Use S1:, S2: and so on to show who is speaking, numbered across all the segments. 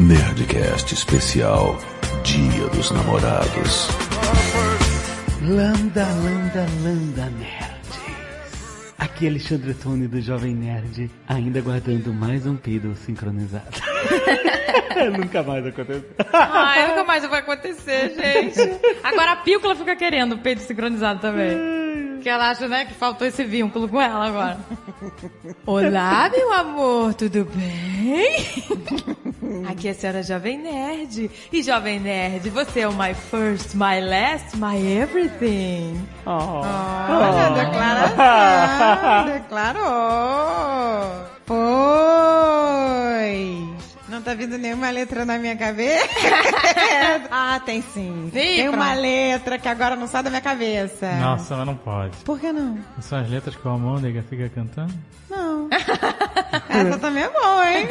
S1: Nerdcast especial Dia dos Namorados.
S2: Landa, landa, landa, nerds. Aqui é Alexandre Tone do Jovem Nerd, ainda guardando mais um pido sincronizado. É, Nunca mais aconteceu.
S3: Ai, nunca mais vai acontecer, gente. Agora a pícola fica querendo o peito sincronizado também. Que ela acha, né, que faltou esse vínculo com ela agora. Olá, meu amor, tudo bem? Aqui é a senhora Jovem Nerd. E Jovem Nerd, você é o my first, my last, my everything.
S4: Olha, declaração, declarou. Pois. Não tá vindo nenhuma letra na minha cabeça? ah, tem sim. tem uma
S3: pronto.
S4: letra que agora não sai da minha cabeça.
S5: Nossa, mas não pode.
S4: Por que não?
S5: São as letras que o Almôndega fica cantando?
S4: Não. Essa também é boa, hein?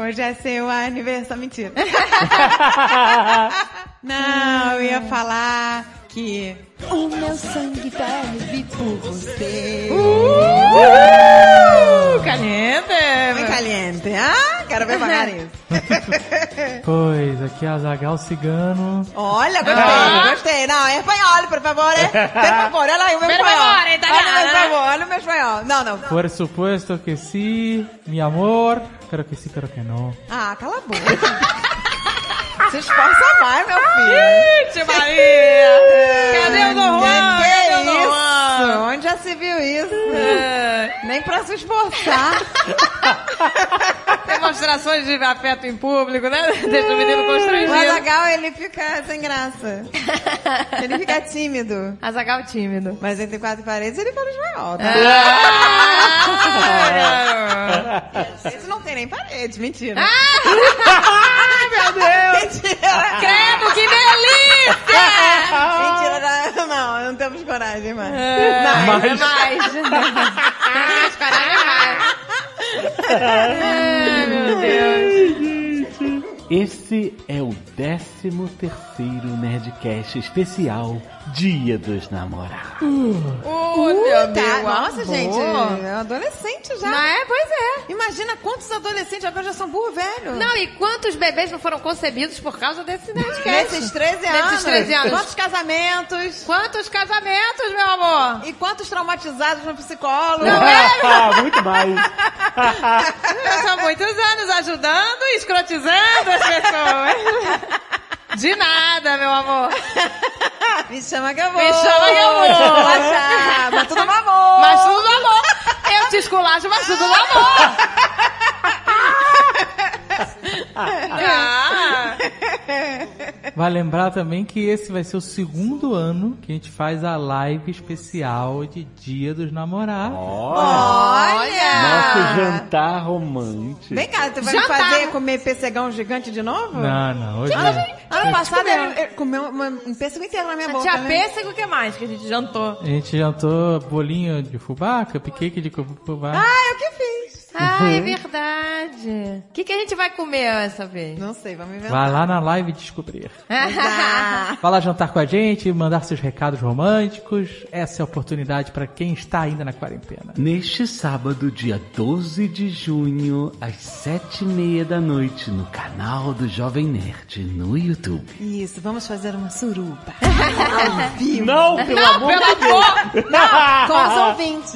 S4: Hoje é seu aniversário. Mentira. Não, eu ia falar que é?
S6: O meu sangue ferve por você.
S4: Uh! Muy
S3: Caliente!
S4: caliente, ah? Quero ver pagar isso.
S5: Pois, aqui é Azagal Cigano.
S4: Olha, gostei,
S3: Ah.
S4: gostei. Não, é espanhol, por favor, eh. Por favor, olha aí o meu
S3: Per
S4: espanhol.
S3: favor, italiano,
S4: Olha o meu
S3: né?
S4: espanhol, olha o meu espanhol. Não, não.
S5: Por supuesto que sim, mi amor. Pero que sim, pero que não.
S4: Ah, cala a boca. Se esforça mais, meu filho.
S3: Gente, Maria! Cadê o Dom Juan?
S4: Que
S3: Cadê o Dom
S4: isso?
S3: Juan?
S4: Onde já se viu isso?
S3: É.
S4: Nem pra se esforçar.
S3: Demonstrações de afeto em público, né? Deixa o menino
S4: O
S3: constrangido.
S4: Azagal, ele fica sem graça. Ele fica tímido.
S3: Azagal tímido.
S4: Mas entre quatro paredes ele fala espanhol, tá?
S3: Ah,
S4: Esse não tem nem parede, mentira.
S3: meu Deus!
S4: Mentira!
S3: Credo, que delícia!
S4: Mentira, não, não, não temos coragem mais.
S3: É,
S4: Mas-
S3: mais. mais. Tem mais coragem, mais. Ai, meu Deus.
S2: Esse é o 13 terceiro Nerdcast especial Dia dos Namorados.
S3: Uh, meu
S4: Tá,
S3: Deus.
S4: nossa,
S3: amor.
S4: gente, é um adolescente já.
S3: Não é? Pois é.
S4: Imagina quantos adolescentes agora já são burro velho.
S3: Não, e quantos bebês não foram concebidos por causa desse Nerdcast?
S4: Nesses 13 anos.
S3: Nesses 13 anos.
S4: Quantos casamentos.
S3: Quantos casamentos, meu amor?
S4: E quantos traumatizados no psicólogo.
S2: Ah, Muito mais.
S3: São muitos anos ajudando e escrotizando as pessoas. De nada, meu amor.
S4: Me chama que eu vou.
S3: Me chama que eu vou.
S4: Pode achar, Mas Tá tudo no amor.
S3: Mas tudo no amor. Eu te esculacho, mas tudo no amor. Ah, Tá.
S5: Vai lembrar também que esse vai ser o segundo ano que a gente faz a live especial de Dia dos Namorados.
S4: Olha.
S2: Nosso jantar romântico.
S4: Vem cá, tu vai
S3: Já
S4: me
S3: tá.
S4: fazer comer pessegão gigante de novo?
S5: Não, Ah, não, hoje não.
S4: Ano passado
S3: comeu.
S4: ele, ele comeu uma- um pêssego inteiro na minha boca.
S3: Tá tinha
S4: né?
S3: pêssego, o que mais que a gente jantou?
S5: A gente jantou bolinho de fubá, cupcake de fubá.
S4: Ah, eu que fiz.
S3: Ah, é verdade. O que, que a gente vai comer essa vez?
S4: Não sei, vamos inventar.
S5: Vai lá na live descobrir. Vai lá jantar com a gente, mandar seus recados românticos. Essa é a oportunidade para quem está ainda na quarentena.
S2: Neste sábado, dia 12 de junho, às sete e meia da noite, no canal do Jovem Nerd no YouTube.
S4: Isso, vamos fazer uma suruba.
S2: Não, pelo amor
S3: Pelo amor!
S4: é. Com os ouvintes.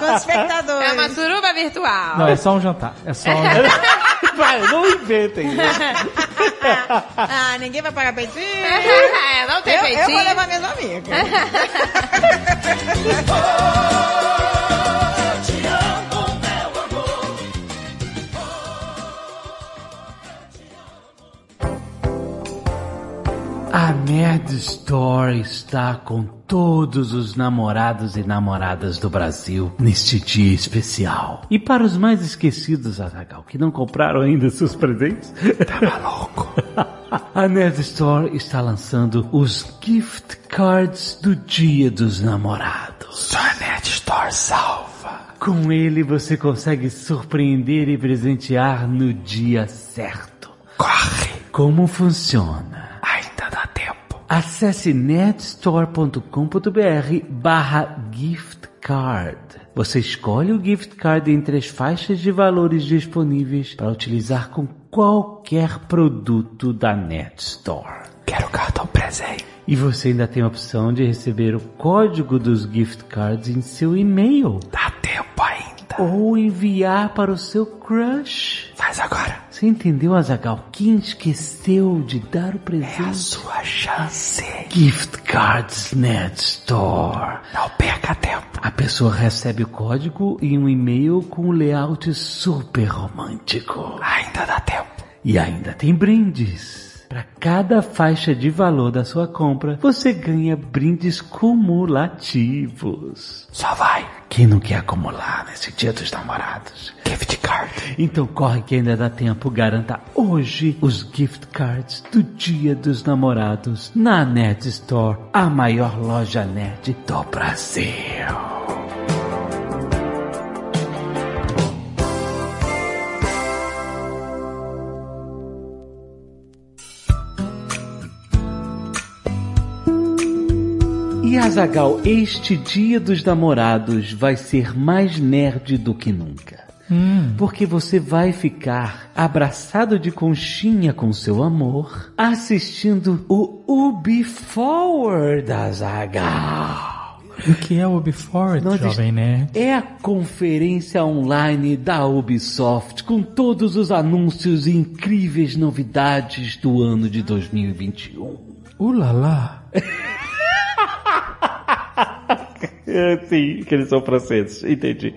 S4: com os espectadores.
S3: É uma suruba virtual.
S5: Não, é só um jantar. É só um jantar.
S2: Vai, não inventem. né?
S4: Ah, ninguém vai pagar peitinho.
S3: É, não tem
S4: Eu, eu
S3: peitinho.
S4: vou levar minhas amigas.
S2: A Nerd Store está com todos os namorados e namoradas do Brasil neste dia especial. E para os mais esquecidos, Azagal, que não compraram ainda seus presentes, tá maluco. A Nerd Store está lançando os gift cards do Dia dos Namorados. Só a Nerd Store salva. Com ele você consegue surpreender e presentear no dia certo. Corre! Como funciona? Ainda dá tempo. Acesse netstore.com.br barra gift card. Você escolhe o gift card entre as faixas de valores disponíveis para utilizar com qualquer produto da NetStore.
S5: Quero cartão presente.
S2: E você ainda tem a opção de receber o código dos gift cards em seu e-mail
S5: Dá tempo ainda.
S2: ou enviar para o seu crush.
S5: Faz agora.
S2: Você entendeu, Azagal? Quem esqueceu de dar o presente?
S5: É Sua chance.
S2: Gift Cards Net Store.
S5: Não perca tempo.
S2: A pessoa recebe o código e um e-mail com um layout super romântico.
S5: Ainda dá tempo.
S2: E ainda tem brindes. Para cada faixa de valor da sua compra, você ganha brindes cumulativos.
S5: Só vai.
S2: Quem não quer acumular nesse dia dos namorados?
S5: Gift card.
S2: Então corre que ainda dá tempo, garanta hoje os gift cards do Dia dos Namorados na Net Store, a maior loja nerd do Brasil. E Azagal, este Dia dos Namorados vai ser mais nerd do que nunca. Porque você vai ficar abraçado de conchinha com seu amor, assistindo o Ubi Forward Azagal.
S5: O que é o Before,
S2: Não existe-
S5: jovem né?
S2: É a conferência online da Ubisoft com todos os anúncios e incríveis novidades do ano de 2021.
S5: Ulala.
S2: É, Sim, que eles são franceses, entendi.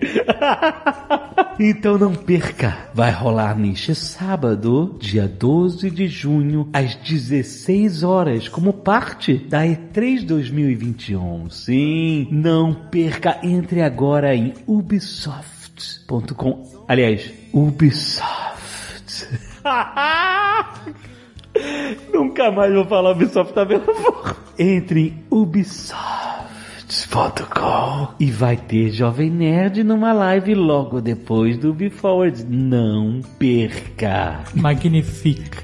S2: então não perca! Vai rolar neste sábado, dia 12 de junho, às 16 horas, como parte da E3 2021. Sim, não perca! Entre agora em ubisoft.com. Aliás, Ubisoft. Nunca mais vou falar Ubisoft da mesma forma. Entre em ubisoft.com e vai ter Jovem Nerd numa live logo depois do BeForward. Não perca!
S5: Magnifica.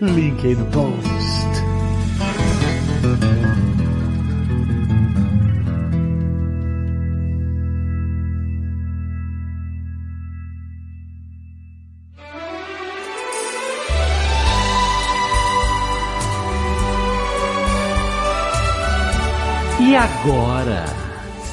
S2: Link aí no post. E agora,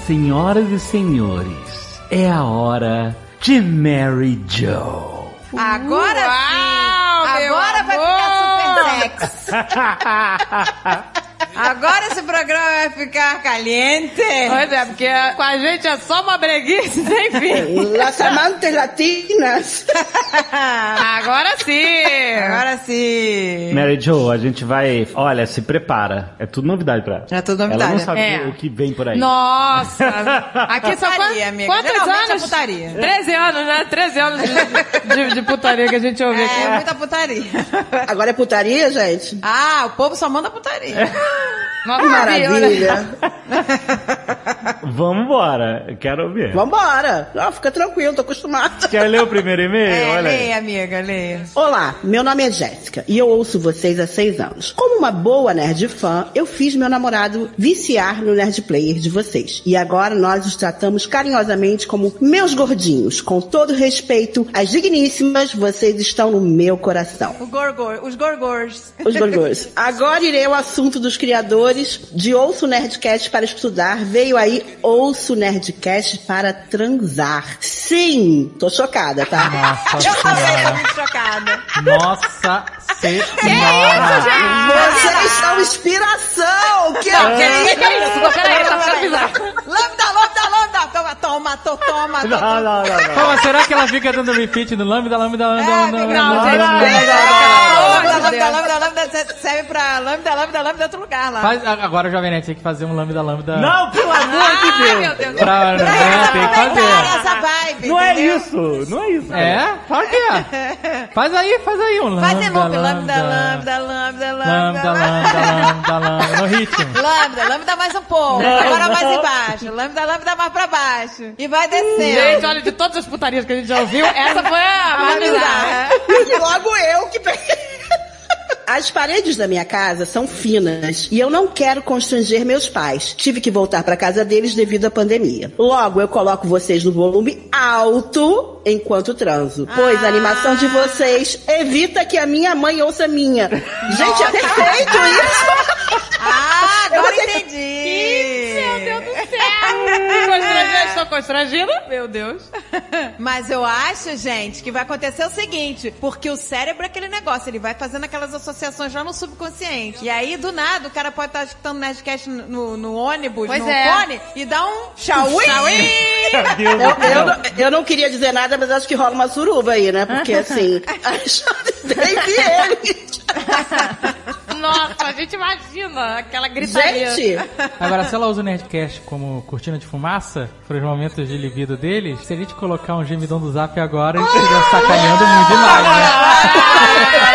S2: senhoras e senhores, é a hora de Mary Joe.
S4: Agora sim!
S3: meu
S4: Agora vai
S3: amor!
S4: ficar super sexy! Agora esse programa vai ficar caliente!
S3: Pois é, porque com a gente é só uma breguice sem fim.
S7: Las amantes latinas.
S3: Agora sim!
S4: Agora sim!
S2: Mary Jo, a gente vai. Olha, se prepara. É tudo novidade pra ela.
S4: É tudo novidade.
S2: Ela não sabe
S3: É.
S2: o que vem por aí.
S3: Nossa! Aqui são
S4: Putaria,
S3: quant-
S4: amiga.
S3: quantos
S4: Geralmente é
S3: anos?
S4: putaria.
S3: 13 anos, né? 13 anos de, de- de putaria que a gente ouve aqui.
S4: É muita putaria.
S7: Agora é putaria, gente?
S4: Ah, o povo só manda putaria.
S3: Nossa,
S7: Que maravilha.
S2: Vamos ambora. Quero ouvir.
S7: Vambora. Não, fica tranquilo, tô acostumada.
S2: Quer ler o primeiro e-mail?
S4: É,
S2: Olha aí.
S4: leia, amiga, leia.
S7: Olá, meu nome é Jéssica e eu ouço vocês há seis anos. Como uma boa nerd fã, eu fiz meu namorado viciar no nerd player de vocês. E agora nós os tratamos carinhosamente como meus gordinhos. Com todo respeito às digníssimas, vocês estão no meu coração.
S4: O gorgor, os gorgors.
S7: Os gorgões. Agora irei ao assunto dos criadores de Ouço Nerdcast para estudar. Veio aí Ouço Nerdcast para transar. Sim! Tô chocada, tá?
S5: Nossa
S4: Eu também tô
S5: senhora.
S4: muito chocada.
S5: Nossa senhora.
S7: Vocês são inspiração! Que eu
S3: Que que é isso? Peraí, tá ficando bizarro.
S4: Lambda, lambda, lambda! Toma, toma, to, toma, to,
S2: Ah, Não,
S4: toma.
S2: não, não, não.
S5: Pô, mas será que ela fica dando repeat no lambda, lambda, lambda,
S4: É,
S5: lambda,
S4: não,
S5: lambda,
S4: não,
S5: lambda,
S4: gente,
S5: lambda,
S4: não,
S5: lambda,
S4: não,
S3: Pelo
S4: não,
S3: amor de
S4: Lambda,
S3: Deus.
S4: lambda, lambda, se- serve pra lambda, lambda, lambda, outro lugar lá.
S5: Faz, a- agora, jovem nerd, tem que fazer um lambda, lambda.
S2: Não, pelo amor de
S3: Ai,
S2: Deus.
S3: meu Deus.
S5: Pra, né, tem que
S4: Cara,
S5: fazer.
S4: essa vibe,
S2: Não é
S4: entendeu?
S2: isso. Não é isso.
S5: É? Claro que é. Faz aí, faz aí um lambda,
S4: Faz em loop, lambda,
S5: lambda,
S4: lambda, lambda,
S5: lambda,
S4: lambda,
S5: lambda, lambda, no ritmo.
S4: Lambda, lambda mais um pouco. Agora mais embaixo. Lambda, lambda mais pra baixo. E vai descendo.
S3: Gente, olha, de todas as putarias que a gente já ouviu, essa foi a mais
S4: Vai
S3: bizarra.
S4: bizarro.
S7: E logo eu que peguei. As paredes da minha casa são finas e eu não quero constranger meus pais. Tive que voltar para casa deles devido à pandemia. Logo, eu coloco vocês no volume alto enquanto transo, pois a animação
S4: Ah.
S7: de vocês evita que a minha mãe ouça a minha. Gente, é perfeito isso!
S4: Ah,
S7: Eu
S4: agora
S7: vou ter-
S4: entendi.
S3: Meu Deus do céu! Constrangida, estou constrangida? Meu Deus.
S4: Mas eu acho, gente, que vai acontecer o seguinte, porque o cérebro é aquele negócio, ele vai fazendo aquelas associações já no subconsciente. E aí, do nada, o cara pode estar escutando Nerdcast no, no, no ônibus,
S3: Pois
S4: no
S3: é.
S4: fone, e dá um tchauí!
S8: Meu Deus do
S7: Eu, eu,
S8: céu.
S7: não, eu não queria dizer nada, mas acho que rola uma suruba aí, né? Porque assim, teve eles.
S3: Nossa, a gente imagina aquela gritaria.
S7: Gente,
S5: Agora, se ela usa o Nerdcast como cortina de fumaça, para os momentos de libido deles, se a gente colocar um gemidão do zap agora, eles estão sacaneando muito demais, né?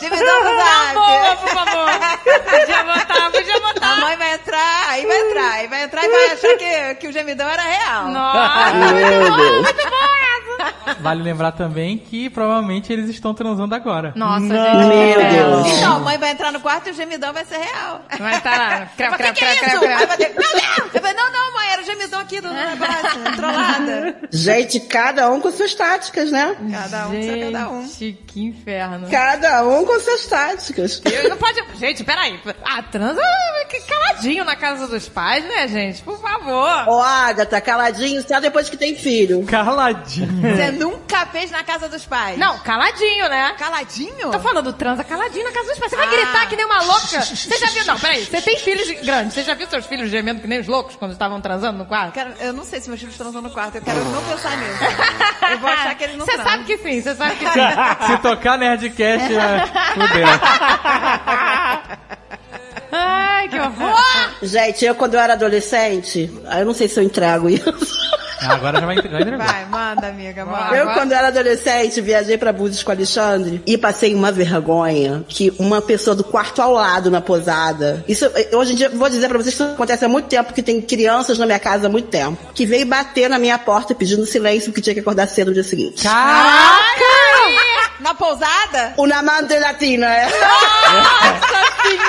S4: Divisão do
S3: Não, boa,
S4: zap!
S3: por favor. Podia botar, podia
S4: A
S3: botar.
S4: mãe vai entrar, aí vai entrar, aí vai entrar e vai achar que, que o gemidão era real.
S3: Nossa,
S7: Meu
S3: muito boa,
S7: Deus.
S3: muito boa essa.
S5: Vale lembrar também que provavelmente eles estão transando agora.
S3: Nossa, gente.
S7: meu
S3: é.
S7: Deus.
S4: Então, a mãe vai entrar no quarto e o gemidão vai ser real.
S3: Vai estar lá. Creu,
S4: O que,
S3: creu,
S4: que é
S3: creu,
S4: isso?
S3: creu,
S4: Aí
S3: creu.
S4: vai ter, meu Deus! Eu falei, não, não, mãe, era o gemidão aqui do negócio, trollada.
S7: gente, cada um com suas táticas, né?
S4: Cada um, só cada um.
S3: Gente, que inferno.
S7: Cada um com suas táticas.
S3: Eu não pode. Gente, peraí. Ah, transa que- caladinho na casa dos pais, né, gente? Por favor.
S7: Ô, Agatha, caladinho só depois que tem filho.
S5: Caladinho.
S4: Você nunca fez na casa dos pais?
S3: Não, caladinho, né?
S4: Caladinho?
S3: Tô falando transa caladinho na casa dos pais. Você vai
S4: Ah.
S3: gritar que nem uma louca. Você já viu? Não, peraí. Você tem filhos grandes. Você já viu seus filhos gemendo que nem os loucos quando estavam transando no quarto?
S4: Cara, eu não sei se meus filhos transam no quarto. Eu quero não pensar nisso. Eu vou achar que eles não
S3: Você
S4: transam.
S3: sabe que sim, você sabe que sim.
S5: Se tocar Nerdcast, é... fudeu.
S3: Ai, que horror.
S7: Gente, eu quando eu era adolescente, ah, eu não sei se eu entrego isso.
S5: Agora já vai entre- já entregar.
S4: Vai, manda, amiga,
S3: Vai.
S4: bora.
S7: Eu,
S3: Agora-
S7: quando era adolescente, viajei pra Búzios com o Alexandre e passei uma vergonha que uma pessoa do quarto ao lado na posada. Isso, eh, hoje em dia, vou dizer pra vocês que isso acontece há muito tempo, porque tem crianças na minha casa há muito tempo, que veio bater na minha porta pedindo silêncio porque tinha que acordar cedo no dia seguinte. Ah!
S5: Caraca!
S4: Na pousada?
S7: O namante latina, é.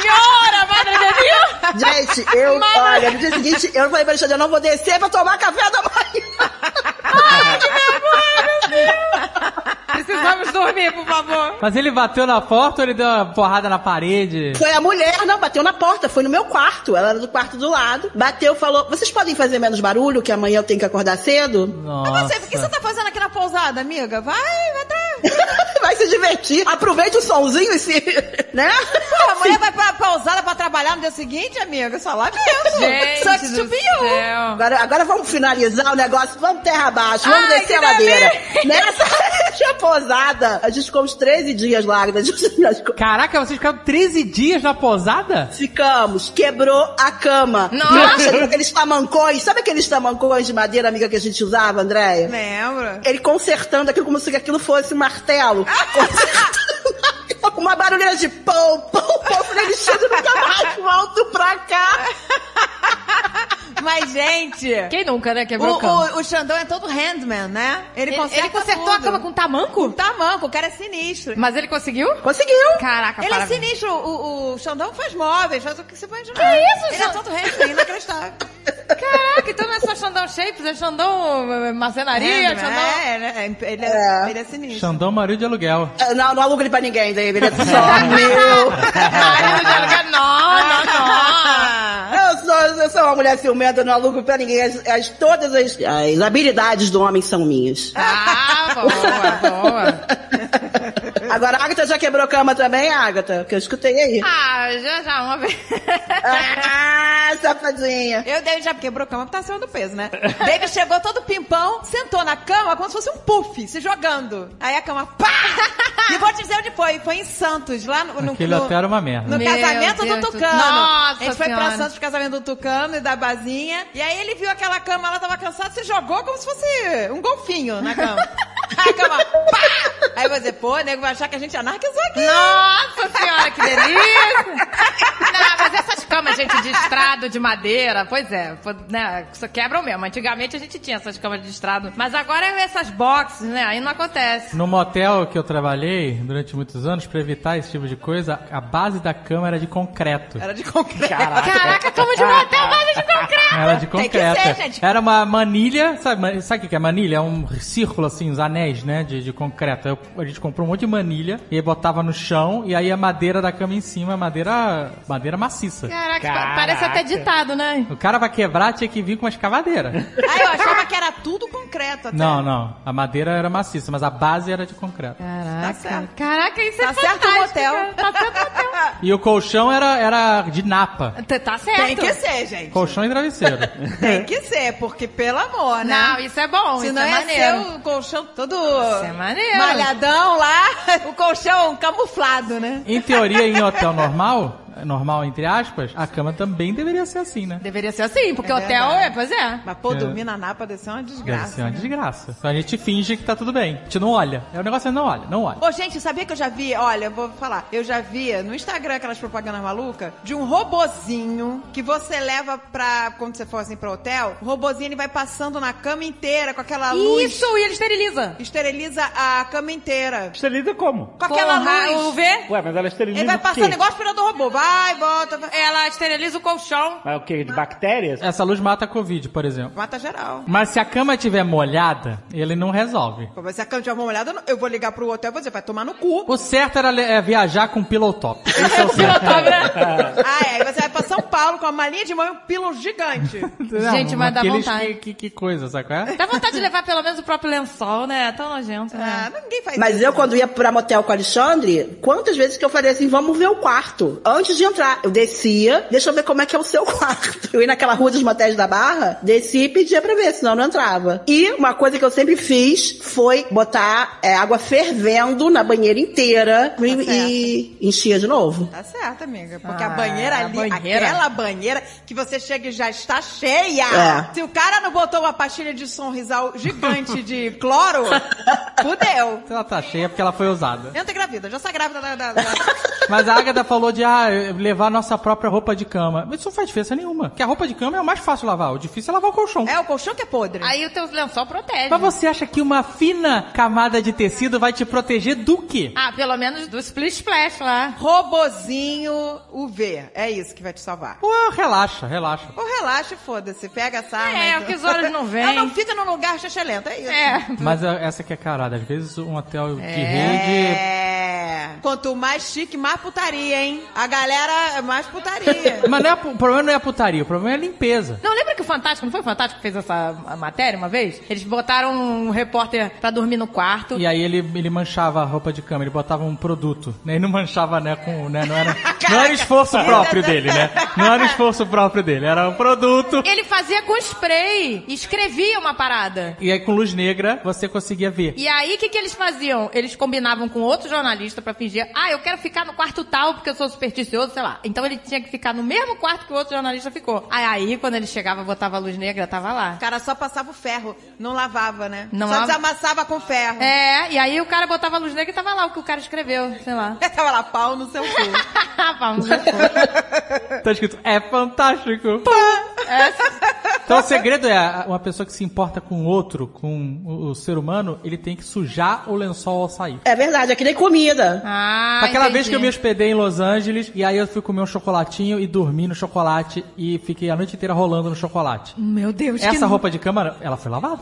S3: Senhora, madre de Deus.
S7: Gente, eu, olha, no dia seguinte, eu falei pra Alexandre, eu não vou descer pra tomar café da manhã.
S3: Precisamos dormir, por favor.
S5: Mas ele bateu na porta ou ele deu uma porrada na parede?
S7: Foi a mulher, não, bateu na porta, foi no meu quarto. Ela era do quarto do lado. Bateu, falou: vocês podem fazer menos barulho, que amanhã eu tenho que acordar cedo?
S4: Eu não sei,
S5: Nossa.
S4: por que você tá fazendo aqui na pousada, amiga? Vai, vai dar.
S7: Vai se divertir. Aproveite o solzinho e se. né?
S4: Pô, a mulher vai pra pousada pra trabalhar no dia seguinte, amiga? Só lá mesmo.
S3: Gente
S4: Sucks to
S3: do
S4: be you.
S3: céu.
S7: Agora, agora vamos finalizar o negócio, vamos terra abaixo, vamos
S4: Ai,
S7: descer a
S4: que
S7: ladeira. Nessa nessa posada, a gente ficou uns 13 dias lá, né?
S5: Caraca, vocês ficaram 13 dias na posada?
S7: Ficamos, quebrou a cama.
S3: Nossa!
S7: com aqueles tamancões, sabe aqueles tamancões de madeira, amiga, que a gente usava, Andréia?
S4: Lembra?
S7: Ele consertando aquilo como se aquilo fosse um martelo.
S4: Ah!
S7: Consertando com uma barulheira de pão, pão, pão. Falei, ele chega nunca mais volto pra cá.
S4: Mas, gente...
S3: Quem nunca, né, quebrou
S4: O,
S3: o cama?
S4: o, o Xandão é todo handman, né? Ele,
S3: Ele,
S4: conserta
S3: ele consertou a
S4: tudo.
S3: cama com tamanco?
S4: tamanco, o cara é sinistro.
S3: Mas ele conseguiu?
S7: Conseguiu.
S3: Caraca,
S4: Ele é
S3: parabéns.
S4: sinistro, o, o- o Xandão faz móveis, faz o que você pode imaginar.
S3: Que isso,
S4: Ele é
S3: Xandão?
S4: todo handman, inacreditável.
S3: Caraca, então não é só Xandão Shapes, é Xandão eh, Marcenaria,
S4: Handman,
S3: Xandão...
S4: é, ele é, ele é,
S7: É.
S4: ele é sinistro.
S5: Xandão Mario de aluguel.
S7: Ah, Não, não aluga ele pra ninguém, David. É só meu.
S3: Ai, não, não, não, não.
S7: Eu sou, eu sou uma mulher ciumenta, eu não alugo pra ninguém. As, as- todas as, as habilidades do homem são minhas.
S3: Ah, boa, boa.
S7: Agora, a Agatha já quebrou cama também, Agatha? Que eu escutei aí.
S3: Ah, já, já, uma vez.
S7: Ah, safadinha.
S4: Eu, David já quebrou a cama porque tá acima do peso, né? David chegou todo pimpão, sentou na cama como se fosse um puff, se jogando. Aí a cama, pá! E vou te dizer onde foi. Foi em Santos, lá no... no-
S5: Aquele
S4: no-
S5: hotel era uma merda.
S4: No
S3: Meu
S4: casamento
S3: Deus
S4: do
S3: do-
S4: Tucano.
S3: Nossa
S4: a gente foi pra
S3: Senhora.
S4: Santos pro casamento do Tucano e da Bazinha. E aí ele viu aquela cama, ela tava cansada, se jogou como se fosse um golfinho na cama. Aí a cama, pá! Aí você, pô, nego vai achar que a gente anarquizou aqui.
S3: Nossa senhora, que delícia! Não, mas essas cama, gente, de estrado, de madeira. Pois é, pô, né? Isso quebram mesmo. Antigamente a gente tinha essas camas de estrado. Mas agora é essas boxes, né? Aí não acontece.
S5: No motel que eu trabalhei durante muitos anos, pra evitar esse tipo de coisa, a base da cama era de concreto.
S4: Era de concreto.
S3: Caraca, cama de motel, base de concreto!
S5: Era de
S4: Tem que
S5: concreto.
S4: ser, gente.
S5: Era uma manilha, sabe, ma- sabe o que que é manilha? É um círculo assim, os anéis, né, de, de concreto. Aí eu- a gente comprou um monte de manilha e aí botava no chão e aí a madeira da cama em cima, madeira, madeira maciça.
S3: Caraca,
S8: Caraca.
S3: parece até ditado, né?
S5: O cara vai quebrar, tinha que vir com uma escavadeira.
S4: Aí eu achava que era tudo concreto até.
S5: não, não. A madeira era maciça, mas a base era de concreto.
S4: Tá
S3: Caraca.
S4: certo.
S3: Caraca, isso é
S4: Tá certo o
S3: fantástico,
S4: motel.
S3: cara. Tá certo o motel.
S5: E o colchão era, era de napa.
S3: Tá- Tá certo.
S4: Tem que ser, gente.
S5: Colchão e travesseiro.
S4: Tem que ser, porque pelo amor, né?
S3: Não, isso é bom,
S4: Se
S3: isso
S4: não
S3: é
S4: ia
S3: maneiro.
S4: ser o colchão todo
S3: é maneiro.
S4: malhadão lá, o colchão camuflado, né?
S5: em teoria, em hotel normal, normal entre aspas, a cama também deveria ser assim, né?
S3: Deveria ser assim, porque
S4: É
S3: hotel
S4: verdade.
S3: é, pois é.
S4: Mas, pô,
S5: É.
S4: dormir na Napa deve ser uma
S5: Deve ser
S4: desgraça. né?
S5: uma desgraça. Então a gente finge que tá tudo bem. A gente não olha. É o negócio é não olha, não olha.
S4: Ô, gente, sabia que eu já vi? Olha, eu vou falar. Eu já vi no Instagram aquelas propagandas malucas de um robozinho que você leva pra. Quando você for assim pro hotel, o robozinho ele vai passando na cama inteira com aquela luz.
S3: Isso, e ele esteriliza.
S4: Esteriliza a cama inteira.
S8: Esteriliza como?
S4: Com aquela
S3: Porra,
S4: luz.
S3: o V,
S8: Ué, mas ela esteriliza
S4: Ele vai
S8: o quê?
S4: passando igual aspirador robô. Vai, volta, vai.
S3: ela esteriliza o colchão.
S8: Mas o quê? De bactérias?
S5: Essa luz mata a Covid, por exemplo.
S4: Mata geral.
S5: Mas se a cama tiver molhada, ele não resolve.
S4: Pô, mas Se a cama tiver uma olhada, eu não- eu vou ligar pro hotel e vou dizer, vai tomar no cu.
S5: O certo era le- é, viajar com pillow top. Esse é o certo.
S4: ah, é. Aí você vai pra São Paulo com a malinha de mão e um pilo gigante.
S3: Gente, mas dá
S5: Aqueles
S3: vontade.
S5: Que, que, que coisa, sabe qual é?
S3: Dá vontade de levar pelo menos o próprio lençol, né? É tão nojento,
S4: Ah,
S3: né?
S4: ninguém faz
S7: Mas
S4: isso.
S7: eu, quando ia pra motel com o Alexandre, quantas vezes que eu falei assim, vamos ver o quarto. Antes de entrar, eu descia, deixa eu ver como é que é o seu quarto. Eu ia naquela rua dos motéis da Barra, descia e pedia pra ver, senão eu não entrava. E uma coisa que eu sempre fiz foi botar é, água fervendo na banheira inteira e, e enchia de novo.
S4: Tá certo, amiga. Porque a
S3: Ah,
S4: banheira ali,
S3: a banheira.
S4: aquela banheira que você chega e já está cheia.
S7: É.
S4: Se o cara não botou uma pastilha de sonrisal gigante de cloro, fudeu.
S5: Ela tá cheia porque ela foi usada.
S4: Eu não tô grávida, eu já sou grávida da. da- da-
S5: Mas a Agatha falou de ah, levar nossa própria roupa de cama. Mas isso não faz diferença nenhuma. Porque a roupa de cama é o mais fácil de lavar. O difícil é lavar o colchão.
S4: É o colchão que é podre.
S3: Aí o teu lençol protege. né?
S5: Mas você acha que uma fina camada de tecido vai te proteger do quê?
S3: Ah, pelo menos do split splash lá.
S4: Robozinho UV. É isso que vai te salvar.
S5: Pô, relaxa, relaxa.
S4: Ou relaxa e foda-se, pega a sarna.
S3: É,
S4: então.
S3: porque os olhos não vêm.
S4: Ela não fica num lugar xixelento, é isso.
S3: É.
S5: Mas ah, essa que é carada. Às vezes um hotel de rede...
S4: É. Quanto mais chique, mais putaria, hein? A galera, é mais putaria.
S5: Mas não é, o problema não é a putaria, o problema é a limpeza.
S3: Não, lembra que o Fantástico, não foi o Fantástico que fez essa matéria uma vez? Eles botaram um repórter pra dormir no quarto.
S5: E aí ele, ele manchava a roupa de cama, ele botava um produto. Né? E não manchava, né, com... Né, não, era, não era esforço próprio dele, né? Não era esforço próprio dele, era um produto.
S3: Ele fazia com spray, escrevia uma parada.
S5: E aí com luz negra você conseguia ver.
S3: E aí, o que, que eles faziam? Eles combinavam com outro jornalista pra fingir, ah, eu quero ficar no quarto tal porque eu sou supersticioso, sei lá. Então ele tinha que ficar no mesmo quarto que o outro jornalista ficou. Aí, aí quando ele chegava, botava a luz negra, tava lá.
S4: O cara só passava o ferro, não lavava, né?
S3: Não
S4: só
S3: lava-
S4: desamassava com ferro.
S3: É, e aí o cara botava a luz negra e tava lá o que o cara escreveu, sei lá.
S4: Tava lá, pau no seu cu.
S3: Vamos já foi.
S5: Tá escrito, é fantástico.
S4: É.
S5: Então o segredo é, uma pessoa que se importa com o outro, com o, o ser humano, ele tem que sujar o lençol ao sair.
S7: É verdade, é que nem comida.
S3: Ah,
S5: Aquela
S3: entendi.
S5: vez que eu me hospedei em Los Angeles, e aí eu fui comer um chocolatinho e dormi no chocolate e fiquei a noite inteira rolando no chocolate.
S3: Meu Deus, que...
S5: Essa roupa de cama, ela foi lavada.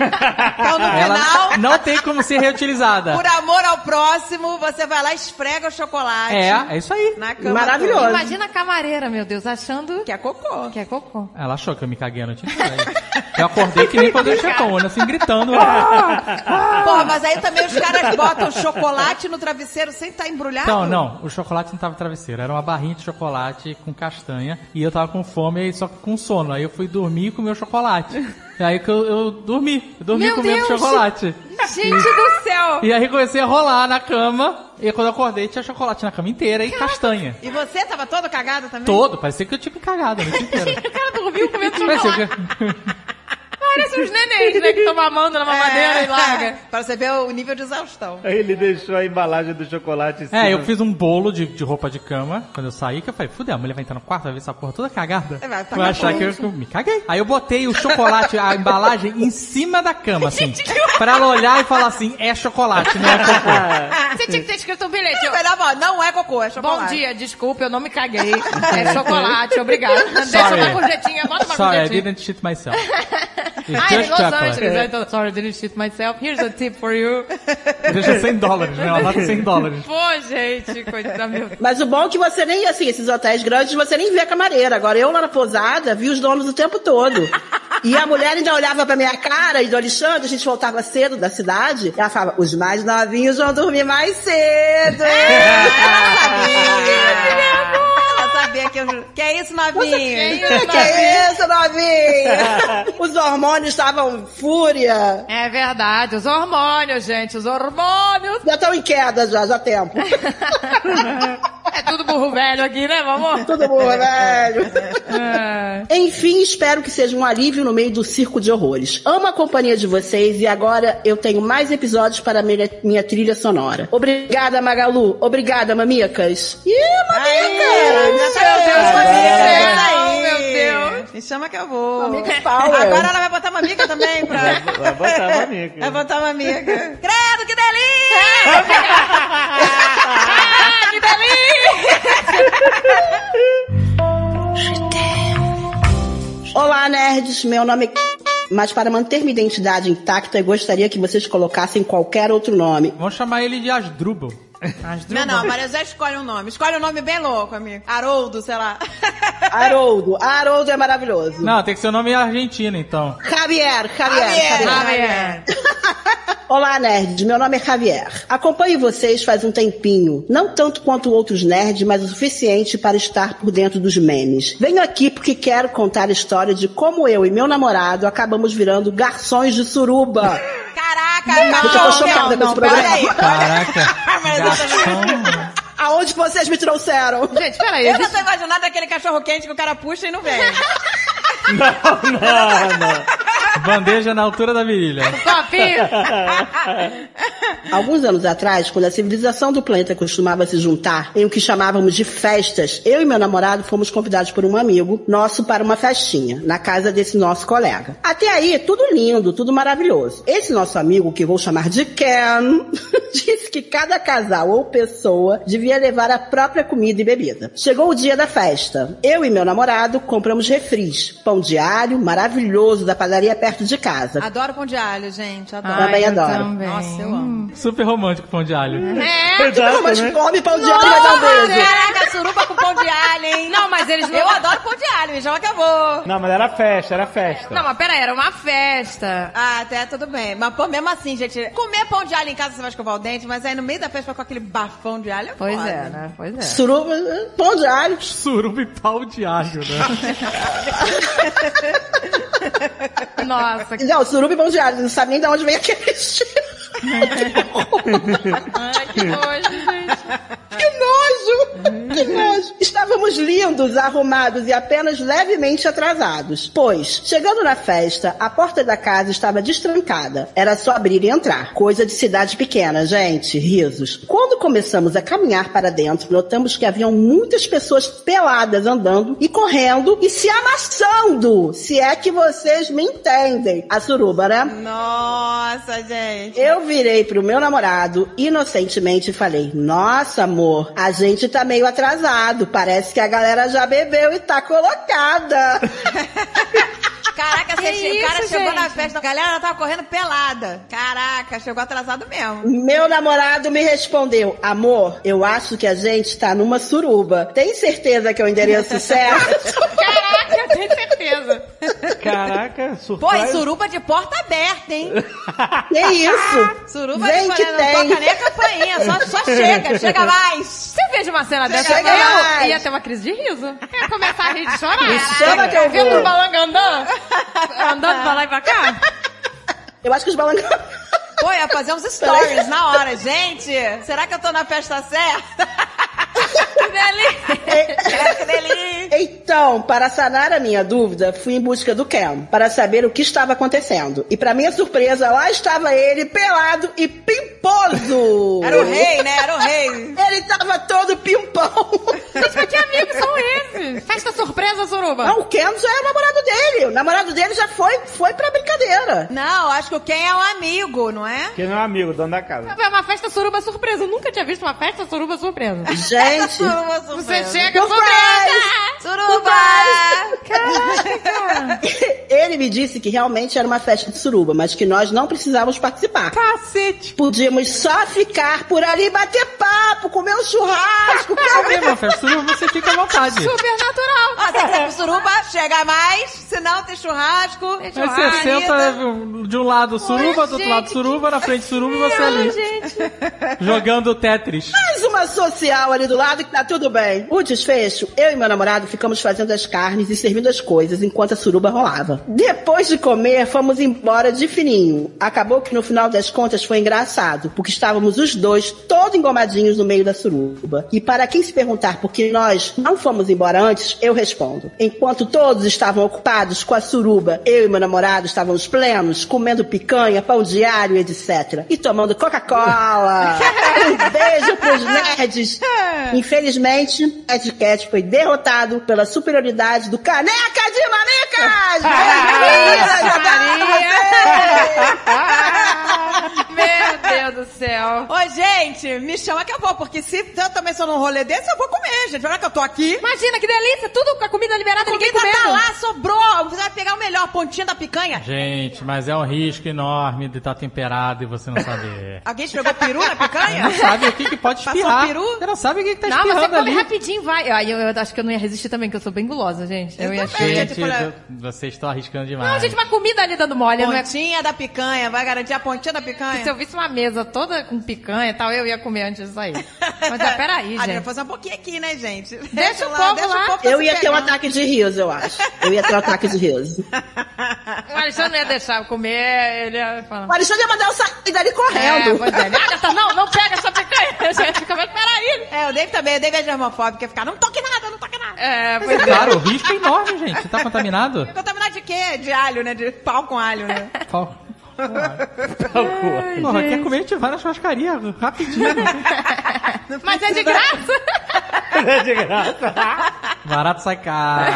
S4: Então, no
S3: é
S5: Ela
S4: final,
S5: não tem como ser reutilizada.
S4: por amor ao próximo, você vai lá e esfrega o chocolate.
S5: É, é isso aí.
S4: Na cama.
S7: Maravilhoso.
S4: toda.
S3: Imagina a camareira, meu Deus, achando
S4: Que é cocô.
S3: que é cocô.
S5: Ela achou que eu me caguei a noite inteira. Eu acordei que nem quando eu chegou, assim, gritando. "Ah!"
S4: Pô, mas aí também os caras botam chocolate no travesseiro sem estar embrulhado.
S5: Então, não, o chocolate não tava travesseiro, era uma barrinha de chocolate com castanha e eu tava com fome e só que com sono. Aí eu fui dormir e comi o chocolate. E aí que eu, eu dormi, eu dormi
S3: Meu
S5: comendo
S3: Deus!
S5: chocolate.
S3: Gente do céu!
S5: E aí comecei a rolar na cama e quando eu acordei tinha chocolate na cama inteira e castanha.
S4: E você tava todo cagado também?
S5: Todo, parecia que eu tinha me cagado a noite inteira.
S3: O cara dormiu comendo
S5: Parecia
S3: chocolate.
S5: que...
S3: Não, Parece uns nenéns, né? Que estão mamando na mamadeira e larga.
S4: É. pra você ver o nível de exaustão.
S8: Aí Ele deixou a embalagem do chocolate em cima.
S5: É, eu fiz um bolo de, de roupa de cama quando eu saí, que eu falei, fudeu, a mulher vai entrar no quarto, vai ver essa porra toda cagada.
S4: É, vai tacar
S5: achar que eu, que eu me caguei. Aí eu botei o chocolate, a embalagem, em cima da cama, assim. pra ela olhar e falar assim, é chocolate, não é cocô.
S3: Você tinha que ter escrito um bilhete. ó.
S4: Melhor, ó, não é cocô, é
S3: Bom
S4: chocolate.
S3: dia, desculpa, eu não me caguei. É chocolate, obrigado. Deixa uma gorjetinha, bota uma
S5: Sorry, I
S3: gorjetinha.
S5: didn't shit myself. It's
S3: Ah, ele é
S5: just
S3: Los
S5: chocolate.
S3: Angeles. Então, sorry, I didn't shit myself. Here's a tip for you.
S5: Deixa 100 dólares, né? Ela nota 100 dólares.
S3: Pô, gente, coitada meu.
S7: Mas o bom é que você nem, assim, esses hotéis grandes, você nem vê a camareira. Agora, eu lá na pousada, vi os donos o tempo todo. E a mulher ainda olhava pra minha cara e do Alexandre, a gente voltava cedo da cidade. Ela falava, os mais novinhos vão dormir mais cedo.
S4: Ela sabia! Ela sabia que eu... Que é isso, novinho?
S7: que é isso, novinha? Os hormônios estavam fúria.
S3: É verdade, os hormônios, gente, os hormônios.
S7: Já estão em queda já, já há tempo.
S3: É tudo burro velho aqui, né, meu amor?
S7: Todo mundo, É velho.
S3: É.
S7: Enfim, espero que seja um alívio no meio do circo de horrores. Amo a companhia de vocês e agora eu tenho mais episódios para a minha, minha trilha sonora. Obrigada, Magalu. Obrigada, mamicas. Ih,
S4: Aí,
S7: mamicas!
S4: já tá, meu Deus,
S7: É.
S3: Ai, meu
S4: você.
S3: Deus.
S4: Me chama que eu vou.
S7: Mamica Power.
S4: Agora ela vai botar uma amiga também pra...
S8: Vai botar uma amiga.
S4: Vai botar uma amiga. Credo, que delícia!
S3: Ah, que delícia!
S7: Olá, nerds. Meu nome é... Mas para manter minha identidade intacta, eu gostaria que vocês colocassem qualquer outro nome.
S5: Vamos chamar ele de Asdrubal.
S4: Não, não, Maria José escolhe um nome. Escolhe um nome bem louco, amigo. Haroldo, sei lá.
S7: Haroldo. Haroldo é maravilhoso.
S5: Não, tem que ser o nome argentino, então.
S7: Javier, Javier, Javier.
S3: Javier.
S7: Olá, nerds. Meu nome é Javier. Acompanho vocês faz um tempinho. Não tanto quanto outros nerds, mas o suficiente para estar por dentro dos memes. Venho aqui porque quero contar a história de como eu e meu namorado acabamos virando garçons de suruba.
S4: Caraca,
S7: eu tô chocada com esse programa.
S4: peraí.
S5: Caraca. garçom.
S7: Aonde vocês me trouxeram?
S3: Gente, peraí.
S4: Eu não
S3: gente-
S4: tô imaginando aquele cachorro quente que o cara puxa e não vem.
S5: Bandeja na altura da virilha.
S3: Copinho.
S7: Alguns anos atrás, quando a civilização do planeta costumava se juntar em o que chamávamos de festas, eu e meu namorado fomos convidados por um amigo nosso para uma festinha, na casa desse nosso colega. Até aí, tudo lindo, tudo maravilhoso. Esse nosso amigo, que vou chamar de Ken, disse que cada casal ou pessoa devia levar a própria comida e bebida. Chegou o dia da festa. Eu e meu namorado compramos refris, pão diário maravilhoso da padaria perto de casa.
S4: Adoro pão de alho, gente. Adoro.
S7: Também
S3: Ai, eu
S7: adoro.
S3: também.
S4: Nossa, eu amo.
S5: Super romântico pão de alho.
S3: É,
S8: Exato,
S7: Mas
S8: né?
S7: come pão diário e vai dar um beijo.
S4: Caraca, suruba com pão de alho, hein?
S3: Não, mas eles não-
S4: Eu adoro pão de alho, então me chama que eu vou.
S8: Não, mas era festa, era festa.
S3: Não, mas peraí, era uma festa.
S4: Ah, até tudo bem. Mas pô, mesmo assim, gente, comer pão de alho em casa você vai escovar o dente, mas aí no meio da festa com aquele bafão de alho é
S3: Pois
S4: foda.
S3: é, né? Pois é.
S7: Suruba, pão de alho.
S5: Suruba e pau de alho, né?
S3: Nossa, que...
S7: Não, suruba e pão de alho. Não sabe nem de onde vem aquele estilo.
S3: Ai, que nojo, gente.
S7: Que nojo! Que nojo! Estávamos lindos, arrumados e apenas levemente atrasados. Pois, chegando na festa, a porta da casa estava destrancada. Era só abrir e entrar. Coisa de cidade pequena, gente. Risos. Quando começamos a caminhar para dentro, notamos que haviam muitas pessoas peladas andando e correndo e se amassando. Se é que vocês me entendem. A suruba, né?
S4: Nossa, gente.
S7: Eu virei pro meu namorado inocentemente e falei: Nossa, amor, a gente tá meio atrasado. Parece que a galera já bebeu e tá colocada.
S4: Caraca, você
S3: Que
S4: che- o cara
S3: isso,
S4: chegou na
S3: gente?
S4: festa, a galera tava correndo pelada. Caraca, chegou atrasado mesmo.
S7: meu namorado me respondeu: Amor, eu acho que a gente tá numa suruba. Tem certeza que é o endereço certo?
S3: Caraca, tem certeza.
S8: Caraca,
S4: Pô, e
S8: surpresa.
S4: suruba de porta aberta, hein?
S7: que isso?
S4: Suruba
S7: Vem
S4: de
S7: que
S4: porta
S7: tem.
S4: não toca nem a campainha, só, só chega, chega mais.
S3: Você veja uma cena dessa,
S7: Chega
S3: eu
S7: mais.
S3: ia ter uma crise de riso. Eu ia começar a rir de chorar.
S7: Me chama que eu
S3: Viu
S7: vou.
S3: pro balanga andando? Tá Andando pra lá e pra cá?
S7: Eu acho que os balangos.
S4: Pô, ia fazer uns stories na hora. Gente, será que eu tô na festa certa?
S3: Que delícia.
S4: Cara, que delícia.
S7: Em Então, para sanar a minha dúvida, fui em busca do Ken para saber o que estava acontecendo. E para minha surpresa, lá estava ele pelado e pimposo.
S4: Era o rei, né? Era o rei.
S7: Ele tava todo pimpão.
S3: Gente, que amigos são esses? Festa surpresa, Suruba.
S7: Não, o Ken já é o namorado dele. O namorado dele já foi, foi pra brincadeira.
S4: Não, acho que o Ken é um amigo, não é?
S8: Que não é amigo, dono da casa.
S3: É uma festa suruba surpresa. Eu nunca tinha visto uma festa suruba surpresa.
S7: Gente,
S4: Suruba,
S3: Você
S4: surpresa.
S3: chega
S7: Surprise!
S3: surpresa!
S4: Suruba!
S3: Caraca!
S7: ele me disse que realmente era uma festa de suruba, mas que nós não precisávamos participar.
S5: Cacete!
S7: Podíamos só ficar por ali, bater papo, comer um churrasco.
S5: Tá bem, meu filho. Suruba, você fica à vontade.
S3: Super natural.
S4: Ó, tem que ser pro Ah, tá, suruba, chega mais, senão tem churrasco. Tem
S5: Aí você senta de um lado suruba, do outro lado
S3: gente,
S5: suruba, na frente suruba e
S8: É
S5: você ali. Jogando Tetris.
S7: Mais uma social ali do lado que tá tudo bem. O desfecho, eu e meu namorado ficamos fazendo as carnes e servindo as coisas enquanto a suruba rolava. Depois de comer, fomos embora de fininho. Acabou que no final das contas foi engraçado, porque estávamos os dois todos engomadinhos no meio da suruba. E para quem se perguntar por que nós não fomos embora antes, eu respondo. Enquanto todos estavam ocupados com a suruba, eu e meu namorado estávamos plenos, comendo picanha, pão diário, etc. E tomando Coca-Cola. um beijo pros nerds. Infelizmente, o Red Cat foi derrotado pela superioridade do Caneca de Manicas! Meninas, eu adoro
S3: Meu Deus do céu.
S4: Ô, gente, me chama que eu vou, porque se eu também sou num rolê desse, eu vou comer, gente. Olha que eu tô aqui.
S3: Imagina que delícia, tudo com a comida liberada, ninguém
S4: comida
S3: comendo.
S4: tá lá, sobrou. Você vai pegar o melhor, pontinha da picanha.
S5: Gente, mas é um risco enorme de estar temperado e você não saber.
S4: Alguém esfregou peru na picanha?
S5: Não sabe o que, que pode
S4: Passou
S5: espirrar.
S4: peru?
S5: Você não sabe o que, que tá
S3: Não, mas você
S5: espirrando
S3: come
S5: ali.
S3: rapidinho, vai. Ai, Eu, eu acho que eu não ia resistir também, que eu sou bem gulosa, gente. Eu,
S4: Eu
S3: ia
S4: também.
S3: achar.
S5: Gente,
S4: Gente, olha-
S5: vocês estão arriscando demais.
S3: Não, gente, uma comida ali dando mole, não é?
S4: Pontinha da picanha, vai garantir a pontinha da picanha?
S3: Se eu visse uma mesa toda com picanha e tal, eu ia comer antes disso aí. Mas ah, peraí,
S4: Adriana,
S3: gente.
S4: fazer um pouquinho aqui, né, gente? Deixa,
S3: o povo lá.
S7: Eu ia ter um ataque de riso, eu acho. Eu ia ter um ataque de riso.
S3: O Alexandre não ia deixar eu comer, ele ia falar.
S7: O Alexandre ia mandar eu sair dali
S3: É,
S7: correndo.
S3: pois é. Agatha, não, não pega essa picanha. A gente fica, mas peraí.
S4: É, o Dave também, o Dave é germofóbico, ia ficar, não toque nada, não toque nada.
S3: É, pois é.
S5: Claro, o risco é enorme, gente. Você tá contaminado?
S4: Contaminar de quê? De alho, né? De pau com alho, né?
S5: Qual? Porra, quer comer, a gente vai na churrascaria, rapidinho.
S3: Mas é de graça.
S8: de graça.
S5: Barato sai caro.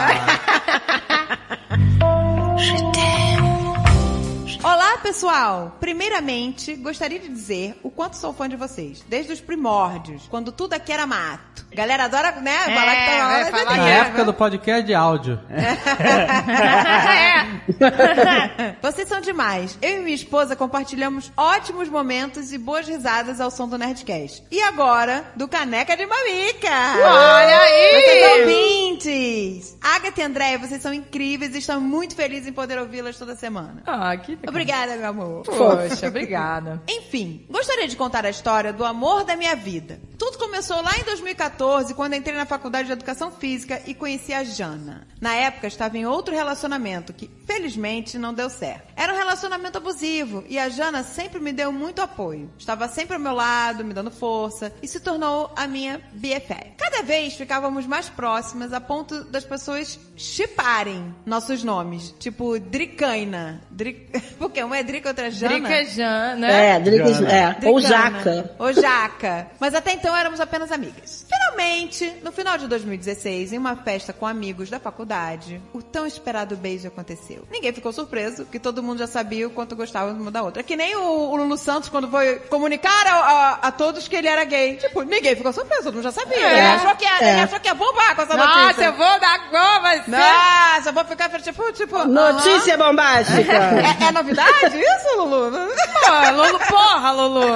S4: Olá, pessoal! Primeiramente, gostaria de dizer o quanto sou fã de vocês. Desde os primórdios, quando tudo aqui era mato. Galera adora, né? Falar que tá na
S3: vai
S4: hora de
S3: falar
S5: Na
S4: Deus, né?
S5: época do podcast de áudio.
S3: é.
S4: É. Vocês são demais. Eu e minha esposa compartilhamos ótimos momentos e boas risadas ao som do Nerdcast. E agora, do Caneca de Mamica!
S3: Olha aí!
S4: Vocês ouvintes! Agatha e Andréia, vocês são incríveis e estão muito felizes em poder ouvi-las toda semana.
S3: Ah, que legal.
S4: Obrigada, meu amor.
S3: Poxa, obrigada.
S4: Enfim, gostaria de contar a história do amor da minha vida. Tudo começou lá em 2014, quando entrei na faculdade de educação física e conheci a Jana. Na época estava em outro relacionamento que, felizmente, não deu certo. Era um relacionamento abusivo e a Jana sempre me deu muito apoio. Estava sempre ao meu lado, me dando força e se tornou a minha BFF. Cada vez ficávamos mais próximas a ponto das pessoas chiparem nossos nomes, tipo Dricaina. Dri... Porque uma é Drica, outra é Jana.
S3: Drica Jan, né?
S7: É, Driggs, é. Ou Jaca.
S4: Ô, Jaca. Mas até então éramos apenas amigas. Finalmente, no final de 2016, em uma festa com amigos da faculdade, o tão esperado beijo aconteceu. Ninguém ficou surpreso, que todo mundo já sabia o quanto gostava uma da outra. É Que nem o, o Lulu Santos, quando foi comunicar a, a- a todos que ele era gay. Tipo, ninguém ficou surpreso, todo mundo já sabia. Ele achou que era,
S7: é.
S4: ele achou que ia bombar com essa
S3: Nossa,
S4: notícia.
S3: eu vou dar gol, mas...
S4: Nossa, eu vou ficar tipo, tipo...
S7: Notícia bombástica.
S4: aham. É, é novidade isso, Lulu?
S3: Pô, é Lulu, porra, Lulu.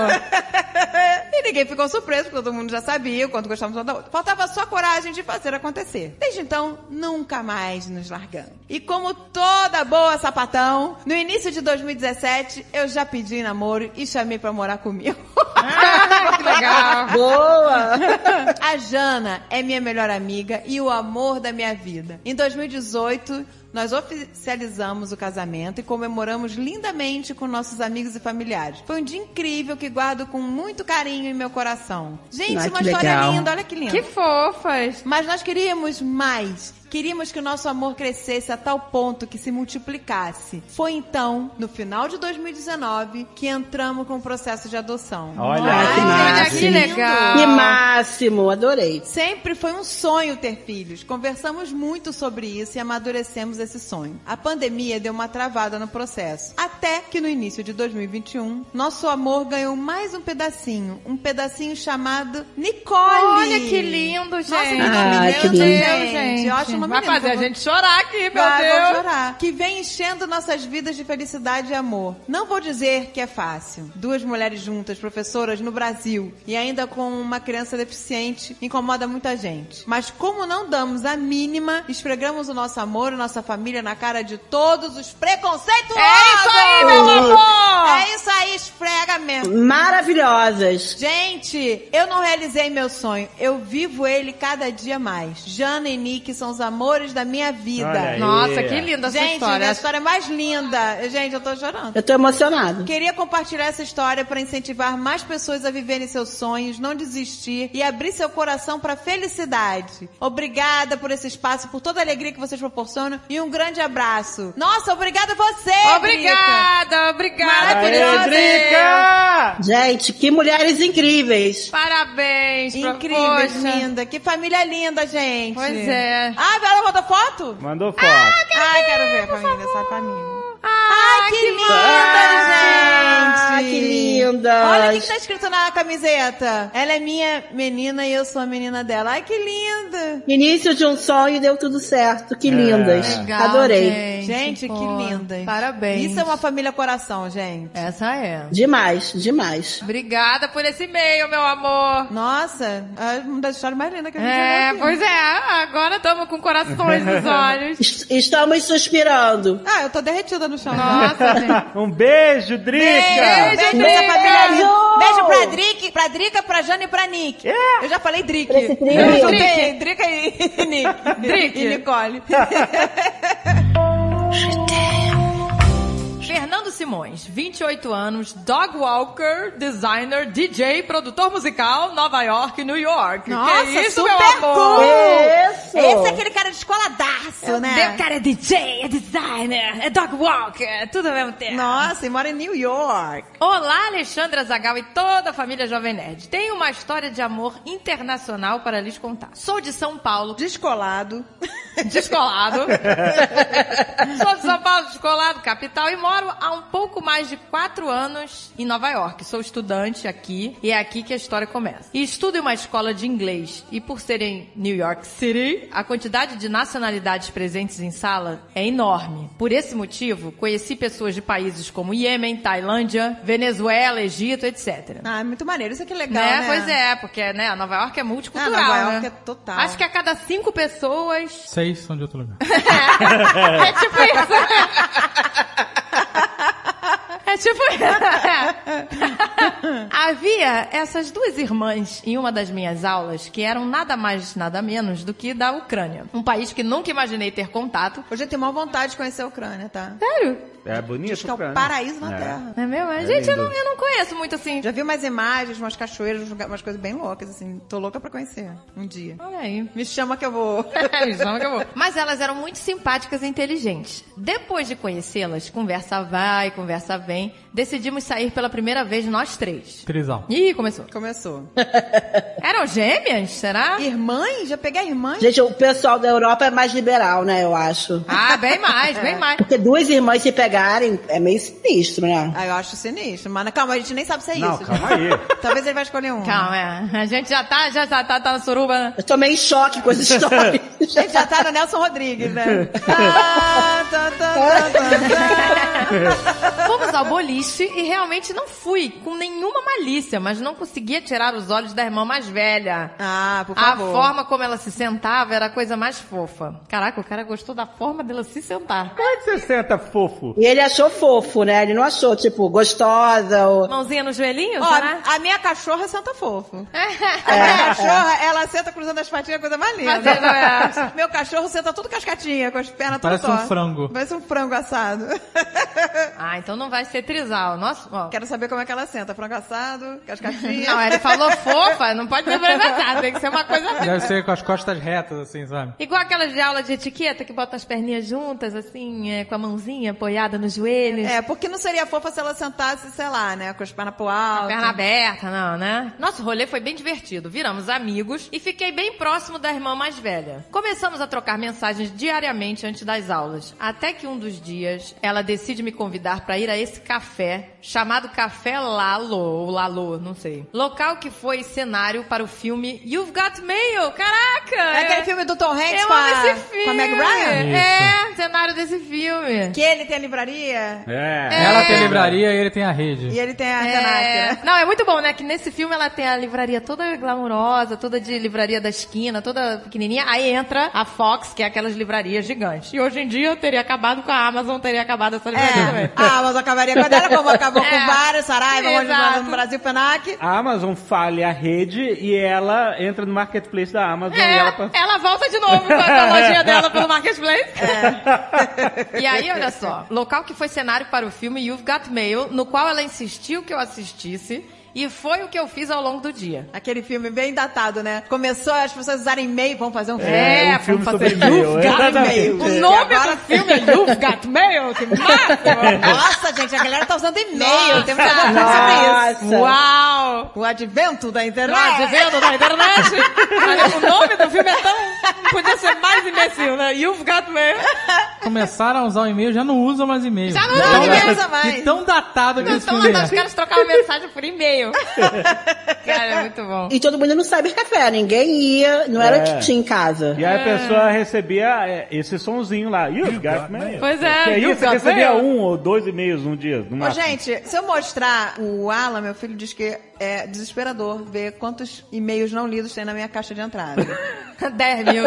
S4: E ninguém ficou surpreso, porque todo mundo já sabia o quanto gostávamos uma da outra. Faltava só a coragem de fazer acontecer. Desde então, nunca mais nos largamos. E como toda boa sapatão, no início de 2017, eu já pedi namoro e chamei pra morar comigo.
S3: Ah, que legal.
S7: Boa!
S4: A Jana é minha melhor amiga e o amor da minha vida. Em 2018, nós oficializamos o casamento e comemoramos lindamente com nossos amigos e familiares. Foi um dia incrível que guardo com muito carinho em meu coração. Gente,
S7: Ah,
S4: uma
S7: que
S4: história
S7: legal.
S4: linda, olha que linda.
S3: Que fofas.
S4: Mas nós queríamos mais. Queríamos que o nosso amor crescesse a tal ponto que se multiplicasse. Foi então, no final de 2019, que entramos com o processo de adoção.
S8: Olha
S7: Ai, que
S3: Ai,
S7: máximo.
S3: gente, que legal.
S7: Que máximo, adorei.
S4: Sempre foi um sonho ter filhos. Conversamos muito sobre isso e amadurecemos esse sonho. A pandemia deu uma travada no processo. Até que no início de 2021, nosso amor ganhou mais um pedacinho. Um pedacinho chamado Nicole.
S3: Olha que lindo, gente.
S4: Nossa, que
S7: Ah,
S4: nome lindo,
S7: que lindo.
S4: gente. Ótima
S3: Vai
S4: menina.
S3: fazer a
S4: Vamos-
S3: gente chorar aqui, meu
S4: Vai, vou
S3: Deus.
S4: chorar. Que vem enchendo nossas vidas de felicidade e amor. Não vou dizer que é fácil. Duas mulheres juntas, professoras no Brasil, e ainda com uma criança deficiente, incomoda muita gente. Mas como não damos a mínima, esfregamos o nosso amor e nossa família na cara de todos os preconceituosos!
S3: É isso aí, meu amor!
S4: É isso aí, esfrega mesmo.
S7: Maravilhosas.
S4: Gente, eu não realizei meu sonho. Eu vivo ele cada dia mais. Jana e Nick são os amores da minha vida.
S8: Olha aí.
S3: Nossa, que linda essa
S4: Gente,
S3: história.
S4: a história é mais linda. Gente, eu tô chorando.
S7: Eu tô emocionada.
S4: Queria compartilhar essa história para incentivar mais pessoas a viverem seus sonhos, não desistir e abrir seu coração para felicidade. Obrigada por esse espaço, por toda a alegria que vocês proporcionam e um grande abraço. Nossa, obrigada a você. Drica.
S3: Obrigada, obrigada.
S8: Aê,
S3: por esse-
S8: Drica!
S7: Gente, que mulheres incríveis.
S3: Parabéns. pra-
S4: Incrível,
S3: Poxa.
S4: linda. Que família linda, gente.
S3: Pois é.
S4: Ah, ela botou foto?
S8: Mandou foto.
S4: Ai, quero ver a família, essa família.
S3: Ai,
S4: Ai, que, linda, gente!
S7: Ah, que lindas.
S4: Olha o que que tá escrito na camiseta. Ela é minha menina e eu sou a menina dela. Ai, que linda!
S7: Início de um sonho e deu tudo certo.
S8: É.
S7: Que lindas.
S3: legal,
S7: Adorei.
S4: Gente, que
S3: pô.
S4: linda.
S3: Parabéns.
S4: Isso é uma família coração, gente.
S3: Essa é.
S7: Demais, demais.
S3: Obrigada por esse e-mail, meu amor.
S4: Nossa, é uma das histórias mais lindas que a gente já
S3: É,
S4: ouviu.
S3: pois é. Agora estamos com corações nos olhos.
S7: Est- Estamos suspirando.
S4: Ah, eu tô derretida no chão.
S3: Nossa, gente.
S8: Um beijo, Drica!
S3: Beijo,
S4: Beijo, beijo, pra
S3: Drica.
S4: família linda.
S7: Beijo.
S4: Beijo pra Drica, pra Drica, pra Jana e pra Nick. Eu já falei Drica.
S7: Pra esse trio.
S4: Eu também, Drica e e Nick.
S3: Drica.
S4: E Nicole.
S3: Fernando Simões, 28 anos, dog walker, designer, DJ, produtor musical, Nova York, New York.
S4: Nossa,
S3: que isso,
S4: super
S3: meu amor?
S7: Isso.
S4: Esse é aquele cara descoladaço, né?
S3: Meu cara é DJ, é designer, é dog walker, tudo ao mesmo tempo.
S4: Nossa, e mora em New York.
S3: Olá, Alexandra Zagal e toda a família Jovem Nerd. Tenho uma história de amor internacional para lhes contar. Sou de São Paulo,
S4: Descolado.
S3: descolado. Sou de São Paulo, descolado, capital, e moro há um pouco mais de quatro anos em Nova York. Sou estudante aqui e é aqui que a história começa. E estudo em uma escola de inglês. E por ser em New York City, a quantidade de nacionalidades presentes em sala é enorme. Por esse motivo, conheci pessoas de países como Iêmen, Tailândia, Venezuela, Egito, etc.
S4: Ah, é muito maneiro. Isso aqui é legal,
S3: Né?
S4: né?
S3: Pois é, porque né, Nova York é multicultural.
S4: Ah, Nova York
S3: né?
S4: é total.
S3: Acho que a cada cinco pessoas,
S5: Seis são de outro lugar.
S3: é tipo isso. É tipo isso. Havia essas duas irmãs em uma das minhas aulas que eram nada mais, nada menos do que da Ucrânia. Um país que nunca imaginei ter contato.
S4: Hoje eu tenho maior vontade de conhecer a Ucrânia, tá?
S3: Sério?
S8: É bonito,
S4: Acho que é o
S8: cara.
S4: paraíso na
S8: É.
S4: Terra. né?
S3: Não é mesmo?
S8: É
S3: Gente, eu
S8: lindo.
S3: não, eu não conheço muito assim.
S4: Já vi umas imagens, umas cachoeiras, uns lugar- umas coisas bem loucas, assim. Tô louca pra conhecer um dia.
S3: Olha aí. É,
S4: Me chama que eu vou.
S3: Me chama que eu vou. Mas elas eram muito simpáticas e inteligentes. Depois de conhecê-las, conversa vai, conversa vem, decidimos sair pela primeira vez nós três.
S5: Trisal.
S3: Ih, começou.
S4: Começou.
S3: Eram gêmeas, será?
S4: Irmãs? Já peguei irmãs?
S7: Gente, o pessoal da Europa é mais liberal, né? Eu acho.
S3: Ah, bem mais, bem mais.
S7: Porque duas irmãs se pegarem é meio sinistro, né?
S4: Ah, eu acho sinistro. Mas calma, a gente nem sabe se é
S8: Não,
S4: isso.
S8: calma
S4: gente.
S8: aí.
S4: Talvez ele vai escolher um.
S3: Calma, é. A gente já tá, já, já tá, tá na suruba. né?
S7: Eu tô meio em choque com essa história.
S4: A gente já tá no Nelson Rodrigues, né? Ah, tá, tá, tá, tá, tá.
S3: Fomos ao boliche e realmente não fui com nenhuma malícia, mas não conseguia tirar os olhos da irmã mais velha.
S4: Ah, por
S3: A
S4: favor.
S3: forma como ela se sentava era a coisa mais fofa. Caraca, o cara gostou da forma dela se sentar.
S8: Como é que você senta, fofo?
S7: E ele achou fofo, né? Ele não achou, tipo, gostosa ou...
S3: Mãozinha no joelhinho, será? É.
S4: Ó, a minha cachorra senta fofo. A minha cachorra, ela senta cruzando as patinhas, coisa mais linda.
S3: Fazendo essa.
S4: Meu cachorro senta tudo cascatinha, com as pernas
S5: Parece
S4: tudo
S5: um
S4: tortas.
S5: frango.
S4: Parece um frango assado.
S3: Ah, então não vai ser trisal. Nossa, ó.
S4: Quero saber como é que ela senta. Frango assado, cascatinha.
S3: Não, ele falou fofa, não pode representar, tem que ser uma coisa assim.
S5: Deve ser com as costas retas, assim, sabe?
S3: Igual aquelas de aula de etiqueta que botam as perninhas juntas, assim, é, com a mãozinha apoiada nos joelhos.
S4: É, porque não seria fofa se ela sentasse, sei lá, né? Com as pernas pro alto.
S3: Perna aberta, não, né? Nosso rolê foi bem divertido. Viramos amigos e fiquei bem próximo da irmã mais velha. Começamos a trocar mensagens diariamente antes das aulas. Até que um dos dias, ela decide me convidar pra ir a esse café, chamado Café Lalo, ou Lalo, não sei. Local que foi cenário para o filme You've Got Mail. Caraca!
S4: É aquele filme do Tom Hanks
S3: Eu
S4: com,
S3: amo
S4: a,
S3: esse filme.
S4: com a Meg Ryan?
S3: É, cenário desse filme.
S4: Que ele tem a livraria
S8: É.
S5: Ela tem livraria e ele tem a rede.
S4: e ele tem a
S3: É.
S4: Renata.
S3: Não, é muito bom, né? Que nesse filme ela tem a livraria toda glamurosa, toda de livraria da esquina, toda pequenininha. Aí entra a Fox, que é aquelas livrarias gigantes. E hoje em dia eu teria acabado com a Amazon, teria acabado essa livraria também.
S4: É. Ah, mas acabaria com a dela, como acabou
S3: É.
S4: com vários, Saraiva, Monte
S3: Exato.
S4: Barato no Brasil, Fenac.
S8: A Amazon falha a rede e ela entra no marketplace da Amazon e ela... tá-
S3: É, ela volta de novo com a com a lojinha dela pelo Marketplace.
S4: É.
S3: E aí, olha só. Local que foi cenário para o filme You've Got Mail, no qual ela insistiu que eu assistisse. E foi o que eu fiz ao longo do dia.
S4: Aquele filme bem datado, né? Começou as pessoas usarem e-mail, vamos fazer um filme.
S3: É,
S8: um filme
S3: vamos fazer
S8: sobre e-mail,
S3: You've Got
S8: exatamente.
S3: Mail. O nome
S4: Agora-
S3: do filme é You've Got Mail, que máximo!
S4: Nossa, gente, a galera tá usando e-mail. Temos que fazer um filme sobre isso.
S7: Nossa.
S3: Uau!
S4: O advento da internet.
S3: Tá dizendo na internet? Olha, o nome do filme é tão... Podia ser mais imbecil, né? You've Got Mail.
S5: Começaram a usar o e-mail, já não usam mais e-mail.
S3: Já não
S5: De
S3: usam
S5: tão-
S4: mais, usa mais.
S5: De tão datado que esse
S3: Então,
S5: filme
S3: lá, os
S5: é.
S3: caras trocavam mensagem por e-mail. Cara, é muito bom.
S7: E todo mundo no cybercafé, ninguém ia, não era
S8: É.
S7: que tinha em casa.
S8: E
S3: É.
S8: aí a pessoa recebia é, esse sonzinho lá. You got mail.
S3: Pois é,
S8: Que aí
S3: you
S8: você
S3: got
S8: recebia
S3: mail.
S8: um ou dois e-mails um dia. No
S4: Ô,
S8: máximo.
S4: gente, se eu mostrar o Alan, meu filho diz que é desesperador ver quantos e-mails não lidos tem na minha caixa de entrada.
S3: 10 mil.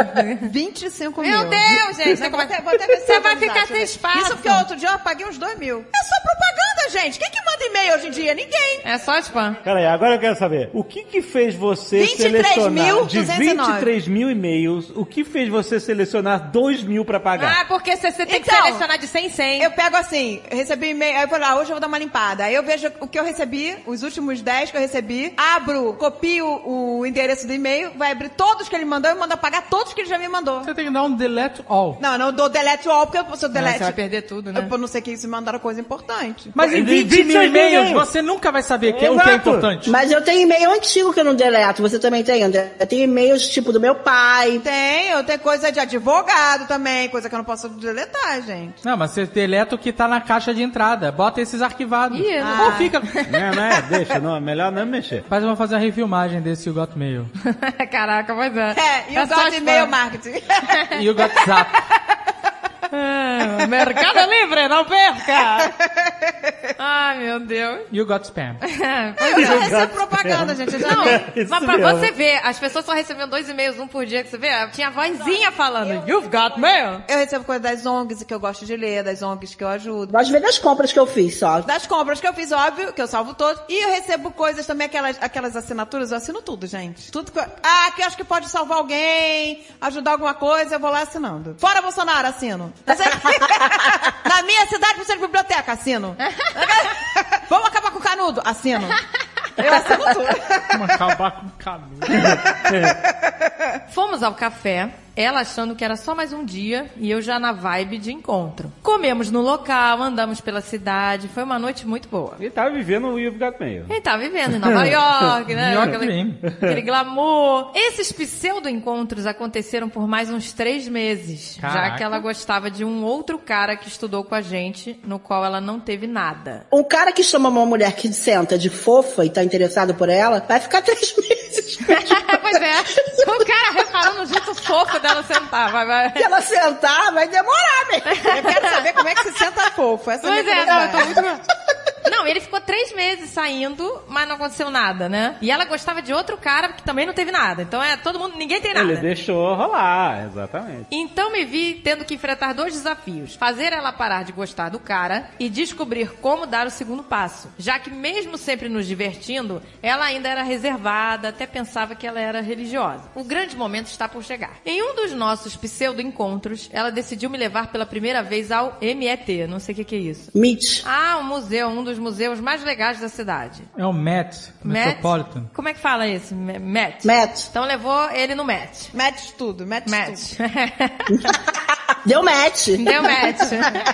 S4: 25 mil.
S3: Meu Deus, gente.
S4: Não,
S3: tem
S4: é vou
S3: como-
S4: até- vou até ver se
S3: Você
S4: eu
S3: vai
S4: vou
S3: ficar
S4: usar, deixa eu
S3: sem
S4: ver.
S3: espaço.
S4: Isso porque outro dia eu paguei uns 2 mil. É só propaganda, gente. Quem que manda e-mail hoje em dia? Ninguém.
S3: É só spam.
S8: Peraí, agora eu quero saber. O que que fez você
S4: 23.209?
S8: selecionar... De 23 mil e-mails, o que fez você selecionar 2 mil pra pagar?
S3: Ah, porque você você tem que
S4: Então,
S3: selecionar de 100 em 100.
S4: Eu pego assim, recebi e-mail, aí eu falo, ah, hoje eu vou dar uma limpada. Aí eu vejo o que eu recebi, os últimos 10 que eu recebi, abro, copio o endereço do e-mail, vai abrir todos que ele mandou e manda pagar todos que ele já me mandou.
S5: Você tem que dar um delete all.
S4: Não, eu não dou delete all, porque se eu delete...
S3: você vai perder tudo, né?
S4: Eu não sei que isso mandaram coisa importante.
S5: Mas em
S8: Em
S5: 20
S8: 26
S5: mil e-mails,
S8: mil.
S5: você nunca vai saber que é- o que é
S8: Exato.
S5: importante.
S7: Mas eu tenho e-mail antigo que eu não deleto. Você também tem, André? Eu tenho e-mails tipo do meu pai.
S4: Tem, eu tenho coisa de advogado também, coisa que eu não posso deletar, gente.
S5: Não, mas você deleta o que tá na caixa de entrada. Bota esses arquivados.
S3: Ih, eu não-
S5: Ou fica...
S8: Né, né? Deixa, não, é melhor não mexer.
S5: Mas eu vou fazer uma refilmagem desse You Got Mail.
S3: Caraca, pois é.
S4: É, e eu
S3: só
S4: gosto de
S3: spam.
S4: e-mail marketing.
S5: E o Got Zap.
S3: Ah, Mercado Livre, não perca! Ai, meu Deus.
S5: You Got Spam.
S3: Pois
S4: Eu já
S3: é.
S4: recebo propaganda, gente. Eu já
S3: Não,
S4: vi.
S8: Isso
S3: mas pra
S8: mesmo.
S3: você ver, as pessoas só recebendo dois e-mails, um por dia, que você vê, tinha a vozinha falando, you've got mail.
S4: Eu recebo coisa das ONGs que eu gosto de ler, das ONGs que eu ajudo.
S7: Gosto de ver das compras que eu fiz só.
S4: Das compras que eu fiz, óbvio, que eu salvo todos. E eu recebo coisas também, aquelas, aquelas assinaturas, eu assino tudo, gente. Tudo que eu, Ah, que eu acho que pode salvar alguém, ajudar alguma coisa, eu vou lá assinando. Fora Bolsonaro, assino. Não sei- Na minha cidade precisa de biblioteca, assino. Vamos acabar com o canudo, assino. Eu assino tudo.
S5: Vamos acabar com o canudo.
S3: Fomos ao café, ela achando que era só mais um dia e eu já na vibe de encontro. Comemos no local, andamos pela cidade, foi uma noite muito boa.
S5: tá.
S8: Ele tava Tá vivendo o You've Got Mail.
S3: Ele tá vivendo em Nova York, né?
S5: York
S3: aquele,
S5: Dream.
S3: aquele glamour. Esses pseudo-encontros aconteceram por mais uns três meses. Já
S5: Caraca.
S3: que ela gostava de um outro cara que estudou com a gente, no qual ela não teve nada.
S7: Um cara que chama uma mulher que senta de fofa e tá interessado por ela, vai ficar três meses.
S3: pois é. O cara reparando o jeito fofo dela sentar. Vai, vai.
S7: Se ela sentar, vai demorar, mesmo.
S4: Eu quero saber como é que se senta fofo. Essa
S3: Pois
S4: minha
S3: é, não, eu tô
S4: curiosidade.
S3: muito... Não, Não, ele ficou três meses saindo, mas não aconteceu nada, né? E ela gostava de outro cara que também não teve nada. Então é todo mundo, ninguém tem nada.
S8: Ele deixou rolar, exatamente.
S3: Então me vi tendo que enfrentar dois desafios: fazer ela parar de gostar do cara e descobrir como dar o segundo passo. Já que, mesmo sempre nos divertindo, ela ainda era reservada, até pensava que ela era religiosa. O grande momento está por chegar. Em um dos nossos pseudo-encontros, ela decidiu me levar pela primeira vez ao MET, não sei o que, que é isso.
S7: Mitch.
S3: Ah, um museu, um dos museus mais legais da cidade.
S5: É o Met,
S3: Met?
S5: Metropolitan.
S3: Como é que fala isso? Me- Met.
S7: Matt.
S3: Então levou ele no Met.
S4: Mete tudo, mete tudo.
S3: Match.
S7: Deu match.
S3: Deu match.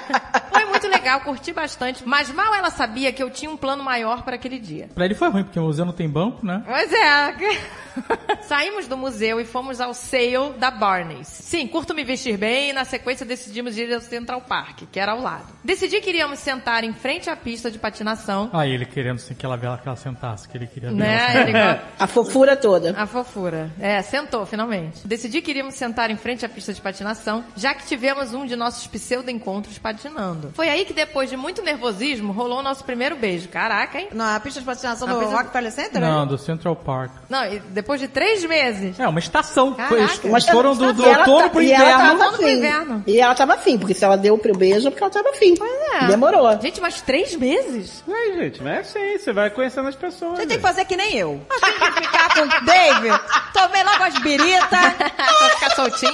S3: Foi muito legal, curti bastante, mas mal ela sabia que eu tinha um plano maior para aquele dia.
S5: Pra ele foi ruim, porque o museu não tem banco, né?
S3: Pois é. Saímos do museu e fomos ao sale da Barnes. Sim, curto me vestir bem e na sequência decidimos ir ao Central Park, que era ao lado. Decidi que iríamos sentar em frente à pista de patinação,
S5: Aí ele querendo assim, que ela vela que ela sentasse, que ele queria ver ela
S3: né?
S5: sentar.
S3: Ele go-
S7: A fofura toda.
S3: A fofura. É, sentou, finalmente. Decidi que iríamos sentar em frente à pista de patinação, já que tivemos um de nossos pseudo-encontros patinando. Foi aí que, depois de muito nervosismo, rolou o nosso primeiro beijo. Caraca, hein?
S4: Na pista de patinação
S3: Na
S4: do
S3: pista do-
S4: Rockefeller Center? né?
S5: Não, do Central Park.
S3: Não, e depois de três meses.
S5: É, uma estação.
S3: Caraca.
S5: Foi- eles-
S7: Mas
S5: Eles foram do, do
S7: e ela
S5: outono
S7: tá-
S5: pro
S7: e ela
S5: inverno.
S7: tava
S3: Outono pro
S7: afim.
S3: inverno.
S7: E ela tava afim, porque se ela deu pro beijo é porque ela tava afim.
S3: Pois é.
S7: Demorou.
S3: Gente, mas três meses?
S8: Ai, gente, mas é assim, você vai conhecendo as pessoas.
S4: Você tem que
S8: gente.
S4: fazer que nem eu. Acho que tem que ficar com o David. Tomei logo as biritas.
S3: Pra ficar soltinha?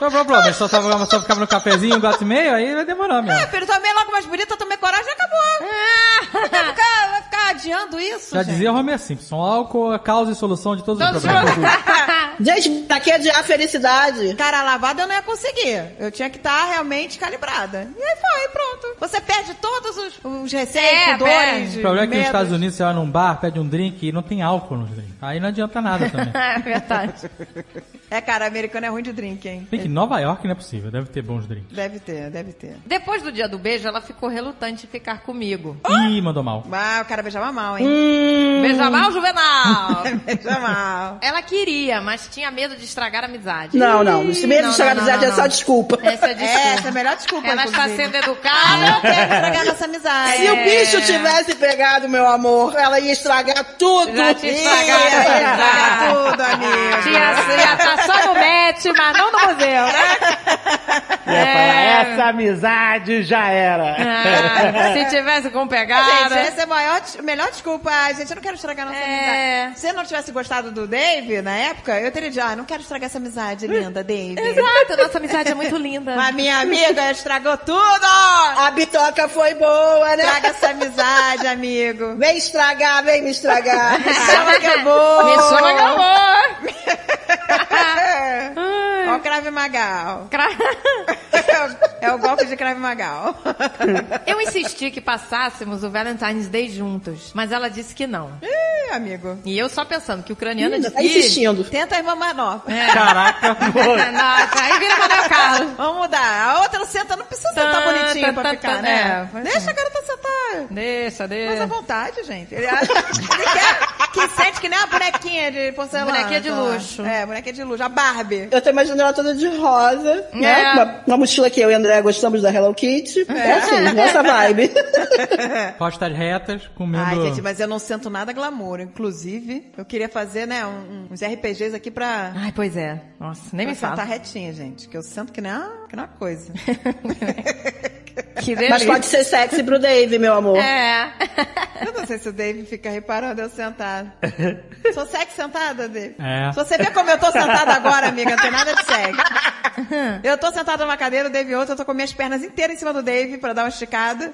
S5: Não, não, não, mas só, tava, só ficava no cafezinho, um gato e meio, aí vai demorar
S4: É,
S5: mesmo.
S4: filho, tomei logo mais bonita, tomei coragem, acabou. Vai ficar, vai ficar adiando isso,
S5: Já
S4: gente?
S5: dizia o Homer Simpson, álcool é causa e solução de todos os
S3: Todos
S5: problemas.
S7: Gente, pra que adiar a felicidade?
S4: Cara lavada eu não ia conseguir. Eu tinha que estar realmente calibrada. E aí foi, pronto. Você perde todos os, os receios,
S3: É,
S4: dores.
S3: perde.
S5: O problema é que nos
S4: medos.
S5: Estados Unidos você vai num bar, pede um drink e não tem álcool no drink. Aí não adianta nada também.
S3: É verdade.
S4: É, cara, americano é ruim de drink, hein?
S5: Bem que Nova York não é possível, deve ter bons drinks.
S4: Deve ter, deve ter.
S3: Depois do dia do beijo, ela ficou relutante em ficar comigo.
S5: Ih, mandou mal.
S4: Ah, o cara beijava mal, hein?
S3: Beija mal, Juvenal!
S4: Beijava Hum. mal.
S3: Ela queria, mas tinha medo de estragar a amizade.
S7: Não, não. Os
S3: Não,
S7: primeiros de chegar
S3: não,
S7: amizade
S3: não,
S7: é só
S3: não.
S7: desculpa. É,
S3: Essa é a
S4: É,
S3: desculpa.
S4: essa é a melhor desculpa,
S3: Ela está
S4: inclusive.
S3: sendo educada.
S4: Não quero estragar nossa amizade.
S7: Se o bicho tivesse pegado, meu amor, ela ia estragar tudo.
S3: Já te estragaram.
S7: Ia
S4: Estragar
S3: estragar.
S4: tudo, amigo.
S3: Tinha ia tá só no match, mas não no museu, né?
S8: Ia falar,
S3: É.
S8: essa amizade já era.
S3: Ah, se tivesse com
S4: Gente,
S3: pegada.
S4: essa é a maior, des- melhor desculpa. Ai, gente, eu não quero estragar nossa
S3: É.
S4: amizade. Se eu não tivesse gostado do Dave na época, eu teria dito, ah, não quero estragar essa amizade linda, Dave.
S3: Exato, nossa amizade é muito linda.
S4: Mas minha amiga estragou tudo!
S7: A bitoca foi boa, né?
S4: Estraga essa amizade, amigo.
S7: Vem estragar, vem me estragar.
S4: Chama que é boa.
S3: Me chama que eu vou.
S4: Ó o Crave Magal.
S3: Cra-
S4: É o golpe de Crave Magal.
S3: Eu insisti que passássemos o Valentine's Day juntos, mas ela disse que não.
S4: Ih, amigo.
S3: E eu só pensando que é ucraniana
S7: Tá
S3: disse.
S7: insistindo.
S4: Tenta a irmã mais nova.
S5: Caraca, pô.
S3: Nossa, aí vira Manuel Carlos.
S4: Vamos mudar. A outra senta, não precisa sentar
S3: Tá,
S4: bonitinha
S3: tá,
S4: pra
S3: tá,
S4: ficar,
S3: tá,
S4: né?
S3: é, pois
S4: Deixa
S3: é.
S4: a garota sentar.
S3: Deixa,
S4: Faz à
S3: deixa.
S4: vontade, gente. Ele, acha, ele quer que sente que nem uma bonequinha de porcelana.
S3: Bonequinha de
S4: sei lá.
S3: luxo.
S4: É, bonequinha de luxo. A Barbie.
S7: Eu tô imaginando ela toda de rosa,
S3: É.
S7: né? Uma, uma mochila que eu e a André gostamos da Hello Kitty. É, assim, nossa vibe.
S5: Costas retas, comendo...
S4: Ai, gente, mas eu não sento nada glamour. Inclusive, eu queria fazer, né, um- uns RPGs aqui pra...
S3: Ai, pois é. Nossa, nem
S4: pra
S3: me fala.
S4: sentar retinha, gente. Que eu sento que nem uma, que nem uma coisa.
S3: Que
S7: Mas
S3: delícia.
S7: pode ser sexy pro Dave, meu amor.
S3: É.
S4: eu não sei se o Dave fica reparando eu sentada. Sou sexy sentada, Dave?
S5: É.
S4: Se você vê como eu tô sentada agora, amiga, não tem nada de sexy. Eu tô sentada numa cadeira, o Dave outra, eu tô com minhas pernas inteiras em cima do Dave pra dar uma esticada.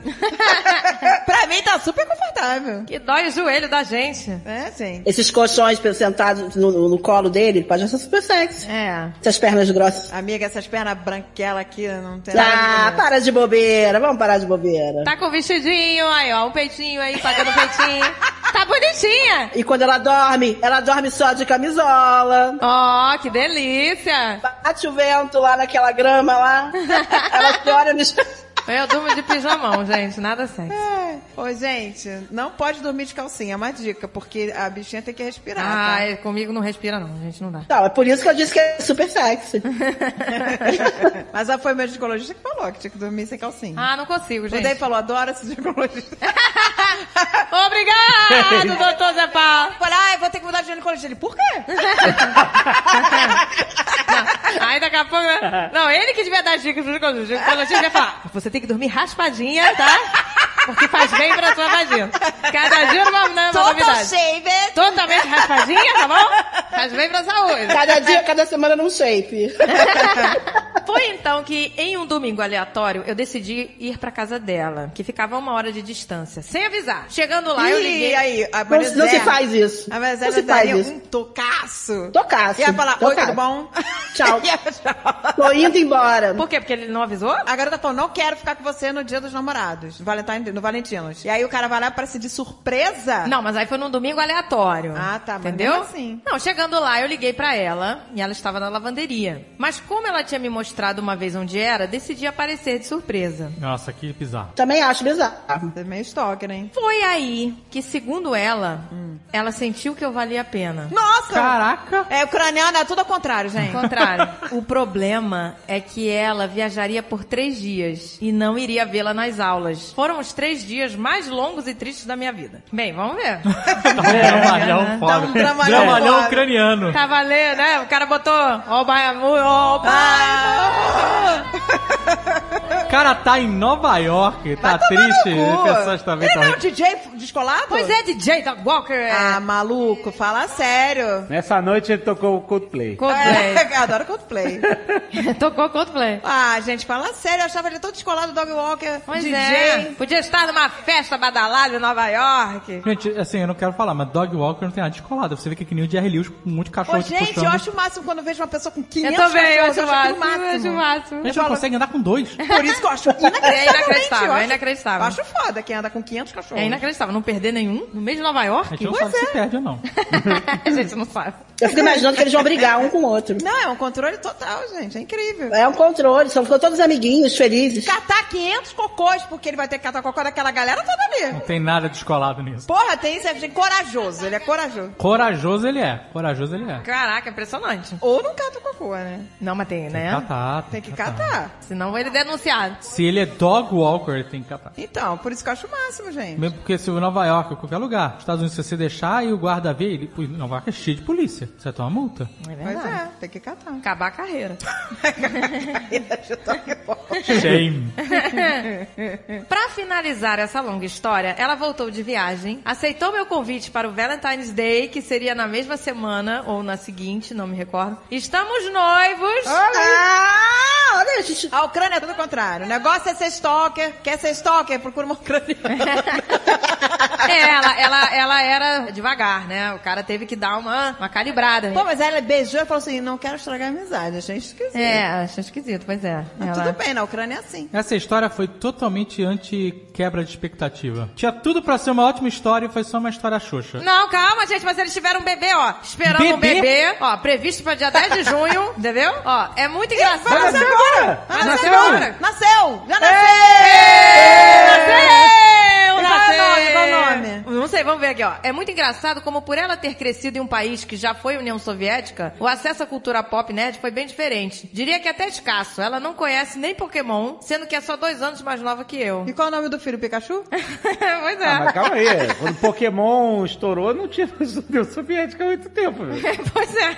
S4: pra mim tá super confortável.
S3: Que dói o joelho da gente.
S4: É, gente.
S7: Esses colchões sentados no, no- no colo dele, pode ser super sexy.
S3: É.
S7: Essas pernas grossas.
S4: Amiga, essas pernas branquelas aqui não tem nada.
S7: Ah,
S4: de bonito.
S7: para de bobeira, vamos parar de bobeira.
S3: Tá com o vestidinho, aí ó, um peitinho aí, pagando o peitinho. Tá bonitinha.
S7: E quando ela dorme, ela dorme só de camisola.
S3: Ó, que delícia.
S7: Bate o vento lá naquela grama lá. ela se olha no espelho.
S3: Eu durmo de pijamão, gente, nada sexy.
S4: Ai. É. Ô, gente, não pode dormir de calcinha, é uma dica, porque a bichinha tem que respirar. tá?
S3: Ah, comigo não respira não, gente, não dá.
S7: Não, é por isso que eu disse que é super sexy.
S4: Mas ah, foi o meu ginecologista que falou que tinha que dormir sem calcinha.
S3: Ah, não consigo,
S4: o Dave
S3: gente.
S4: falou, adoro esse ginecologista.
S9: Obrigado, doutor Zé Paulo.
S4: Eu falei, ah, eu vou ter que mudar de ginecologista. Ele, por quê?
S9: Aí daqui a pouco... né? Não, ele que devia dar dicas pro ginecologista. O ginecologista devia falar, você tem que dormir raspadinha, tá? Porque faz bem pra sua vagina. Cada dia uma, né, uma
S4: Total
S9: novidade.
S4: shaved.
S9: Totalmente raspadinha, tá bom? Faz bem pra
S3: é.
S9: saúde.
S7: Cada dia, cada semana num shape.
S3: Foi então que, em um domingo aleatório, eu decidi ir pra casa dela, que ficava a uma hora de distância, sem avisar. Chegando lá, eu
S4: E
S3: liguei.
S4: aí, a
S7: Não,
S4: Maria
S7: não
S4: Zé-
S7: se faz isso.
S4: A Maria Zé
S7: Não se
S4: daria
S7: faz isso.
S4: um tocaço.
S7: Tocaço.
S4: Ia falar, oi,
S7: Tocaço.
S4: tudo bom?
S7: Tchau.
S4: Ia, tchau.
S7: Tô indo embora.
S3: Por quê? Porque ele não avisou?
S4: A garota falou, não quero ficar com você no dia dos namorados, no Valentine- no Valentinos. E aí o cara vai lá pra se de surpresa.
S3: Não, mas aí foi num domingo aleatório.
S4: Ah, tá, mas
S3: Entendeu?
S4: mesmo assim.
S3: Não, chegando lá, eu liguei pra ela e ela estava na lavanderia. Mas como ela tinha me mostrado uma vez onde era, decidi aparecer de surpresa.
S5: Nossa, que bizarro.
S7: Também acho bizarro.
S4: Você é meio stalker, hein?
S3: Foi aí que, segundo ela, ela sentiu que eu valia a pena.
S4: Nossa!
S5: Caraca.
S4: É, o craniano é tudo ao contrário, gente.
S3: Ao contrário. o problema é que ela viajaria por três dias e não iria vê-la nas aulas. Foram os três dias mais longos e tristes da minha vida. Bem, vamos ver.
S5: Dramalhão
S4: Dá
S5: foda.
S4: Tá um dramalhão
S5: Dramalhão
S4: foda.
S5: ucraniano.
S3: Tá valendo, né? O cara botou, ó o Baiamu, ó o
S4: Ah,
S5: O cara tá em Nova York, tá
S4: tomar no
S5: triste.
S4: cu.
S5: As pessoas também
S4: Ele não é um
S5: estão.
S4: DJ descolado?
S3: Pois é, DJ Doc Walker. é.
S4: Ah, maluco, fala sério.
S8: Nessa noite ele tocou o Coldplay.
S3: Coldplay.
S4: É, eu adoro Coldplay.
S9: Tocou Coldplay.
S4: Ah, gente, fala sério, eu achava ele todo descolado, Dog Walker,
S3: Pois
S4: DJ.
S3: é. Podia estar numa festa badalada em Nova York.
S5: Gente, assim, eu não quero falar, mas Dog Walker não tem nada de colado. Você vê que é que nem o Jerry Lewis com um monte de
S7: Tá
S4: Ô,
S5: cachorro te
S4: gente,
S5: puxando.
S4: eu acho o máximo quando eu vejo uma pessoa com 500
S9: Eu também, eu
S4: cachorros,
S9: acho o
S4: aquilo
S9: máximo. Eu acho o
S5: A
S9: máximo.
S5: gente não
S7: assim,
S5: consegue andar com dois.
S4: Por isso que eu acho inacreditável.
S3: É inacreditável,
S4: eu acho-
S3: é inacreditável.
S4: eu Acho foda quem anda com 500 cachorros. é.
S3: É inacreditável. Não perder nenhum no meio de Nova
S5: A
S3: York?
S5: gente não sabe se perde ou não.
S3: A gente não sabe.
S7: Eu fico imaginando que eles vão brigar um com o outro.
S4: Não, é um controle total, gente. É incrível.
S7: É um controle, são ficam todos amiguinhos, felizes.
S4: Catar 500 cocôs, porque ele vai ter que catar cocô daquela galera toda
S5: Não
S4: ali.
S5: tem nada descolado nisso.
S4: Porra, tem isso, é gente corajoso. Ele é corajoso.
S5: Corajoso ele é. Corajoso ele é.
S3: Caraca, impressionante.
S4: Ou não cata cocô, né?
S3: Não, mas tem, né?
S5: Catar.
S4: Tem que catar.
S3: Senão ele é denunciado.
S5: Se ele é Dog Walker, ele tem que catar.
S4: Então, por isso que eu acho o máximo, gente.
S5: Mesmo porque se o Nova York ou qualquer lugar, Estados Unidos, se você deixar e o guarda vê, ele, pô, Nova York é cheio de polícia. Você toma multa.
S3: É
S4: Pois
S3: verdade.
S4: é, tem que catar.
S3: Acabar a carreira.
S5: Shame.
S3: Pra finalizar essa longa história, ela voltou de viagem, aceitou meu convite para o Valentine's Day, que seria na mesma semana ou na seguinte, não me recordo. Estamos noivos.
S7: Ah, olha, a gente.
S4: A Ucrânia é tudo o contrário. O negócio é ser stalker. Quer ser stalker? Procura uma ucraniana.
S3: É, ela, ela, ela era devagar, né? O cara teve que dar uma, uma calibrada.
S4: Pô, mas ela beijou e falou assim, não quero estragar a amizade. Achei esquisito.
S3: É, acho esquisito, pois é.
S4: Mas
S3: Ela-
S4: Tudo bem, na Ucrânia é assim.
S5: Essa história foi totalmente anti-quebra de expectativa. Tinha tudo pra ser uma ótima história e foi só uma história xoxa.
S3: Não, calma, gente, mas eles tiveram um bebê, ó. Esperando um
S5: Bebê?
S3: bebê, ó, previsto pra dia 10 de junho, entendeu? Ó, é muito
S4: Vai
S3: engraçado.
S4: nascer agora! Vai nascer agora! Nasceu! Já nasceu!
S3: Nasceu!
S4: E qual é o nome?
S3: nasceu.
S4: Qual é o nome?
S3: Não sei, vamos ver aqui, ó. É muito engraçado como por ela ter crescido em um país que já foi União Soviética, o acesso à cultura pop nerd foi bem diferente. Diria que até escasso. Ela não conhece nem Pokémon, sendo que é só dois anos mais nova que eu.
S4: E qual é o nome do filho, Pikachu?
S3: pois é.
S8: Ah, mas calma aí. Quando o Pokémon estourou, não tinha União Soviética há muito tempo. velho.
S3: Pois é.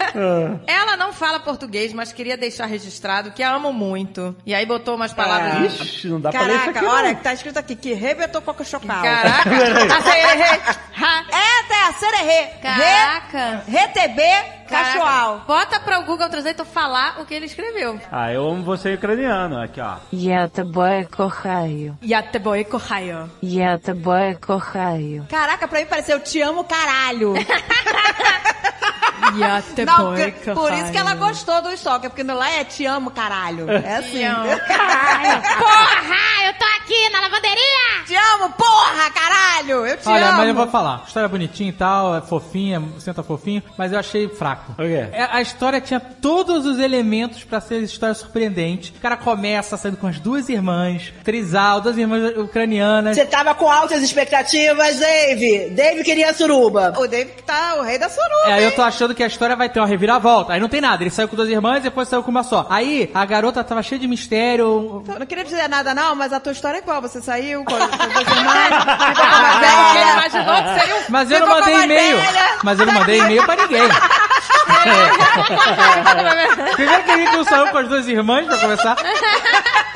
S3: Ela não fala português, mas queria deixar registrado que a amo muito. E aí botou umas
S2: É.
S3: palavras.
S8: Ixi, não dá pra ler isso aqui
S4: Caraca,
S8: não.
S4: olha, tá escrito aqui que rebetou coco chocal.
S3: Caraca! Acererê. Ha.
S4: É, até a sererê.
S3: Caraca!
S4: RTB
S3: Caraca.
S4: Cachoal.
S3: Bota para o Google Translator falar o que ele escreveu.
S8: Ah, eu amo você ucraniano. Aqui, ó.
S10: Я тебя кохаю.
S3: Yateboe kohayo.
S10: Я тебя кохаю.
S4: Caraca, pra mim pareceu te amo caralho. Não,
S3: Yateboe
S4: porque- por isso que ela gostou do stalker, porque lá é te amo caralho. É assim.
S10: Porra, eu tô aqui na lavanderia!
S4: Te amo, porra, caralho! Eu te
S5: Olha,
S4: amo!
S5: mas eu vou falar. História bonitinha e tal, é fofinha, senta fofinho, mas eu achei fraco.
S8: O quê?
S5: É, A história tinha todos os elementos pra ser história surpreendente. O cara começa saindo com as duas irmãs, trisal, duas irmãs
S3: Né?
S5: ucranianas.
S4: tá
S7: Você tava com altas expectativas, Dave. Dave queria suruba.
S4: O David que tá o rei da suruba.
S5: É, aí
S4: hein?
S5: eu tô achando que a história vai ter uma reviravolta. Aí não tem nada. Ele saiu com duas irmãs e depois saiu com uma só. Aí a garota tava cheia de mistério.
S4: Eu Não queria dizer nada, não, mas a tua história era igual. Você saiu com com as irmãs, ficou com a velha.
S5: imaginou que seria um- Mas eu não mandei e-mail. Mas eu não mandei e-mail pra ninguém. Primeiro que a gente não saiu com as duas irmãs pra começar.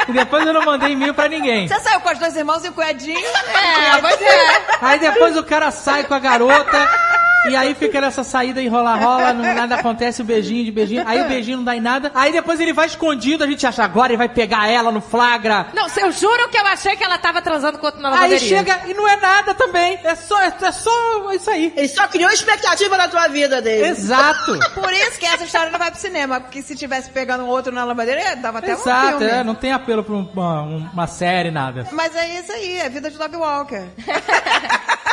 S5: E depois eu não mandei e-mail pra ninguém.
S4: Você saiu com as duas irmãs e o cunhadinho?
S11: É, pois é.
S5: Aí depois o cara sai com a garota. E aí fica nessa saída e rola, rola, não- nada acontece, o beijinho de beijinho. Aí o beijinho não dá em nada. Aí depois ele vai escondido, a gente acha agora, ele vai pegar ela no flagra.
S11: Não, eu juro que eu achei que ela tava transando com outro na
S5: Aí
S11: lavanderia.
S5: chega e não é nada também. É só, é, é
S4: um-
S5: só isso aí.
S7: Ele só criou expectativa na tua vida dele.
S5: Exato.
S4: Por isso que essa história não vai pro cinema. Porque se tivesse pegando um outro na lambadeira, dava até um
S5: Exato,
S4: filme.
S5: é, não tem apelo pra um- uma, uma série, nada.
S4: Mas é isso aí, é vida de dog walker.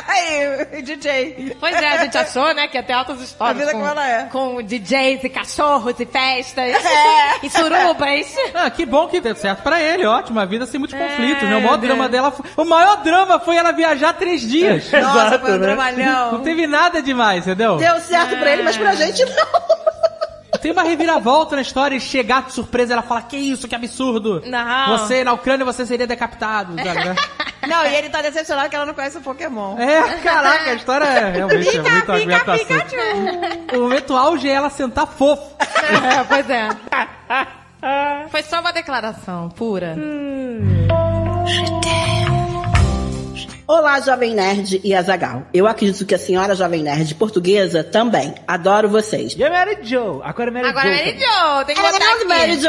S4: Aí, DJ.
S11: Pois é, a gente achou, né, que ia ter altas histórias.
S4: A vida
S11: com,
S4: como ela é.
S11: Com DJs e cachorros e festas.
S3: É.
S5: É.
S11: E né? surubas.
S5: Ah, que bom que deu certo pra ele, ótimo. A vida sem muitos conflitos, né? O maior drama dela foi, O maior drama foi ela viajar três dias.
S4: Nossa, foi um
S8: né?
S5: Não
S4: trabalhão.
S5: teve nada demais, entendeu? É.
S7: Deu certo pra ele, mas
S3: É.
S7: pra gente não.
S5: Tem uma reviravolta na história e chegar de surpresa ela fala: Que isso, que absurdo!
S11: Não.
S5: Você na Ucrânia você seria decapitado. sabe, né?
S4: Não, e ele tá decepcionado que ela não conhece o Pokémon.
S5: é, caraca, a história é realmente é muito aguentação. O momento auge é ela sentar fofo.
S11: É, pois é. Foi só uma declaração pura.
S7: Olá, Jovem Nerd e Azagal. Eu acredito que a senhora Jovem Nerd portuguesa também. Adoro vocês.
S8: E a Mary Joe? Agora é Mary
S11: Agora
S8: Joe.
S11: Mary
S8: também.
S11: Jo, tem que
S4: tá
S11: botar aqui.
S7: Mary Jo!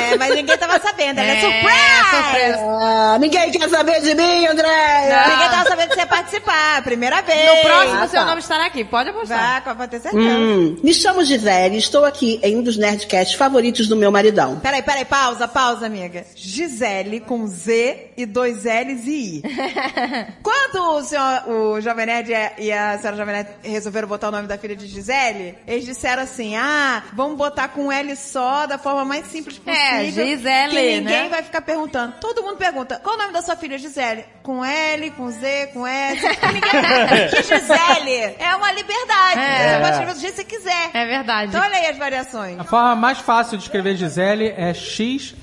S4: É, mas ninguém tava sabendo, ela é,
S11: É,
S4: surpresa!
S11: surpresa.
S7: Ah, ninguém quer saber de mim, André!
S4: Ninguém tava sabendo que você ia participar, primeira vez.
S11: No próximo
S7: Ah,
S11: seu
S7: tá.
S11: nome estará aqui, pode apostar.
S4: Vai, pode ter certeza.
S7: Hum, me chamo Gisele e estou aqui em um dos Nerdcasts favoritos do meu maridão.
S4: Peraí, peraí, pausa, pausa, amiga. Gisele com Z e dois L's e I. Quando o senhor, o Jovem Nerd e a- e a senhora Jovem Nerd resolveram botar o nome da filha de Gisele, eles disseram assim, ah, vamos botar com um L só, da forma mais simples possível.
S11: É, Gisele,
S4: Que ninguém
S11: né?
S4: vai ficar perguntando. Todo mundo pergunta, qual o nome da sua filha, Gisele? Com L, com Z, com S. Ninguém... que Gisele é uma liberdade.
S11: É.
S4: Você pode escrever do jeito que você quiser.
S11: É verdade.
S4: Então olha aí as variações.
S5: A forma mais fácil de escrever Gisele é XL.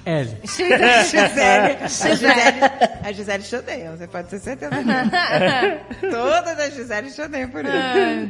S4: Gisele. A Gisele, a Gisele te odeia, você pode ter certeza. Todas as Gisele te odeiam por
S11: Ai,
S4: isso.
S11: meu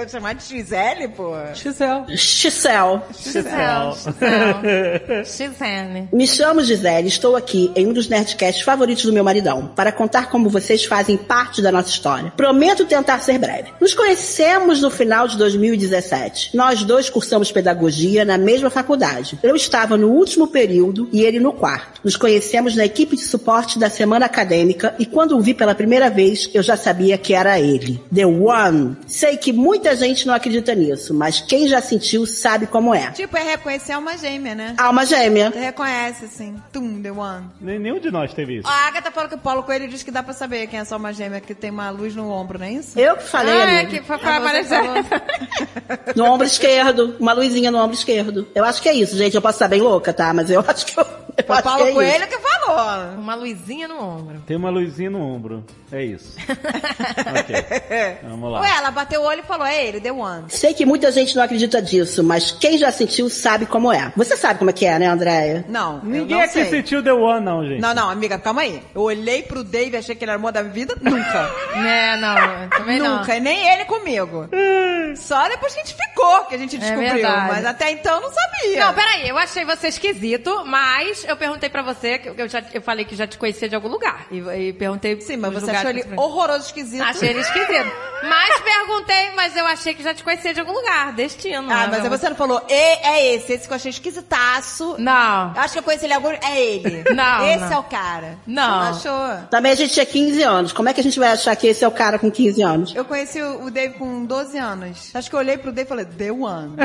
S11: Deus.
S4: Chamar de Gisele, pô.
S5: XL.
S7: Xicel.
S11: Gisele, Gisele. Gisele.
S7: Me chamo Gisele, estou aqui em um dos Nerdcasts favoritos do meu maridão, para contar como vocês fazem parte da nossa história. Prometo tentar ser breve. Nos conhecemos no final de 2017. Nós dois cursamos pedagogia na mesma faculdade. Eu estava no último período e ele no quarto. Nos conhecemos na equipe de suporte da semana acadêmica e quando o vi pela primeira vez, eu já sabia que era ele. The One. Sei que muita gente não acredita nisso, mas quem já sentiu sabe como é.
S4: Tipo, é reconhecer uma gêmea, né?
S7: Alma gêmea.
S4: Você reconhece, assim. Tum, the one.
S8: Nem- Nenhum de nós teve isso.
S4: A Agatha falou que o Paulo Coelho diz que dá pra saber quem é só uma gêmea, que tem uma luz no ombro, não é isso?
S7: Eu que falei,
S11: Ah, é
S7: amiga.
S11: que foi
S4: Ah,
S11: pra
S4: você
S11: aparecer.
S4: falou.
S7: No ombro esquerdo. Uma luzinha no ombro esquerdo. Eu acho que é isso, gente. Eu posso estar bem louca, tá? Mas eu acho que eu. eu
S4: Foi o
S7: acho que
S4: Paulo
S7: é isso.
S4: Coelho que falou.
S11: Uma luzinha no ombro.
S8: Tem uma luzinha no ombro. É isso. ok. Vamos lá.
S4: Ué, ela bateu o olho e falou, é ele, the one.
S7: Sei que muita gente não acredita disso, mas quem já sentiu sabe como é. Você sabe como é que é, né, Andréia?
S4: Não, eu
S8: Ninguém
S4: não
S8: aqui
S4: sei.
S8: sentiu The One, não, gente.
S4: Não, não, amiga, calma aí. Eu olhei pro Dave e achei que ele era o amor da minha vida? Nunca. Né,
S11: É, não, também não.
S4: Nunca, e nem ele comigo. Só depois que a gente ficou, que a gente descobriu.
S11: É verdade.
S4: mas até então não sabia.
S11: Não, peraí, eu achei você esquisito, mas eu perguntei pra você, que eu, já, eu falei que já te conhecia de algum lugar. E, e perguntei.
S4: Sim, mas
S11: os
S4: você
S11: lugares
S4: achou
S11: que
S4: ele
S11: você-
S4: horroroso, esquisito.
S11: Achei ele esquisito. Mas perguntei, mas eu achei que já te conhecia de algum lugar. Destino.
S4: Ah,
S11: né,
S4: mas
S11: meu?
S4: você não falou, e, é esse, esse que eu achei esquisitaço.
S11: Não.
S4: Eu Acho que eu conheci ele algum... É ele.
S11: Não,
S4: Esse
S11: não.
S4: é o cara.
S11: Não.
S4: Você não achou?
S7: Também a gente tinha 15 anos. Como é que a gente vai achar que esse é o cara com 15 anos?
S4: Eu conheci o o Dave com 12 anos. Acho que eu olhei pro Dave e falei, The One.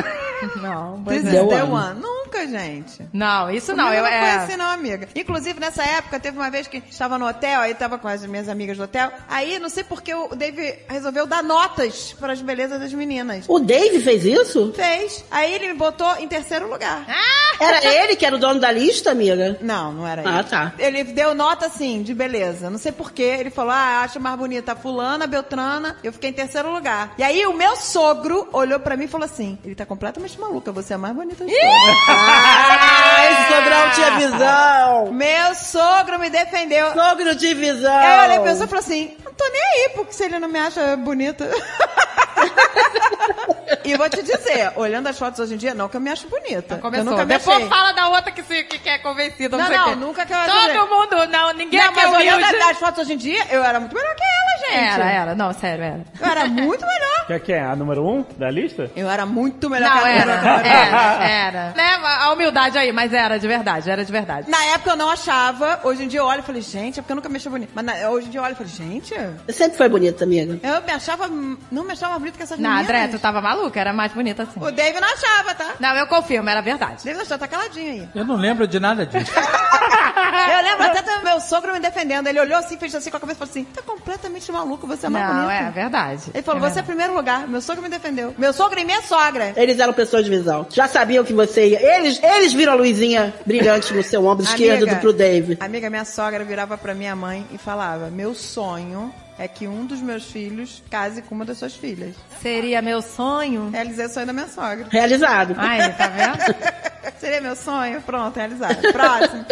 S11: Não,
S4: This
S11: pois
S4: is
S11: é.
S7: The
S4: The
S7: One.
S4: One. Nunca, gente.
S11: Não, isso não.
S4: eu
S11: Eu,
S4: não
S11: é...
S4: conheci não, amiga. Inclusive, nessa época, teve uma vez que estava no hotel, aí estava com as minhas amigas do hotel. Aí, não sei porque o Dave resolveu dar notas para as belezas das meninas.
S7: O Dave fez isso?
S4: Fez. Aí ele me botou em terceiro lugar.
S11: Ah!
S7: Era ele que era o dono da lista, amiga?
S4: Não, não era
S7: Ah,
S4: ele.
S7: tá.
S4: Ele deu nota, assim, de beleza. Não sei porquê. Ele falou, ah, acho mais bonita a fulana, a beltrana. Eu fiquei em terceiro lugar. E aí, o meu sogro olhou pra mim e falou assim, ele tá completamente maluco, você é a mais bonita de todas.
S7: Ah, esse sogrão tinha visão.
S4: Meu sogro me defendeu.
S7: Sogro de visão.
S4: Aí eu olhei pra pessoa e falei assim, não tô nem aí, porque se ele não me acha bonita... e vou te dizer, olhando as fotos hoje em dia, não que eu me acho
S7: Tá,
S4: bonita.
S3: Começou.
S4: Eu nunca me
S3: Depois
S4: achei.
S3: fala da outra que, se, que, que é convencida.
S4: Não,
S3: sei
S4: não,
S3: o quê.
S4: nunca que eu
S3: Todo mundo, não, ninguém
S4: não,
S3: quer
S4: mas olhando
S3: humilde.
S4: as- as fotos hoje em dia, eu era muito melhor que ela, gente.
S3: Era, era. Não, sério, era.
S4: Eu era muito melhor.
S8: Quer que é a número um da lista?
S4: Eu era muito melhor
S11: tá,
S4: que
S3: Não,
S4: ela.
S3: era, era, era.
S11: Né,
S3: Leva a humildade aí, mas
S11: é,
S3: era de verdade, era de verdade.
S4: Na época eu não achava, hoje em dia eu olho e falei, gente, é porque eu nunca me achei bonita. Mas na- hoje em dia eu olho e falei, gente, eu
S7: Você sempre foi bonita, amiga.
S4: me achava, não me achava bonita que essas
S3: Na
S4: meninas.
S3: André, tu tava maluca, era mais bonita assim.
S4: O David não achava, tá?
S3: Não, eu confirmo, era verdade.
S4: David achava, tá caladinho aí.
S5: Eu não lembro de nada disso.
S4: Eu lembro até do meu sogro me defendendo. Ele olhou assim, fez assim com a cabeça e falou assim, tá completamente maluco, você é mais
S3: Não,
S4: bonita.
S3: é verdade.
S4: Ele falou,
S3: É
S4: você é primeiro lugar. Meu sogro me defendeu. Meu sogro e minha sogra.
S7: Eles eram pessoas de visão. Já sabiam que você ia. Eles, eles viram a luzinha brilhante no seu ombro esquerdo do, pro Dave.
S4: Amiga, minha sogra virava pra minha mãe e falava, meu sonho é que um dos meus filhos case com uma das suas filhas.
S3: Seria meu sonho.
S4: Realizei o sonho da minha sogra.
S7: Realizado.
S3: Aí, tá vendo?
S4: Seria meu sonho? Pronto, realizado. Próximo.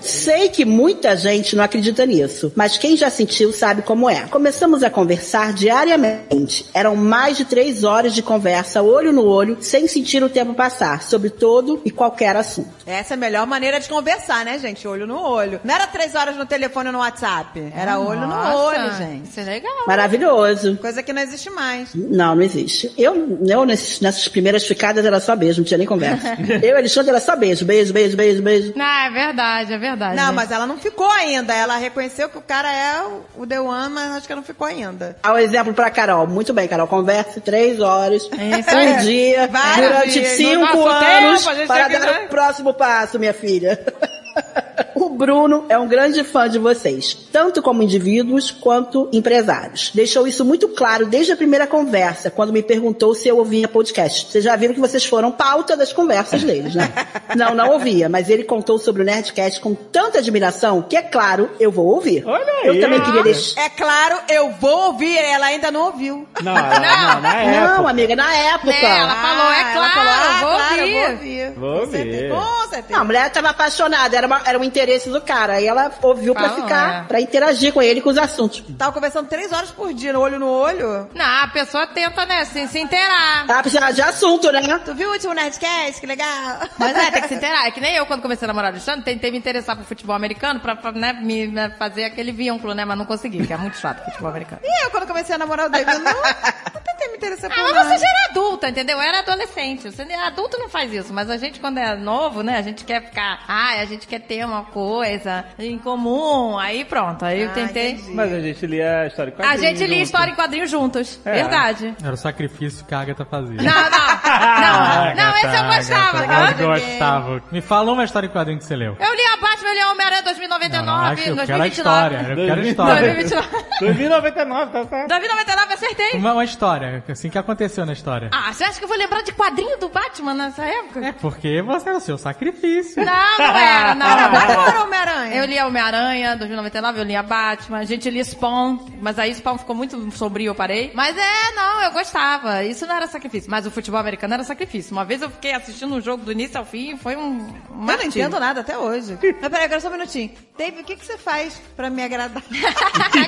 S7: Sei que muita gente não acredita nisso, mas quem já sentiu sabe como é. Começamos a conversar diariamente. Eram mais de três horas de conversa, olho no olho, sem sentir o tempo passar, sobre todo e qualquer assunto.
S4: Essa é a melhor maneira de conversar, né, gente? Olho no olho. Não era três horas no telefone ou no WhatsApp. Era olho no
S3: Nossa,
S4: olho, gente.
S3: Isso é legal.
S7: Maravilhoso.
S4: Coisa que não existe mais.
S7: Não, não existe. Eu, eu nesses- nessas primeiras ficadas era só beijo, não tinha nem conversa. eu, Alexandre, era só beijo, beijo, beijo, beijo, beijo.
S3: Não, é verdade, é verdade.
S4: Não, mas ela não ficou ainda. Ela reconheceu que o cara é o- o The One, mas acho que ela não ficou ainda.
S7: Ao um exemplo pra Carol. Muito bem, Carol. Conversa três horas,
S3: Isso
S7: um
S3: aí.
S7: dia,
S4: Vários
S7: durante
S4: dias, no
S7: cinco
S3: nosso
S7: anos,
S3: tempo, a gente
S7: para
S3: tem que,
S7: dar
S3: né?
S7: o próximo passo, minha filha. O Bruno é um grande fã de vocês, tanto como indivíduos quanto empresários. Deixou isso muito claro desde a primeira conversa, quando me perguntou se eu ouvia podcast. Vocês já viram que vocês foram pauta das conversas deles, né? Não, não ouvia, mas ele contou sobre o Nerdcast com tanta admiração que, é claro, eu vou ouvir.
S8: Olha aí.
S7: eu também queria deixar.
S4: É claro, eu vou ouvir. Ela ainda não ouviu.
S8: Não, ela- não, na época.
S7: Não, amiga, na época.
S3: Né, ela falou, é
S4: ela
S3: claro,
S4: ah,
S3: vou
S4: claro, eu
S3: ouvir.
S8: Vou
S4: Com
S8: ouvir.
S4: certeza. Com certeza.
S7: Não, a mulher tava apaixonada, era, uma- era um interesse do cara. Aí ela ouviu pra
S3: Falou,
S7: ficar,
S3: é.
S7: pra interagir com ele e com os assuntos.
S4: Tava conversando três horas por dia, no olho no olho.
S3: Não, a pessoa tenta, né, assim, se inteirar.
S7: Ela precisava de assunto, né?
S4: Tu viu o último Nerdcast? Que legal.
S3: Mas é, tem que se inteirar. É que nem eu, quando comecei a namorar o Alexandre, tentei me interessar pro futebol americano pra, pra, né, me, né, fazer aquele vínculo, né? Mas não consegui, que é muito chato o futebol americano.
S4: E eu, quando comecei a namorar o David, não, não tentei me interessar por
S3: Ah, mas
S4: nada.
S3: você já era adulta, entendeu? Eu era adolescente. Você, adulto não faz isso, mas a gente, quando é novo, né? A gente quer ficar. Ai, a gente quer ter uma coisa em comum. Aí pronto, aí eu
S4: Ah,
S3: tentei.
S4: entendi.
S8: Mas a gente lia a história com
S3: A gente lia
S8: junto.
S3: história em quadrinhos juntos.
S8: É.
S3: Verdade.
S5: Era o sacrifício que a Agatha fazia.
S3: Não, não. Não, não, esse eu gostava.
S5: Ah, Agatha, Eu
S3: cara.
S5: gostava. Me fala uma história em quadrinho que você leu.
S3: Eu li a Batman, eu li a Homem-Aranha
S5: Não, não, acho
S3: 2099,
S5: que
S8: é
S5: eu quero a
S3: 2029.
S5: história. Eu quero a história.
S3: 2029.
S8: 2099, tá certo.
S3: 2099, acertei.
S5: Uma, uma história, assim que aconteceu na história.
S3: Ah, você acha que eu vou lembrar de quadrinho do Batman nessa época?
S5: É porque você é o seu sacrifício.
S3: Não, não era, não.
S4: Era
S3: não. tá
S4: Batman ou Homem-Aranha?
S3: Eu li a Homem-Aranha, 2099, eu li a Batman, a gente lia Spawn, mas aí Spawn ficou muito sombrio, eu parei. Mas é, não, eu gostava. Isso não era sacrifício. Mas o futebol americano era sacrifício. Uma vez eu fiquei assistindo um jogo do início ao fim, foi um. um
S4: Eu não entendo nada até hoje. Mas peraí, agora só um minutinho. David, o que, que você faz pra me agradar?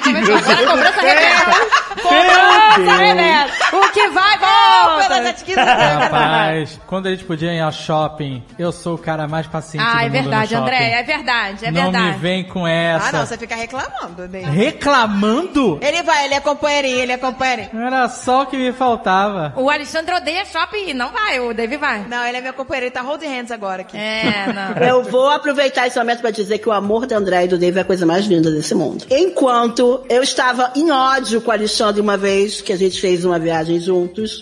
S4: É.
S3: Agora cobrança reversa.
S8: Meu
S3: Cobrança
S8: Deus.
S3: reversa. O que vai,
S4: Pela
S3: volta.
S4: Netkiss, você vai me
S3: é.
S4: agradar.
S5: Rapaz, quando a gente podia ir ao shopping, eu sou o cara mais paciente do
S3: Ah, é
S5: mundo no
S3: verdade,
S5: shopping.
S3: André, é verdade, é
S5: não
S3: verdade.
S5: me vem com
S4: Ah, não,
S5: essa.
S4: você fica reclamando, David.
S5: Reclamando?
S4: Ele vai, ele é companheirinho, ele é companheirinho.
S5: Era só o que me faltava.
S3: O Alexandre odeia shopping e não vai, o David vai.
S4: Não, ele é meu companheiro, ele tá hold hands agora aqui.
S3: É, não.
S7: Eu vou aproveitar esse momento pra dizer que o amor da André e do Dave é a coisa mais linda desse mundo. Enquanto eu estava em ódio com o Alexandre uma vez, que a gente fez uma viagem juntos.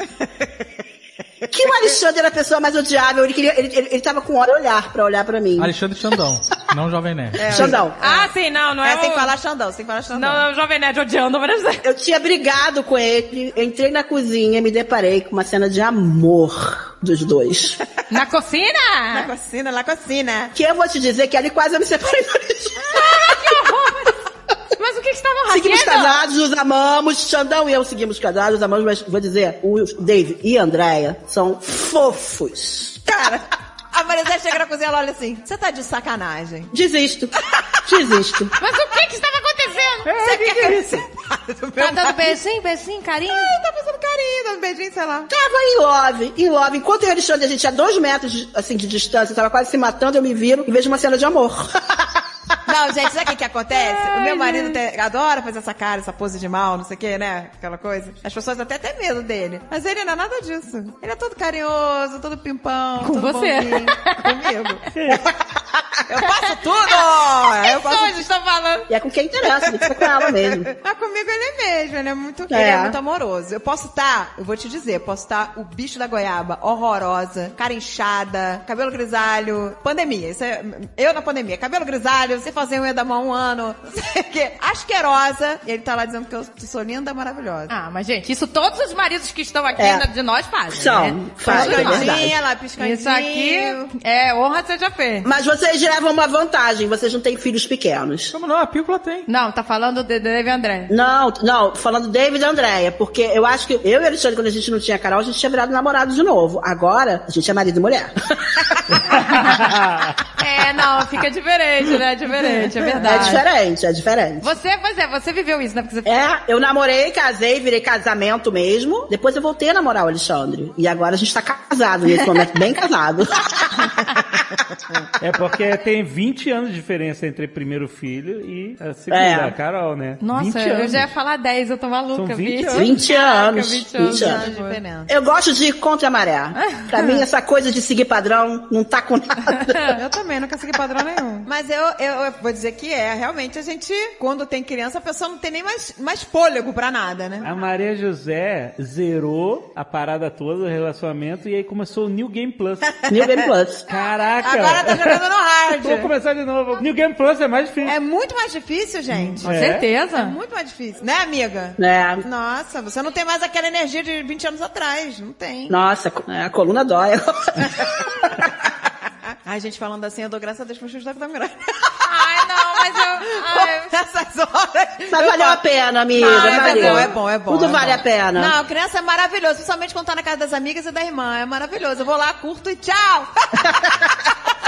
S7: Que o Alexandre era a pessoa mais odiável, ele queria, ele, ele, ele tava com hora olhar pra olhar pra mim. É.
S5: Alexandre Xandão, não Jovem Nerd.
S7: Xandão.
S3: Ah, sim, não, não
S4: É,
S3: é.
S4: sem
S3: o-
S4: falar Xandão, sem falar Xandão.
S3: Não, é o Jovem Nerd odiando, mas.
S7: Eu tinha brigado com ele, eu entrei na cozinha e me deparei com uma cena de amor dos dois.
S3: Na cocina?
S4: Na cocina, na cocina.
S7: Que eu vou te dizer que ali quase eu me separei do Alexandre.
S3: Mas o que tá que estavam
S7: Seguimos
S3: rasgando?
S7: casados, nos amamos. Xandão e eu seguimos casados, nos amamos, mas vou dizer, o Dave e a Andrea são fofos.
S4: Cara, A Marizé chega na cozinha e ela olha assim, você tá de sacanagem.
S7: Desisto. Desisto.
S12: Mas o que que estava acontecendo?
S4: Você quer que eu
S3: Tá dando beijinho, beijinho, assim, carinho?
S4: Ah, tá fazendo carinho, dando beijinho, sei lá.
S7: Tava em love, em love. Enquanto eu e o Alexandre, a gente a dois metros de- assim, de distância, tava quase se matando, eu me viro e vejo uma cena de amor.
S4: Não, gente, sabe o que, que acontece? o meu marido
S12: né?
S4: te- adora fazer essa cara, essa pose de mal, não sei o que, né? Aquela coisa. As pessoas até têm medo dele. Mas ele não é nada disso. Ele é todo carinhoso, todo pimpão.
S12: Com
S4: todo
S12: você.
S4: bonzinho. Comigo. eu faço tudo! Ah,
S12: É
S4: Eu faço
S12: Hoje estou falando.
S7: E é com quem interessa, tem que ser com ela mesmo.
S4: Mas comigo ele é mesmo, ele é muito,
S7: É.
S4: ele é muito amoroso. Eu posso estar, eu vou te dizer, eu posso estar o bicho da goiaba, horrorosa, cara inchada, cabelo grisalho, pandemia. Isso é, eu na pandemia, cabelo grisalho, você fazer unha da mão um ano, não sei o quê. Asquerosa, e ele tá lá dizendo que eu sou linda, maravilhosa.
S3: Ah, mas gente, isso todos os maridos que estão aqui
S7: É.
S3: na- de nós fazem,
S7: São,
S3: né?
S7: fazem,
S3: Todos
S7: é
S3: nós.
S7: verdade.
S4: Piscandinha, lá, piscandinha.
S3: Isso aqui é honra seja feita.
S7: Mas vocês levam uma vantagem, vocês não têm filhos pequenos.
S5: Como não? A pílula tem.
S3: Não, tá falando de Dave André.
S7: Não, não, falando David e Andréia, porque eu acho que eu e o Alexandre, quando a gente não tinha Carol, a gente tinha virado namorado de novo. Agora, a gente é marido e mulher.
S3: É, não, fica diferente, né? Diferente, é
S7: É
S3: verdade.
S7: diferente, é diferente.
S3: Você, pois é, você viveu isso, né? Porque você...
S7: É, eu namorei, casei, virei casamento mesmo. Depois eu voltei a namorar o Alexandre. E agora a gente tá casado nesse momento, bem casado.
S8: É porque tem 20 anos de diferença entre primeiro filho e a segunda,
S7: É.
S8: Carol, né?
S3: Nossa,
S8: 20
S3: eu
S8: anos.
S3: já ia falar 10, eu tô maluca.
S8: São 20 anos.
S7: 20 anos. 20
S3: 20 anos. né,
S7: anos.
S4: de diferença.
S7: Eu gosto de ir contra a maré. Pra mim, essa coisa de seguir padrão não tá com nada.
S4: Eu também, nunca segui padrão nenhum. Mas eu, eu, eu vou dizer que é, realmente a gente, quando tem criança, a pessoa não tem nem mais, mais fôlego pra nada, né?
S8: A Maria José zerou a parada toda, o relacionamento, e aí começou o New Game Plus.
S7: New Game Plus.
S8: Caraca!
S4: Agora tá jogando no
S8: Vou
S4: hard.
S8: começar de novo. New Game Plus é mais difícil.
S4: É muito mais difícil, gente.
S3: Com
S8: É.
S3: certeza.
S4: É muito mais difícil, né, amiga?
S7: É.
S4: Nossa, você não tem mais aquela energia de 20 anos atrás. Não tem.
S7: Nossa, a coluna dói.
S4: Ai, gente, falando assim, eu dou graças a Deus pro Xuxa da Mirai.
S3: Ai, não, mas eu... ai,
S4: Nessas horas.
S7: Mas
S4: eu
S7: valeu a
S4: falo,
S7: pena, amiga.
S4: Não, é
S7: valeu.
S4: bom, é bom, é bom,
S7: Tudo
S4: é
S7: vale
S4: bom.
S7: a pena.
S4: Não, criança é maravilhoso. Principalmente quando tá na casa das amigas e da irmã. É maravilhoso. Eu vou lá, curto e tchau.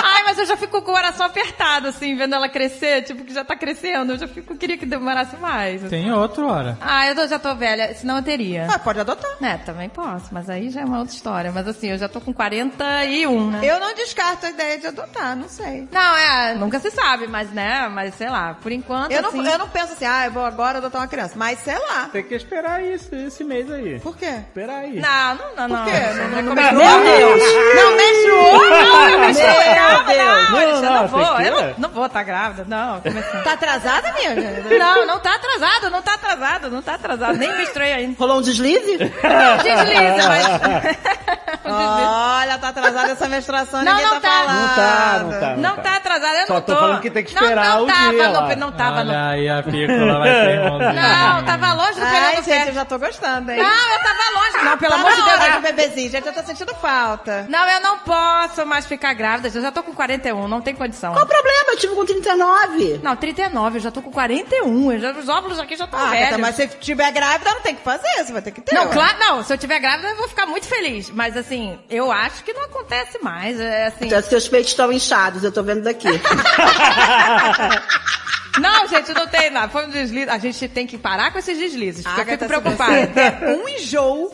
S3: ai, É, mas eu já fico com o coração apertado, assim, vendo ela crescer, tipo, que já tá crescendo. Eu já fico, queria que demorasse mais. assim.
S5: Tem outro, hora.
S3: Ah, eu tô- já tô velha, senão eu teria.
S4: Ah, pode adotar.
S3: É, também posso, mas aí já é uma outra história. Mas assim, eu já tô com 41, né?
S4: Eu não descarto a ideia de adotar, não sei.
S3: Não, é, nunca se sabe, mas né, mas sei lá, por enquanto
S4: Eu
S3: assim...
S4: não, eu não penso assim, ah, eu vou agora adotar uma criança. Mas sei lá.
S8: Tem que esperar isso, esse mês aí.
S4: Por quê?
S8: Esperar aí.
S3: Não, não, não, não.
S4: quê? Não- não-
S3: Não,
S8: é
S4: não-
S3: não,
S7: Meu Deus!
S4: Não mexe o olho.
S3: não, eu me
S7: Meu
S3: estourava,
S7: Deus.
S3: não, Alexandre, eu
S8: Não,
S3: não
S8: não,
S3: vou,
S8: tem
S3: eu
S8: que-
S3: não, não vou tá grávida, não. começando.
S4: Tá atrasada, amiga?
S3: é? Não, não tá atrasado, não tá atrasado, não tá atrasado, nem me estranho ainda.
S7: Rolou um deslize?
S3: Desliza, mas...
S4: Olha, tá atrasada essa menstruação,
S3: Não,
S4: ninguém
S3: não
S4: tá,
S3: tá.
S4: falando.
S8: Não tá, não tá.
S3: Não tá atrasado, eu
S8: Só
S3: não
S8: tô
S3: tô.
S8: falando que tem que
S3: Não,
S8: esperar
S3: não,
S8: o
S3: tava
S8: dia
S3: no-
S8: lá.
S3: Não tava,
S5: Olha
S3: no-
S5: aí a pílula vai ter irmãozinho.
S3: não, tava longe do
S4: Ai,
S3: Fernando
S4: gente,
S3: Ferreira.
S4: eu já tô gostando, hein?
S3: Não, eu tava longe. Não, Ah, pelo
S4: Tá
S3: amor
S4: na
S3: de Deus.
S4: hora
S3: eu-
S4: de bebezinho, gente, eu tô sentindo falta.
S3: Não, eu não posso mais ficar grávida. Eu já tô com 41, não tem condição.
S7: Qual o problema? Eu tive com 39.
S3: Não, 39, eu já tô com 41. eu já- os óvulos aqui já estão
S4: Ah,
S3: velhos.
S4: Cata, mas se tiver grávida, não tem o que fazer, você vai ter que ter.
S3: Não,
S4: ué.
S3: claro, não. Se eu tiver grávida, eu vou ficar muito feliz. Mas assim, eu acho que não acontece mais. É assim.
S7: Então, Seus peitos estão inchados, eu tô vendo daqui.
S3: Não, gente, não tem nada. Foi um deslize. A gente tem que parar com esses deslizes. porque eu
S4: Agatha,
S3: fico
S4: se você
S3: preocupada.
S4: der Um enjoo,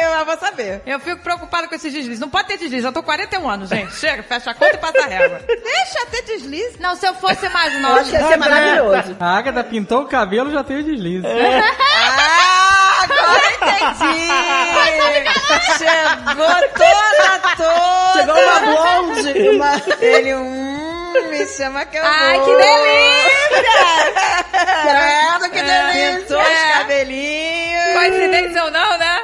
S4: eu já vou saber.
S3: Eu fico preocupada com esses deslizes. Não pode ter deslize. Eu tô com 41 anos, gente. Chega, fecha a conta e passa a régua.
S4: Deixa ter deslize.
S3: Não, se eu fosse mais
S7: Eu acho que
S3: nova.
S7: ia ser maravilhoso.
S5: A Agatha pintou o cabelo, já tem o deslize.
S4: Ah, agora entendi. Chegou toda, toda.
S7: Chegou uma blonde. Uma...
S4: Ele, hum, me chama que eu
S3: Ai,
S4: vou.
S3: que delícia!
S4: Credo, que delícia. Pintou
S3: É.
S4: os cabelinhos.
S3: Coincidência ou não, né?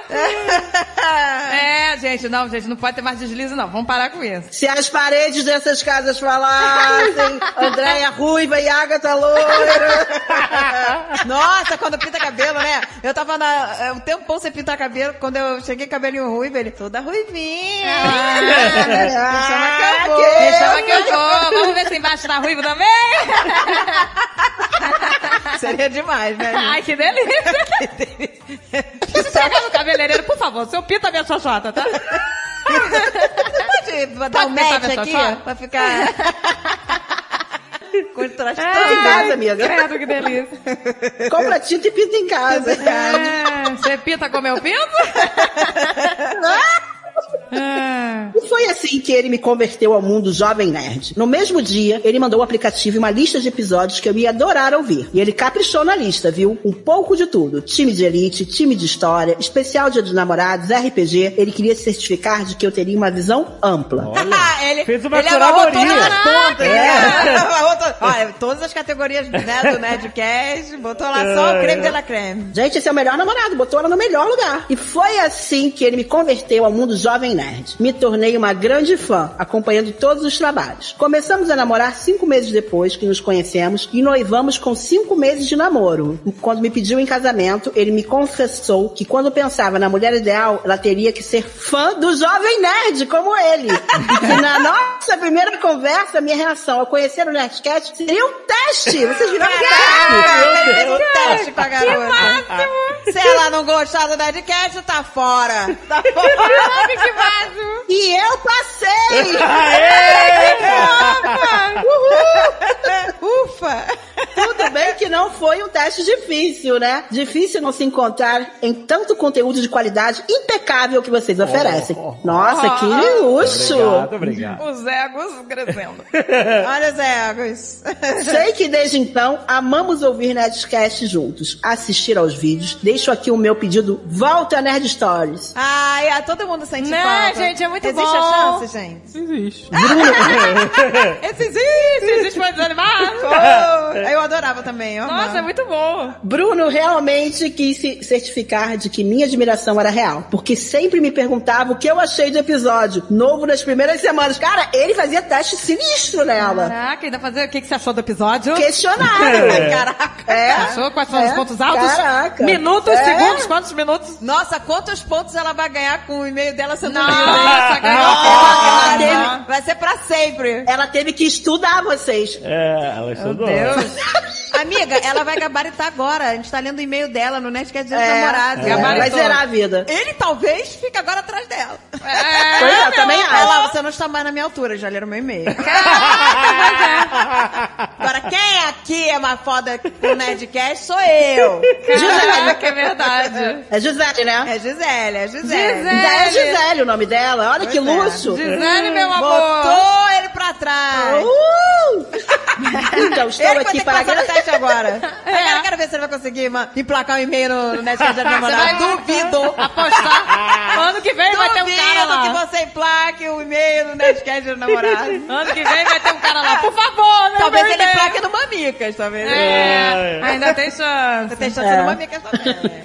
S3: É, gente, não, gente, não pode ter mais deslize, não. Vamos parar com isso.
S7: Se as paredes dessas casas falassem, Andréia ruiva e Agatha loira.
S4: tá Nossa, quando pinta cabelo, né? Eu tava na, é, um tempão sem pintar cabelo. Quando eu cheguei cabelinho ruivo, ele toda ruivinha.
S7: Ah,
S4: Ah,
S7: que-
S4: que-
S3: Me chama que eu vou. Vamos ver se embaixo tá ruivo também.
S4: Seria demais, né? gente?
S3: Ai, que delícia. Deixa eu chegar no cabeleireiro, por favor. O senhor pinta a minha xoxota, tá?
S4: Você pode dar um
S11: pensar
S4: match
S11: nessa
S4: aqui?
S11: só?
S4: Pra ficar... Contrastante.
S7: tá em casa, amiga.
S11: Credo, que delícia.
S7: Compra tinta e pinta em casa, cara.
S11: É, você pinta como eu pinto?
S7: E foi assim que ele me converteu ao mundo jovem nerd. No mesmo dia, ele mandou o aplicativo e uma lista de episódios que eu ia adorar ouvir. E ele caprichou na lista, viu? Um pouco de tudo. Time de elite, time de história, especial dia dos namorados, RPG. Ele queria se certificar de que eu teria uma visão ampla.
S4: ele,
S8: Fez uma
S4: ele amarrou
S8: curadoria.
S4: todas as pontas.
S7: É.
S4: né? Amarrou to- Olha, todas as categorias né, do Nerdcast, botou lá só o creme de la creme.
S7: Gente, esse é o melhor namorado, botou ela no melhor lugar. E foi assim que ele me converteu ao mundo jovem nerd. Me tornei uma grande fã, acompanhando todos os trabalhos. Começamos a namorar cinco meses depois que nos conhecemos e noivamos com cinco meses de namoro. Quando me pediu em casamento, ele me confessou que quando pensava na mulher ideal, ela teria que ser fã do jovem nerd, como ele. e na nossa primeira conversa, minha reação ao conhecer o Nerdcast seria um teste. Vocês viram é que
S4: Ah, ele fez um teste
S3: Tá,
S4: pra garota. Se ela não gostar do Nerdcast, tá fora. Tá fora.
S3: que vaso!
S7: E eu passei!
S4: Ufa.
S7: Tudo bem que não foi um teste difícil, né? Difícil não se encontrar em tanto conteúdo de qualidade impecável que vocês oferecem. Nossa, que
S4: Ah,
S7: luxo!
S8: Oh, Obrigado, obrigado.
S11: Os egos crescendo.
S4: Olha os egos.
S7: Sei que desde então amamos ouvir Nerdcast juntos, assistir aos vídeos. Deixo aqui o meu pedido: volta a Nerd Stories.
S4: Ai, ah, todo mundo sente
S11: Né,
S4: falta.
S11: gente, é muito
S4: Existe
S11: bom.
S4: a chance, gente?
S5: Existe.
S4: Esse existe.
S11: Vocês podem desanimar?
S4: Oh, eu adorava também. Eu
S11: É. Nossa, é
S4: amava.
S11: muito bom.
S7: Bruno realmente quis se certificar de que minha admiração era real, porque sempre me perguntava o que eu achei do episódio, novo nas primeiras semanas. Cara, ele fazia teste sinistro nela.
S11: Caraca, ainda fazer o que, que você achou do episódio?
S7: questionário.
S8: É.
S7: Caraca. É.
S11: Achou quais foram os
S7: É.
S11: pontos altos?
S7: Caraca.
S11: Minutos,
S7: É.
S11: segundos, quantos minutos?
S4: Nossa, quantos pontos ela vai ganhar com o e-mail dela sendo lido?
S11: Nossa,
S4: hein?
S11: ganhou.
S4: Nossa,
S11: Ganhou.
S4: né? teve- vai ser pra sempre.
S7: Ela teve que estudar vocês.
S8: É, ela estudou.
S4: Amiga, ela vai gabaritar agora. A gente tá lendo o e-mail dela no Nerdcast dos
S7: É.
S4: Namorados.
S7: É. Vai zerar a vida.
S4: Ele talvez fique agora atrás dela.
S7: pois é, também
S4: Ela,
S7: acho.
S4: você não está mais na minha altura, já leram meu e-mail. Agora, quem aqui é mais foda com o Nerdcast sou eu.
S11: Caraca, é verdade.
S7: É Gisele, né?
S4: É Gisele, é Gisele.
S11: Gisele.
S7: Ainda é Gisele o nome dela. Olha que
S4: Pois é.
S7: luxo.
S11: Gisele, meu amor.
S4: Botou ele pra trás.
S7: Uh! então, estou
S4: Ele vai ter
S7: aqui
S4: que
S7: para
S4: passar no
S7: agradecer.
S4: teste agora.
S11: É.
S4: Agora eu quero ver se ele vai conseguir ma- emplacar um e-mail no, no Nerdcast da
S11: Você
S4: namorada.
S11: vai
S4: Duvido.
S11: apostar. Ano que vem vai ter um cara
S4: Duvido
S11: lá.
S4: que você emplaque o e-mail no Nerdcast do namorado.
S11: Ano que vem vai ter um cara lá. Por favor, né?
S4: Talvez
S11: meu
S4: ele
S11: Deus.
S4: emplaque no Mamicas, talvez.
S11: tá É, ainda tem chance.
S4: Você tem chance
S7: É.
S4: no Mamicas também.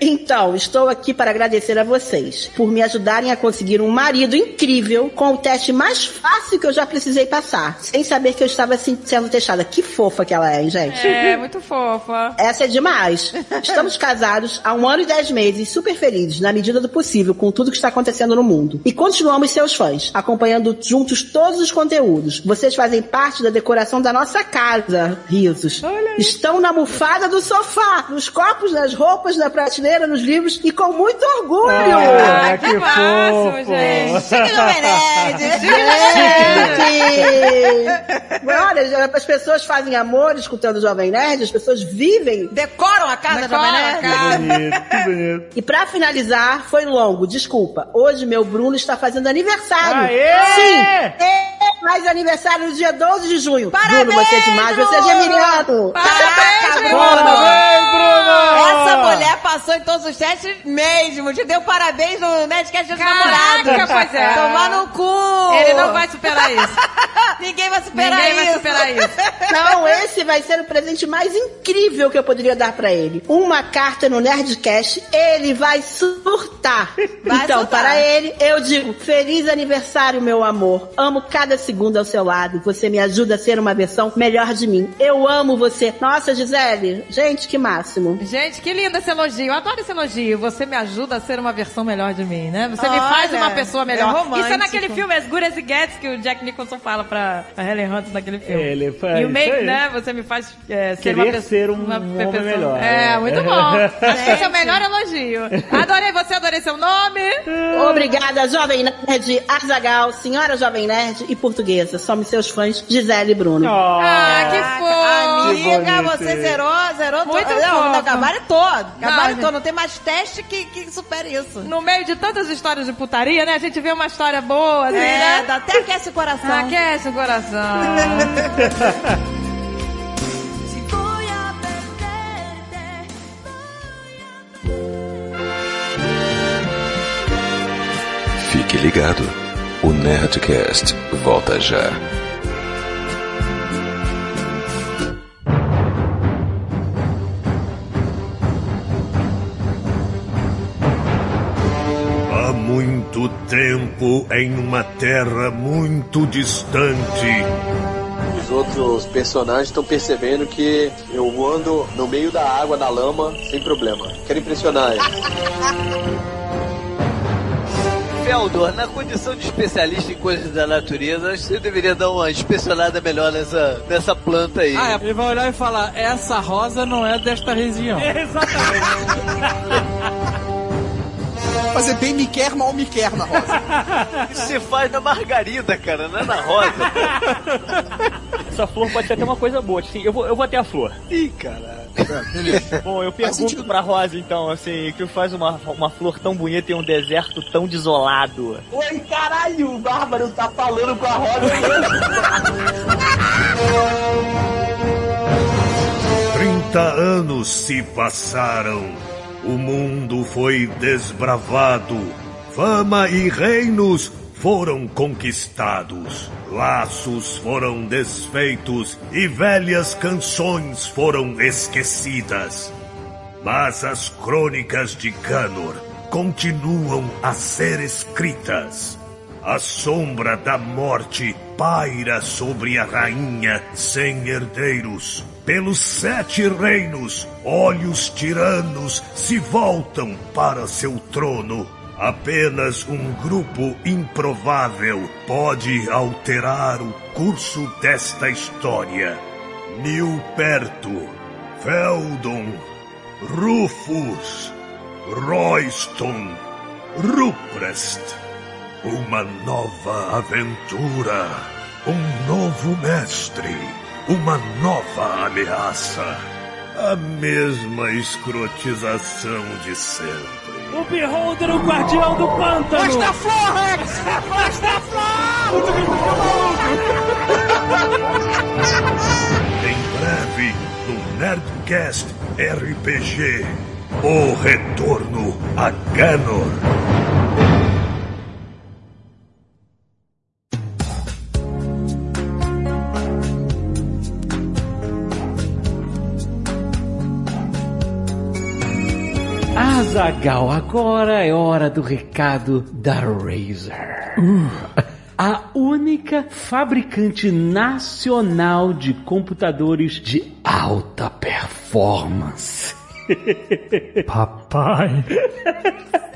S7: Então, estou aqui para agradecer a vocês por me ajudarem a conseguir um marido incrível com o teste mais fácil que eu já precisei passar, sem saber que eu estava se- sendo testada. Que fofa que ela é, hein, gente?
S11: É, muito fofa.
S7: Essa é demais. Estamos casados há um ano e dez meses, super felizes, na medida do possível, com tudo que está acontecendo no mundo. E continuamos seus fãs, acompanhando juntos todos os conteúdos. Vocês fazem parte da decoração da nossa casa. Risos. Estão na almofada do sofá, nos copos, nas roupas, na prateleira, nos livros e com muito orgulho.
S8: Ah, que
S11: máximo,
S8: fofo.
S11: gente.
S4: Chique Jovem Nerd.
S7: Gente! Olha, as pessoas fazem amor escutando o Jovem Nerd, as pessoas vivem
S4: Decoram a casa do
S11: Decoram
S4: Jovem
S11: a
S4: Nerd.
S11: casa.
S8: Bonito, que bonito.
S7: E pra finalizar, foi longo, desculpa. Hoje meu Bruno está fazendo aniversário.
S8: Aê!
S7: Sim! É mais aniversário no dia 12 de junho.
S4: Parabéns,
S7: Bruno, você é demais, você é geminiano.
S4: Caraca, Bruno.
S8: Parabéns, Bruno!
S4: Essa mulher passou em todos os testes mesmo. Te deu parabéns no Nerdcast dos
S11: Caraca,
S4: namorados.
S11: pois é.
S4: Tomar no cu.
S11: Ele não vai superar isso.
S4: Ninguém vai superar
S11: Ninguém vai
S4: isso.
S11: superar isso.
S7: Então, esse vai ser o presente mais incrível que eu poderia dar pra ele. Uma carta no Nerdcast, ele vai surtar.
S4: Vai
S7: então,
S4: surtar.
S7: para ele, eu digo: Feliz aniversário, meu amor. Amo cada segundo ao seu lado. Você me ajuda a ser uma versão melhor de mim. Eu amo você. Nossa, Gisele. Gente, que máximo.
S11: Gente, que lindo esse elogio. Eu adoro esse elogio. Você me ajuda a ser uma versão melhor de mim, né? Você me
S3: Olha,
S11: faz uma pessoa
S3: é
S11: melhor.
S3: romântico.
S11: Isso é naquele filme, As Good as It Gets, que o Jack Nicholson fala pra a Helen Hunt naquele filme.
S8: Ele faz
S11: You make,
S8: isso aí.
S11: né? Você me faz é, ser
S8: Querer
S11: uma pessoa...
S8: ser um homem melhor.
S11: É, muito bom. Acho que esse é o
S7: Gente.
S11: melhor elogio. Adorei você, adorei seu nome.
S7: É. Obrigada, Jovem Nerd, Arzagal, Senhora Jovem Nerd e Portuguesa. Somos seus fãs, Gisele e Bruno.
S4: Ah,
S11: que
S4: fofo! Amiga, você zerou, zerou
S11: Muito
S4: é todo. Não,
S11: fofo.
S4: não, gabaritou. Gabaritou,
S11: gente.
S4: não tem mais teste que, que supere isso.
S11: No meio de tantas histórias de putaria, né? A gente vê uma história boa, assim,
S4: É,
S11: né?
S4: dá- até aquece o coração.
S11: Aquece o coração.
S4: É.
S1: Fique ligado. O Nerdcast volta já.
S10: Há muito tempo, em uma terra muito distante.
S13: Os outros personagens estão percebendo que eu ando no meio da água, na lama, sem problema. Quero impressionar eles.
S14: Feldor, na condição de é especialista em coisas da natureza, acho que você deveria dar uma inspecionada melhor nessa, nessa planta aí.
S5: Ah, é, ele vai olhar e falar: essa rosa não é desta região.
S15: Fazer bem me quer, mal me quer na rosa.
S14: Isso se faz na margarida, cara, não é na rosa.
S16: Essa flor pode ser até uma coisa boa. Assim, eu vou, eu vou até a flor.
S14: Ih, cara.
S16: Bom, eu pergunto pra Rosa, então, assim, o que faz uma, uma flor tão bonita em um deserto tão desolado?
S13: Oi, caralho, o Bárbaro tá falando com a roda.
S10: 30 anos se passaram. O mundo foi desbravado. Fama e reinos foram conquistados. Laços foram desfeitos e velhas canções foram esquecidas. Mas as crônicas de Canor continuam a ser escritas. A sombra da morte paira sobre a rainha sem herdeiros. Pelos sete reinos, olhos tiranos se voltam para seu trono. Apenas um grupo improvável pode alterar o curso desta história. Nilperto, Feldon, Rufus, Royston, Ruprest. Uma nova aventura. Um novo mestre. Uma nova ameaça. A mesma escrotização de sempre.
S8: O Beholder, o guardião do pântano!
S15: Basta flor, Rex! Basta flor!
S10: Em breve, no Nerdcast RPG. O retorno a Ganor.
S2: Azagal, agora é hora do recado da Razer. A única fabricante nacional de computadores de alta performance. Papai.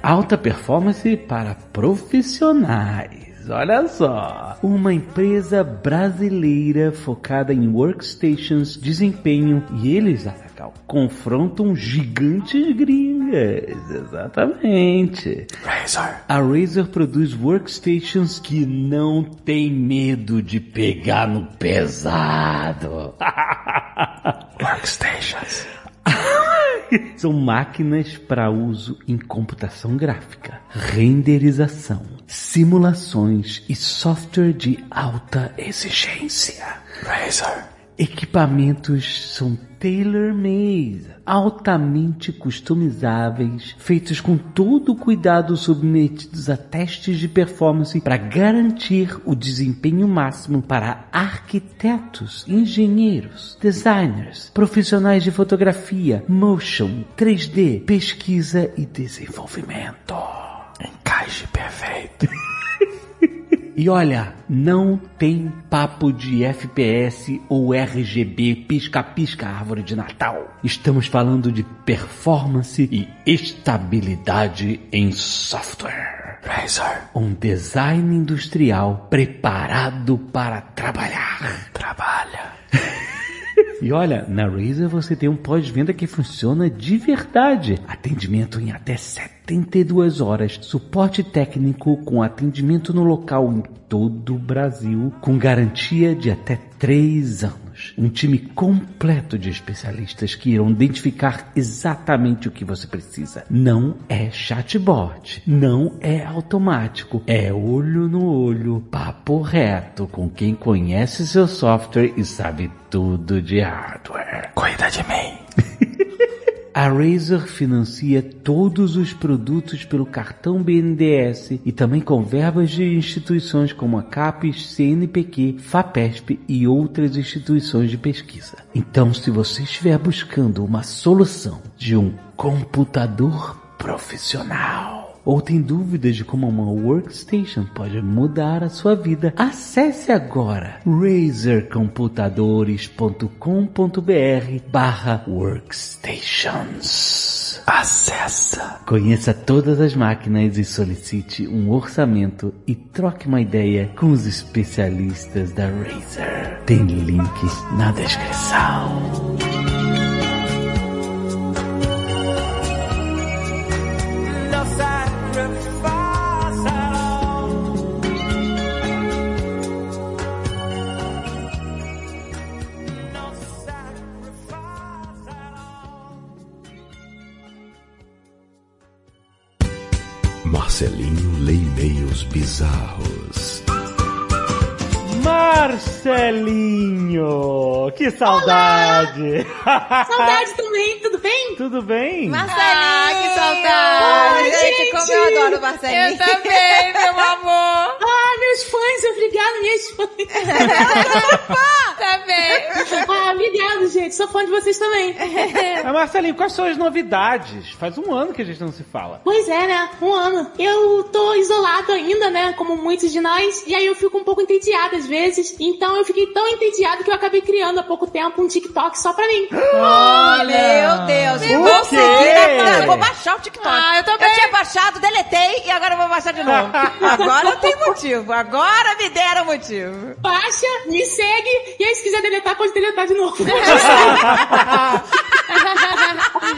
S2: Alta performance para profissionais. Olha só, uma empresa brasileira focada em workstations, desempenho e eles, Azaghal, confrontam gigantes gringas. Exatamente. Razer. A Razer produz workstations que não tem medo de pegar no pesado. Workstations. São máquinas para uso em computação gráfica, renderização, simulações e software de alta exigência. Razer. Equipamentos são tailor-made, altamente customizáveis, feitos com todo o cuidado submetidos a testes de performance para garantir o desempenho máximo para arquitetos, engenheiros, designers, profissionais de fotografia, motion, 3D, pesquisa e desenvolvimento. Encaixe perfeito. E olha, não tem papo de FPS ou RGB pisca-pisca árvore de Natal. Estamos falando de performance e estabilidade em software. Razer. Um design industrial preparado para trabalhar. Trabalha. E olha, na Razer você tem um pós-venda que funciona de verdade. Atendimento em até 72 horas, suporte técnico com atendimento no local em todo o Brasil, com garantia de até 3 anos. Um time completo de especialistas que irão identificar exatamente o que você precisa. Não é chatbot, não é automático, é olho no olho, papo reto com quem conhece seu software e sabe tudo de hardware. Cuida de mim. A Razer financia todos os produtos pelo cartão BNDES e também com verbas de instituições como a CAPES, CNPq, FAPESP e outras instituições de pesquisa. Então, se você estiver buscando uma solução de um computador profissional, ou tem dúvidas de como uma workstation pode mudar a sua vida, acesse agora razercomputadores.com.br barra workstations. Acessa! Conheça todas as máquinas e solicite um orçamento e troque uma ideia com os especialistas da Razer. Tem link na descrição.
S10: Marcelinho lê e-mails bizarros.
S8: Marcelinho! Que saudade!
S3: Saudade também, tudo bem?
S8: Tudo bem?
S3: Marcelinho!
S17: Ah, que saudade!
S3: Ai,
S17: Gente, como eu adoro o Marcelinho.
S3: Eu também, meu amor!
S17: Ah, meus fãs, obrigado, meus
S3: fãs! também!
S17: Ah, obrigado, gente, sou fã de vocês também.
S8: Mas Ah, Marcelinho, quais são as novidades? Faz um ano que a gente não se fala.
S17: Pois é, né? Um ano. Eu tô isolado ainda, né? Como muitos de nós. E aí eu fico um pouco entediada às vezes. Então eu fiquei tão entediada que eu acabei criando há pouco tempo um TikTok só pra mim.
S4: Meu Deus, eu vou seguir, né? Eu vou baixar o TikTok.
S3: Ah, eu também.
S4: tinha baixado, deletei e agora eu vou baixar de novo. agora eu tenho motivo, agora me deram motivo.
S17: Baixa, me segue. E aí se quiser deletar, pode deletar de novo.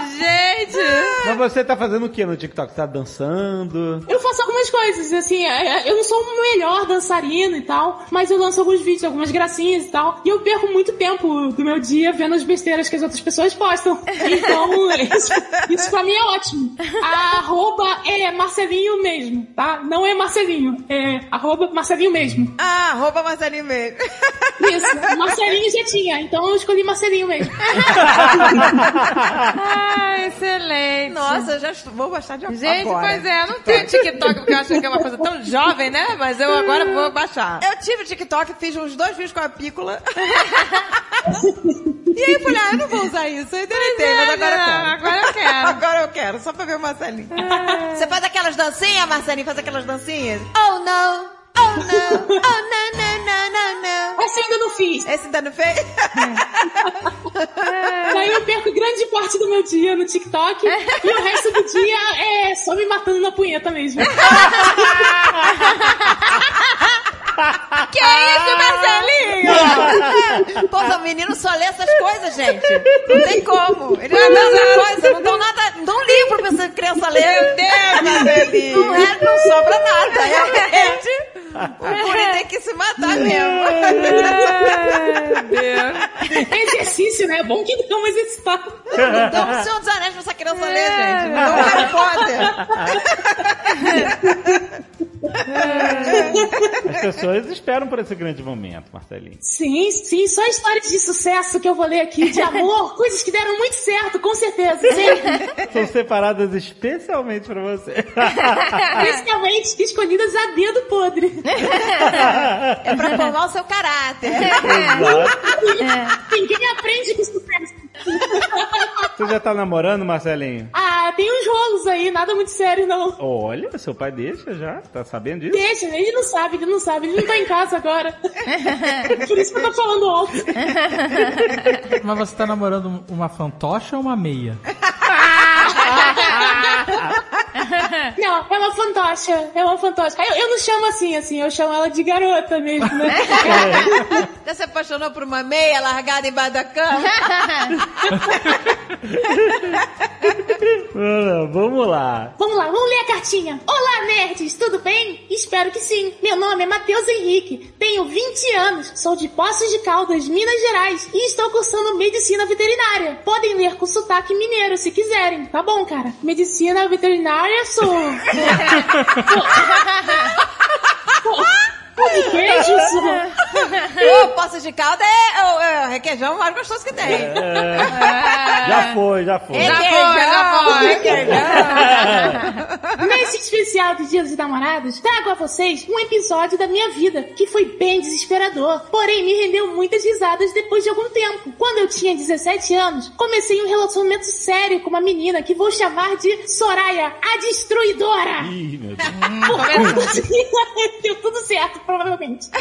S3: Gente!
S8: Mas você tá fazendo o que no TikTok? Tá dançando?
S17: Eu faço algumas coisas, assim, é, é, eu não sou o melhor dançarino e tal, mas eu lanço alguns vídeos, algumas gracinhas e tal, e eu perco muito tempo do meu dia vendo as besteiras que as outras pessoas postam. Então, isso, isso pra mim é ótimo. A arroba é Marcelinho mesmo, tá? Não é Marcelinho, é arroba Marcelinho mesmo.
S4: Ah, arroba Marcelinho mesmo.
S17: Isso, Marcelinho já tinha, então eu escolhi Marcelinho mesmo.
S3: Ah, excelente!
S4: Nossa, eu já estou- vou baixar de
S3: Gente,
S4: agora.
S3: pois é, eu não tenho TikTok porque eu acho que é uma coisa tão jovem, né? Mas eu agora vou baixar.
S4: Eu tive TikTok, fiz uns dois vídeos com a pícola. e aí eu falei, ah, eu não vou usar isso. Eu deletei,
S3: Pois é,
S4: mas agora eu quero.
S3: não, agora eu quero.
S4: agora eu quero, só pra ver o Marcelinho. Você faz aquelas dancinhas, Marcelinho? Faz aquelas dancinhas? Oh, não! Oh, não! Oh, não, não, não, não, não!
S17: Esse eu ainda não fiz.
S4: Esse ainda não fez?
S17: Daí eu perco grande parte do meu dia no TikTok
S3: É.
S17: e o resto do dia é só me matando na punheta mesmo.
S3: Que isso, Marcelinho?
S4: Pô, o menino só lê essas coisas, gente. Não tem como. Eles não lê essas coisas, não dão nada, não dão livro pra essa criança ler.
S3: Meu Deus, Marcelinho.
S4: Não, é, não sobra nada,
S3: é
S4: realmente. O guri tem que se matar mesmo.
S17: É exercício, né? É bom que dá uma exercitada. É, né?
S4: Não dão
S3: um
S4: o Senhor dos Anéis pra essa criança ler,
S3: É,
S4: gente. Não dão o Harry Potter.
S3: um
S8: As pessoas esperam por esse grande momento, Marcelinho.
S17: Sim, sim, só histórias de sucesso que eu vou ler aqui, de amor, coisas que deram muito certo, com certeza, sim.
S8: São separadas especialmente pra você.
S17: Principalmente escolhidas a dedo podre.
S4: É pra formar o seu caráter. É.
S17: Ninguém aprende com sucesso.
S8: Você já tá namorando, Marcelinho?
S17: Ah, Ah, tem uns rolos aí, nada muito sério, não.
S8: Olha, seu pai deixa já? Tá sabendo disso?
S17: Deixa, ele não sabe, ele não sabe, ele não tá em casa agora. Por isso que eu tô falando alto.
S5: Mas você tá namorando uma fantoche ou uma meia?
S17: Não, é uma fantocha, é uma fantoche. Eu, eu não chamo assim, assim, eu chamo ela de garota mesmo. Né?
S4: Já se apaixonou por uma meia largada embaixo da cama?
S8: Ah, Vamos lá.
S17: Vamos lá, vamos ler a cartinha. Olá, nerds, tudo bem? Espero que sim. Meu nome é Matheus Henrique, tenho 20 anos, sou de Poços de Caldas, Minas Gerais, e estou cursando Medicina Veterinária. Podem ler com sotaque mineiro se quiserem, tá bom, cara? Medicina Veterinária sou... Pô, queijo,
S4: Ô, Poços de calda é, o- é o requeijão mais gostoso que tem.
S17: É.
S8: Já foi, já foi.
S4: Já foi, já foi.
S17: Nesse especial de Dia dos Namorados, trago a vocês um episódio da minha vida que foi bem desesperador, porém me rendeu muitas risadas depois de algum tempo. Quando eu tinha 17 anos, comecei um relacionamento sério com uma menina que vou chamar de Soraya, a Destruidora.
S8: Ih, meu Deus.
S17: Deu tudo certo, provavelmente.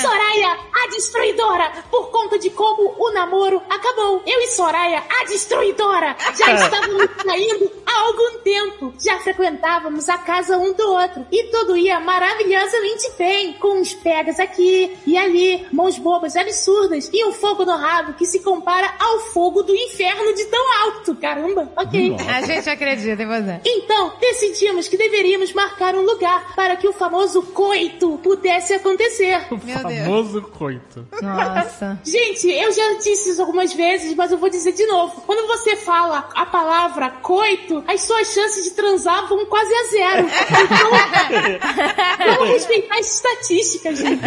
S17: Soraya, a destruidora, por conta de como o namoro acabou. Eu e Soraya, a destruidora, já estávamos saindo há algum tempo. Já frequentávamos a casa um do outro. E tudo ia maravilhosamente bem, com uns pegas aqui e ali, mãos bobas absurdas e um fogo no rabo que se compara ao fogo do inferno de tão alto. Caramba, ok.
S3: Nossa. A gente acredita em você.
S17: Então, decidimos que deveríamos marcar um lugar para que o famoso coito pudesse acontecer. Meu
S5: Famoso coito.
S17: Gente, eu já disse isso algumas vezes, mas eu vou dizer de novo. Quando você fala a palavra coito, as suas chances de transar vão quase a zero. Então, vamos respeitar as estatísticas, gente.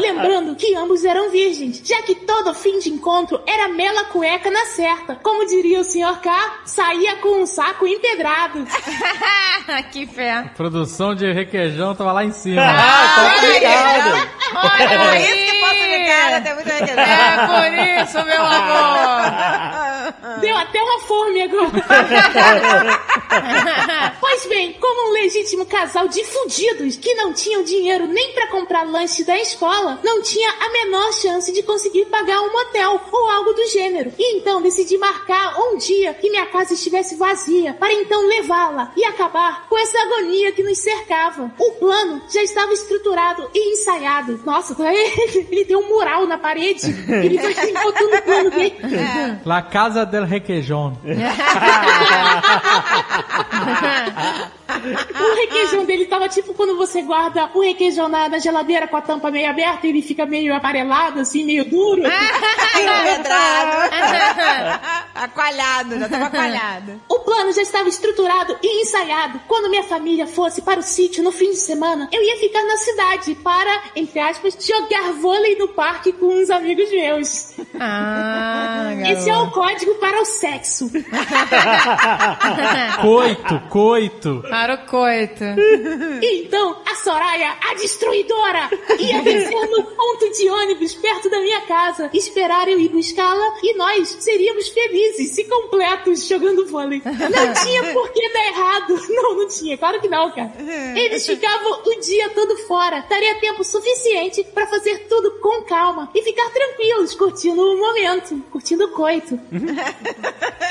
S17: Lembrando que ambos eram virgens, já que todo fim de encontro era mela cueca na certa. Como diria o senhor K, saía com um saco empedrado.
S3: que fé.
S5: Produção de requeijão tava lá em cima.
S3: Ah,
S5: tá
S3: requeijão.
S5: ligado.
S3: Olha
S4: É isso que posso né? ligar, até muito requeijão.
S3: É por isso, meu
S10: Ah.
S17: amor. Deu até uma fome agora. pois bem, como um legítimo casal de fudidos que não tinham dinheiro nem pra comprar lanche da escola, não tinha a menor chance de conseguir pagar um motel ou algo do gênero. E então decidi marcar um dia que minha casa estivesse vazia para então levá-la e acabar com essa agonia que nos cercava. O plano já estava estruturado e ensaiado. Nossa, ele deu um mural na parede. Ele foi botando o plano dele.
S5: La Casa del Requeijão.
S17: O requeijão dele tava tipo quando você guarda o requeijão na, na geladeira com a tampa meio aberta e ele fica meio amarelado, assim, meio duro.
S4: Empedrado. Aqualhado, já tava aqualhado.
S17: O plano já estava estruturado e ensaiado. Quando minha família fosse para o sítio no fim de semana, eu ia ficar na cidade para, entre aspas, jogar vôlei no parque com uns amigos meus.
S4: Ah,
S17: Esse é o código para o sexo.
S5: Coito, coito.
S3: Para o coito.
S17: Então, a Soraya, a destruidora, ia descer no ponto de ônibus perto da minha casa, esperar eu ir buscá-la e nós seríamos felizes e completos jogando vôlei. Não tinha por que dar errado. Não, não tinha. Claro que não, cara. Eles ficavam o dia todo fora. Daria tempo suficiente pra fazer tudo com calma e ficar tranquilos, curtindo o momento, curtindo o coito.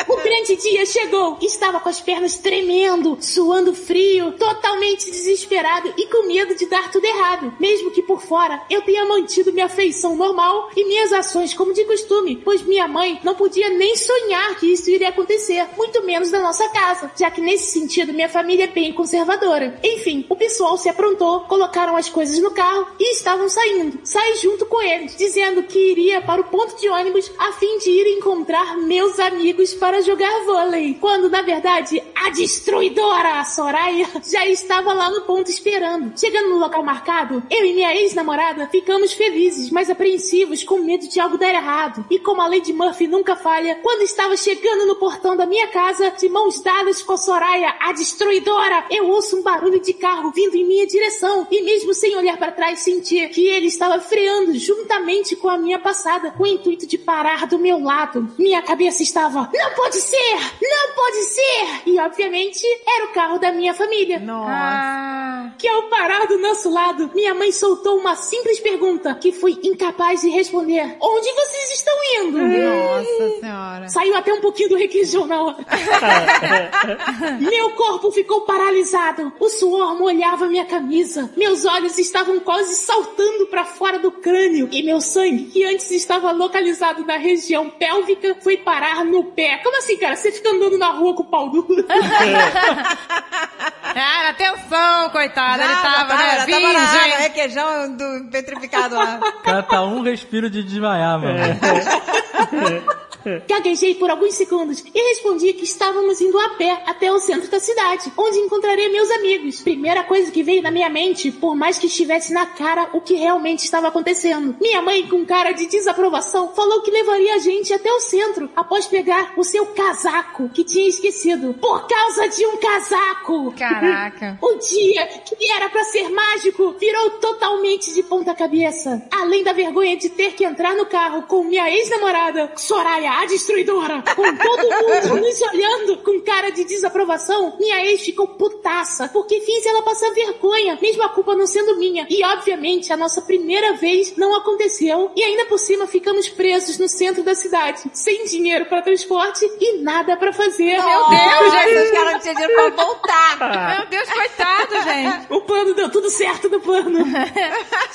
S17: O grande dia chegou. Estava com as pernas tremendo, suando frio, totalmente desesperado e com medo de dar tudo errado. Mesmo que por fora eu tenha mantido minha feição normal e minhas ações como de costume, pois minha mãe não podia nem sonhar que isso iria acontecer, muito menos na nossa casa, já que nesse sentido minha família é bem conservadora. Enfim, o pessoal se aprontou, colocaram as coisas no carro e estavam saindo. Saí junto com eles, dizendo que iria para o ponto de ônibus a fim de ir encontrar meus amigos para jogar vôlei. Quando, na verdade, a A destruidora Soraya já estava lá no ponto esperando. Chegando no local marcado, eu e minha ex-namorada ficamos felizes, mas apreensivos, com medo de algo dar errado. E como a lei de Murphy nunca falha, quando estava chegando no portão da minha casa, de mãos dadas com a Soraya, a destruidora, eu ouço um barulho de carro vindo em minha direção. E mesmo sem olhar para trás, senti que ele estava freando juntamente com a minha passada, com o intuito de parar do meu lado. Minha cabeça estava, não pode ser! Não pode ser! E obviamente era o carro da minha família.
S3: Nossa.
S17: Que ao parar do nosso lado, minha mãe soltou uma simples pergunta que fui incapaz de responder. Onde vocês estão indo?
S3: Nossa senhora.
S17: Saiu até um pouquinho do requeijão na hora. Meu corpo ficou paralisado. O suor molhava minha camisa. Meus olhos estavam quase saltando para fora do crânio. E meu sangue, que antes estava localizado na região pélvica, foi parar no pé. Como assim, cara? Você fica andando na rua com o pau duro?
S3: Cara, atenção, coitada. ele tava, né?
S4: ela tava é na água,
S3: virgem.
S4: requeijão do petrificado lá.
S5: Cara, tá um respiro de desmaiar, mano.
S17: Gaguejei por alguns segundos e respondi que estávamos indo a pé até o centro da cidade, onde encontraria meus amigos. Primeira coisa que veio na minha mente, por mais que estivesse na cara o que realmente estava acontecendo. Minha mãe, com cara de desaprovação, falou que levaria a gente até o centro após pegar o seu casaco que tinha esquecido. Por causa de um casaco!
S3: Caraca.
S17: O Um dia que era pra ser mágico virou totalmente de ponta cabeça. Além da vergonha de ter que entrar no carro com minha ex-namorada, Soraya, a destruidora, com todo mundo nos olhando com cara de desaprovação, minha ex ficou putaça, porque fiz ela passar vergonha, mesmo a culpa não sendo minha. E obviamente a nossa primeira vez não aconteceu, e ainda por cima ficamos presos no centro da cidade, sem dinheiro pra transporte e nada pra fazer.
S3: Meu Deus, gente, os caras não tinham dinheiro pra
S17: voltar.
S3: Meu Deus, coitado, gente.
S17: Ah. O plano deu tudo certo no plano.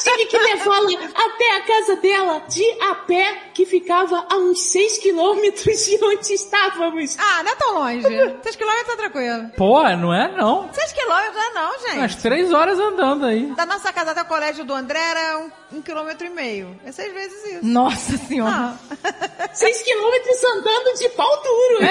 S17: Tive que levá-la até a casa dela de a pé, que ficava a uns 6 quilômetros de onde estávamos.
S4: Ah, não é tão longe. 6 quilômetros é tranquilo.
S5: Pô, não é não.
S4: 6 quilômetros não é não, gente.
S5: Umas três horas andando aí.
S4: Da nossa casa até o colégio do André era um, um quilômetro e meio. É seis vezes isso. Ah.
S3: Nossa senhora.
S17: Seis quilômetros andando de pau duro.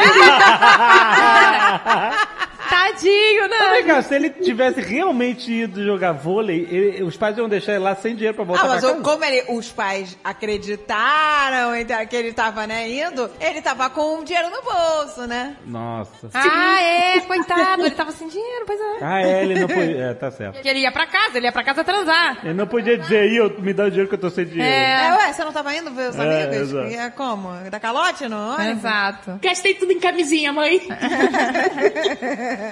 S3: Tadinho, né?
S8: Mas, cara, se ele tivesse realmente ido jogar vôlei, ele- os pais iam deixar ele lá sem dinheiro pra voltar
S4: Ah, mas
S8: pra
S4: o-
S8: casa.
S4: como ele- os pais acreditaram em- que ele tava, né, indo, ele tava com um dinheiro no bolso, né?
S8: Nossa.
S3: Ah, é, coitado. Ele tava sem dinheiro, pois é.
S8: Ah, é, ele não podia... É, tá certo.
S3: Que ele ia pra casa, ele ia pra casa transar.
S8: Ele não podia dizer, aí, eu- me dá o dinheiro que eu tô sem dinheiro.
S4: É, ué, você não tava indo ver os
S8: É,
S4: amigos?
S8: exato.
S4: É, como? Da calote, não?
S3: Exato.
S17: Gastei tudo em camisinha, mãe.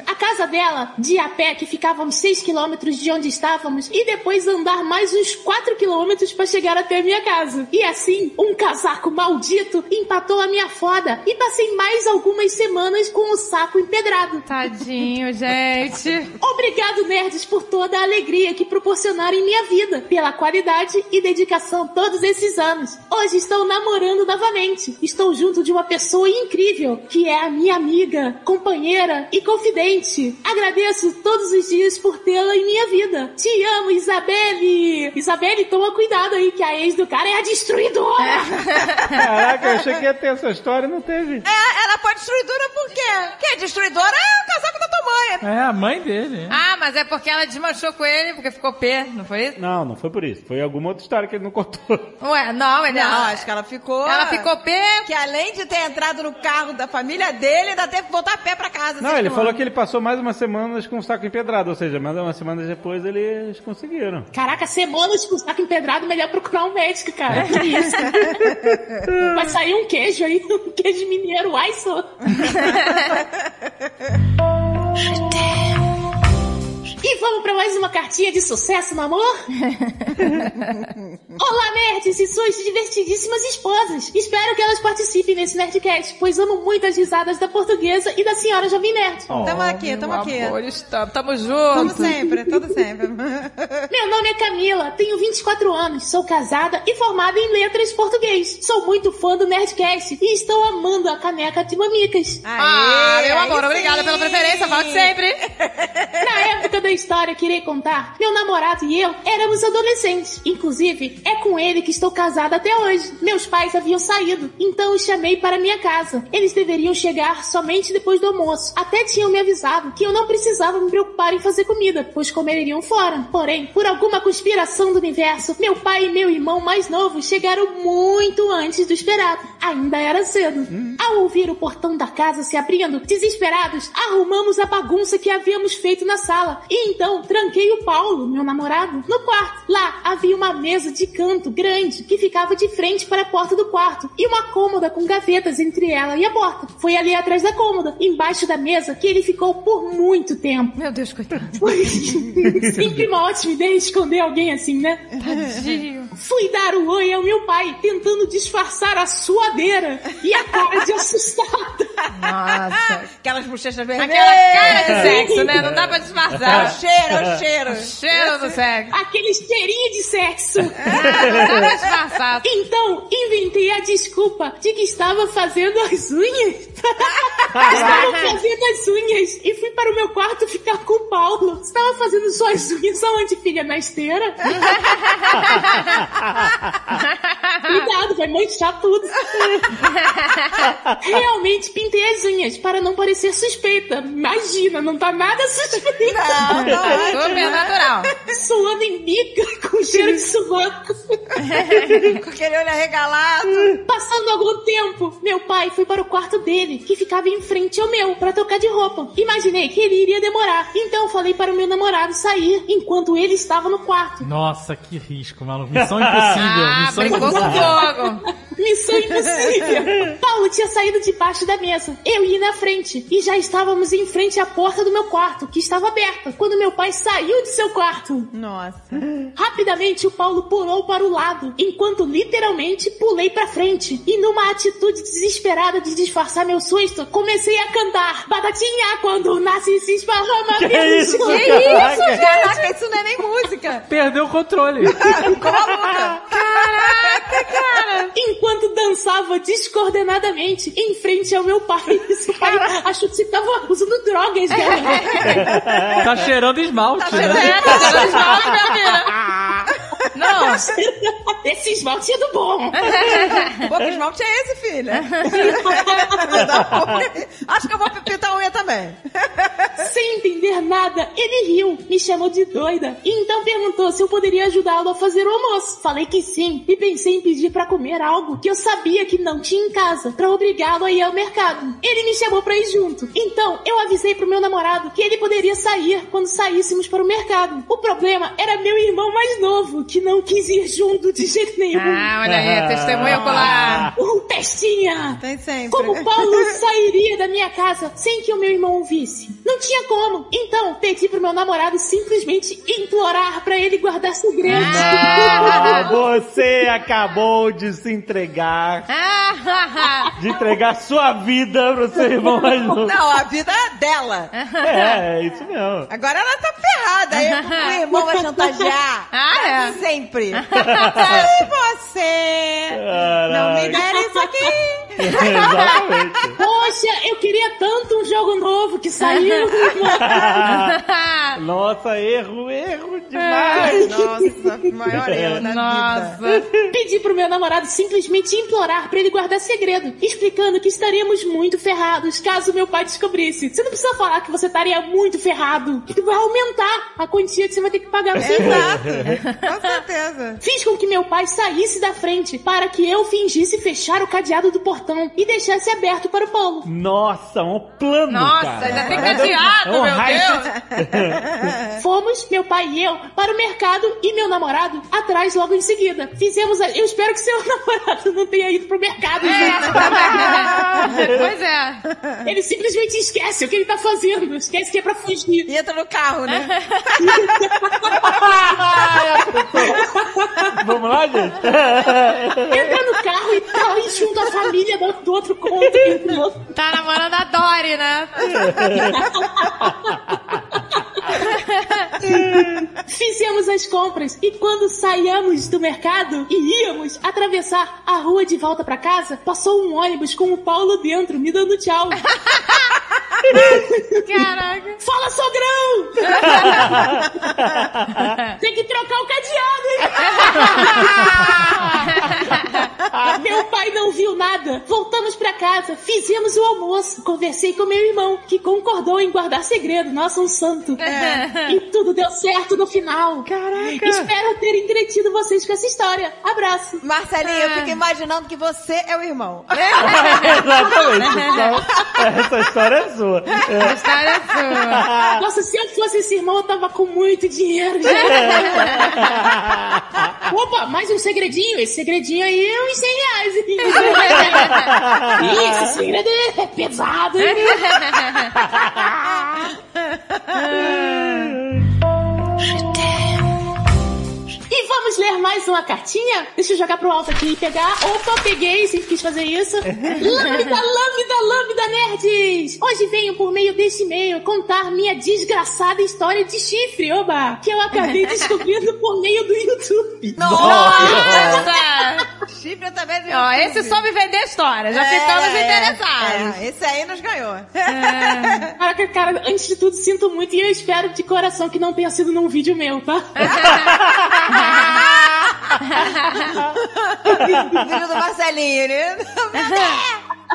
S17: a casa dela, de a pé, que ficava uns 6 quilômetros de onde estávamos, e depois andar mais uns 4 quilômetros para chegar até a minha casa. E assim, um casaco maldito empatou a minha foda e passei mais algumas semanas com o saco empedrado.
S3: Tadinho, gente.
S17: Obrigado, nerds, por toda a alegria que proporcionaram em minha vida, pela qualidade e dedicação todos esses anos. Hoje estou namorando novamente. Estou junto de uma pessoa incrível, que é a minha amiga, companheira e confidente. Agradeço todos os dias por tê-la em minha vida. Te amo, Isabelle! Isabelle, toma cuidado aí, que a ex do cara é a destruidora!
S8: Caraca, eu achei que ia ter essa história e não teve.
S4: É, ela foi destruidora por quê? Porque destruidora é o casaco da tua mãe.
S5: É a mãe dele. né?
S3: Ah, mas é porque ela desmanchou com ele, porque ficou pé, não foi isso?
S8: Não, não foi por isso. Foi alguma outra história que ele não contou.
S3: Ué, não, ele
S4: Não,
S3: não.
S4: acho que ela ficou...
S3: Ela ficou pé.
S4: Que além de ter entrado no carro da família dele, ainda teve que voltar a pé pra casa.
S8: Não,
S4: vocês
S8: ele
S4: que
S8: falou
S4: mandam.
S8: que ele passou mais umas semanas com o saco empedrado, ou seja, mais umas semanas depois eles conseguiram.
S17: Caraca, semanas com saco empedrado, melhor procurar um médico, cara. Que isso? Vai sair um queijo aí, um queijo mineiro, ai só. E vamos pra mais uma cartinha de sucesso no amor? Olá, nerds e suas divertidíssimas esposas! Espero que elas participem nesse Nerdcast, pois amo muito as risadas da portuguesa e da senhora Jovem Nerd.
S4: Tamo aqui, tamo aqui.
S3: tamo junto.
S4: Tamo sempre, todo sempre.
S17: Meu nome é Camila, tenho 24 anos, sou casada e formada em letras português. Sou muito fã do Nerdcast e estou amando a caneca de mamicas.
S3: Ah, meu amor, obrigada pela preferência, volte sempre.
S17: Na época da história, queria contar comentar, meu namorado e eu éramos adolescentes. Inclusive, é com ele que estou casada até hoje. Meus pais haviam saído, então os chamei para minha casa. Eles deveriam chegar somente depois do almoço. Até tinham me avisado que eu não precisava me preocupar em fazer comida, pois comeriam fora. Porém, por alguma conspiração do universo, meu pai e meu irmão mais novo chegaram muito antes do esperado. Ainda era cedo. Ao ouvir o portão da casa se abrindo, desesperados, arrumamos a bagunça que havíamos feito na sala. E então tranquei o Paulo, meu namorado, no quarto. Lá havia uma mesa de canto grande que ficava de frente para a porta do quarto e uma cômoda com gavetas entre ela e a porta. Foi ali atrás da cômoda, embaixo da mesa, que ele ficou por muito tempo.
S3: Meu Deus, coitado.
S17: Sempre uma ótima ideia esconder alguém assim, né?
S3: Tadinho.
S17: Fui dar o oi ao meu pai, tentando disfarçar a suadeira e a cara de assustada. É.
S3: Nossa.
S4: Aquelas bochechas vermelhas.
S3: Aquela cara de sexo, né? Não dá pra disfarçar.
S4: O cheiro, o cheiro.
S3: O cheiro do sexo. É,
S17: Aquele cheirinho de sexo.
S3: Não dá pra disfarçar.
S17: Então, inventei a desculpa de que estava fazendo as unhas. estava fazendo as unhas e fui para o meu quarto ficar com o Paulo. Estava fazendo suas unhas aonde, filha? é Na esteira? Cuidado, vai manchar tudo. Realmente pintei as unhas para não parecer suspeita. Imagina, não tá nada suspeita.
S3: Não, não, super natural.
S17: Suando em bica, com cheiro de subaco.
S4: Com aquele olho arregalado.
S17: Passando algum tempo, meu pai foi para o quarto dele, que ficava em frente ao meu, para trocar de roupa. Imaginei que ele iria demorar, então falei para o meu namorado sair enquanto ele estava no quarto.
S5: Nossa, que risco, maluco. Missão impossível.
S3: Ah,
S5: missão
S3: brigou com
S5: impossível.
S3: fogo.
S17: Missão impossível! Paulo tinha saído debaixo da mesa. Eu ia na frente. E já estávamos em frente à porta do meu quarto, que estava aberta, quando meu pai saiu de seu quarto.
S4: Nossa.
S17: Rapidamente, o Paulo pulou para o lado, enquanto literalmente pulei para frente. E numa atitude desesperada de disfarçar meu susto, comecei a cantar Batatinha quando nasce se esparrama
S5: Que
S17: pelo
S5: isso,
S17: chão."
S5: Que
S4: Isso,
S5: Caraca.
S4: gente, isso não é nem música.
S5: Perdeu o controle.
S4: Caraca,
S17: cara! Enquanto dançava descoordenadamente em frente ao meu pai. Esse pai achou que você tava usando drogas, galera.
S5: tá cheirando esmalte, né?
S3: Não.
S17: Esse esmalte é do bom.
S4: Pô, que esmalte é esse, filha? Acho que eu vou pintar a unha também.
S17: Sem entender nada, ele riu, me chamou de doida e então perguntou se eu poderia ajudá-lo a fazer o almoço. Falei que sim e pensei em pedir pra comer algo que eu sabia que não tinha em casa, pra obrigá-lo a ir ao mercado. Ele me chamou pra ir junto. Então, eu avisei pro meu namorado que ele poderia sair quando saíssemos para o mercado. O problema era meu irmão mais novo, que não quis ir junto de jeito nenhum.
S3: Ah, olha aí, testemunha ocular.
S17: Um pestinha!
S4: Tem sempre.
S17: Como Paulo sairia da minha casa sem que o meu irmão ouvisse? Não tinha como. Então, pedi pro meu namorado simplesmente implorar pra ele guardar segredo.
S8: Ah, você acabou de se entregar, de entregar sua vida pro seu irmão mais novo.
S4: Não, a vida é dela.
S8: É, é isso mesmo.
S4: Agora ela tá ferrada. Aí o irmão vai chantagear. Tá
S3: Ah, é?
S4: Sempre. Se você não
S8: Caraca.
S4: me der isso aqui...
S8: Exatamente.
S17: Poxa, eu queria tanto um jogo novo que saiu.
S8: Nossa, erro, erro demais.
S4: É. Nossa, maior erro da vida.
S17: Pedi pro meu namorado simplesmente implorar pra ele guardar segredo, explicando que estaríamos muito ferrados caso meu pai descobrisse. Você não precisa falar que você estaria muito ferrado, que vai aumentar a quantia que você vai ter que pagar pro seu irmão.
S4: É Exato. Com certeza.
S17: Fiz com que meu pai saísse da frente para que eu fingisse fechar o cadeado do portão e deixasse aberto para o Paulo.
S8: Nossa, um plano,
S3: Nossa,
S8: cara. É um
S3: ainda tem cadeado, meu
S17: Fomos, meu pai e eu, para o mercado e meu namorado atrás logo em seguida. Fizemos a... Eu espero que seu namorado não tenha ido pro mercado.
S4: É,
S17: gente.
S3: É. pois é.
S17: Ele simplesmente esquece o que ele tá fazendo. Esquece que é pra fugir.
S4: E entra no carro, né?
S8: Vamos lá, gente?
S17: Entra no carro e tá ali junto à família do, do outro conto.
S3: Tá namorando a Dory, né?
S17: Fizemos as compras e quando saíamos do mercado e íamos atravessar a rua de volta pra casa, passou um ônibus com o Paulo dentro, me dando tchau.
S3: Caraca.
S17: Fala, sogrão! Tem que trocar o cadeado, hein? Ah, meu pai não viu nada. Voltamos pra casa, fizemos o almoço. Conversei com meu irmão, que concordou em guardar segredo. Nossa, um santo.
S3: É.
S17: E tudo deu certo no final. Caraca. Espero ter entretido vocês com essa história. Abraço.
S4: Marcelinho,
S3: É.
S4: eu fico imaginando que você é o irmão.
S8: Exatamente. Então, essa história é sua.
S3: A história é sua.
S17: Nossa, se eu fosse esse irmão, eu tava com muito dinheiro. gente. Opa, mais um segredinho. Esse segredinho aí é uns 100 reais. Ih,
S5: Ah.
S17: esse segredo é pesado. hein? E vamos ler mais uma cartinha? Deixa eu jogar pro alto aqui e pegar. Opa, peguei, sempre quis fazer isso. Lambda, lambda, lambda, nerds! Hoje venho por meio deste e-mail contar minha desgraçada história de chifre, oba! Que eu acabei descobrindo por meio do YouTube.
S3: Nossa!
S4: Chifre também do
S3: Ó, esse soube vender história. Já ficamos interessados.
S4: É, esse aí nos ganhou.
S11: É.
S17: Caraca, É. cara, antes de tudo, sinto muito e eu espero de coração que não tenha sido num vídeo meu, tá?
S4: Filho do Marcelinho, né?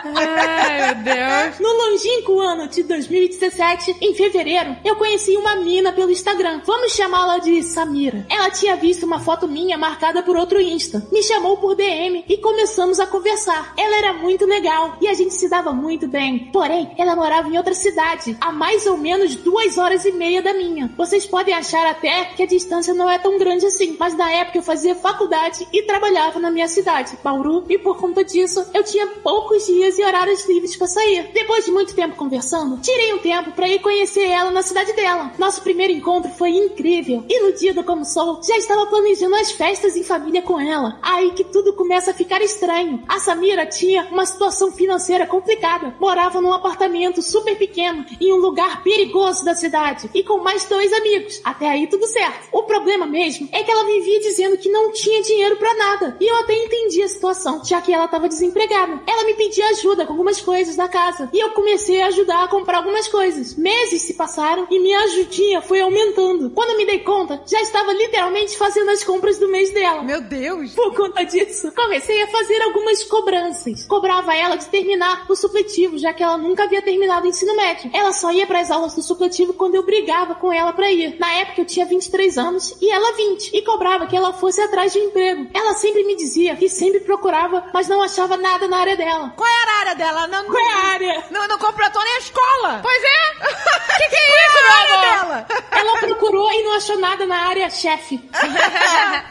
S3: Ai, meu Deus.
S17: No longínquo ano de 2017, em fevereiro, eu conheci uma mina pelo Instagram. Vamos chamá-la de Samira. Ela tinha visto uma foto minha marcada por outro Insta. Me chamou por DM e começamos a conversar. Ela era muito legal e a gente se dava muito bem. Porém, ela morava em outra cidade, a mais ou menos duas horas e meia da minha. Vocês podem achar até que a distância não é tão grande assim, mas na época eu fazia faculdade e trabalhava na minha cidade, Bauru, e por conta disso, eu tinha poucos dias dias e horários livres pra sair. Depois de muito tempo conversando, tirei um tempo pra ir conhecer ela na cidade dela. Nosso primeiro encontro foi incrível. Iludida como sou, já estava planejando as festas em família com ela. Aí que tudo começa a ficar estranho. A Samira tinha uma situação financeira complicada. Morava num apartamento super pequeno, em um lugar perigoso da cidade, e com mais dois amigos. Até aí tudo certo. O problema mesmo é que ela vivia dizendo que não tinha dinheiro pra nada. E eu até entendi a situação, já que ela estava desempregada. Ela me pedia ajuda com algumas coisas da casa. E eu comecei a ajudar a comprar algumas coisas. Meses se passaram e minha ajudinha foi aumentando. Quando me dei conta, já estava literalmente fazendo as compras do mês dela.
S4: Meu Deus!
S17: Por conta disso, comecei a fazer algumas cobranças. Cobrava ela de terminar o supletivo, já que ela nunca havia terminado o ensino médio. Ela só ia para as aulas do supletivo quando eu brigava com ela para ir. Na época eu tinha 23 anos e ela 20 e cobrava que ela fosse atrás de um emprego. Ela sempre me dizia que sempre procurava, mas não achava nada na área dela.
S4: Qual era a área dela? Não,
S17: Qual é a área?
S4: Não, não completou nem a escola.
S3: Pois é! Que que é isso,
S4: Qual é
S3: meu
S4: a área
S3: amor?
S4: dela?
S17: Ela procurou e não achou nada na área chefe.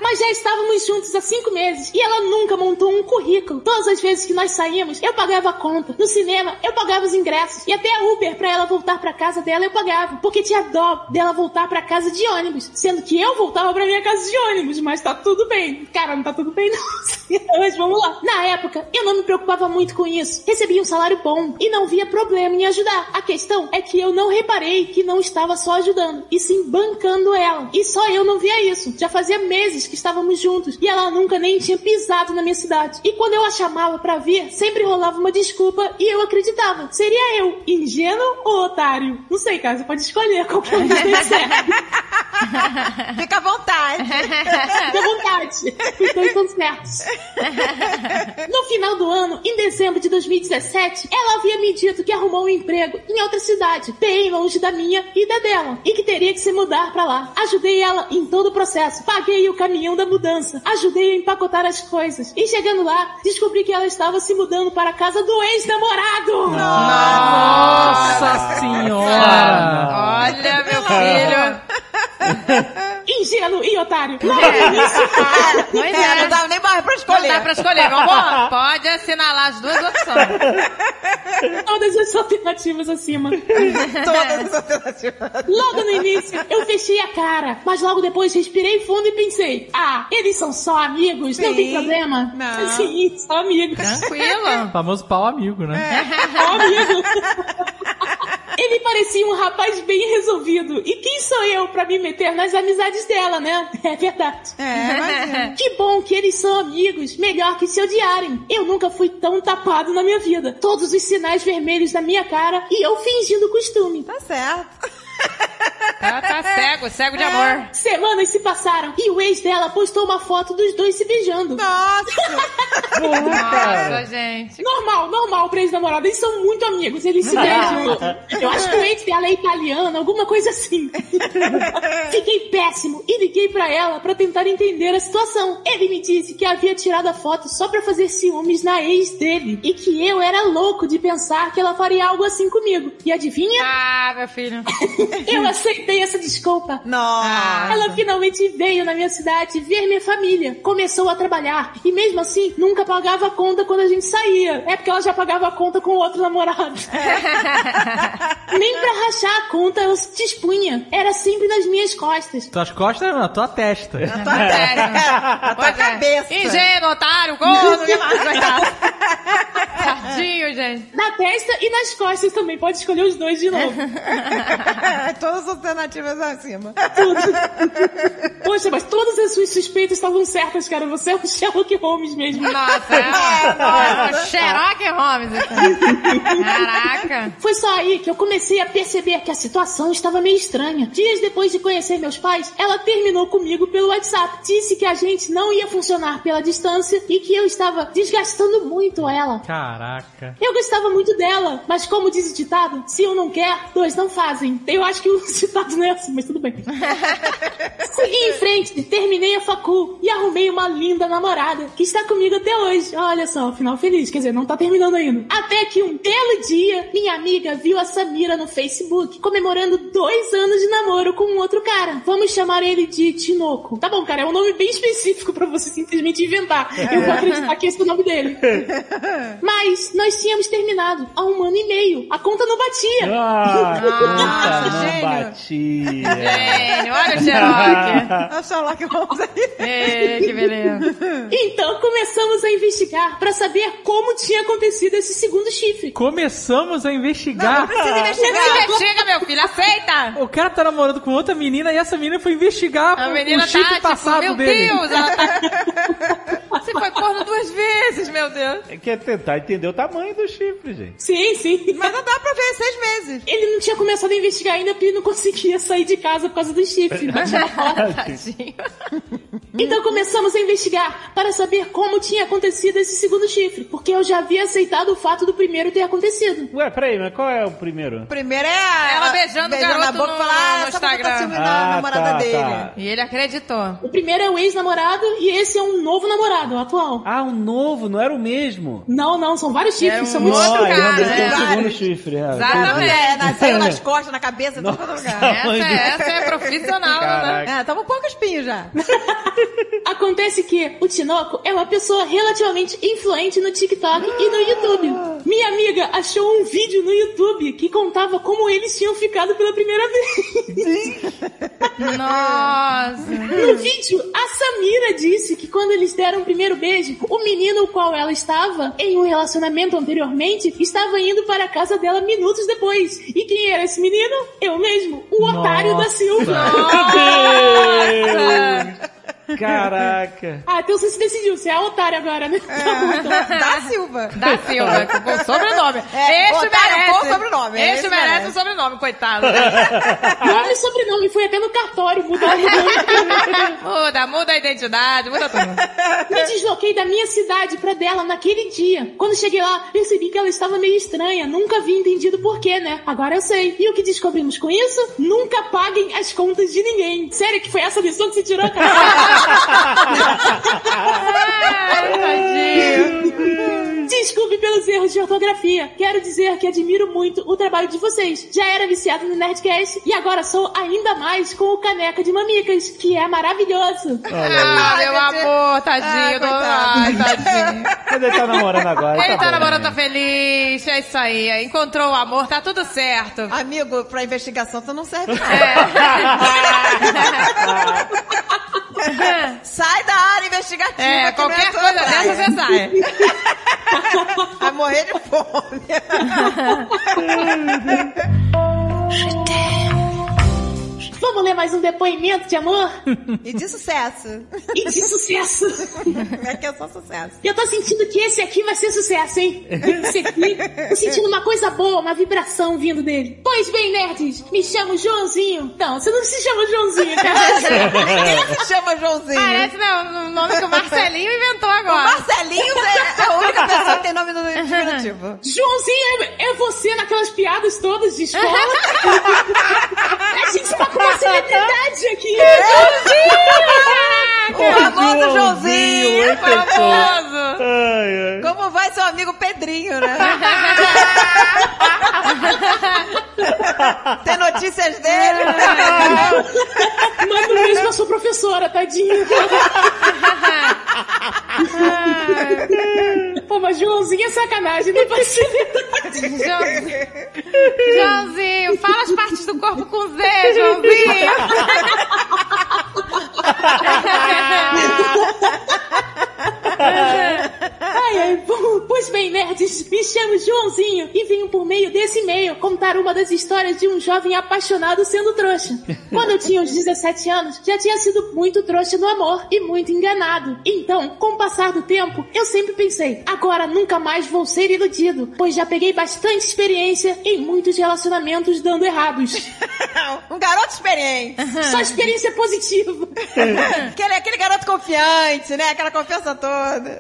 S17: Mas já estávamos juntos há cinco meses e ela nunca montou um currículo. Todas as vezes que nós saímos, eu pagava a conta. No cinema, eu pagava os ingressos. E até a Uber pra ela voltar pra casa dela, eu pagava. Porque tinha dó dela voltar pra casa de ônibus. Sendo que eu voltava pra minha casa de ônibus. Mas tá tudo bem. Cara, não tá tudo bem não. Mas vamos lá. Na época, eu não me preocupava muito com isso. Recebia um salário bom e não via problema em ajudar. A questão é que eu não reparei que não estava só ajudando, e sim bancando ela. E só eu não via isso. Já fazia meses que estávamos juntos e ela nunca nem tinha pisado na minha cidade. E quando eu a chamava pra vir, sempre rolava uma desculpa e eu acreditava. Seria eu, ingênuo ou otário? Não sei, cara, você pode escolher qualquer um dos dois serve.
S4: Fica à vontade.
S17: Fica à vontade. Os dois estão certos. No final do ano, em dezembro de 2017, ela havia me dito que arrumou um emprego em outra cidade, bem longe da minha e da dela, e que teria que se mudar pra lá. Ajudei ela em todo o processo, paguei o caminhão da mudança, ajudei a empacotar as coisas, e chegando lá, descobri que ela estava se mudando para a casa do ex-namorado!
S5: Nossa senhora!
S3: Olha, meu filho.
S17: Ingênuo e otário! Não é isso!
S3: Pois
S4: É,
S3: é.
S4: não dava nem mais pra
S3: Não
S4: escolher.
S3: dá pra escolher, vamos Pode assinalar as duas opções.
S17: Todas as alternativas acima.
S4: Todas as alternativas.
S17: Logo no início, eu fechei a cara, mas logo depois respirei fundo e pensei: ah, eles são só amigos, não
S4: Sim.
S17: tem
S5: né?
S17: problema?
S4: Não.
S17: Sim, só amigos.
S3: Tranquilo.
S11: né?
S5: Famoso pau amigo, né?
S17: Só amigos. É. Ele parecia um rapaz bem resolvido. E quem sou eu pra me meter nas amizades dela, né? É verdade.
S4: É, imagino.
S17: que bom que eles são amigos. Melhor que se odiarem. Eu nunca fui tão tapado na minha vida. Todos os sinais vermelhos na minha cara e eu fingindo costume.
S4: Tá certo.
S11: Ela tá cego, cego de amor.
S17: É. Semanas se passaram e o ex dela postou uma foto dos dois se beijando.
S4: Nossa!
S11: Nossa, gente.
S17: Normal, normal pra ex-namorada. Eles são muito amigos, eles se beijam. Eu acho que o ex dela é italiano, alguma coisa assim. Fiquei péssimo e liguei pra ela pra tentar entender a situação. Ele me disse que havia tirado a foto só pra fazer ciúmes na ex dele e que eu era louco de pensar que ela faria algo assim comigo. E adivinha?
S11: Ah, meu filho.
S17: Eu aceitei essa desculpa.
S4: Nossa.
S17: Ela finalmente veio na minha cidade ver minha família. Começou a trabalhar. E mesmo assim, nunca pagava a conta quando a gente saía. É porque ela já pagava a conta com outro namorado. Nem pra rachar a conta ela se dispunha. Era sempre nas minhas costas. É,
S5: Tuas costas na tua testa.
S4: Na tua testa.
S17: Tá
S4: Na tua
S11: Pois é.
S4: cabeça.
S11: Ingênuo, otário, gordo, que mais, coitado. Tadinho, gente.
S17: Na testa e nas costas também. Pode escolher os dois de novo.
S4: É. Todas as alternativas acima.
S17: Poxa, mas todas as suas suspeitas estavam certas, cara. Você é um Sherlock Holmes mesmo.
S11: Nossa, é uma, é uma Sherlock Holmes. então. Caraca.
S17: Foi só aí que eu comecei a perceber que a situação estava meio estranha. Dias depois de conhecer meus pais, ela terminou comigo pelo WhatsApp. Disse que a gente não ia funcionar pela distância e que eu estava desgastando muito ela.
S5: Caraca.
S17: Eu gostava muito dela, mas como diz o ditado, se um não quer, dois não fazem. Eu acho que o ditado não é assim, mas tudo bem. Segui em frente, terminei a facul e arrumei uma linda namorada que está comigo até hoje. Olha só, final feliz, quer dizer, não tá terminando ainda. Até que um belo dia, minha amiga viu a Samira no Facebook comemorando dois anos de namoro com um outro cara. Vamos chamar ele de Tinoco. Tá bom, cara, é um nome bem específico pra você simplesmente inventar. Eu vou acreditar que esse é o nome dele. Mas nós tínhamos terminado há um ano e meio. A conta não batia.
S8: Ah,
S11: Ah,
S8: puta, não
S11: gênio.
S8: batia.
S11: Gênio, olha o Sherlock.
S4: A Sherlock Holmes aí.
S11: Ê, que beleza.
S17: Então começamos a investigar pra saber como tinha acontecido esse segundo chifre.
S5: Começamos a
S8: Ah.
S5: investigar.
S11: Chega, chega, meu filho, aceita.
S5: O cara tá namorando com outra menina e essa menina foi investigar
S11: A
S5: o-
S11: menina
S5: o chip
S11: tá, tipo,
S5: passado
S11: meu
S5: dele.
S11: Deus, ela tá... Você foi corno duas vezes, meu Deus.
S8: É que é tentar entender o tamanho do chifre, gente.
S17: Sim, sim.
S4: Mas não dá pra ver seis meses.
S17: Ele não tinha começado a investigar ainda porque ele não conseguia sair de casa por causa do chifre. Não tinha hora.
S11: Tadinho.
S17: Então começamos a investigar para saber como tinha acontecido esse segundo chifre, porque eu já havia aceitado o fato do primeiro ter acontecido.
S8: Ué, peraí, mas qual é o primeiro?
S4: Primeiro é a,
S11: Ela beijando o
S4: na
S11: garoto
S4: boca
S11: no-
S4: e falar,
S11: no
S4: ah, sabe que eu tô
S11: Instagram.
S4: ciúme da
S8: Ah,
S4: namorada
S8: tá,
S4: dele.
S8: tá.
S11: E ele acreditou.
S17: O primeiro é o ex-namorado e esse é um novo namorado, o atual.
S8: Ah, o novo, não era o mesmo.
S17: Não, não, são vários chifres,
S11: É um
S17: são muitos
S11: outro
S17: chifres.
S8: Ah,
S11: cara,
S8: realmente tem
S11: né?
S8: o segundo chifre. é.
S11: Exatamente.
S4: É, nasceu nas costas, na cabeça, em todo lugar.
S11: Essa, essa é profissional, né?
S4: É, tamo pouco espinho já.
S17: Acontece que o Tinoco é uma pessoa relativamente influente no TikTok e no YouTube. Minha amiga achou um vídeo no YouTube que contava como eles tinham ficado pela primeira vez.
S11: Nossa.
S17: No vídeo, a Samira disse que quando eles deram o primeiro beijo, o menino o qual ela estava em um relacionamento anteriormente estava indo para a casa dela minutos depois. E quem era esse menino? Eu mesmo, o otário da Silva.
S11: Nossa.
S8: Caraca.
S17: Ah, então você se decidiu, você é otário agora, né? Tá bom, então.
S4: É. Da Silva.
S11: Da Silva, com bom sobrenome.
S4: É,
S11: este
S4: botaram
S11: merece. um
S4: bom sobrenome, é
S11: Este,
S4: esse
S11: merece,
S4: merece.
S11: o sobrenome, coitado. Tá
S17: Nome e sobrenome, fui até no cartório mudar o nome.
S11: muda, muda a identidade, muda tudo.
S17: Me desloquei da minha cidade pra dela naquele dia. Quando cheguei lá, percebi que ela estava meio estranha. Nunca havia entendido porquê, né? Agora eu sei. E o que descobrimos com isso? Nunca paguem as contas de ninguém. Sério que foi essa lição que você tirou, cara?
S11: Ai, tadinho.
S17: Desculpe pelos erros de ortografia. Quero dizer que admiro muito o trabalho de vocês. Já era viciado no Nerdcast e agora sou ainda mais com o Caneca de Mamicas, que é maravilhoso.
S11: Ah, meu amor, tadinho.
S4: Ah, coitado.
S11: Ai, tadinho.
S8: Mas ele tá namorando agora.
S11: Ele tá
S8: bom,
S11: namorando,
S8: né?
S11: tá feliz, é isso aí. Encontrou o amor, tá tudo certo.
S4: Amigo, pra investigação tu não serve não. Sai da área investigativa.
S11: É, é
S4: que não
S11: qualquer
S4: a tua
S11: coisa
S4: praia.
S11: dessa você sai.
S4: Vai morrer de fome.
S17: Vamos ler mais um depoimento de amor?
S4: E de sucesso.
S17: E de sucesso.
S4: É que é só sucesso.
S17: Eu tô sentindo que esse aqui vai ser sucesso, hein? Esse aqui, tô sentindo uma coisa boa, uma vibração vindo dele. Pois bem, nerds, me chamo Joãozinho. Não, você não se chama Joãozinho, cara.
S4: Quem se chama Joãozinho?
S3: Parece não, o nome que o Marcelinho inventou agora.
S4: O Marcelinho é a única pessoa que tem nome no diminutivo.
S17: Joãozinho é, é você naquelas piadas todas de escola. a gente tá com uma celebridade aqui. né?
S4: É. Joãozinho! O famoso
S8: Joãozinho,
S4: Joãozinho.
S8: muito
S4: famoso.
S8: bom. Ai, ai.
S4: Como vai seu amigo Pedrinho, né? Tem notícias dele?
S17: Manda um beijo pra sua professora, tadinho.
S4: Ah.
S17: Pô, mas Joãozinho é sacanagem, não pode ser verdade.
S3: Joãozinho, fala as partes do corpo com Z, Joãozinho.
S17: Ai, ai, bom, pois bem, nerds, me chamo Joãozinho e venho por meio desse e-mail contar uma das histórias de um jovem apaixonado sendo trouxa. Quando eu tinha uns 17 anos, já tinha sido muito trouxa no amor e muito enganado. Então, com o passar do tempo, eu sempre pensei, agora nunca mais vou ser iludido, pois já peguei bastante experiência em muitos relacionamentos dando errados.
S4: Um garoto experiente.
S17: Só experiência positiva.
S4: aquele, é aquele garoto confiante, né? Aquela confiança toda.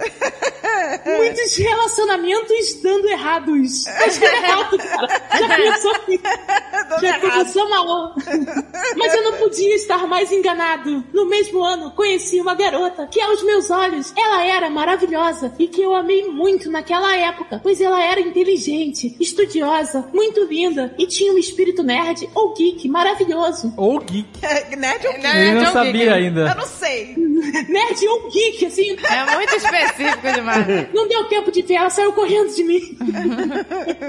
S17: Muitos relacionamentos dando errados. Mas deu errado, cara. Já começou aqui. Já começou mal. Mas eu não podia estar mais enganado. No mesmo ano, conheci uma garota que, aos meus olhos, ela era maravilhosa e que eu amei muito naquela época, pois ela era inteligente, estudiosa, muito linda e tinha um espírito nerd ou geek maravilhoso.
S5: Ou geek.
S4: Nerd ou geek?
S5: Eu não
S17: né?
S5: sabia ainda.
S4: Eu não sei.
S17: Nerd ou geek, assim.
S3: É muito específico demais.
S17: Não deu tempo de ver, ela saiu correndo de mim.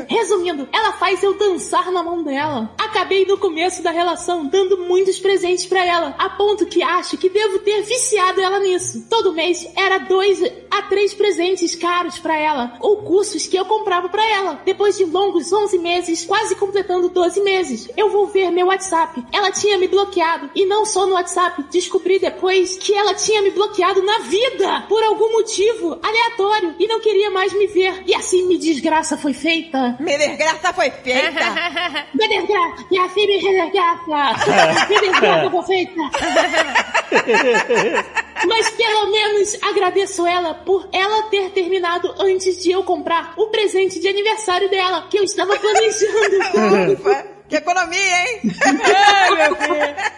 S17: Resumindo, ela faz eu dançar na mão dela. Acabei no começo da relação dando muitos presentes pra ela, a ponto que acho que devo ter viciado ela nisso. Todo mês era dois a três presentes caros pra ela, ou cursos que eu comprava pra ela. Depois de longos 11 meses, quase completando 12 meses, eu vou ver meu WhatsApp. Ela tinha me bloqueado, e não só no WhatsApp, descobri depois que ela tinha me bloqueado na vida, por algum motivo aleatório, e não queria mais me ver. E assim me desgraça foi feita.
S4: Minha desgraça foi feita.
S17: Me desgraça, e assim me desgraça. Me desgraça foi feita. Mas pelo menos agradeço ela por ela ter terminado antes de eu comprar o presente de aniversário dela, que eu estava planejando.
S4: que economia, hein?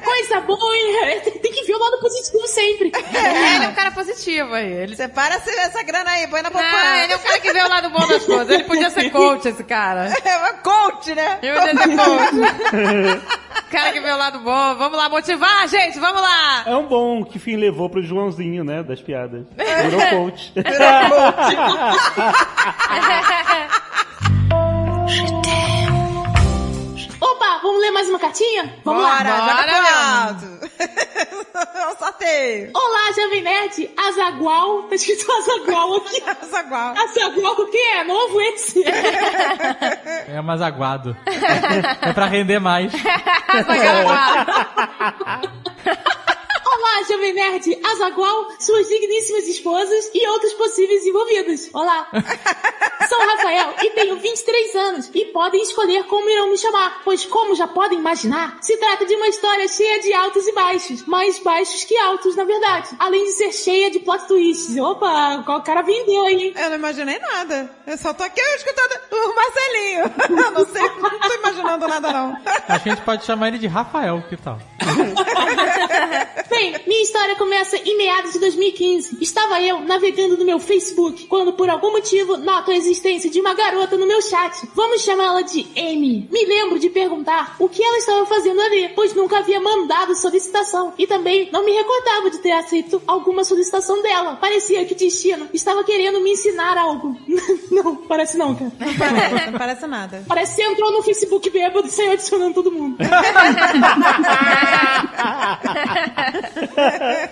S17: Coisa boa, hein? É, Tem que ver o lado positivo sempre.
S3: Ele é um cara positivo aí. Ele...
S4: Separa essa- essa grana aí, põe na poupança.
S3: Ah, ele é um cara que vê o lado bom das coisas. Ele podia ser coach, assim. esse cara.
S4: É uma coach, né?
S3: Eu podia ser coach. cara que vê o lado bom. Vamos lá, motivar, gente. Vamos lá.
S8: É um bom que fim levou pro Joãozinho, né? Das piadas. Virou coach.
S17: Opa, vamos ler mais uma cartinha? Vamos
S4: Bora,
S17: lá.
S4: joga pro alto. É um sorteio.
S17: Olá, Jovem Nerd, Azagual. Tá escrito Azagual aqui.
S4: Azagual.
S17: Azagual, o que é? Novo esse?
S5: É mais aguado. é pra render mais.
S17: Olá, Jovem Nerd, Azagual, suas digníssimas esposas e outros possíveis envolvidos. Olá. Sou Rafael e tenho 23 anos e podem escolher como irão me chamar, pois como já podem imaginar, se trata de uma história cheia de altos e baixos, mais baixos que altos, na verdade. Além de ser cheia de plot twists. Opa, qual cara vendeu aí, hein?
S4: Eu não imaginei nada. Eu só tô aqui escutando o Marcelinho. Eu não sei, não tô imaginando nada não.
S5: A gente pode chamar ele de Rafael, que tal?
S17: Bem, minha história começa em meados de 2015. Estava eu navegando no meu Facebook quando, por algum motivo, noto a existência de uma garota no meu chat. Vamos chamá-la de M. Me lembro de perguntar o que ela estava fazendo ali, pois nunca havia mandado solicitação e também não me recordava de ter aceito alguma solicitação dela. Parecia que o destino estava querendo me ensinar algo. não, parece não, cara.
S4: Não parece nada.
S17: Parece que você entrou no Facebook bêbado e saiu adicionando todo mundo.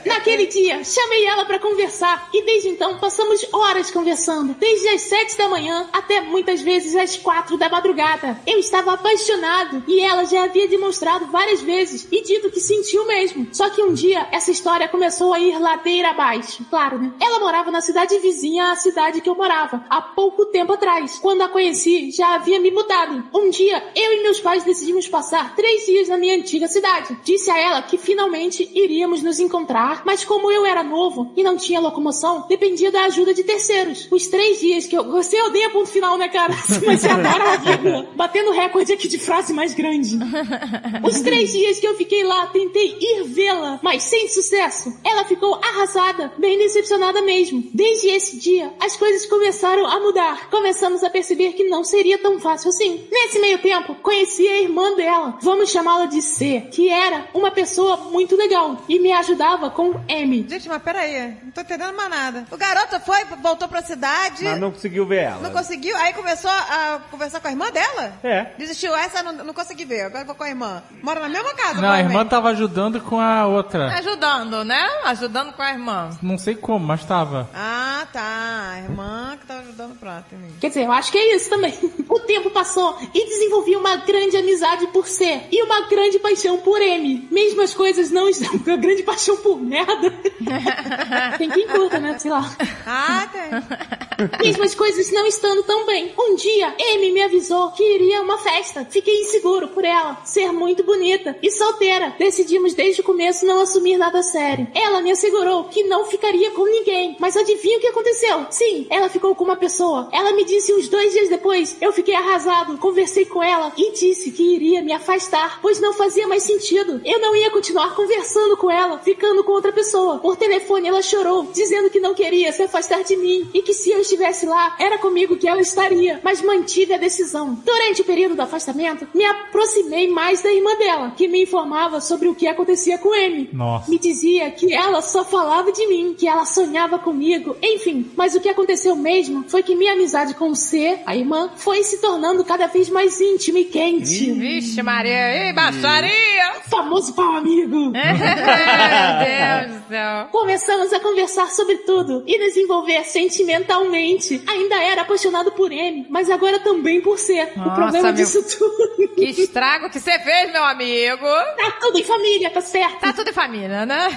S17: Naquele dia, chamei ela para conversar e desde então passamos horas conversando, desde as sete da manhã até muitas vezes às quatro da madrugada. Eu estava apaixonado e ela já havia demonstrado várias vezes e dito que sentiu mesmo. Só que um dia essa história começou a ir ladeira abaixo. Claro, né? Ela morava na cidade vizinha à cidade que eu morava, há pouco tempo atrás. Quando a conheci, já havia me mudado. Um dia, eu e meus pais decidimos passar três dias na minha antiga cidade. Disse a ela que finalmente iríamos nos encontrar, mas como eu era novo e não tinha locomoção, dependia da ajuda de terceiros. Os três dias que eu... Você odeia ponto final, né, cara? Mas você adora a
S8: é
S17: vida. Batendo recorde aqui de frase mais grande. Os três dias que eu fiquei lá, tentei ir vê-la, mas sem sucesso. Ela ficou arrasada, bem decepcionada mesmo. Desde esse dia, as coisas começaram a mudar. Começamos a perceber que não seria tão fácil assim. Nesse meio tempo, conheci a irmã dela. Vamos chamá-la de C, que era uma pessoa muito legal e me ajudava com M.
S4: Gente, mas peraí, não tô entendendo mais nada. O garoto foi, voltou pra cidade,
S8: Mas
S4: não,
S8: não conseguiu ver ela.
S4: conseguiu, aí começou a conversar com a irmã dela?
S8: É.
S4: Desistiu, essa eu não, não consegui ver, agora eu vou com a irmã. Mora na mesma casa,
S5: Não, a irmã
S4: provavelmente.
S5: tava ajudando com a outra.
S11: Ajudando, né? Ajudando com a irmã.
S5: Não sei como, mas tava.
S4: Ah, tá. A irmã que tá ajudando o prato. entendi.
S17: Quer dizer, eu acho que é isso também. O tempo passou e desenvolvi uma grande amizade por C e uma grande paixão por M. Mesmo as coisas não estão. Uma grande paixão por merda. tem quem curta, né? Sei lá.
S4: Ah, tem.
S17: Mesmo as coisas não estando tão bem. Um dia, M me avisou que iria a uma festa. Fiquei inseguro por ela ser muito bonita e solteira. Decidimos desde o começo não assumir nada sério. Ela me assegurou que não ficaria com ninguém. Mas adivinha o que aconteceu? Sim, ela ficou com uma pessoa. Ela me disse uns dois dias depois. Eu fiquei arrasado, conversei com ela e disse que iria me afastar, pois não fazia mais sentido. Eu não ia continuar conversando com ela, ficando com outra pessoa. Por telefone ela chorou, dizendo que não queria se afastar de mim e que se eu estivesse lá, era comigo que ela estaria, mas mantive a decisão. Durante o período do afastamento, me aproximei mais da irmã dela, que me informava sobre o que acontecia com ele.
S5: Nossa.
S17: Me dizia que ela só falava de mim, que ela sonhava comigo, enfim. Mas o que aconteceu mesmo foi que minha amizade com o C, a irmã, foi se tornando cada vez mais íntima e quente.
S11: Vixe, Maria, ei, baixaria!
S17: Famoso pau amigo!
S11: Meu Deus do céu!
S17: Começamos a conversar sobre tudo e nos envolver sentimentalmente. Ainda era apaixonado por ele, mas agora também por ser. o
S11: Nossa,
S17: problema
S11: meu-
S17: disso tudo.
S11: Que estrago que você fez, meu amigo!
S17: Tá tudo em família, tá certo?
S11: Tá tudo em família, né?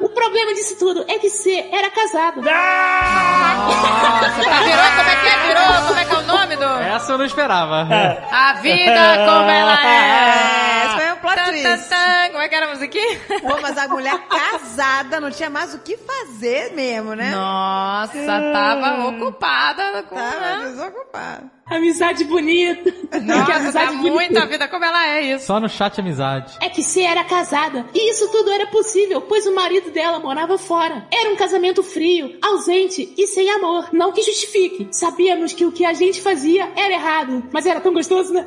S17: O problema disso tudo é que C era casado.
S4: Ah!
S11: Nossa, tá virou, como é que é? Virou, É. como é que é o nome do...
S5: Essa eu não esperava.
S11: A vida como ela é!
S4: Esse foi um plot
S11: Tan, tan,
S4: twist.
S11: tan. Como é que era a musiquinha?
S4: Pô, mas a mulher casada não tinha mais o que fazer mesmo, né? Hum.
S11: Nossa, tava ocupada. Com,
S4: Tava
S11: né?
S4: desocupada.
S17: Amizade bonita. Que
S11: Nossa, tá
S17: amizade
S11: muito
S17: bonita.
S11: a vida como ela é isso.
S5: Só no chat amizade.
S17: É que se era casada. E isso tudo era possível, pois o marido dela morava fora. Era um casamento frio, ausente e sem amor. Não que justifique. Sabíamos que o que a gente fazia era errado. Mas era tão gostoso, né?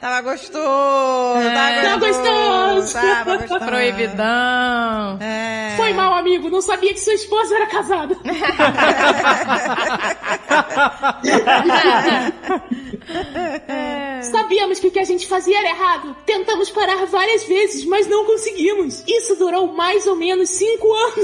S4: Tava gostoso, tava
S17: Tá
S4: gostoso.
S17: gostoso.
S4: Tava gostoso.
S11: Proibidão.
S4: É.
S17: Foi mal, amigo. Não sabia que sua esposa era casada.
S11: É.
S17: Sabíamos que o que a gente fazia era errado. Tentamos parar várias vezes, mas não conseguimos. Isso durou mais ou menos cinco anos.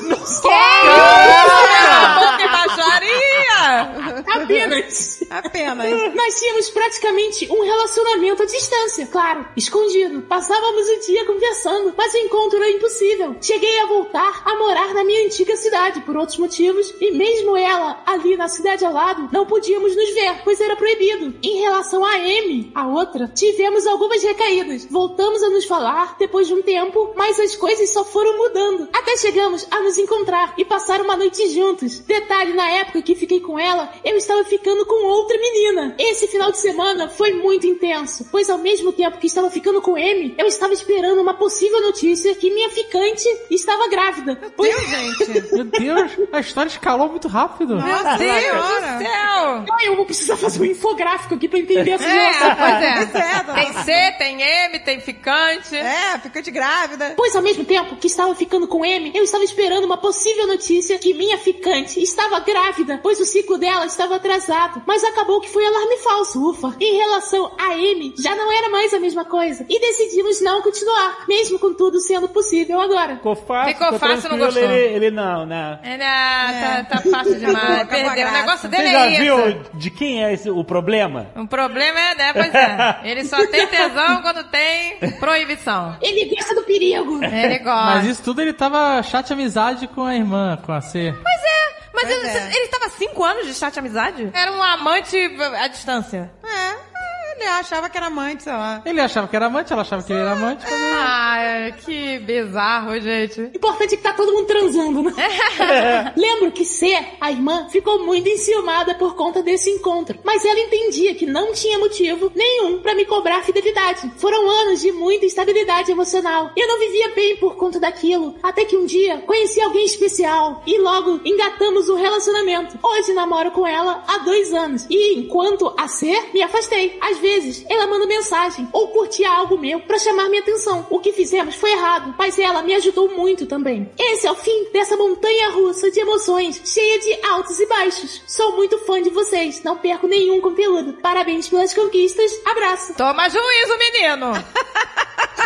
S11: Que baixaria!
S17: Apenas.
S4: Apenas.
S17: Nós tínhamos praticamente um relacionamento à distância, claro, escondido. Passávamos o dia conversando, mas o encontro era impossível. Cheguei a voltar a morar na minha antiga cidade por outros motivos, e mesmo ela, ali na cidade ao lado, não podíamos nos ver, pois era proibido. Em relação a M, a outra, tivemos algumas recaídas. Voltamos a nos falar depois de um tempo, mas as coisas só foram mudando. Até chegamos a nos encontrar e passar uma noite juntos. Detalhe, na época que fiquei com ela, eu estava ficando com outra menina. Esse final de semana foi muito intenso, pois ao mesmo tempo que estava ficando com M, eu estava esperando uma possível notícia que minha ficante estava grávida. Pois
S4: gente.
S5: Meu Deus, a história escalou muito rápido.
S4: Meu Deus do
S11: céu!
S17: Ai, eu vou precisar fazer um infográfico aqui pra entender essa
S11: É, pois é.
S4: Pois é, dona
S11: Tem
S4: Laura.
S11: C, tem M, tem ficante.
S4: É, ficante grávida.
S17: Pois ao mesmo tempo que estava ficando com M, eu estava esperando uma possível notícia que minha ficante estava grávida, pois o C ciclo dela estava atrasado, mas acabou que foi alarme falso, ufa. Em relação a M, já não era mais a mesma coisa e decidimos não continuar, mesmo com tudo sendo possível agora.
S8: Ficou fácil,
S11: Ficou fácil, não
S8: tranquilo,
S11: gostou.
S8: Ele, ele não, né?
S11: É, né, Tá, tá fácil demais. Perdeu. O negócio dele
S8: Você já
S11: é
S8: viu
S11: isso.
S8: de quem é esse- o problema?
S11: O problema é, né? Pois é. Ele só tem tesão quando tem proibição.
S17: Ele gosta do perigo.
S11: Ele gosta.
S5: Mas isso tudo ele tava chat amizade com a irmã, com a C.
S11: Pois é. Mas ele, ele tava cinco anos de chat amizade? É, Era um amante à distância.
S4: Ele achava que era amante, sei lá.
S5: Ele achava que era amante, ela achava que ele era amante.
S11: Ah, que bizarro, gente.
S17: importante é que tá todo mundo transando, né? Lembro que C, a irmã, ficou muito enciumada por conta desse encontro. Mas ela entendia que não tinha motivo nenhum pra me cobrar fidelidade. Foram anos de muita estabilidade emocional. Eu não vivia bem por conta daquilo. Até que um dia conheci alguém especial e logo engatamos um relacionamento. Hoje namoro com ela há dois anos. E enquanto a C, me afastei. Às vezes, ela manda mensagem ou curtia algo meu pra chamar minha atenção. O que fizemos foi errado, mas ela me ajudou muito também. Esse é o fim dessa montanha russa de emoções, cheia de altos e baixos. Sou muito fã de vocês, não perco nenhum conteúdo. Parabéns pelas conquistas, abraço.
S11: Toma juízo, menino!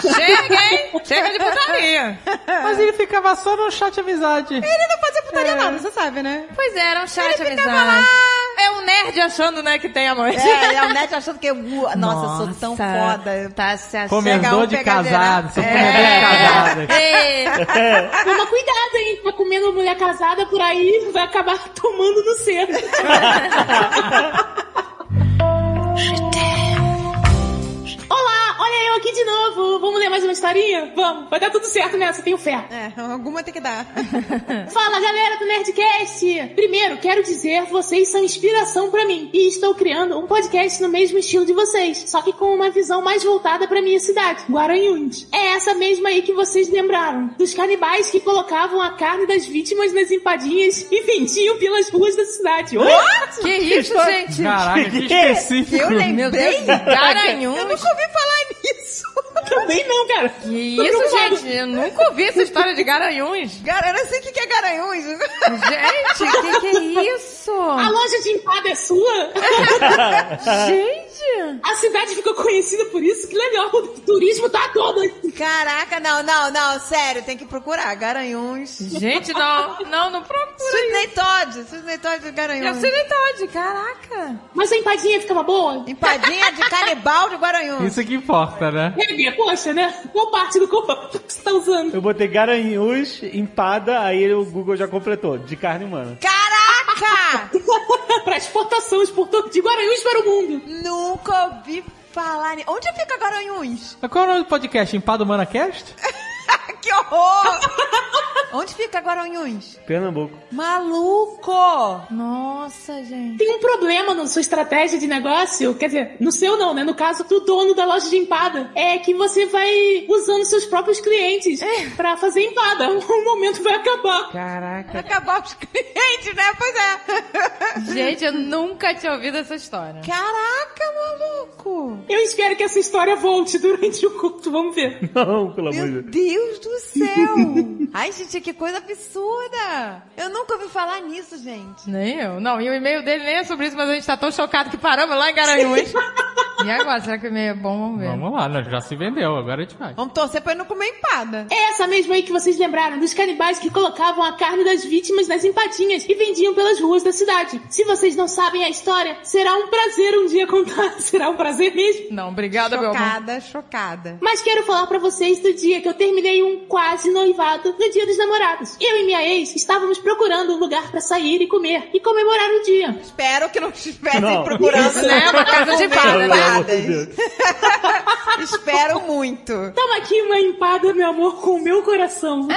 S11: Chega, hein? Chega de putaria.
S5: Mas ele ficava só no chat amizade. É.
S4: Ele não fazia putaria nada, você sabe, né?
S11: Pois é, era um chat
S4: Ele
S11: amizade.
S4: ficava lá.
S11: É um nerd achando, né, que tem amante.
S18: É, ele é o nerd achando que eu...
S4: uh,
S18: Nossa, eu sou tão
S11: Nossa,
S18: foda.
S11: Tá se achando.
S5: Comedor
S4: um
S5: de casado, seu comedor de casado.
S11: É.
S17: Toma cuidado, hein? Tá comendo uma mulher casada por aí, vai acabar tomando no cedo. Olá, olha eu aqui de novo. Vamos ler mais uma historinha? Vamos, vai dar tudo certo nessa, tenho fé.
S4: É, alguma tem que dar.
S17: Fala galera do Nerdcast! Primeiro, quero dizer, vocês são inspiração pra mim e estou criando um podcast no mesmo estilo de vocês, só que com uma visão mais voltada pra minha cidade, Guaranhuns. É essa mesma aí que vocês lembraram, dos canibais que colocavam a carne das vítimas nas empadinhas e vendiam pelas ruas da cidade. Oi?
S11: What? Que isso, gente?
S5: Caraca, que específico.
S17: Eu lembrei?
S11: Meu Deus, garanhuns.
S17: Eu nunca
S4: ouvi falar nisso.
S17: Também não, cara.
S11: Que isso, gente? Eu nunca ouvi essa história de garanhuns.
S4: Cara, eu não sei o que que é garanhuns.
S11: Gente, o que, que é isso?
S17: A loja de empada é sua?
S11: Gente!
S17: A cidade ficou conhecida por isso, que legal. O turismo tá todo.
S4: Caraca, não, não, não, sério, tem que procurar. Garanhuns.
S11: Gente, não, não, não procura.
S4: Sidney Todd, Sidney Todd
S11: É o
S4: Garanhuns.
S11: Sidney Todd, caraca.
S17: Mas a empadinha ficava boa?
S4: Empadinha de canibal de Guaranhuns.
S5: Isso que importa, né?
S17: Bebê, poxa, né? Qual parte do corpo que você tá usando?
S8: Eu botei garanhuns, empada, aí o Google já completou. De carne humana.
S4: Caraca!
S17: pra exportação, exportou de Guaranhuns para o mundo.
S4: Nunca ouvi falar. ni- Onde fica Garanhuns?
S5: Mas Qual é o nome do podcast? Empada Humana Cast?
S4: Que horror! Onde fica Guaranhuns?
S8: Pernambuco.
S4: Maluco!
S11: Nossa, gente.
S17: Tem um problema na sua estratégia de negócio, quer dizer, no seu não, né? No caso do dono da loja de empada, é que você vai usando seus próprios clientes
S11: É.
S17: pra fazer empada. Um momento vai acabar.
S5: Caraca.
S4: Acabar os clientes, né? Pois é.
S11: Gente, eu nunca tinha ouvido essa história.
S4: Caraca, maluco!
S17: Eu espero que essa história volte durante o culto, vamos ver.
S8: Não, pelo amor de Deus.
S4: Deus do céu!
S11: Hum.
S4: Ai, gente, que coisa absurda! Eu nunca ouvi falar nisso, gente.
S11: Nem eu. Não, e o e-mail dele nem é sobre isso, mas a gente tá tão chocado que paramos lá em Garanhuns. e agora, será que o e-mail é bom? Vamos ver.
S5: Vamos lá, né? já se vendeu, agora a gente vai.
S4: Vamos torcer pra ele não comer empada.
S17: É essa mesma aí que vocês lembraram, dos canibais que colocavam a carne das vítimas nas empadinhas e vendiam pelas ruas da cidade. Se vocês não sabem a história, será um prazer um dia contar. Será um prazer mesmo.
S11: Não, obrigada, meu amor.
S4: Chocada, chocada.
S17: Mas quero falar pra vocês do dia que eu terminei um quase noivado no dia dos namorados. Eu e minha ex estávamos procurando um lugar pra sair e comer e comemorar o dia.
S4: Espero que não estivessem
S17: Não.
S4: procurando,
S11: é
S4: né? Uma casa de
S17: Pelo
S11: né?
S17: amor
S4: fadas.
S17: de
S4: Espero muito.
S17: Toma aqui uma empada, meu amor, com o meu coração.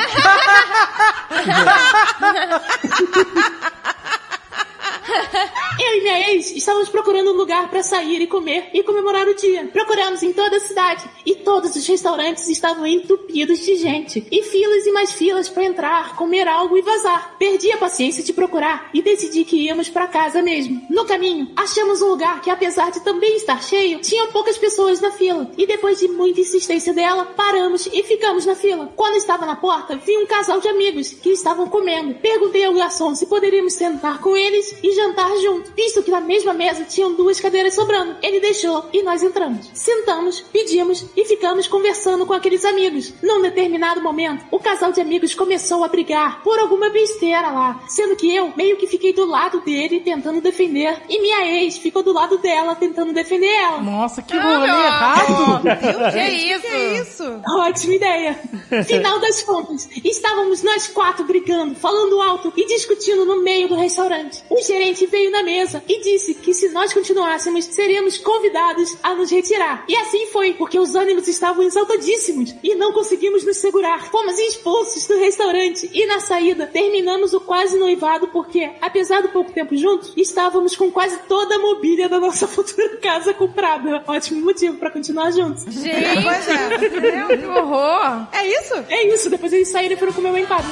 S17: Eu e minha ex estávamos procurando um lugar para sair e comer e comemorar o dia. Procuramos em toda a cidade e todos os restaurantes estavam entupidos de gente. E filas e mais filas para entrar, comer algo e vazar. Perdi a paciência de procurar e decidi que íamos para casa mesmo. No caminho, achamos um lugar que, apesar de também estar cheio, tinham poucas pessoas na fila. E depois de muita insistência dela, paramos e ficamos na fila. Quando estava na porta, vi um casal de amigos que estavam comendo. Perguntei ao garçom se poderíamos sentar com eles e jantar junto, visto que na mesma mesa tinham duas cadeiras sobrando. Ele deixou e nós entramos. Sentamos, pedimos e ficamos conversando com aqueles amigos. Num determinado momento, o casal de amigos começou a brigar por alguma besteira lá, sendo que eu meio que fiquei do lado dele tentando defender e minha ex ficou do lado dela tentando defender ela.
S5: Nossa, que rolê
S8: é
S5: errado!
S17: Deus,
S3: Ah, que isso?
S17: Que
S4: é
S17: isso?
S11: Tá
S17: Ótima ideia. Final das contas, estávamos nós quatro brigando, falando alto e discutindo no meio do restaurante. O gerente veio na mesa e disse que se nós continuássemos, seríamos convidados a nos retirar. E assim foi, porque os ânimos estavam exaltadíssimos e não conseguimos nos segurar. Fomos expulsos do restaurante e na saída terminamos o quase noivado porque, apesar do pouco tempo juntos, estávamos com quase toda a mobília da nossa futura casa comprada. Ótimo motivo pra continuar juntos.
S3: Gente, meu, que horror!
S19: É isso?
S17: É isso, depois eles saíram e foram comer uma empada.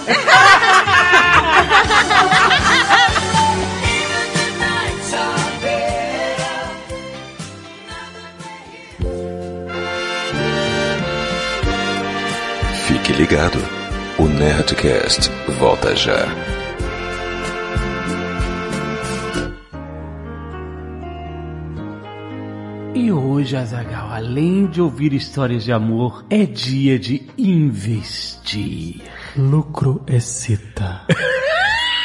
S10: Fique ligado. O Nerdcast volta já.
S2: E hoje, Azagal, além de ouvir histórias de amor, é dia de investir.
S5: Lucro excita.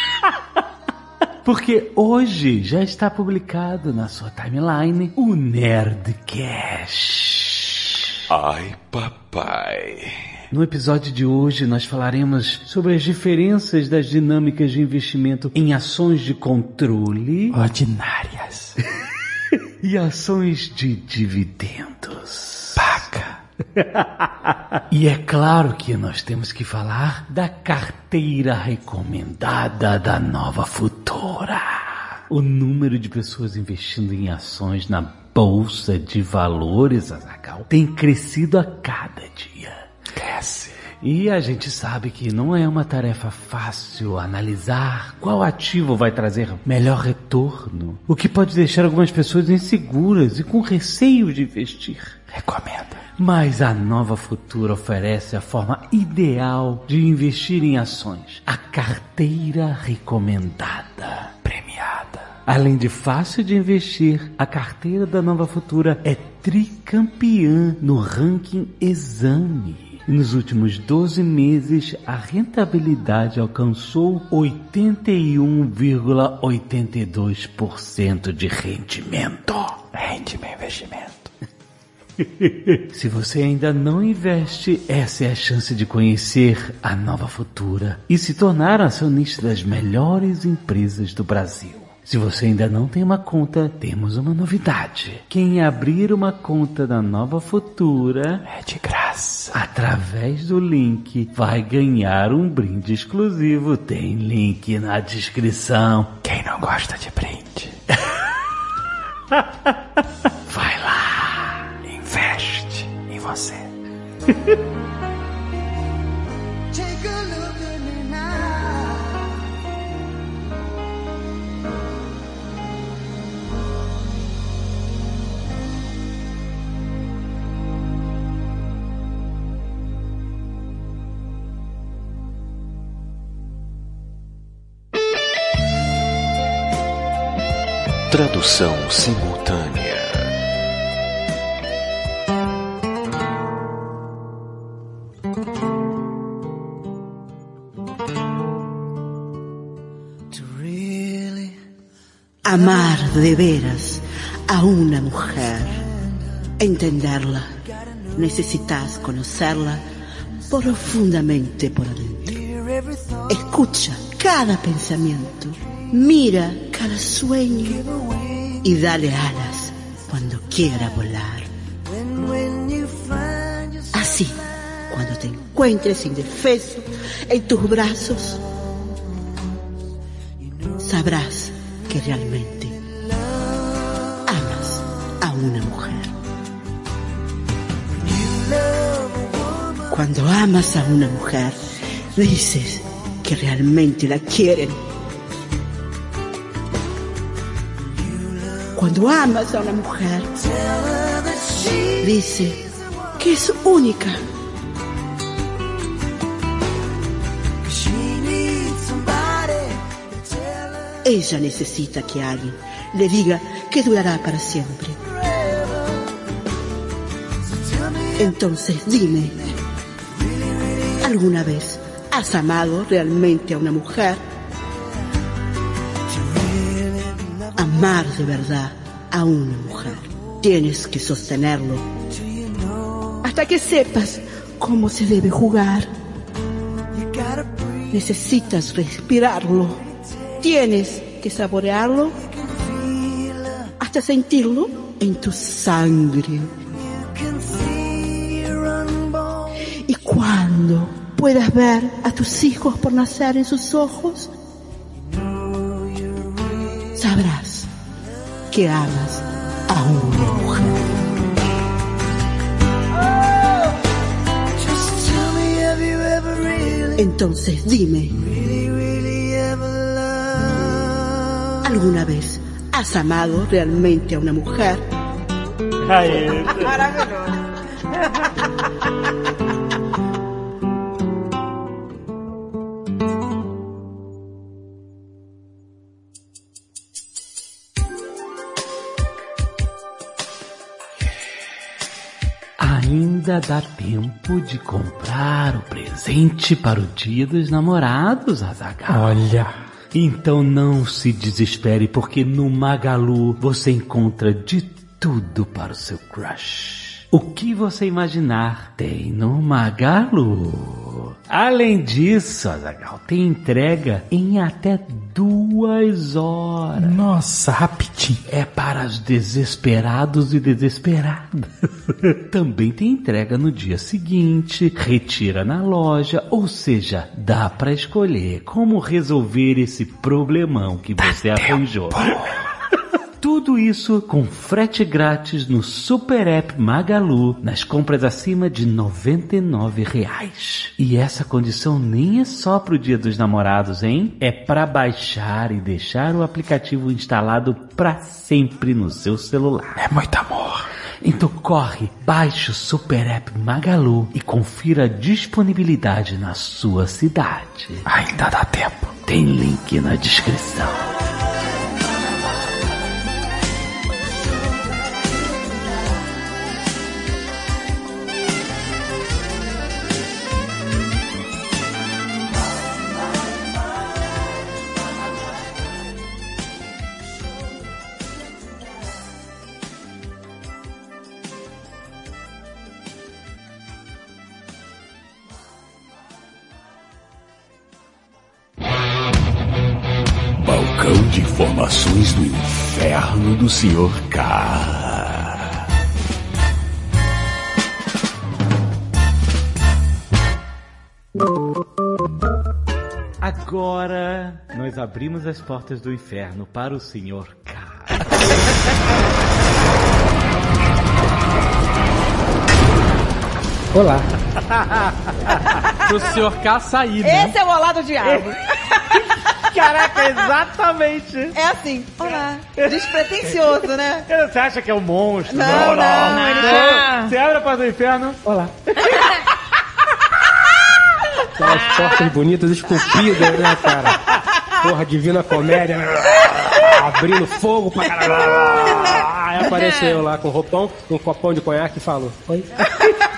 S2: Porque hoje já está publicado na sua timeline o Nerdcast.
S10: Ai, papai.
S2: No episódio de hoje, nós falaremos sobre as diferenças das dinâmicas de investimento em ações de controle
S5: Ordinárias.
S2: e ações de dividendos.
S5: Paca.
S2: e é claro que nós temos que falar da carteira recomendada da nova futura. O número de pessoas investindo em ações na bolsa de valores, Azagal, tem crescido a cada dia.
S5: Cresce.
S2: E a gente sabe que não é uma tarefa fácil analisar qual ativo vai trazer melhor retorno, o que pode deixar algumas pessoas inseguras e com receio de investir.
S5: Recomenda.
S2: Mas a Nova Futura oferece a forma ideal de investir em ações, a carteira recomendada,
S5: premiada.
S2: Além de fácil de investir, a carteira da Nova Futura é tricampeã no ranking Exame. Nos últimos 12 meses, a rentabilidade alcançou 81,82% de rendimento.
S5: Rende meu investimento.
S2: Se você ainda não investe, essa é a chance de conhecer a nova futura e se tornar acionista das melhores empresas do Brasil. Se você ainda não tem uma conta, temos uma novidade. Quem abrir uma conta da Nova Futura
S5: é de graça.
S2: Através do link vai ganhar um brinde exclusivo. Tem link na descrição.
S5: Quem não gosta de brinde?
S2: vai lá,
S5: investe em você.
S10: Tradução simultânea.
S11: Amar de veras a una mujer, entenderla, necesitas conocerla profundamente por adentro. Escucha cada pensamiento, mira cada sueño y dale alas cuando quiera volar. Así, cuando te encuentres indefenso en tus brazos, sabrás que realmente amas a una mujer. Cuando amas a una mujer, dices que realmente la quieren cuando amas a una mujer, dice que es única. ella necesita que alguien le diga que durará para siempre. Entonces dime, ¿alguna vez has amado realmente a una mujer? Amar de verdad a una mujer. Tienes que sostenerlo hasta que sepas cómo se debe jugar. Necesitas respirarlo. Tienes que saborearlo hasta sentirlo en tu sangre. Y cuando puedas ver a tus hijos por nacer en sus ojos, sabrás que amas a una mujer. Entonces dime, ¿alguna vez has amado realmente a una mujer?
S4: eh.
S2: Ainda dá tempo de comprar o presente para o Dia dos Namorados, Azaghal.
S20: Olha.
S2: Então não se desespere, porque no Magalu você encontra de tudo para o seu crush. O que você imaginar tem no Magalu. Além disso, Azaghal, tem entrega em até duas horas.
S20: Nossa, rapidinho.
S2: É para os desesperados e desesperadas. Também tem entrega no dia seguinte, retira na loja, ou seja, dá para escolher como resolver esse problemão que
S20: Tá
S2: você arranjou. Tudo isso com frete grátis no Super App Magalu nas compras acima de R$ 99 reais. E essa condição nem é só pro Dia dos Namorados, hein? É para baixar e deixar o aplicativo instalado para sempre no seu celular.
S20: É muito amor.
S2: Então corre, baixe o Super App Magalu e confira a disponibilidade na sua cidade.
S20: Ainda dá tempo.
S2: Tem link na descrição.
S10: Balcão de informações do inferno do Sr. K.
S2: Agora nós abrimos as portas do inferno para o Sr. K.
S20: Olá. Pro senhor K sair, né?
S4: Esse é o olá do diabo.
S8: Caraca, é exatamente.
S4: É assim, olá. Despretensioso, né?
S8: Você acha que é um monstro?
S4: Não,
S8: né?
S4: não, ele não.
S8: Você abre a porta do inferno.
S20: Olá. Aquelas portas bonitas, esculpidas, né, cara? Porra, divina comédia. Abrindo fogo pra caralho. Aí apareceu lá com roupão, um copão de conhaque e falou: Oi.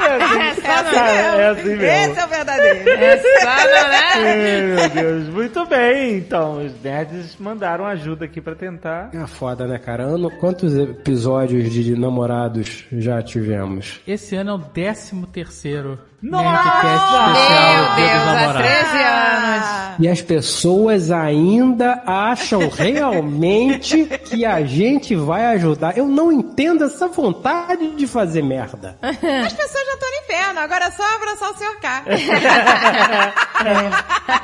S4: É assim
S8: Cara,
S4: mesmo.
S8: é assim mesmo. assim
S4: Esse é né? o verdadeiro. é
S8: Ai, Meu Deus, muito bem. Então, os nerds mandaram ajuda aqui pra tentar.
S20: É foda, né, cara? Ano, quantos episódios de namorados já tivemos?
S8: Esse ano é o décimo terceiro.
S20: Nerdcast especial Dia dos Namorados.
S5: 13 anos.
S20: E as pessoas ainda acham realmente que a gente vai ajudar. Eu não entendo essa vontade de fazer merda.
S8: É.
S21: As pessoas já estão no inferno, agora é só abraçar o senhor K.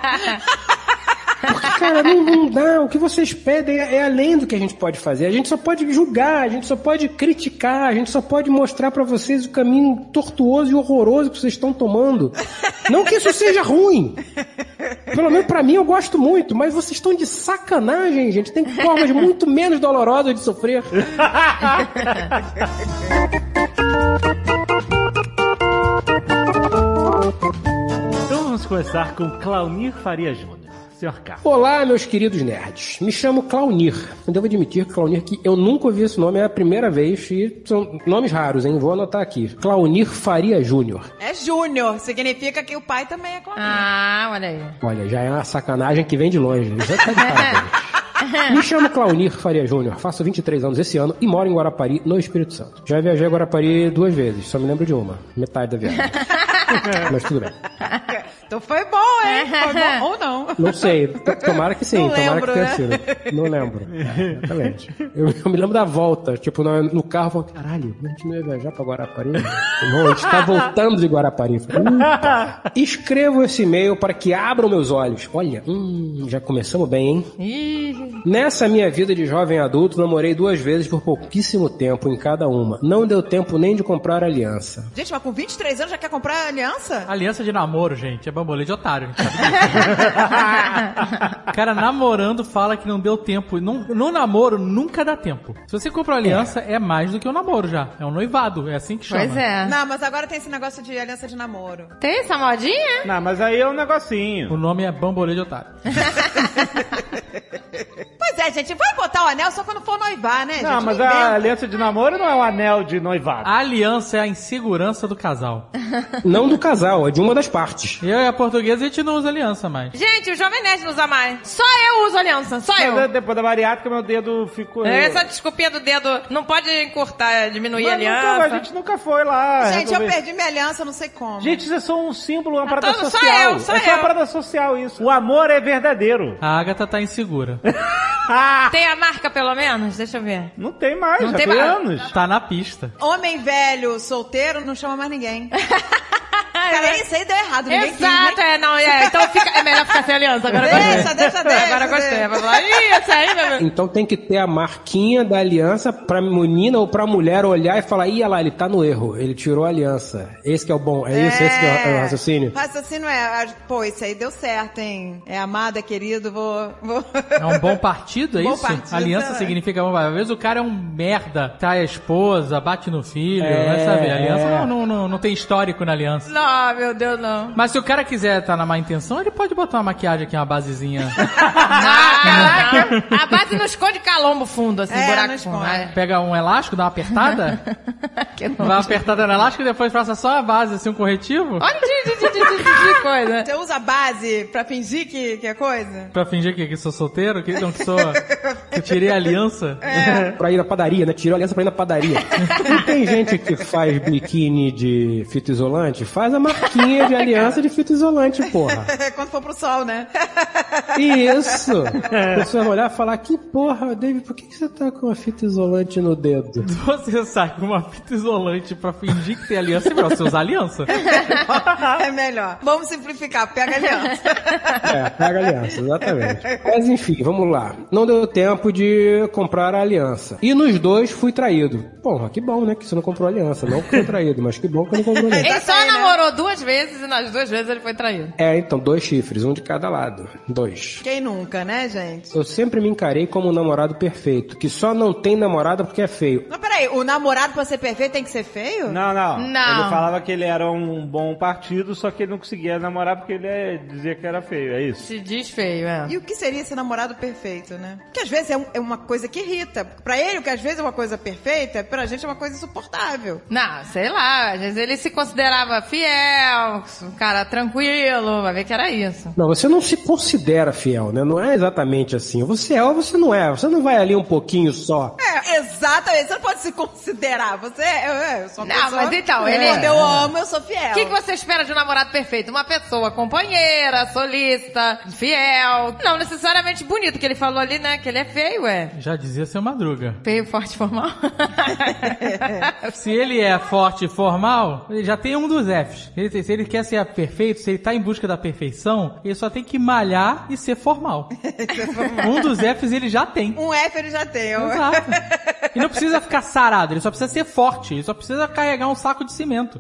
S20: É. Porque, cara, não, não dá. O que vocês pedem é além do que a gente pode fazer. A gente só pode julgar, a gente só pode criticar, a gente só pode mostrar pra vocês o caminho tortuoso e horroroso que vocês estão tomando. Não que isso seja ruim. Pelo menos pra mim eu gosto muito, mas vocês estão de sacanagem, gente. Tem formas muito menos dolorosas de sofrer.
S5: É,
S2: Então vamos começar com Claunir Faria Júnior. Senhor K.
S20: Olá, meus queridos nerds. Me chamo Claunir. Eu devo admitir, Claunir, que eu nunca ouvi esse nome, é a primeira vez e são nomes raros, hein? Vou anotar aqui. Claunir Faria Júnior.
S4: É Júnior, significa que o pai também é Claudinho.
S11: Ah, olha aí.
S20: Olha, já é uma sacanagem que vem de longe. Já tá de parabéns. Me chamo Claunir Faria Júnior, faço 23 anos esse ano e moro em Guarapari, no Espírito Santo. Já viajei a Guarapari duas vezes, só me lembro de uma, metade da viagem. Mas tudo bem.
S4: Então foi bom, hein? Foi bom ou não?
S20: Não sei. T- Tomara que sim,
S4: Não
S20: tomara
S4: lembro,
S20: que tenha
S4: né?
S20: sido. Não lembro. É, exatamente. Eu, eu me lembro da volta, tipo, na- no, carro, falando, caralho, a gente não ia viajar pra Guarapari? não, a gente tá voltando de Guarapari. Eu falei, "Hum, tá." Escrevo esse e-mail para que abram meus olhos. Olha, hum, já começamos bem, hein?
S11: Ih.
S20: Nessa minha vida de jovem adulto, namorei duas vezes por pouquíssimo tempo em cada uma. Não deu tempo nem de comprar aliança.
S4: Gente, mas com 23 anos já quer comprar aliança?
S5: Aliança de namoro, gente, é bambolê de otário. gente sabe disso. Cara, namorando fala que não deu tempo. No, no namoro nunca dá tempo. Se você compra uma aliança, é. mais do que um namoro já. É um noivado, é assim que chama.
S4: Não, mas agora tem esse negócio de aliança de namoro.
S11: Tem essa modinha?
S5: Não, mas aí é um negocinho. O nome é bambolê de otário.
S4: Pois é, gente, vai botar o anel só quando for noivar,
S11: É,
S4: né,
S8: Não,
S4: gente?
S8: mas
S4: Não
S8: a
S4: inventa.
S8: aliança de namoro não é um anel de noivado.
S5: A aliança é a insegurança do casal.
S20: Não do casal, é de uma das partes.
S5: Eu e a portuguesa, a gente não usa aliança mais.
S11: Gente, o Jovem Nerd não usa mais. Só eu uso aliança, só
S8: Mas
S11: eu.
S8: Depois da bariátrica, meu dedo ficou.
S4: É,
S11: Essa desculpinha do dedo não pode encurtar, é, diminuir a
S8: Mas nunca-
S11: aliança.
S8: a gente nunca foi lá.
S4: Gente, eu
S8: resolver.
S4: perdi minha aliança, não sei como.
S8: Gente, isso é só um símbolo, uma parada
S4: Ah, todo- só
S8: social.
S4: eu, só
S8: é só
S4: eu.
S8: uma parada social isso. O amor é verdadeiro.
S5: A Agatha tá insegura.
S11: Tem a marca pelo menos? Deixa eu ver.
S8: ah! Não tem mais,
S11: Não já tem tem mais. anos.
S5: Tá na pista.
S4: Homem velho, solteiro, não chama mais ninguém. Cara, isso aí deu errado. Ninguém quis,
S11: É. Exato,
S4: né?
S11: é, não, é. Então fica, é melhor ficar sem aliança. Agora
S4: Deixa,
S11: gostei.
S4: deixa, deixa,
S11: Agora gostei.
S4: deixa.
S11: Vai falar, ih, essa aí, meu amigo.
S20: Então tem que ter a marquinha da aliança pra menina ou pra mulher olhar e falar, ih, olha lá, ele tá no erro, ele tirou a aliança. Esse que é o bom, é isso, esse que é o- é o raciocínio.
S4: Raciocínio é, ah, pô, isso aí deu certo, hein? É amado, é querido, vou. vou...
S5: É um bom partido, é
S4: Bom
S5: isso?
S4: partido,
S5: aliança
S4: é.
S5: significa bom partido. Às vezes o cara é um merda, trai a esposa, bate no filho,
S20: É,
S5: vai saber. Aliança
S20: é.
S5: não, não, não, não tem histórico na aliança.
S11: Não, meu Deus, não.
S5: Mas se o cara quiser estar na má intenção, ele pode botar uma maquiagem aqui, uma basezinha.
S11: A base não esconde calombo fundo, assim,
S4: É,
S11: buraco
S4: não
S11: fundo.
S4: esconde.
S11: né?
S5: Pega um elástico, dá uma apertada. dá uma apertada no elástico e depois faça só a base, assim, um corretivo.
S11: Olha de, de, de, de, de, de coisa.
S4: Você Então usa a base pra fingir que, que é coisa?
S5: Pra fingir que, que sou solteiro, que, não, que sou. que tirei a aliança.
S4: É.
S20: Pra ir na padaria, né? Tirou a aliança pra ir na padaria. E tem gente que faz biquíni de fita isolante? Faz a marquinha de aliança de fita isolante, porra.
S4: Quando for pro sol, né?
S20: Isso! A pessoa vai olhar e falar, que porra, David, por que que você tá com a fita isolante no dedo?
S5: Você sai com uma fita isolante pra fingir que tem aliança e pra você usar aliança.
S4: é melhor. Vamos simplificar, pega a aliança.
S20: É, pega a aliança, exatamente. Mas enfim, vamos lá. Não deu tempo de comprar a aliança. E nos dois fui traído. Porra, que bom, né? Que você não comprou a aliança. Não que foi traído, mas que bom que não
S4: É, tá
S20: comprou a aliança.
S11: Ele só
S4: né?
S11: namorou duas vezes e nas duas vezes ele foi traído.
S20: É, então, dois chifres, um de cada lado. Dois.
S4: Quem nunca, né, gente?
S20: Eu sempre me encarei como um namorado perfeito, que só não tem namorada porque é feio.
S4: Mas peraí, o namorado pra ser perfeito tem que ser feio?
S8: Não, não,
S4: Não.
S8: Ele falava que ele era um bom partido, só que ele não conseguia namorar porque ele é- dizia que era feio, é isso.
S11: Se diz feio, é.
S4: E o que seria esse namorado perfeito, né? Porque às vezes é, um- é uma coisa que irrita. Pra ele, o que às vezes é uma coisa perfeita, pra gente é uma coisa insuportável.
S11: Não, sei lá, às vezes ele se considerava fiel, um cara tranquilo, vai ver que era isso.
S20: Não, você não se considera fiel, né? Não é exatamente assim. Você é ou você não é. Você não vai ali um pouquinho só.
S4: É, exatamente. Você não pode se considerar. Você é, eu, eu sou uma
S11: Não,
S4: pessoa-
S11: mas então,
S4: É.
S11: ele-
S4: Quando eu amo, eu sou fiel.
S11: O que, que você espera de um namorado perfeito? Uma pessoa companheira, solista, fiel. Não necessariamente bonito, que ele falou ali, né? Que ele é feio, é.
S5: Já dizia seu Madruga.
S11: Feio, forte, formal.
S5: Se ele é forte e formal, ele já tem um dos Fs. Ele- se ele quer ser perfeito, se ele tá em busca da perfeição, ele só tem que malhar e ser formal. Um dos Fs ele já tem.
S4: Um F ele já tem. ó.
S5: Exato. E não precisa ficar sarado, ele só precisa ser forte, ele só precisa carregar um saco de cimento.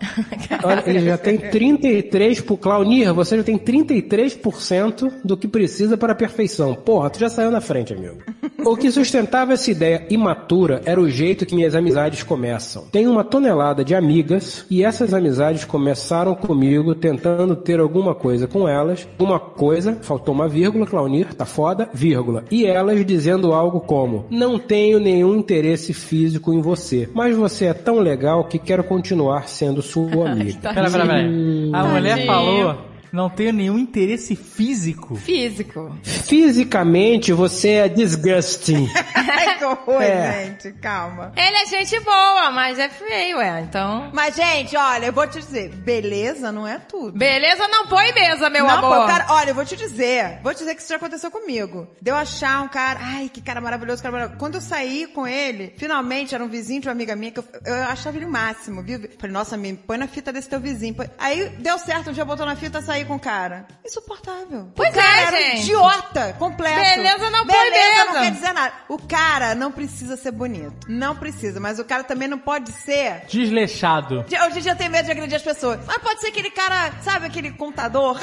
S20: Olha, ele já tem 33 pro Claunir, você já tem 33% do que precisa para a perfeição. Porra, tu já saiu na frente, amigo. O que sustentava essa ideia imatura era o jeito que minhas amizades começam. Tenho uma tonelada de amigas e essas amizades começaram comigo tentando ter alguma coisa com elas. Uma coisa, faltou uma vírgula, Claunir, tá foda, vírgula. E elas dizendo algo como: Não tenho nenhum interesse físico em você, mas você é tão legal que quero continuar sendo sua amiga. Hum.
S5: Pera, pera, pera. A mulher
S20: Tadinho.
S5: falou, não tenho nenhum interesse físico.
S3: Físico.
S20: Fisicamente você é disgusting.
S4: Ai, que horror,
S20: É.
S4: gente. Calma.
S3: Ele é gente boa, mas é feio, é, então.
S4: Mas, gente, olha, eu vou te dizer, beleza não é tudo.
S3: Beleza não põe mesa, meu
S4: Não,
S3: amor.
S4: pô, cara, olha, eu vou te dizer. Vou te dizer que isso já aconteceu comigo. Deu achar um cara, ai, que cara maravilhoso, cara maravilhoso. Quando eu saí com ele, finalmente era um vizinho de uma amiga minha que eu, eu achava ele o máximo, viu? Falei, nossa, me põe na fita desse teu vizinho. põe. Aí deu certo, um dia botou na fita, saí com o cara. Insuportável.
S3: Pois
S4: o cara
S3: é,
S4: era um
S3: gente.
S4: idiota, completo.
S3: Beleza não põe
S4: beleza, não
S3: mesa.
S4: quer dizer nada. O cara não precisa ser bonito. Não precisa, mas o cara também não pode ser
S5: Desleixado.
S4: Hoje em dia eu tenho medo de agredir as pessoas. Mas pode ser aquele cara, sabe aquele contador?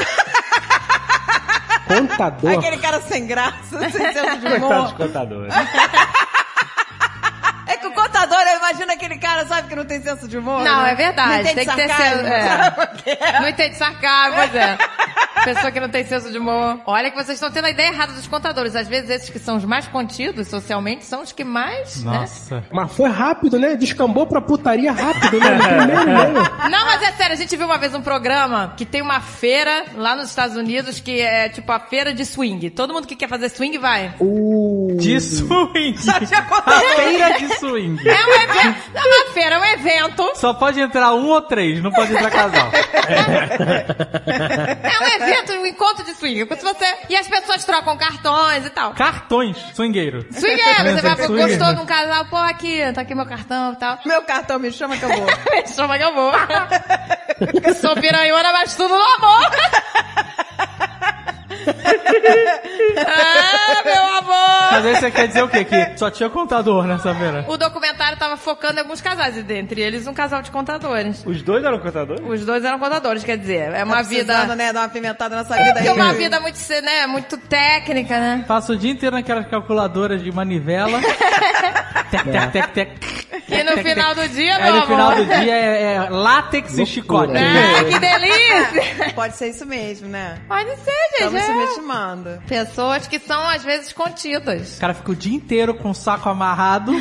S20: Contador.
S4: Aquele cara sem graça, sem senso
S8: Coitado
S4: de
S8: dos
S4: humor.
S8: contadores.
S4: É que o contador, eu imagino aquele cara, sabe, que não tem senso de humor.
S3: Não,
S4: né?
S3: é verdade.
S4: Não
S3: tem que ter
S4: sarcasmo,
S3: senso.
S4: sabe?
S3: É. Não entende sarcasmo, pois é. Pessoa que não tem senso de humor. Olha que vocês estão tendo a ideia errada dos contadores. Às vezes esses que são os mais contidos socialmente são os que mais, né?
S5: Nossa.
S20: Mas foi rápido, né? Descambou pra putaria rápido, né? No primeiro meio.
S3: Não, mas é sério, a gente viu uma vez um programa que tem uma feira lá nos Estados Unidos que é tipo a feira de swing. Todo mundo que quer fazer swing vai.
S5: De swing. A feira de swing.
S3: É um evento. É uma feira, é um evento.
S5: Só pode entrar um ou três, não pode entrar casal.
S3: É um evento, um encontro de swing. Se você... E as pessoas trocam cartões e tal.
S5: Cartões, swingueiro.
S3: Swing é, você vai pro
S5: Swingueiro.
S3: gostou de um casal, pô, aqui, tá aqui meu cartão e tal.
S4: Meu cartão, me chama que eu vou.
S3: me chama que eu vou. Eu sou piranhona, mas tudo no amor. ah, meu amor.
S5: Mas aí você quer dizer o quê? Que só tinha contador nessa feira.
S3: O documentário tava focando em alguns casais, e dentre eles um casal de contadores.
S8: Os dois eram contadores?
S3: Os dois eram contadores, quer dizer, é
S4: Tá
S3: uma
S4: precisando,
S3: vida...
S4: né, dar uma pimentada nessa vida aí.
S3: É uma vida muito, né, muito técnica, né?
S5: Passa o dia inteiro naquelas calculadoras de manivela. tec, tec, tec, tec.
S3: E no final do dia, meu
S5: Aí no
S3: amor...
S5: final do dia é, é látex e chicote.
S3: Ah, que delícia!
S4: É, Pode ser isso mesmo, né?
S3: Pode ser, gente.
S4: Estamos
S3: é.
S4: subestimando.
S3: Pessoas que são, às vezes, contidas.
S5: O cara fica o dia inteiro com o saco amarrado.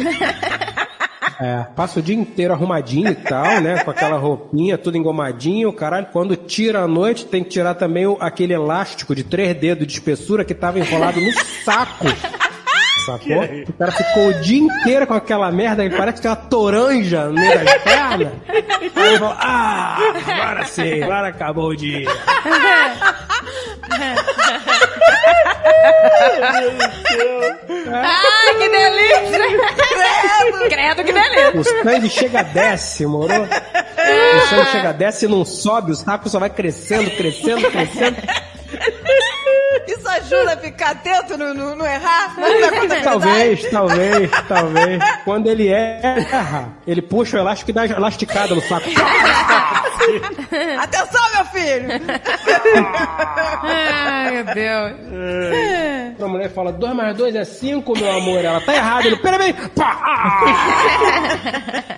S20: É, passa o dia inteiro arrumadinho e tal, né? Com aquela roupinha, tudo engomadinho, caralho. Quando tira à noite, tem que tirar também o- aquele elástico de três dedos de espessura que tava enrolado no saco. Sacou? O cara ficou o dia inteiro com aquela merda que parece que tem uma toranja no meio das pernas. Aí falou, ah, agora sim, agora acabou o dia.
S3: Ai, que delícia! Credo! Credo, que delícia!
S20: O sangue chega a desce, moro? O sangue chega a desce e não sobe, o saco só vai crescendo, crescendo, crescendo.
S4: Isso ajuda a ficar atento, não, não, não errar? Não dá contabilidade?
S20: Talvez, talvez, talvez. Quando ele erra, ele puxa o elástico e dá uma elasticada no saco.
S4: Atenção, meu filho!
S3: Ai, meu Deus.
S20: A mulher fala, 2 mais 2 é 5, meu amor. Ela tá errada. Ele, peraí, pá!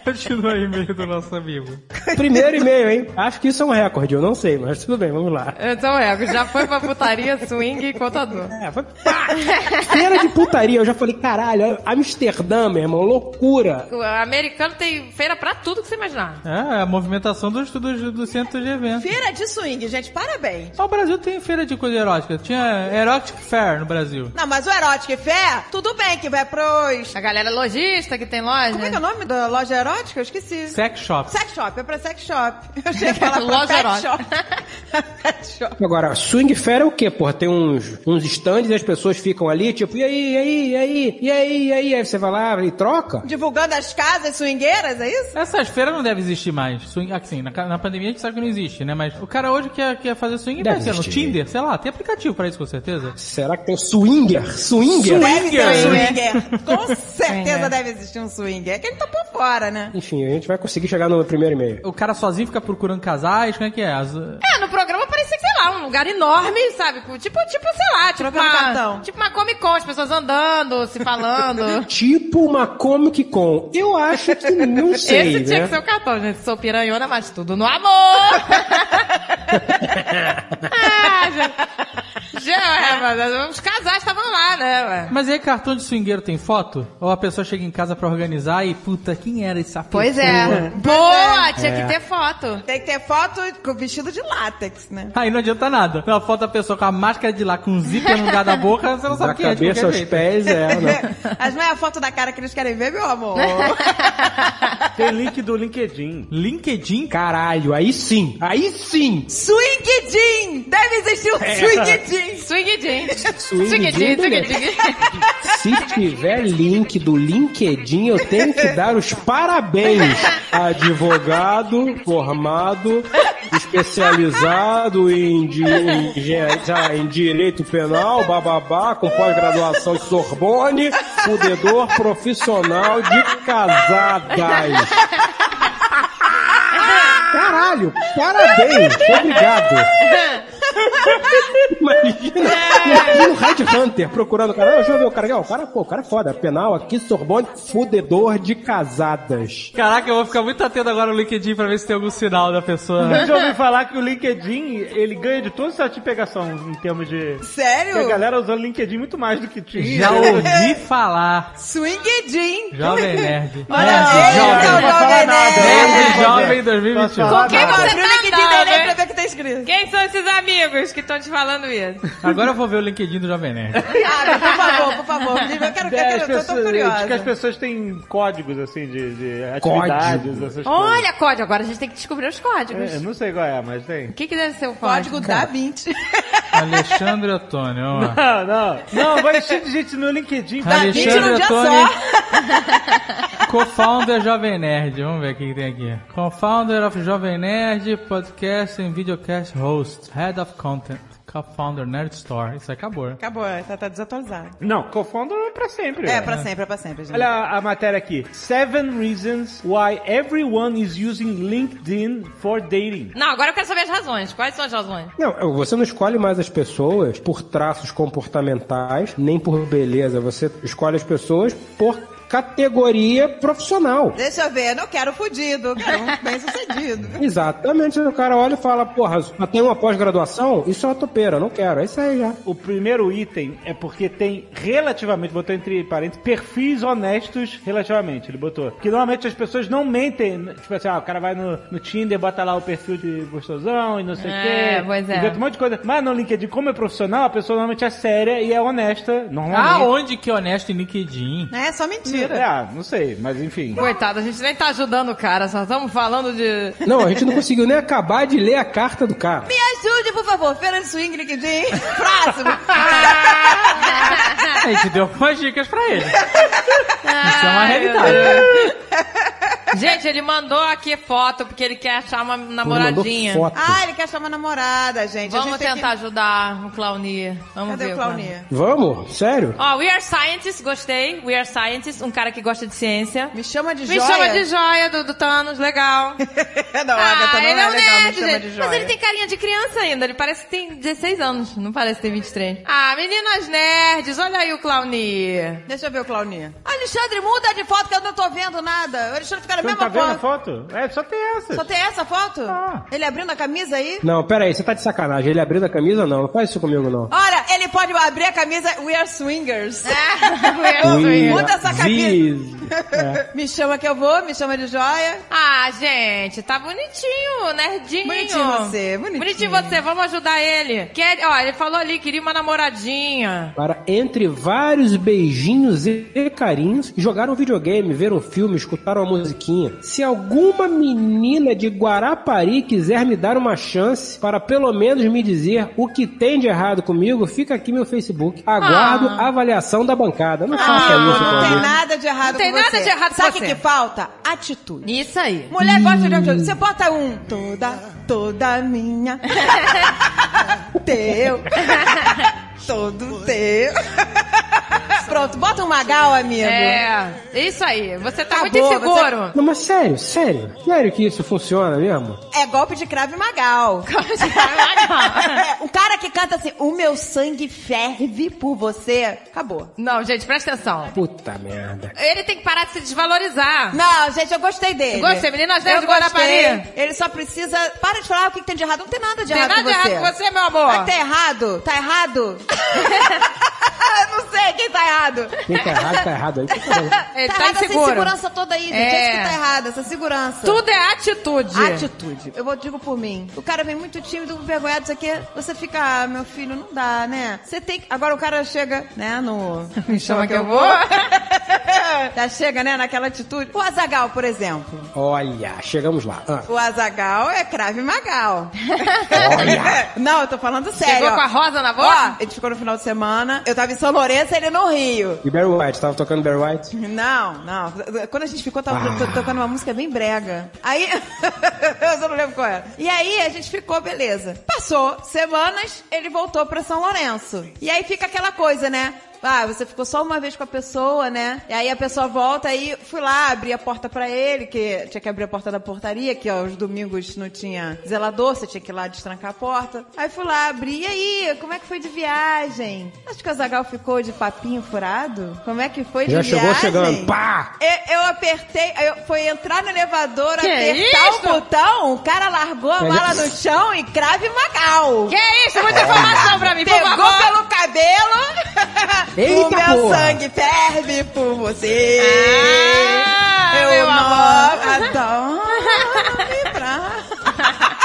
S5: Continua aí meio do nosso amigo.
S20: Ah! Primeiro e-mail, hein? Acho que isso é um recorde, eu não sei, mas tudo bem, vamos lá.
S3: Então é, já foi pra putaria, swing e contador.
S20: É, foi... Feira de putaria, eu já falei, caralho, Amsterdã, meu irmão, loucura.
S3: O americano tem feira pra tudo que você imaginar.
S5: É, a movimentação dos, dos, dos centros de eventos.
S4: Feira de swing, gente, parabéns.
S5: Só o Brasil tem feira de coisa erótica. Tinha Erotic Fair no Brasil.
S4: Não, mas o erótico e fé, tudo bem que vai pros...
S3: A galera lojista que tem loja.
S4: Como é que é o nome da loja erótica? Eu esqueci.
S5: Sex shop.
S4: Sex shop, é pra sex shop. Eu achei que ia falar pra
S3: Loja
S4: pet
S3: erótica.
S4: shop.
S20: Agora, swing fair é o quê, porra? Tem uns, uns stands e as pessoas ficam ali, tipo, e aí, e aí, e aí, e aí, e aí? Aí você vai lá e troca?
S4: Divulgando as casas swingueiras, é isso?
S5: Essas feiras não devem existir mais. Swing, assim, na, ca- na pandemia a gente sabe que não existe, né? Mas o cara hoje quer, quer fazer swing
S20: Deve
S5: vai ser no
S20: existir.
S5: Tinder, sei lá, tem aplicativo pra isso com certeza.
S20: Será que tem swinger? Swinger?
S4: Deve ter
S5: né?
S4: um
S5: Swinger.
S4: swinger. Com certeza deve existir um swinger. É que ele tá por fora, né?
S20: Enfim, a gente vai conseguir chegar no primeiro e-mail.
S5: O cara sozinho fica procurando casais, como é que é? As-
S3: É, no programa parecia que, sei lá, um lugar enorme, sabe? Com- Tipo, tipo, sei lá, tipo
S4: Trocando
S3: uma,
S4: cartão.
S3: tipo uma Comic Con, as pessoas andando, se falando.
S20: Tipo uma Comic Con. Eu acho que não sei,
S3: Esse tinha
S20: né?
S3: que ser o cartão, gente. Sou piranhona, mas tudo no amor! ah, gente. Já, é, mas os casais estavam lá, né? ué?
S5: Mas aí cartão de swingueiro tem foto? Ou a pessoa chega em casa pra organizar e, puta, quem era essa
S3: Pois
S5: pessoa?
S3: é. Boa! Tinha
S5: É.
S3: que ter foto.
S4: Tem que ter foto com vestido de látex, né?
S5: Aí não adianta nada. Uma foto da pessoa com a máscara de lá, com um zíper no lugar da boca, você não sabe
S20: Da
S5: quem é, de
S20: cabeça
S5: qualquer
S20: aos
S5: jeito.
S20: pés, é, né?
S4: Mas não é a foto da cara que eles querem ver, meu amor.
S8: Tem link do LinkedIn.
S5: LinkedIn?
S20: Caralho, aí sim. Aí sim.
S4: Swing Jean! Deve existir um
S20: É.
S4: Swing Jean!
S3: Swing Jean!
S20: Swing Jean, Se tiver link do LinkedIn, eu tenho que dar os parabéns. Advogado, formado, especializado em, di- em engen- já em direito penal, bababá, com pós-graduação em Sorbonne, fudedor profissional de casadas. Caralho, parabéns, obrigado. Imagina, imagina o Red Hunter procurando o cara. Ah, Deixa eu ver o cara. Ah, O cara, pô, o cara é foda. Penal aqui, Sorbonne, fudedor de casadas.
S5: Caraca, eu vou ficar muito atento agora no LinkedIn pra ver se tem algum sinal da pessoa.
S8: Eu já ouvi falar que o LinkedIn, ele ganha de todo esse tipo de pegação em termos de...
S4: Sério?
S8: Que a galera usou o LinkedIn muito mais do que tinha. É.
S5: Já ouvi falar.
S4: Swing Jean!
S5: Jovem Nerd.
S4: Olha
S3: É,
S5: Nerd
S4: aí,
S5: Jovem.
S4: não, Jovem
S5: Nerd
S4: Nerd.
S5: Jovem 2021.
S4: Com quem é você
S22: Abre o LinkedIn
S3: né,
S4: andando,
S22: dele aí
S4: hein?
S22: pra
S4: ver o que tá escrito.
S22: Quem são esses amigos que estão te falando isso?
S5: Agora eu vou ver o LinkedIn do Jovem Nerd.
S4: Abre, por favor, por favor. Eu quero, eu quero,
S8: É,
S4: É, eu
S8: as
S4: tô- eu tô
S8: pessoas-
S4: curiosa.
S8: acho que as pessoas têm códigos, assim, de, de
S20: Código.
S8: atividades, essas coisas.
S3: Olha, código, agora a gente tem que descobrir os códigos.
S8: É, eu não sei qual é, mas tem.
S3: O que, que deve ser o
S4: Código
S3: código?
S4: da 20.
S5: Alexandre Antônio. ó.
S8: Não, não. Não, vai encher de gente no LinkedIn.
S5: Tá
S8: Alexandre
S4: um
S5: enchendo,
S8: Antônio.
S5: Tony. Co-founder Jovem Nerd. Vamos ver o que que tem aqui. Co-founder of Jovem Nerd, podcast and videocast host. Head of content. Co-founder Nerd Store. Isso acabou. né?
S4: Acabou, tá, tá desatualizado.
S8: Não, co-founder é pra sempre.
S4: É, pra sempre, é pra sempre, gente.
S8: Olha a, a matéria aqui. Seven reasons why everyone is using LinkedIn for dating.
S3: Não, agora eu quero saber as razões. Quais são as razões?
S20: Não, você não escolhe mais as pessoas por traços comportamentais, nem por beleza. Você escolhe as pessoas por categoria profissional.
S4: Deixa eu ver, não quero fudido, quero um bem sucedido.
S20: Exatamente, o cara olha e fala, porra, só tem uma pós-graduação? Isso é uma topeira, não quero. É isso aí já.
S8: O primeiro item é porque tem relativamente, botou entre parênteses, perfis honestos relativamente, ele botou. Porque normalmente as pessoas não mentem, tipo assim, ah, o cara vai no, no Tinder, bota lá o perfil de gostosão e não sei o
S3: É,
S8: quê.
S3: pois é.
S8: Inventa um monte de coisa. Mas no LinkedIn, como é profissional, a pessoa normalmente é séria e é honesta, normalmente.
S5: Aonde
S3: é
S5: que honesto em LinkedIn?
S4: É, só mentira.
S8: É, não sei, mas enfim.
S3: Coitado, a gente nem tá ajudando o cara, só estamos falando de.
S20: Não, a gente não conseguiu nem acabar de ler a carta do cara.
S4: Me ajude, por favor. Feira de swing, LinkedIn. Próximo.
S5: A gente deu algumas dicas pra ele. Isso é uma
S3: Ai, meu
S5: realidade. né?
S3: Ah, Gente, ele mandou aqui foto porque ele quer achar uma namoradinha.
S20: mandou foto.
S4: Ah, ele quer chamar namorada, gente. A
S3: Vamos
S4: gente tem
S3: tentar
S4: que-
S3: ajudar o Clownir. Vamos
S4: Cadê
S3: ver
S4: o
S3: cara.
S4: Claunir?
S20: Vamos? Sério?
S3: Ó, We Are Scientists, gostei. We Are Scientists, um cara que gosta de ciência.
S4: Me chama de
S3: Me
S4: joia.
S3: chama de joia do, do Thanos, legal.
S4: Não, Agatha, não
S3: ele
S4: é
S3: um
S4: legal, me
S3: nerd,
S4: chama
S3: gente.
S4: de joia.
S3: Mas ele tem carinha de criança ainda, ele parece que tem 16 anos, não parece ter 23. Ah, meninas nerds, olha aí o Clownir.
S4: Deixa eu ver o Clauninha. Alexandre, muda de foto que eu não tô vendo nada. O Alexandre fica na
S8: Você não
S4: É mesma
S8: tá vendo a
S4: foto.
S8: foto? É, só tem essa. Ah.
S4: Só tem essa foto? Ele abrindo a camisa aí?
S20: Não, pera aí, você tá de sacanagem. Ele abriu a camisa? Não, não faz isso comigo, não.
S4: Olha, ele pode abrir a camisa We Are Swingers.
S20: swingers.
S4: Muda essa
S20: Ziz.
S4: camisa.
S8: É.
S4: me chama que eu vou, me chama de joia.
S3: Ah, gente, tá bonitinho, nerdinho.
S4: Bonitinho você, bonitinho.
S3: Bonitinho você, vamos ajudar ele. Quer, ó, ele falou ali, queria uma namoradinha.
S20: Para entre vários beijinhos e carinhos, jogar um videogame, ver um filme, escutar uma musiquinha. Se alguma menina de Guarapari quiser me dar uma chance para pelo menos me dizer o que tem de errado comigo, fica aqui meu Facebook. Aguardo a avaliação da bancada. Não faça isso, meu
S4: Ah. Não tem
S20: amigo.
S4: nada de errado
S3: Não tem
S4: com você.
S3: nada de errado com
S4: Sabe o
S3: você.
S4: que que falta? Atitude.
S3: Isso aí.
S4: Mulher gosta de
S11: Hum.
S4: atitude. Você bota um. Toda, toda minha. teu. todo teu. pronto. Bota um Magal, amigo.
S11: É, isso aí. Você tá muito
S4: Acabou,
S11: inseguro.
S20: Não, mas sério, sério. Sério que isso funciona mesmo?
S4: É golpe de crave Magal. É, um cara que canta assim, o meu sangue ferve por você. Acabou.
S11: Não, gente, presta atenção.
S20: Puta merda.
S11: Ele tem que parar de se desvalorizar.
S4: Não, gente, eu gostei dele.
S11: Gostei, meninas dez
S4: Eu
S11: de Guarapari.
S4: gostei. Ele só precisa... Para de falar o que, que tem de errado. Não tem nada de
S11: Tem
S4: errado
S11: nada
S4: com você.
S11: errado com você, meu amor.
S4: Mas tá errado? Tá errado? Não sei quem tá errado.
S20: Quem tá errado, tá errado aí.
S11: Ele
S4: tá,
S11: tá
S4: errado essa
S11: inseguro.
S4: segurança toda aí, gente.
S11: É.
S4: É isso que tá errado, essa segurança.
S11: Tudo é atitude.
S4: Atitude. Eu vou, digo por mim. O cara vem muito tímido, envergonhado, isso aqui. Você fica, ah, meu filho, não dá, né? Você tem que... Agora o cara chega, né, no...
S11: Me chama que eu vou.
S4: Já chega, né, naquela atitude. O Azagal, por exemplo.
S20: Olha, chegamos lá. Ah.
S4: O Azagal é crave magal. não, eu tô falando sério.
S11: Chegou
S4: ó.
S11: com a rosa na boca?
S4: Ó, ele ficou no final de semana. Eu tava em São Lourenço, ele no Rio.
S20: E Barry White, tava tocando Barry White?
S4: Não, não. Quando a gente ficou, tava
S20: Ah.
S4: to- tocando uma música bem brega. Aí. eu só não lembro qual era. E aí a gente ficou, beleza. Passou semanas, ele voltou pra São Lourenço. E aí fica aquela coisa, né? Ah, você ficou só uma vez com a pessoa, né? E aí a pessoa volta aí fui lá, abri a porta pra ele, que tinha que abrir a porta da portaria, que aos domingos não tinha zelador, você tinha que ir lá destrancar a porta. Aí fui lá, abri, e aí, como é que foi de viagem? Acho que o Zagal ficou de papinho furado? Como é que foi de
S20: Já
S4: viagem?
S20: chegou chegando. Pá!
S4: Eu, eu apertei, eu foi entrar no elevador,
S11: Que
S4: apertar
S11: isso?
S4: o botão, o cara largou a
S20: Olha
S4: mala
S20: isso.
S4: no chão e crave Magal.
S11: Que isso? Muita informação pra mim, por
S4: Pegou
S11: favor.
S4: pelo cabelo.
S20: Eita,
S4: o meu
S20: porra.
S4: sangue ferve por você. eu
S11: Ah, meu amor.
S4: adoro me pra...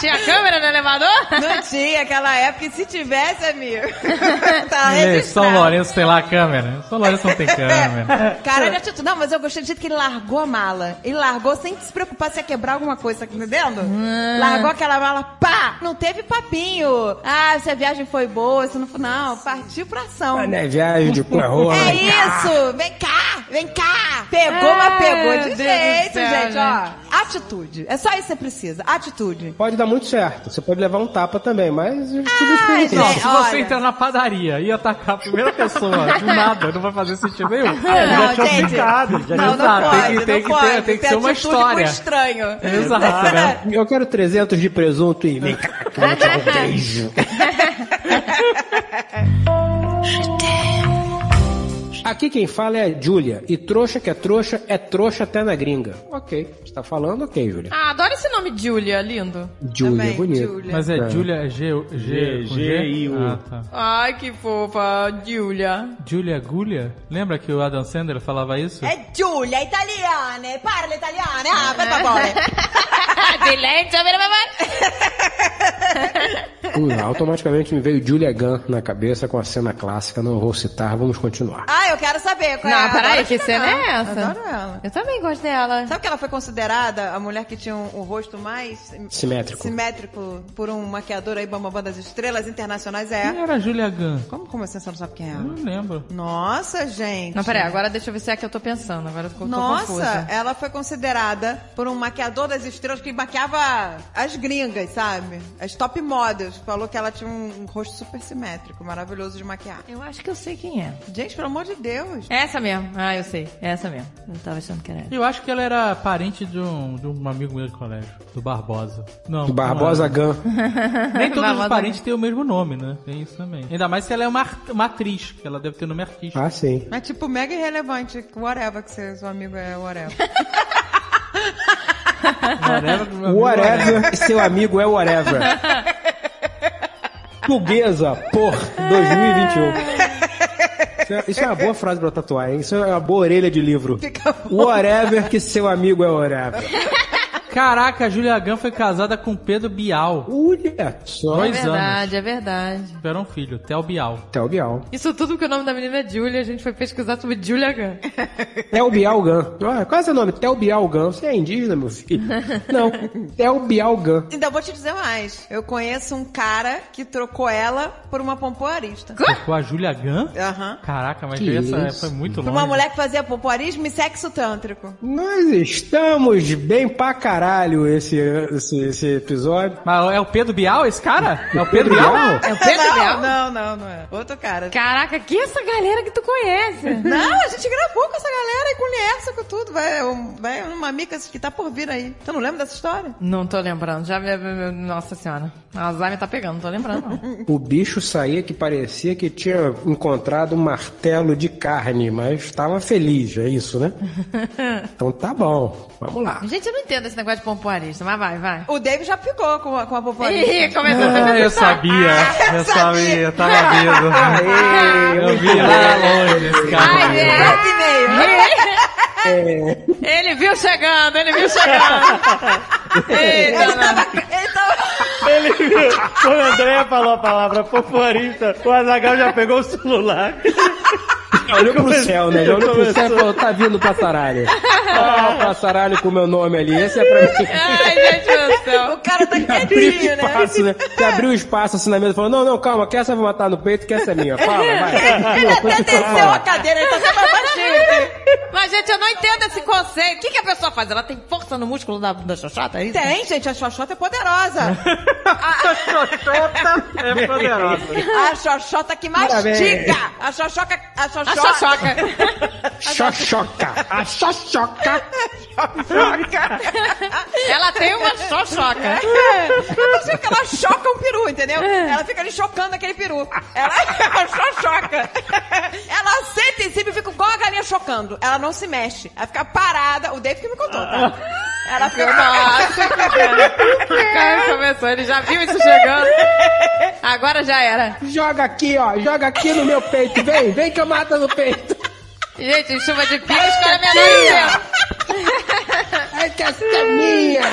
S11: Tinha câmera no elevador?
S4: Não tinha aquela época, e se tivesse, amigo, tá
S5: Ei, São
S4: registrado.
S5: Lourenço tem lá câmera. São Lourenço não tem câmera.
S4: Caralho, atitude. Não, mas eu gostei do jeito que ele largou a mala. Ele largou sem se preocupar se ia quebrar alguma coisa, tá entendendo?
S11: Ah.
S4: Largou aquela mala, pá! Não teve papinho. Ah, se a viagem foi boa, isso não foi. Não, partiu pra ação.
S20: Ah, né? Viagem de cu na rua.
S4: É
S20: né?
S4: isso! Vem cá! Vem cá! Pegou, mas pegou É
S11: Ah,
S4: de
S11: Deus do
S4: jeito, né?
S11: céu, né?
S4: gente, ó. Atitude. É só isso que você precisa. Atitude.
S20: Pode dar muito certo. Você pode levar um tapa também, mas eu tive
S4: Ai,
S5: Não,
S4: gente,
S5: se você
S4: olha.
S5: entrar na padaria e atacar a primeira pessoa do nada, não vai fazer sentido nenhum.
S4: Não,
S5: já tinha
S4: gente.
S5: brincado, já
S4: Não,
S5: tinha
S4: não
S5: brincado. Tem que, tem
S4: pode, não
S5: que ter,
S4: pode.
S5: tem que ser uma
S4: atitude
S5: história.
S4: com estranho.
S5: Exato, né?
S20: Eu quero 300 de presunto e vem cá, que eu vou te dar um beijo. Aqui quem fala é a Júlia. E trouxa que é trouxa, é trouxa até na gringa. Ok, você tá falando, ok, Júlia.
S11: Ah, adoro esse nome, Julia, lindo.
S20: Júlia, bonito.
S5: Mas é, Julia é G,
S8: G-
S5: G, com
S8: G e U.
S5: Ah, tá.
S11: Ai, que fofa, Julia.
S5: Julia Guglia? Lembra que o Adam Sandler falava isso?
S4: É Giulia, italiana. Parla italiana. Ah, per favore.
S11: Silêncio, meu amor.
S20: Ui, automaticamente me veio Julia Gunn na cabeça com a cena clássica. Não vou citar, vamos continuar.
S4: Ah, eu quero saber. Qual é?
S11: Não,
S4: Eu adoro
S11: peraí, que
S4: essa
S11: cena
S4: cara.
S11: é essa?
S4: Adoro ela.
S11: Eu também gosto dela.
S4: Sabe que ela foi considerada a mulher que tinha um- o rosto mais
S20: Simétrico.
S4: simétrico por um maquiador aí, Bambambam das Estrelas Internacionais?
S5: Quem
S4: É.
S5: era a Julia Gunn?
S4: Como, como assim você não sabe quem é
S5: Eu
S4: ela?
S5: Não lembro.
S4: Nossa, gente.
S11: Não, peraí, agora deixa eu ver se é a que eu tô pensando. Agora eu tô, tô
S4: Nossa, é-
S11: confusa.
S4: ela foi considerada por um maquiador das estrelas que maquiava as gringas, sabe? As top models. Falou que ela tinha um rosto super simétrico, maravilhoso de maquiar.
S11: Eu acho que eu sei quem é.
S4: Gente, pelo amor de Deus.
S11: Essa mesmo. Ah, eu sei. Essa mesmo. Eu tava achando que era ela.
S5: Eu acho que ela era parente de um, de um amigo meu de colégio, do Barbosa. Não.
S20: Do Barbosa
S5: não
S20: Gun.
S5: era. Nem todos
S11: Barbosa.
S5: os parentes têm o mesmo nome, né? Tem isso também. Ainda mais se ela é uma, art- uma atriz, que ela deve ter nome artístico.
S20: Ah, sim.
S3: É
S4: Mas, tipo, mega irrelevante. Whatever que seu amigo é whatever.
S5: Whatever, meu amigo,
S20: Whatever, seu amigo é whatever. Portuguesa por 2021. Isso é- Isso é uma boa frase pra tatuar, hein? Isso é uma boa orelha de livro. Whatever que seu amigo é whatever.
S5: Caraca, a Julia Gunn foi casada com Pedro Bial.
S20: Olha só.
S11: É
S5: Dois anos.
S11: verdade, é verdade.
S5: Tiveram um filho, Theo Bial.
S20: Theo Bial.
S11: Isso tudo porque o nome da menina é Julia, a gente foi pesquisar sobre Julia Gunn.
S20: Theo Bial Gun. Ah, qual é seu nome? Theo Bial Gun. Você é indígena, meu filho? Não. Theo Bial Gun.
S4: Ainda Então, vou te dizer mais. Eu conheço um cara que trocou ela por uma pompoarista.
S5: Ficou a Julia Gunn?
S4: Aham.
S5: Caraca, mas
S20: Que
S5: essa
S20: isso.
S5: foi muito
S4: Pra
S5: longe.
S4: uma mulher que fazia pompoarismo e sexo tântrico.
S20: Nós estamos bem pra caralho esse, esse, esse episódio.
S5: Mas é o Pedro Bial esse cara?
S20: É o Pedro Bial?
S5: É o
S4: não,
S5: Pedro Bial?
S4: Não, não, não é. Outro cara.
S3: Caraca, que essa galera que tu conhece?
S4: Não, a gente gravou com essa galera e conversa com tudo. Vai, um- vai uma mica que tá por vir aí. Tu não lembra dessa história?
S3: Não tô lembrando. Já me- me- me- Nossa senhora. A Alzheimer tá pegando, não tô lembrando. não.
S20: O bicho saía que parecia que tinha encontrado um martelo de carne, mas estava feliz, é isso, né? Então tá bom, vamos lá.
S3: Gente, eu não entendo esse negócio de pompoarista, mas vai, vai.
S4: O David já picou com a, com a pompoarista.
S3: Ih, começou a
S5: Ah, eu sabia, eu sabia, eu tava vendo. eu vi lá longe esse cara.
S3: Ai, é. Ele viu chegando, ele viu chegando. Eita,
S18: Ele
S3: não.
S8: Ele viu, quando a Andréia falou a palavra foforista, o Azagal já pegou o celular.
S20: Olhou pro
S8: Começou-
S20: céu, né? Ele Olhou pro
S8: começou-
S20: céu e falou, tá vindo o passaralho. Ah, o passaralho com o meu nome ali, esse é pra
S4: né?
S20: mim.
S3: Ai, gente do céu.
S4: O cara tá
S20: Abriu espaço, né? Que abriu espaço assim na mesa, falou, não, não, calma, que essa eu vou matar no peito, que essa é minha. Fala, vai.
S4: Ele até
S20: Não,
S4: desceu a
S20: fala.
S4: cadeira, ele tá sempre mais baixinho né? aqui.
S3: Mas, gente, eu não entendo esse conceito. O que, que a pessoa faz? Ela tem força no músculo da, da xoxota, é isso?
S4: Tem, gente, a Xoxota é poderosa.
S8: A Xoxota é poderosa.
S4: A Xoxota que mastiga. A Xoxoca. A Xoxota.
S3: A xoxoca.
S20: Xoxoca. A xoxoca.
S3: Ela tem uma xoxoca.
S4: Eu não sei porque ela choca um peru, entendeu? Ela fica ali chocando aquele peru. Ela, ela só choca. Ela senta em cima e fica igual a galinha chocando. Ela não se mexe. Ela fica parada. O Dave que me contou, tá? Ela fica
S3: Nossa, O Caio começou, ele já viu isso chegando. Agora já era.
S20: Joga aqui, ó. Joga aqui no meu peito. Vem, vem que eu mato no peito.
S3: Gente, chuva de pia, os caras menores
S20: Ai, que essa é minha.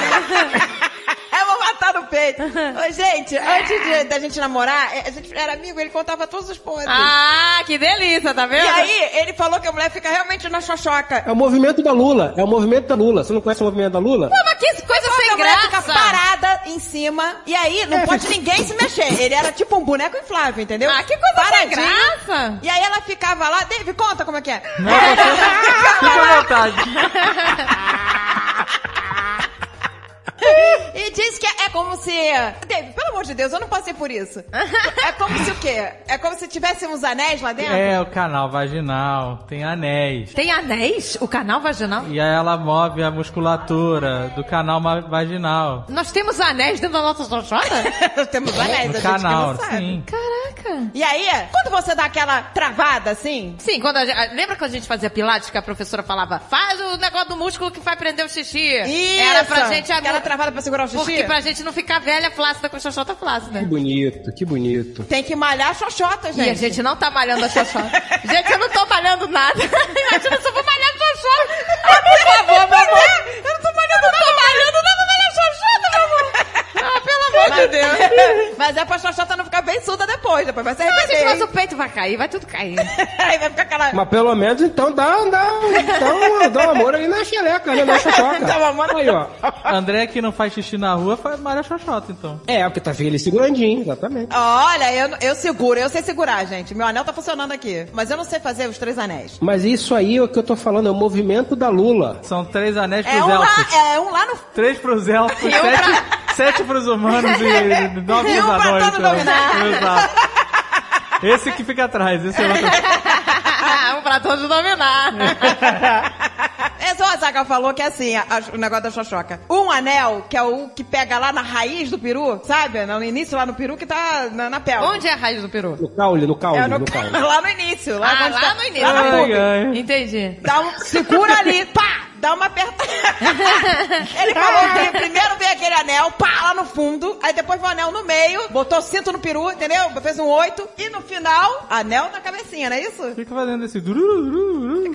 S4: Eu vou matar no peito. Ô, gente, antes de- da gente namorar, eh, a gente era amigo, ele contava todos os podres.
S3: Ah, que delícia, tá vendo?
S4: E aí, ele falou que a mulher fica realmente na xoxoca.
S20: É o movimento da Lula. É o movimento da Lula. Você não conhece o movimento da Lula?
S3: Pô, mas que coisa
S4: Só que a
S3: sem
S4: mulher
S3: graça. É.
S4: fica parada em cima. E aí, não pode ninguém se mexer. Ele era tipo um boneco inflável, entendeu? Ah,
S3: que coisa sem graça.
S4: E aí ela ficava lá. Dave, conta como é que é.
S5: Fica à vontade.
S4: E diz que é como se... Dave, pelo amor de Deus, eu não passei por isso. É como se o quê? É como se tivesse uns anéis lá dentro?
S5: É, o canal vaginal, tem anéis.
S3: Tem anéis? O canal vaginal?
S5: E aí ela move a musculatura do canal ma- vaginal.
S3: Nós temos anéis dentro da nossa xoxota?
S4: Nós temos anéis,
S5: No
S4: a gente
S5: um canal,
S4: que não sabe.
S5: sim.
S3: Caraca.
S4: E aí, quando você dá aquela travada assim...
S3: Sim, quando a gente, lembra quando a gente fazia pilates que a professora falava, faz o negócio do músculo que vai prender o xixi.
S4: Isso,
S3: Era pra gente...
S4: Aquela travada pra segurar o xixi.
S3: Porque pra gente não ficar velha flácida com a xoxota flácida.
S20: Que bonito, que bonito.
S4: Tem que malhar a xoxota, gente.
S3: E a gente não tá malhando a xoxota. gente, eu não tô malhando nada. Imagina se eu vou malhar a xoxota. Ah, por favor, meu amor.
S4: Eu não tô malhando
S3: Não tô malhando nada, vou malhar a xoxota, meu amor. Ah, pelo amor de
S4: Mas-
S3: Deus.
S4: Mas é pra xoxota não ficar bem surda depois. Depois vai se
S3: Ah, gente, mas
S4: arrepender.
S3: o peito vai cair, vai tudo cair.
S4: Aí vai ficar aquela...
S20: Mas pelo menos então dá, dá, dá, um, dá um amor ali na xereca, né? Na xoxoca.
S4: Dá um amor na
S20: Aí, ó.
S5: André que não faz xixi na rua faz Maria Xoxota, então.
S20: É, porque tá ele segurandinho, exatamente.
S4: Olha, eu, eu seguro, eu sei segurar, gente. Meu anel tá funcionando aqui. Mas eu não sei fazer os três anéis.
S20: Mas isso aí é o que eu tô falando, é o movimento da Lula.
S5: São três anéis pros
S4: É um,
S5: elfos.
S4: lá, é um lá no.
S5: Três pros elfos,
S4: E um
S5: sete, sete pros humanos e nove
S4: E um
S5: pros
S4: pra
S5: anões.
S4: todo dominar.
S5: Exato. Esse que fica atrás, esse é outro.
S3: um pra todos dominar.
S4: É só o Azaghal falou que é assim, a- a- o negócio da xoxoca. Um anel, que é o que pega lá na raiz do peru, sabe? No início, lá no peru, que tá na, na pelve.
S3: Onde é a raiz do peru?
S20: No caule, no caule,
S4: É
S20: no,
S4: no,
S20: caule.
S4: lá no início. Lá,
S3: Ah,
S4: onde
S3: lá
S4: tá-
S3: no início.
S4: Lá na
S5: Ai,
S4: boca.
S5: ai.
S3: Entendi.
S4: Dá um, segura ali, pá! Dá uma apertada. Ele falou que primeiro veio aquele anel, pá, lá no fundo. Aí depois veio o anel no meio, botou cinto no peru, entendeu? Fez um oito. E no final, anel na cabecinha, não é isso?
S5: Fica fazendo esse. durururu.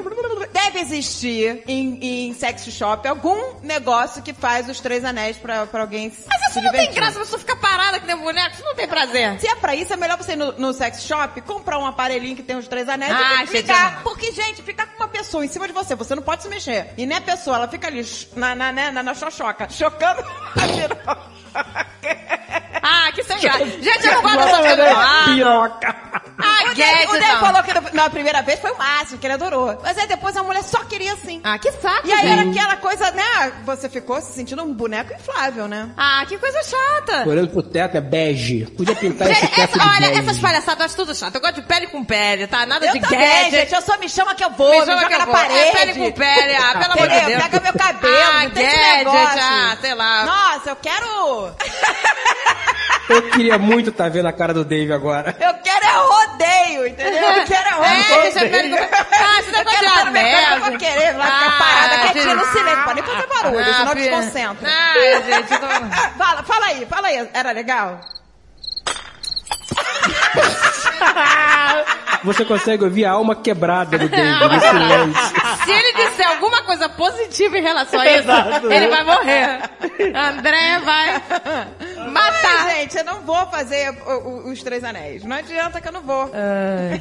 S4: Deve existir em, em sex shop algum negócio que faz os três anéis pra, pra alguém se
S3: Mas isso não tem
S4: divertir.
S3: graça, a pessoa fica parada que nem um boneco, isso não tem prazer.
S4: Se é pra isso, é melhor você ir no, no sex shop, comprar um aparelhinho que tem os três anéis
S3: Ah,
S4: e
S3: gente,
S4: ficar.
S3: não.
S4: Porque, gente, ficar com uma pessoa em cima de você, você não pode se mexer. E nem a pessoa, ela fica ali ch- na, na, né, na, na xoxoca, chocando a piroca.
S3: Ah, que sem graça. Gente, eu não gosto dessa
S20: Olha,
S3: piroca.
S20: Piroca.
S3: Ah,
S4: Eu daí,
S3: Guedes,
S4: o Daí
S3: não.
S4: falou que na- na primeira vez foi o máximo, que ele adorou. Mas aí depois a mulher só queria assim.
S3: Ah, que saco,
S4: E aí
S20: gente.
S4: era aquela coisa, né? Você ficou se sentindo um boneco inflável, né?
S3: Ah, que coisa chata.
S20: Olhando pro teto, é bege. Podia pintar esse
S3: Essa-
S20: teto de
S3: olha,
S20: bege.
S3: essas palhaçadas eu acho tudo assim, chato. Eu gosto de pele com pele, tá? Nada
S4: Eu
S3: de
S4: também,
S3: gadget.
S4: gente, eu só me chama que eu vou, me joga na
S3: eu vou. É
S4: parede.
S3: pele com pele, ah, pelo amor de
S4: Entendeu?
S3: Deus.
S4: Pega meu cabelo,
S3: ah,
S4: não tem esse
S3: gadget,
S4: negócio.
S3: ah, sei lá.
S4: Nossa, eu quero...
S20: Eu queria muito estar vendo a cara do Dave agora.
S4: Eu quero é rodeio, entendeu? Eu quero é rodeio.
S3: É, deixa eu ver. Ah, esse
S4: Eu
S3: negócio
S4: quero
S3: de
S4: estar no mercado, eu
S3: anel.
S4: vou querer, vai ficar
S3: Ah,
S4: parada quietinha no
S3: gente.
S4: silêncio, pode nem fazer barulho,
S3: Ah,
S4: senão
S3: pi-
S4: desconcentra.
S3: Ai, gente, Ah, eu tô-
S4: Fala, fala aí, fala aí, era legal?
S3: Ah,
S20: Você consegue ouvir a alma quebrada do Dave
S3: Alma
S20: no
S3: quebrada.
S20: silêncio.
S3: Se ele disser alguma coisa positiva em relação a isso,
S20: Exato.
S3: ele vai morrer. André vai.
S4: Matar! gente, eu não vou fazer o- o- os Três Anéis. Não adianta que eu não vou.
S3: É.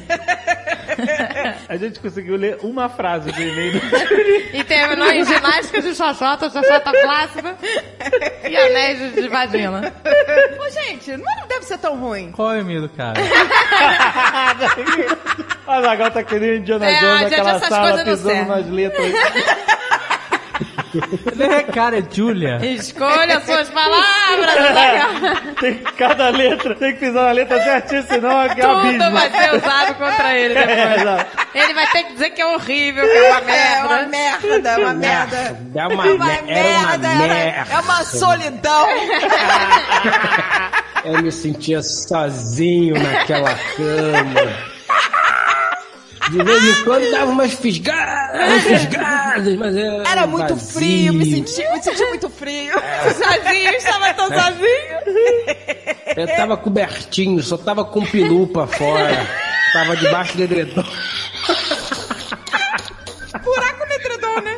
S8: A gente conseguiu ler uma frase do e-mail.
S3: E terminou em ginástica de xoxota, xoxota clássica e anéis de vagina.
S4: Ô, gente, não é deve ser tão ruim.
S5: Qual é o medo, cara?
S8: A Zagal tá querendo Indiana
S4: É,
S8: Jones
S4: gente,
S8: naquela
S4: essas
S8: sala,
S4: coisas não
S8: pisando
S4: servem.
S8: nas letras.
S5: Não é cara, é Julia.
S3: Escolha suas
S4: é
S3: palavras, né? Zagal.
S8: Tem que cada letra, tem que pisar na letra certinha, senão é que é
S3: Tudo
S8: abismo.
S3: vai ser usado contra ele depois.
S8: É, exato.
S3: Ele vai ter que dizer que é horrível, que é uma merda.
S4: É uma merda, uma merda.
S20: É uma, me- era uma merda.
S4: É uma solidão.
S20: Eu me sentia sozinho naquela cama. De vez em quando dava umas fisgadas, umas fisgadas, mas era.
S4: Era muito
S20: vazio.
S4: frio, me senti, me senti muito frio.
S3: Sozinho, estava tão
S8: É.
S3: sozinho.
S20: Eu tava cobertinho, só tava com peru pra fora. Tava debaixo do edredom.
S4: Buraco no edredom, né?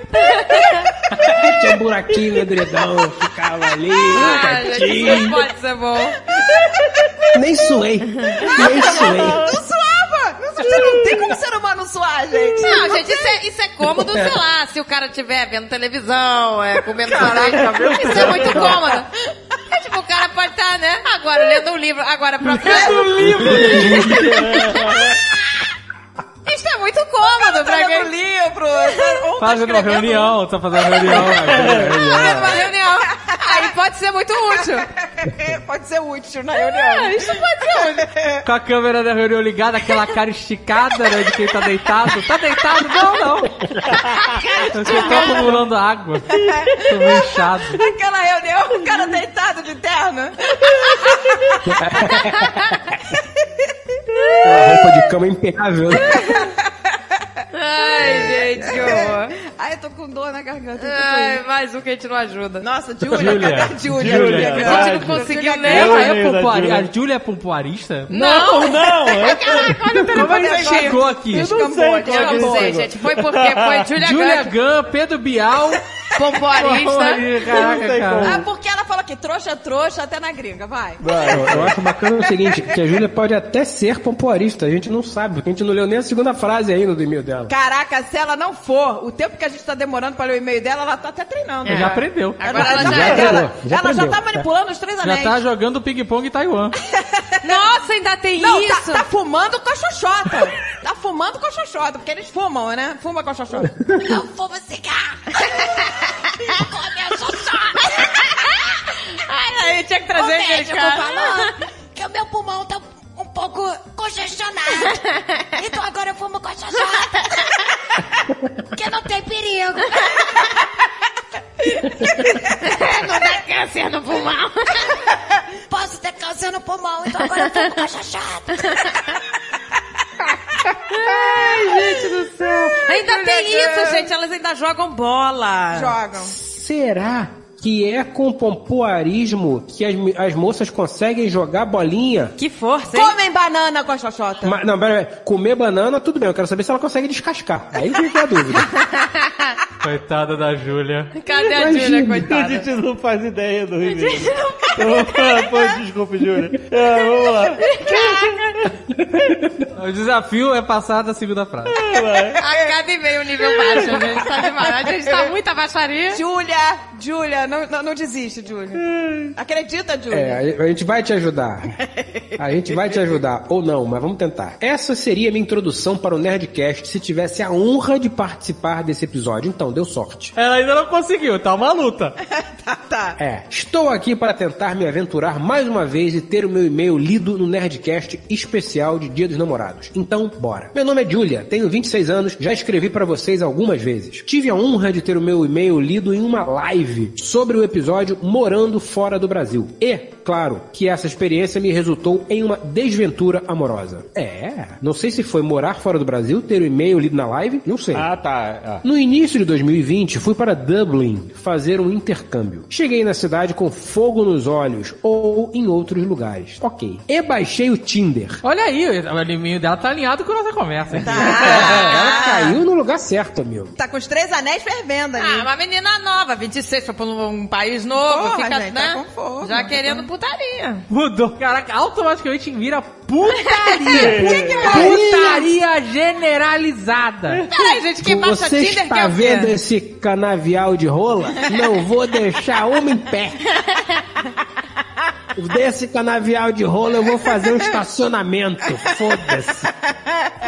S20: Tinha um buraquinho no edredom, ficava ali,
S3: Ah, gente, isso
S20: quietinho.
S3: não pode ser bom.
S20: Nem suei, nem
S4: Não,
S20: suei.
S4: não suava! Não, você não tem como ser humano suar, gente.
S3: Não, gente, isso é, isso é cômodo, sei lá, se o cara estiver vendo televisão, é, comendo sorvete. Isso é muito cômodo. É tipo, o cara pode estar, né? Agora, lendo um livro. Agora, pra Lendo um livro! Isso é muito cômodo pra
S4: Olha
S3: quem...
S4: no livro. ou tá
S5: Fazendo uma
S4: escrevendo.
S5: reunião, tá fazendo uma reunião.
S3: Ah, numa reunião. Aí pode ser muito útil.
S4: Pode ser útil na reunião.
S3: É, isso pode ser útil.
S5: Com a câmera da reunião ligada, aquela cara esticada, né, de quem tá deitado. Tá deitado? Não, não. Eu só tô acumulando água. Tô meio inchado.
S4: Aquela reunião, o cara deitado de terno.
S20: A roupa de cama é impecável.
S3: Ai, gente, que horror.
S4: Ai, eu tô com dor na garganta.
S3: Ai, mais um que a gente não ajuda.
S4: Nossa, Júlia, cadê a Júlia?
S5: Júlia,
S4: Júlia,
S3: A gente
S5: vai.
S3: não conseguiu nem...
S5: Ela
S3: fazer-
S5: é
S8: Júlia,
S5: pompoarista?
S8: Júlia.
S5: A Júlia é pompoarista?
S3: Não!
S8: Não, eu
S3: Caraca, olha o
S5: Como
S3: telefone
S5: é que
S3: agora.
S5: chegou aqui?
S8: Eu não sei qual
S3: Eu
S8: é que
S3: não sei,
S8: chegou.
S3: gente. Foi porque foi Julia
S5: Julia
S3: Gant,
S5: Gunn, Pedro Bial.
S3: pompoarista.
S8: Não sei
S5: Caraca, cara.
S4: Ah, porque ela fala que trouxa é trouxa até na gringa, vai.
S20: Eu, eu acho bacana o seguinte, que a Júlia é pode até ser pompoarista, a gente não sabe, porque a gente não leu nem a segunda frase ainda do e-mail dela.
S4: Caraca, se ela não for, o tempo que a gente tá demorando pra ler o e-mail dela, ela tá até treinando.
S5: Já aprendeu.
S3: É. Agora ela
S20: já
S3: já...
S4: aprendeu.
S20: aprendeu,
S4: Ela-
S20: já
S4: ela já tá
S20: aprendeu.
S4: manipulando os três
S5: Já
S4: anéis.
S5: tá jogando ping-pong em Taiwan.
S3: Nossa, ainda tem
S4: Não, tá-
S3: isso?
S4: Tá, fumando com a xoxota. tá fumando com a xoxota, porque eles fumam, né? Fuma com a xoxota.
S23: Não fuma cigarro! Come a xoxota!
S3: Ai, aí tinha que
S23: O
S3: trazer aquele
S23: médico
S3: cara.
S23: falou que o meu pulmão tá um pouco congestionado. Então agora eu fumo com a xoxota. Porque não tem perigo.
S3: Não dá câncer no pulmão.
S23: Posso ter câncer no pulmão, então agora eu fumo com a xoxota.
S3: Ainda tem isso, gente. Elas ainda jogam bola.
S4: Jogam.
S20: Será que é com pompoarismo que as, mi- as moças conseguem jogar bolinha?
S3: Que força, hein?
S4: Comem banana com a xoxota.
S20: Ma- não, pera, pera, comer banana, tudo bem, eu quero saber se ela consegue descascar. Aí fica a dúvida.
S5: Coitada da Júlia.
S3: Cadê a
S20: Imagina.
S3: Júlia,
S8: A
S3: coitada?
S8: gente não faz ideia do Rio. Não Pô, desculpa, Júlia. É, vamos lá.
S5: O desafio é passar da segunda frase.
S24: A cada e-mail um nível baixo, gente. Tá demais. A gente tá muita baixaria.
S4: Júlia, Júlia, não, não, não desiste, Júlia. Acredita, Júlia.
S20: É, a a gente vai te ajudar. A gente vai te ajudar, ou não, mas vamos tentar. Essa seria a minha introdução para o Nerdcast se tivesse a honra de participar desse episódio. Então, deu sorte.
S5: Ela ainda não conseguiu, tá uma luta.
S20: É, estou aqui para tentar me aventurar mais uma vez e ter o meu e-mail lido no Nerdcast especial de Dia dos Namorados. Então, bora. Meu nome é Julia, tenho 26 anos, já escrevi para vocês algumas vezes. Tive a honra de ter o meu e-mail lido em uma live sobre o episódio Morando Fora do Brasil. E, claro, que essa experiência me resultou em uma desventura amorosa. É, não sei se foi morar fora do Brasil, ter o e-mail lido na live, não sei.
S8: Ah, tá.
S20: No início de 2020, fui para Dublin fazer um intercâmbio. Cheguei na cidade com fogo nos olhos ou em outros lugares. Ok. E baixei o Tinder.
S5: Olha aí, o inimigo dela tá alinhado com a nossa conversa. aqui.
S3: Tá.
S20: Ela caiu no lugar certo, amigo.
S4: Tá com os três anéis fervendo ali.
S3: Ah, uma menina nova, 26, foi pra um, um país novo,
S4: Porra,
S3: fica,
S4: gente,
S3: né?
S4: tá com fogo.
S3: Já querendo putaria.
S5: Mudou. Caraca, automaticamente vira putaria.
S3: Que que
S20: é
S5: putaria generalizada.
S3: Peraí, gente, quem baixa
S20: Você
S3: Tinder
S20: está
S3: quer o quê?
S20: vendo esse canavial de rola? Não vou deixar uma em pé. Desse canavial de rola eu vou fazer um estacionamento. Foda-se.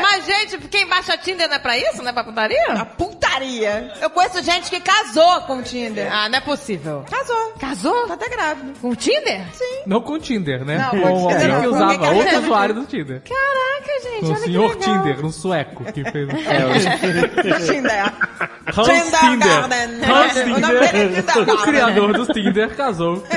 S3: Mas, gente, quem baixa Tinder não é pra isso? Não é pra putaria? A
S4: putaria. Eu conheço gente que casou com o Tinder.
S3: Ah, não é possível.
S4: Casou.
S3: Casou?
S4: Tá até grávida.
S3: Com o Tinder?
S4: Sim.
S5: Não com o Tinder, né?
S4: Não,
S5: com
S4: com o Tinder
S5: alguém
S4: não,
S5: que
S4: com
S5: usava
S4: alguém que
S5: outro
S4: usava
S5: usuário do Tinder.
S3: Caraca, gente,
S5: Com o
S3: olha
S5: senhor
S3: que legal.
S5: Tinder, um sueco que fez.
S4: É, Tinder.
S5: Hans
S4: Tinder
S5: Tinder.
S4: Garden.
S5: Hans
S4: O nome dele é
S5: Tinder.
S4: Tinder
S5: O criador do Tinder casou.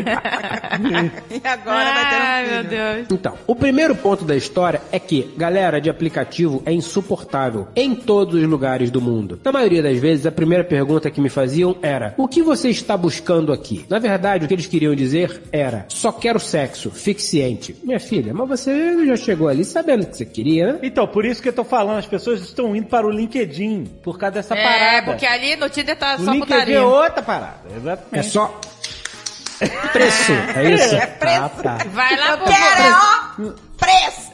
S4: E agora vai ter um
S3: Ai,
S4: filho.
S3: meu Deus.
S20: Então, o primeiro ponto da história é que galera de aplicativo é insuportável em todos os lugares do mundo. Na maioria das vezes, a primeira pergunta que me faziam era: O que você está buscando aqui? Na verdade, o que eles queriam dizer era: Só quero sexo, fique ciente. Minha filha, mas você já chegou ali sabendo o que você queria, né?
S8: Então, por isso que eu tô falando, as pessoas estão indo para o LinkedIn por causa dessa
S3: é,
S8: parada.
S3: porque ali no Tinder tá
S8: o
S3: só
S8: LinkedIn
S3: putaria.
S8: é outra parada, exatamente.
S20: É só. Preço, é isso?
S8: É
S20: preço. Ah, tá.
S3: Vai lá pro...
S4: Quero, é, ó,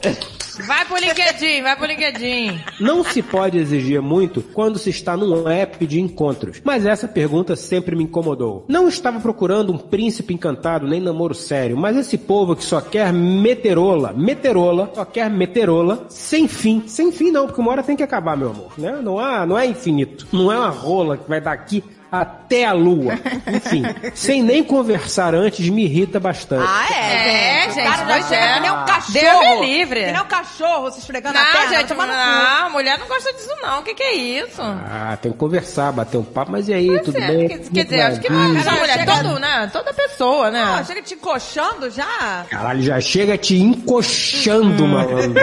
S4: preço.
S3: Vai pro LinkedIn, vai pro LinkedIn.
S20: Não se pode exigir muito quando se está num app de encontros, mas essa pergunta sempre me incomodou. Não estava procurando um príncipe encantado nem namoro sério, mas esse povo que só quer meterola, meterola, só quer meterola, sem fim. Sem fim não, porque uma hora tem que acabar, meu amor, né? Não, há, não é infinito. Não é uma rola que vai daqui até a lua. Enfim, sem nem conversar antes me irrita bastante.
S4: Ah, é?
S3: É, gente,
S4: O cara já
S3: pois
S4: chega
S3: é.
S4: que nem um cachorro.
S3: Deus me livre.
S4: Que nem um cachorro se esfregando na
S3: Não,
S4: perna.
S3: gente,
S4: vai tomar no cu.
S3: não, mulher não gosta disso não. O que que é isso?
S20: Ah, tem que conversar, bater um papo, mas e aí, tudo
S3: É,
S20: bem?
S3: quer, quer
S20: Como
S3: dizer,
S20: vai?
S3: acho que não,
S20: Hum.
S3: cara, mulher,
S4: chega-
S3: todo, né? Toda pessoa, né?
S4: Não, chega te encoxando já?
S20: Caralho, já chega te
S4: Uhum.
S20: encoxando, malandro.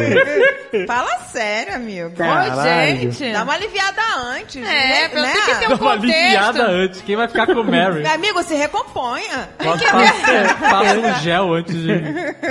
S4: Fala sério, amigo.
S20: Caralho.
S3: gente.
S4: Dá uma aliviada antes.
S3: É,
S4: né?
S3: pelo menos tem que ter
S5: Dá
S3: um
S5: uma aliviada
S3: contexto.
S5: antes. Quem vai ficar com o Mary?
S4: Meu amigo, se recomponha.
S5: Bota passa- passa um gel antes de...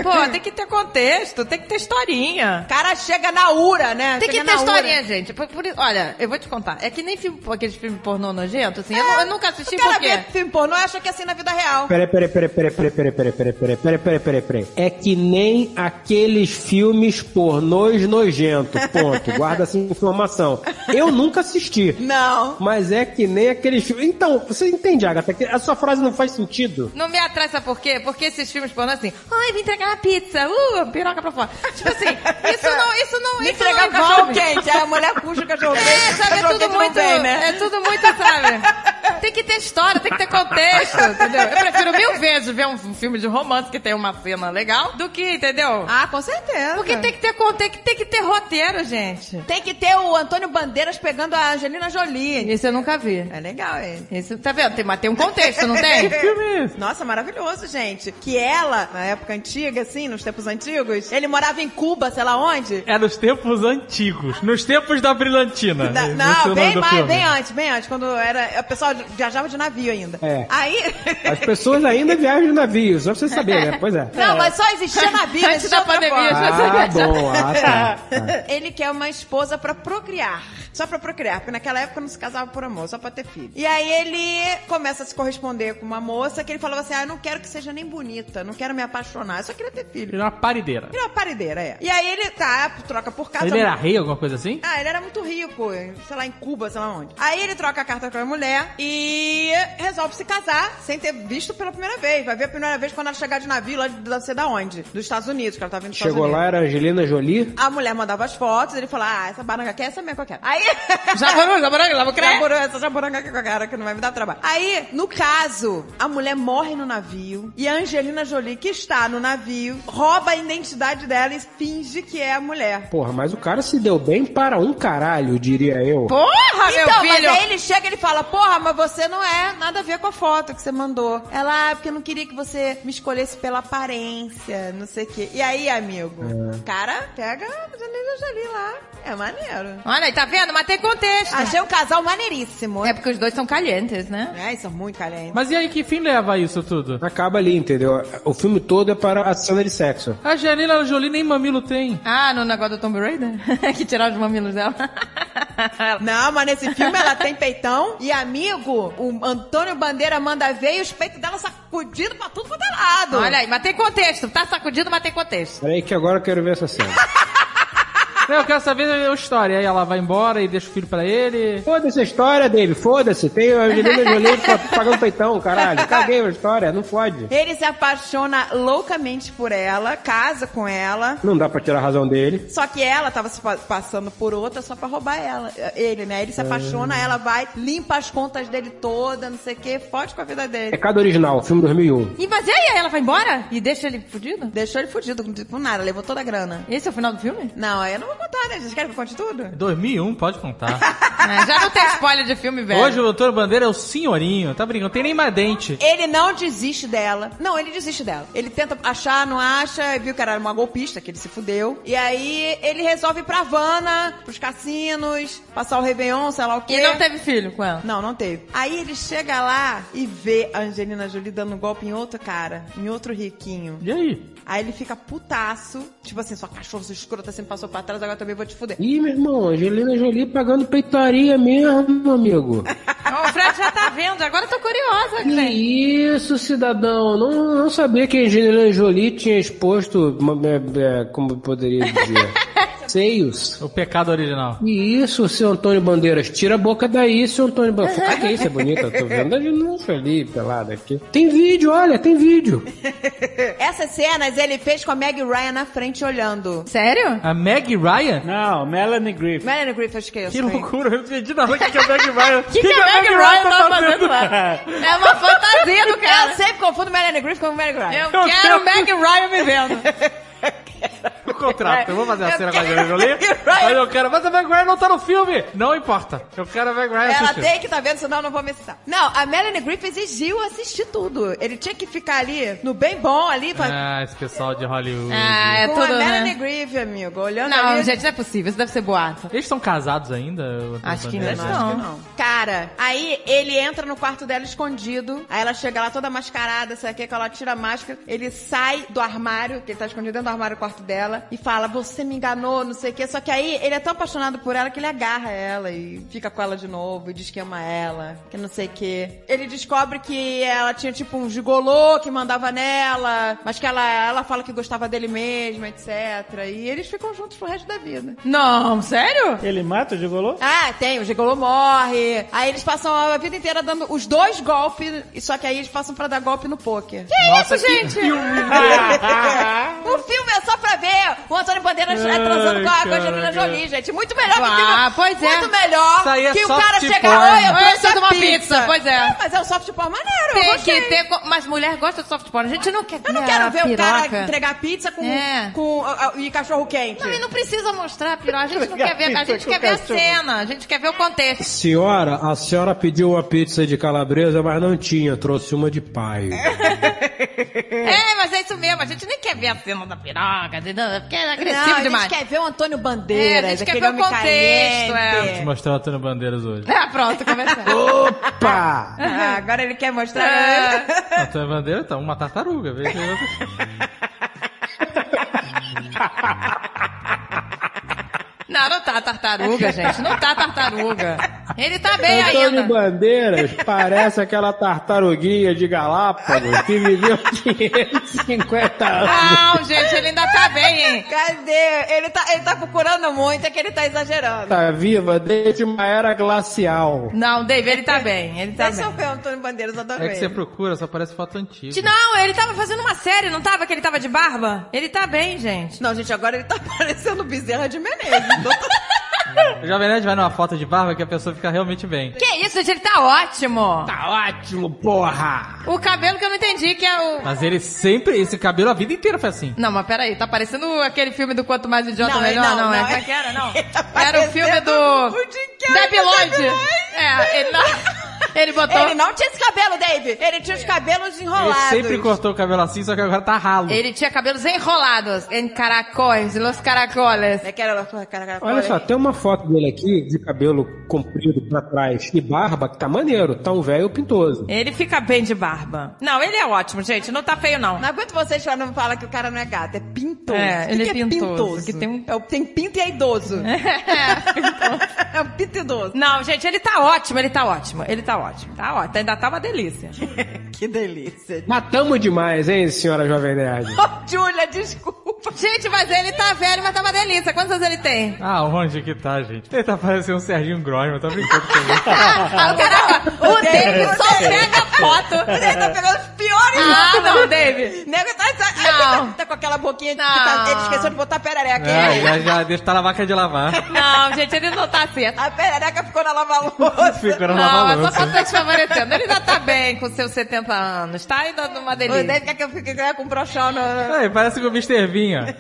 S3: Pô, tem que ter contexto, tem que ter historinha.
S4: O cara chega na ura, né?
S3: Tem que
S4: Chega
S3: ter
S4: na ura.
S3: historinha, gente. Por- por isso- olha, eu vou te contar. É que nem filme, aqueles filmes pornô nojento, assim. eu, nu- eu nunca assisti
S4: É, O cara
S3: porque...
S4: vê filme pornô e acha que é assim na vida real.
S20: Peraí, peraí, peraí, peraí, peraí, peraí, peraí, peraí, peraí, peraí, peraí, peraí, peraí. É que nem aqueles filmes pornôs nojentos, ponto. Guarda essa informação. Eu nunca assisti.
S4: Não.
S20: Mas é que nem aqueles filmes... Então, você entende, Agatha, que a sua frase não faz sentido?
S3: Não me atrai, sabe por quê? Porque esses filmes pornô assim, ai, vim entregar uma pizza, uh, piroca pra fora. Tipo assim, isso não, isso não,
S4: Me
S3: isso não
S4: entregar o
S3: envolve.
S4: cachorro quente. Aí a mulher puxa o cachorro quente.
S3: É, sabe, é
S4: cachorro
S3: tudo
S4: quente
S3: muito,
S4: Não vem, né?
S3: é tudo muito, sabe? Tem que ter história, tem que ter contexto, entendeu? Eu prefiro mil vezes ver um filme de romance que tem uma cena legal do que, entendeu?
S4: Ah, com certeza.
S3: Porque tem que ter contexto, tem que ter roteiro, gente.
S4: Tem que ter o Antônio Bandeiras pegando a Angelina Jolie.
S3: Isso eu nunca vi.
S4: É legal, hein?
S3: Isso, tá vendo? Tem, mas tem um contexto, não tem?
S5: é
S4: Nossa, maravilhoso, gente. Que ela, na época antiga, assim, nos tempos antigos, ele morava em Cuba, sei lá onde.
S5: É nos tempos antigos. Nos tempos da brilhantina.
S4: Da-
S5: Esse é
S4: não,
S5: o nome
S4: bem
S5: do
S4: mais,
S5: filme.
S4: bem antes, bem antes, quando era. O pessoal viajava de navio ainda.
S20: É.
S4: Aí.
S20: As pessoas ainda viajam de navio, só pra você saber, né? Pois é.
S4: Não, mas só existia navio,
S3: Antes
S4: existia
S3: da pandemia,
S4: outra forma.
S20: Ah, bom, ah, tá.
S4: Ele quer uma esposa pra procriar. Só pra procriar, porque naquela época não se casava por amor, só pra ter filho. E aí ele começa a se corresponder com uma moça que ele falava assim: ah, eu não quero que seja nem bonita, não quero me apaixonar, eu só queria ter filho.
S5: Ele era uma parideira.
S4: Ele é uma parideira, é. E aí ele tá, troca por casa.
S5: Ele era rei, alguma coisa assim?
S4: Ah, ele era muito rico, em- sei lá, em Cuba, sei lá onde. Aí ele troca a carta com a mulher e resolve se casar sem ter visto pela primeira vez. Vai ver a primeira vez quando ela chegar de navio lá de não sei da onde. Dos Estados Unidos, que ela tá vindo dos
S20: Chegou
S4: Estados
S20: lá, era Angelina Jolie.
S4: Unidos. A mulher mandava as fotos, ele falou, ah, essa baranga aqui é essa mesmo que eu quero. Aí...
S18: Jaboranga, jaboranga, lá vou crer.
S4: Jaboranga, essa jaboranga aqui que eu quero, que não vai me dar trabalho. Aí, no caso, a mulher morre no navio e a Angelina Jolie, que está no navio, rouba a identidade dela e finge que é a mulher.
S20: Porra, mas o cara se deu bem para um caralho, diria eu.
S4: Porra,
S18: meu
S4: então,
S18: filho!
S4: mas aí ele chega e ele fala, porra, mas você não é nada a ver com a foto que você mandou. Ela, ah, porque eu não queria que você me escolhesse pela aparência, não sei o quê. E aí, amigo?
S18: É.
S4: O Cara, pega a Angelina Jolie lá. É maneiro.
S11: Olha aí, tá vendo? Mas tem contexto.
S4: Achei um casal maneiríssimo.
S11: É porque os dois são calientes, né?
S4: É, são muito calientes.
S5: Mas e aí, que fim leva isso tudo?
S20: Acaba ali, entendeu? O filme todo é para a cena de sexo.
S5: A Janela Jolie nem mamilo tem.
S11: Ah, no negócio do Tomb Raider? que tiraram os mamilos dela.
S4: Não, mas nesse filme ela tem peitão. E amigo, o Antônio Bandeira manda ver e os peitos dela sacudindo pra tudo quanto é lado.
S11: Olha aí, mas tem contexto. Tá sacudido, mas tem contexto.
S20: Peraí que agora eu quero ver essa cena.
S5: Não, eu quero saber a história. Aí ela vai embora e deixa o filho pra ele.
S20: Foda-se a história dele, foda-se. Tem a Angelina Jolie pa- pagando peitão, caralho. Caguei a história, não fode.
S4: Ele se apaixona loucamente por ela, casa com ela.
S20: Não dá pra tirar a razão dele.
S4: Só que ela tava se pa- passando por outra só pra roubar ela. Ele, né? Ele se apaixona,
S20: Ah.
S4: ela vai, limpa as contas dele toda, não sei o quê, fode com a vida
S20: É
S4: dele.
S20: cada original, filme 2001.
S11: E mas e aí, ela vai embora? E deixa ele fudido?
S4: Deixou ele fudido, com com nada, levou toda a grana.
S11: Esse é o final do filme?
S4: Não, aí eu não vou contar, né? Vocês querem que eu conte
S5: É
S4: tudo?
S5: 2001, pode contar.
S11: Ah, já não tem spoiler de filme, velho.
S5: Hoje o Antônio Bandeira é o senhorinho, tá brincando, não tem nem mais dente.
S4: Ele não desiste dela. Não, ele desiste dela. Ele tenta achar, não acha, viu que era uma golpista, que ele se fudeu. E aí ele resolve ir pra Havana, pros cassinos, passar o Réveillon, sei lá o quê.
S11: E não teve filho com ela?
S4: Não, não teve. Aí ele chega lá e vê a Angelina Jolie dando um golpe em outro cara, em outro riquinho.
S5: E aí?
S4: Aí ele fica putaço, tipo assim, sua cachorra, sua escrota, sempre passou pra trás, agora também vou te fuder.
S20: Ih, meu irmão, Angelina Jolie pagando peitaria mesmo, amigo.
S11: Ó, o Fred já tá vendo, agora eu tô curiosa,
S20: Que
S11: Glenn.
S20: isso, cidadão? Não, não sabia que a Angelina Jolie tinha exposto, uma- é, é, como eu poderia dizer, seios.
S5: O pecado original.
S20: E isso, seu Antônio Bandeiras, tira a boca daí, seu Antônio Bandeiras. Ah, que isso, é bonita, tô vendo a Angelina Jolie pelada aqui. Tem vídeo, olha, tem vídeo.
S4: Essas cenas ele fez com a Meg Ryan na frente olhando.
S11: Sério?
S5: A Meg Ryan?
S8: Não, Melanie Griffith.
S4: Melanie Griffith, acho que é isso.
S8: Que loucura, eu não entendi nada. O que, que a Meg Ryan... O
S4: Que que a Meg Ryan tá fazendo lá?
S8: lá?
S11: É uma fantasia do cara.
S4: Eu sempre confundo Melanie Griffith com Melanie Griffith.
S11: Eu Eu quero quero- Meg Ryan me vendo.
S5: O contrato, eu vou fazer a
S4: Eu
S5: cena com a
S4: quero-
S5: Angelina Jolie. Mas eu quero, mas a Meg Ryan não tá no filme. Não importa, eu quero a Meg Ryan
S4: Ela
S5: assistir.
S4: tem que tá vendo, senão eu não vou me citar. Não, a Melanie Griffith exigiu assistir tudo. Ele tinha que ficar ali, no bem bom ali,
S11: É,
S4: pra...
S5: Ah, esse pessoal de Hollywood.
S11: Ah,
S4: com a Melanie Griffith, amigo, olhando ali.
S11: né?" Não, gente, não é possível. Isso deve ser boato.
S5: Eles estão casados ainda? o Antônio
S11: Acho que
S5: Bandeira?
S11: ainda não.
S4: Cara, aí ele entra no quarto dela escondido. Aí ela chega lá toda mascarada, sei lá o que, que ela tira a máscara. Ele sai do armário, que ele tá escondido dentro do armário do quarto dela, e fala: Você me enganou, não sei o que. Só que aí ele é tão apaixonado por ela que ele agarra ela e fica com ela de novo e diz que ama ela, que não sei o que. Ele descobre que ela tinha tipo um gigolô que mandava nela, mas que ela, ela fala que gostava dele mesma, etc. E eles ficam juntos pro resto da vida.
S11: Não, sério?
S8: Ele mata o Gigolô?
S4: Ah, tem, o Gigolô morre. Aí eles passam a vida inteira dando os dois golpes, e só que aí eles passam pra dar golpe no pôquer. Que
S18: Nossa,
S4: isso,
S18: que
S4: gente?
S18: filme!
S4: o filme é só pra ver o Antônio Bandeiras é, transando com a com a
S18: caraca.
S4: Angelina Jolie, gente. Muito melhor que o
S18: Ah,
S4: filme.
S18: pois é.
S4: Muito melhor
S18: Isso aí é
S4: que o
S18: soft
S4: cara chega
S18: porn.
S4: lá, eu
S18: Oi,
S4: trouxe
S11: eu
S4: a
S11: tomo uma pizza, pois é.
S4: Mas é um soft porn maneiro, eu
S11: Tem
S4: gostei.
S11: que ter... co- Mas mulher gosta de soft porn. A gente não quer
S4: Eu não
S11: comer
S4: quero
S11: a
S4: ver o
S11: piroca.
S4: cara entregar pizza com,
S11: É.
S4: com, ah, ah, e cachorro quente.
S11: Não, e não precisa mostrar a piroca. A gente não quer
S18: Entregar
S11: ver. A
S18: pizza
S11: gente
S18: com
S11: quer ver a
S18: cachorro.
S11: cena. A gente quer ver o contexto.
S20: Senhora, a senhora pediu uma pizza de calabresa, mas não tinha, trouxe uma de paio.
S11: É, mas é isso mesmo. A gente nem quer ver a cena da piroca, entendeu? porque é agressivo
S4: Não, a gente
S11: demais.
S4: quer ver o Antônio Bandeiras,
S11: É, a gente quer
S4: aquele
S11: ver o
S4: homem né?
S11: contexto,
S4: caliente.
S11: É.
S5: Vou te mostrar o Antônio Bandeiras hoje.
S11: Ah, pronto, começamos.
S20: Opa!
S4: Ah, agora ele quer mostrar.
S11: É.
S5: Antônio Bandeira tá uma tartaruga. Vê que eu-
S3: Não, não tá tartaruga, gente. Não tá tartaruga. Ele tá bem
S20: Antônio
S3: ainda.
S20: Bandeiras parece aquela tartaruguinha de Galápagos que viveu 550
S4: Ah.
S20: anos.
S3: Não, gente, ele ainda tá bem, hein?
S4: Cadê? Ele tá, ele tá procurando muito, é que ele tá exagerando.
S20: Tá viva desde uma era glacial.
S3: Não, Dave, ele tá bem. Ele tá
S4: Deixa eu
S3: bem.
S4: ver o Antônio Bandeiras, adorei.
S5: É que você procura, só parece foto antiga.
S3: Não, ele tava fazendo uma série, não tava? Que ele tava de barba? Ele tá bem, gente.
S4: Não, gente, agora ele tá parecendo Bezerra de Menezes.
S5: O Jovem Nerd vai numa foto de barba que a pessoa fica realmente bem.
S3: Que isso, gente? Ele tá ótimo.
S5: Tá ótimo, porra!
S3: O cabelo que eu não entendi, que é o...
S5: Mas ele sempre, esse cabelo a vida inteira foi assim.
S3: Não, mas peraí, tá parecendo aquele filme do Quanto Mais Idiota
S4: Não,
S3: Melhor,
S4: não,
S3: não,
S4: não,
S3: é?
S4: é-
S3: Como é que era, não? era o
S4: parecendo
S3: filme
S4: o
S3: do...
S4: Carrey
S3: Debi
S4: do
S3: Lloyd.
S4: Debi
S3: É, ele não... Ele botou...
S4: Ele não tinha esse cabelo, Dave. Ele tinha os cabelos
S5: Ele
S4: enrolados.
S5: sempre cortou o cabelo assim, só que agora tá ralo.
S3: Ele tinha cabelos enrolados em caracóis, los caracoles.
S4: É que era los caracoles.
S20: Olha só, tem uma foto dele aqui de cabelo comprido pra trás e barba que tá maneiro, tá um velho pintoso.
S3: Ele fica bem de barba. Não, ele é ótimo, gente. Não tá feio, não.
S4: Não aguento vocês falando não falar que o cara não é gato, é pintoso.
S3: É,
S4: O que
S3: ele
S4: que
S3: é pintoso, que tem
S4: É o- tem pinto e é idoso.
S3: É,
S4: o pinto um idoso.
S3: Não, gente, ele tá ótimo, ele tá ótimo. Ele tá ótimo. Tá ótimo. Ainda tá uma delícia.
S4: É. que delícia.
S20: Matamos demais, hein, senhora Jovem Nerd?
S4: Júlia, desculpa.
S3: Gente, mas ele tá velho, mas tá uma delícia. Quantos anos ele tem?
S5: Ah, onde que tá, gente? Ele tá parecendo um Serginho Grosman, tá brincando É. comigo.
S3: Ah, o caraca, o David só pega foto.
S4: Ele tá pegando os piores
S3: Ah,
S4: fotos.
S3: não, David.
S4: Nego tá, tá,
S3: Não.
S4: tá, tá com aquela boquinha que tá, ele esqueceu de botar a perereca.
S5: Ah, já, já deixa tá na vaca de lavar.
S3: Não, gente, ele não tá certo.
S4: A perereca ficou na lava-louça.
S5: Ficou na
S3: Não, é
S5: lava
S3: só
S5: louça.
S3: pra tá te favorecendo. Ele ainda tá bem com seus 70 anos, tá? Ainda numa
S4: O
S3: delícia.
S4: Dave quer que eu fique com um brochão no...
S5: É, parece com o Mr. Vinha.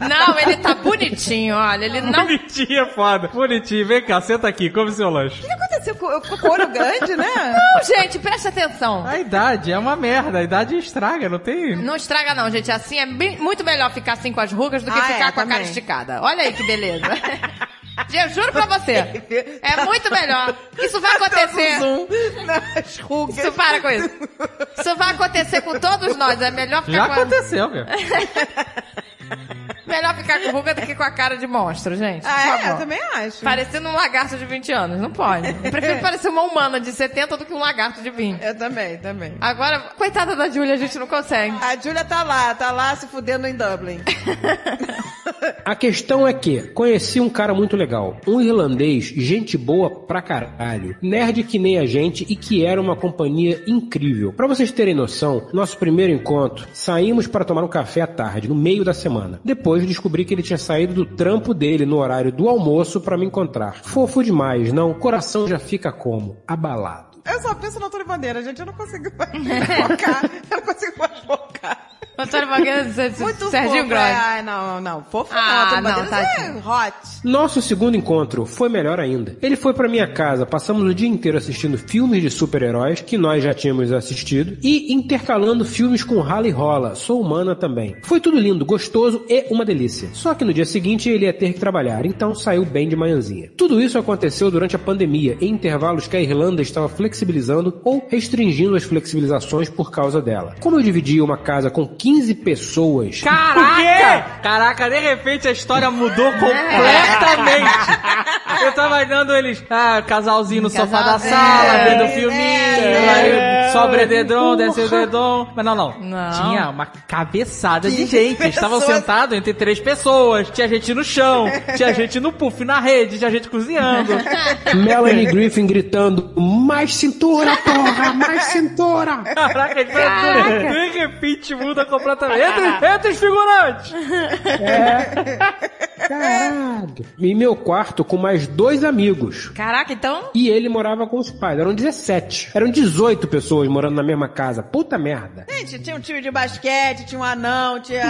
S3: Não, ele tá bonitinho, olha. Ele não. O
S5: Bonitinho é foda. Bonitinho, vem cá, senta aqui, come seu lanche.
S4: que aconteceu? com- Eu fico com olho grande, né?
S3: Não, gente, presta atenção.
S5: A idade é uma merda, a idade estraga, não tem...
S3: Não estraga, não, gente. Assim é bem- muito melhor ficar assim com as rugas do que
S4: Ah,
S3: ficar
S4: é,
S3: com a cara
S4: também.
S3: esticada. Olha aí que beleza. Eu juro pra você. É muito melhor. Isso vai acontecer.
S4: Tá nas rugas.
S3: Isso para com isso. Isso vai acontecer com todos nós. É melhor ficar
S5: Já
S3: com
S5: aconteceu, meu.
S3: Melhor ficar com ruga do que com a cara de monstro, gente. Por
S4: Ah, é?
S3: favor.
S4: Eu também acho.
S3: Parecendo um lagarto de 20 anos. Não pode. Eu prefiro parecer uma humana de 70 do que um lagarto de 20.
S4: Eu também, também.
S3: Agora, coitada da Júlia, a gente não consegue.
S4: A Júlia tá lá, tá lá se fudendo em Dublin.
S20: A questão é que conheci um cara muito legal, um irlandês, gente boa pra caralho, nerd que nem a gente e que era uma companhia incrível. Pra vocês terem noção, nosso primeiro encontro, saímos para tomar um café à tarde, no meio da semana. Depois descobri que ele tinha saído do trampo dele no horário do almoço pra me encontrar. Fofo demais, não? O coração já fica como? Abalado.
S4: Eu só penso no Antônio Bandeira, gente. Eu não consigo mais focar. Eu não consigo mais focar.
S3: Antônio Bandeira,
S4: Muito
S3: Serginho
S4: fofo.
S3: Gross.
S4: é. Ai, não, não. Fofo
S3: Ah,
S4: não. Antônio
S3: não,
S4: Bandeiras
S3: tadinho.
S4: é hot.
S20: Nosso segundo encontro foi melhor ainda. Ele foi pra minha casa, passamos o dia inteiro assistindo filmes de super-heróis que nós já tínhamos assistido e intercalando filmes com rally rola, sou humana também. Foi tudo lindo, gostoso e uma delícia. Só que no dia seguinte ele ia ter que trabalhar, então saiu bem de manhãzinha. Tudo isso aconteceu durante a pandemia, em intervalos que a Irlanda estava flexibilizando ou restringindo as flexibilizações por causa dela. Como eu dividi uma casa com 15 pessoas,
S5: Caraca! Caraca, de repente a história mudou completamente. Eu tava olhando eles, ah, casalzinho no sofá da sala, vendo filminho, é, sobre dedão, desce o dedão. Mas não, não,
S3: Não.
S5: Tinha uma cabeçada de
S3: Quinze
S5: gente. Eles Estavam
S3: pessoas.
S5: sentados entre três pessoas. Tinha gente no chão, tinha gente no puff, na rede, tinha gente cozinhando.
S20: Melanie Griffin gritando: Mais cintura, porra! Mais cintura!
S5: Caraca, de-
S20: Caraca.
S5: de repente muda completamente. Entra, entra os figurantes!
S20: Caralho! E meu quarto com mais dois amigos.
S3: Caraca, então.
S20: E ele morava com os pais. Eram 17. Eram 18 pessoas morando na mesma casa. Puta merda.
S4: Gente, tinha um time de basquete, tinha um anão, tinha...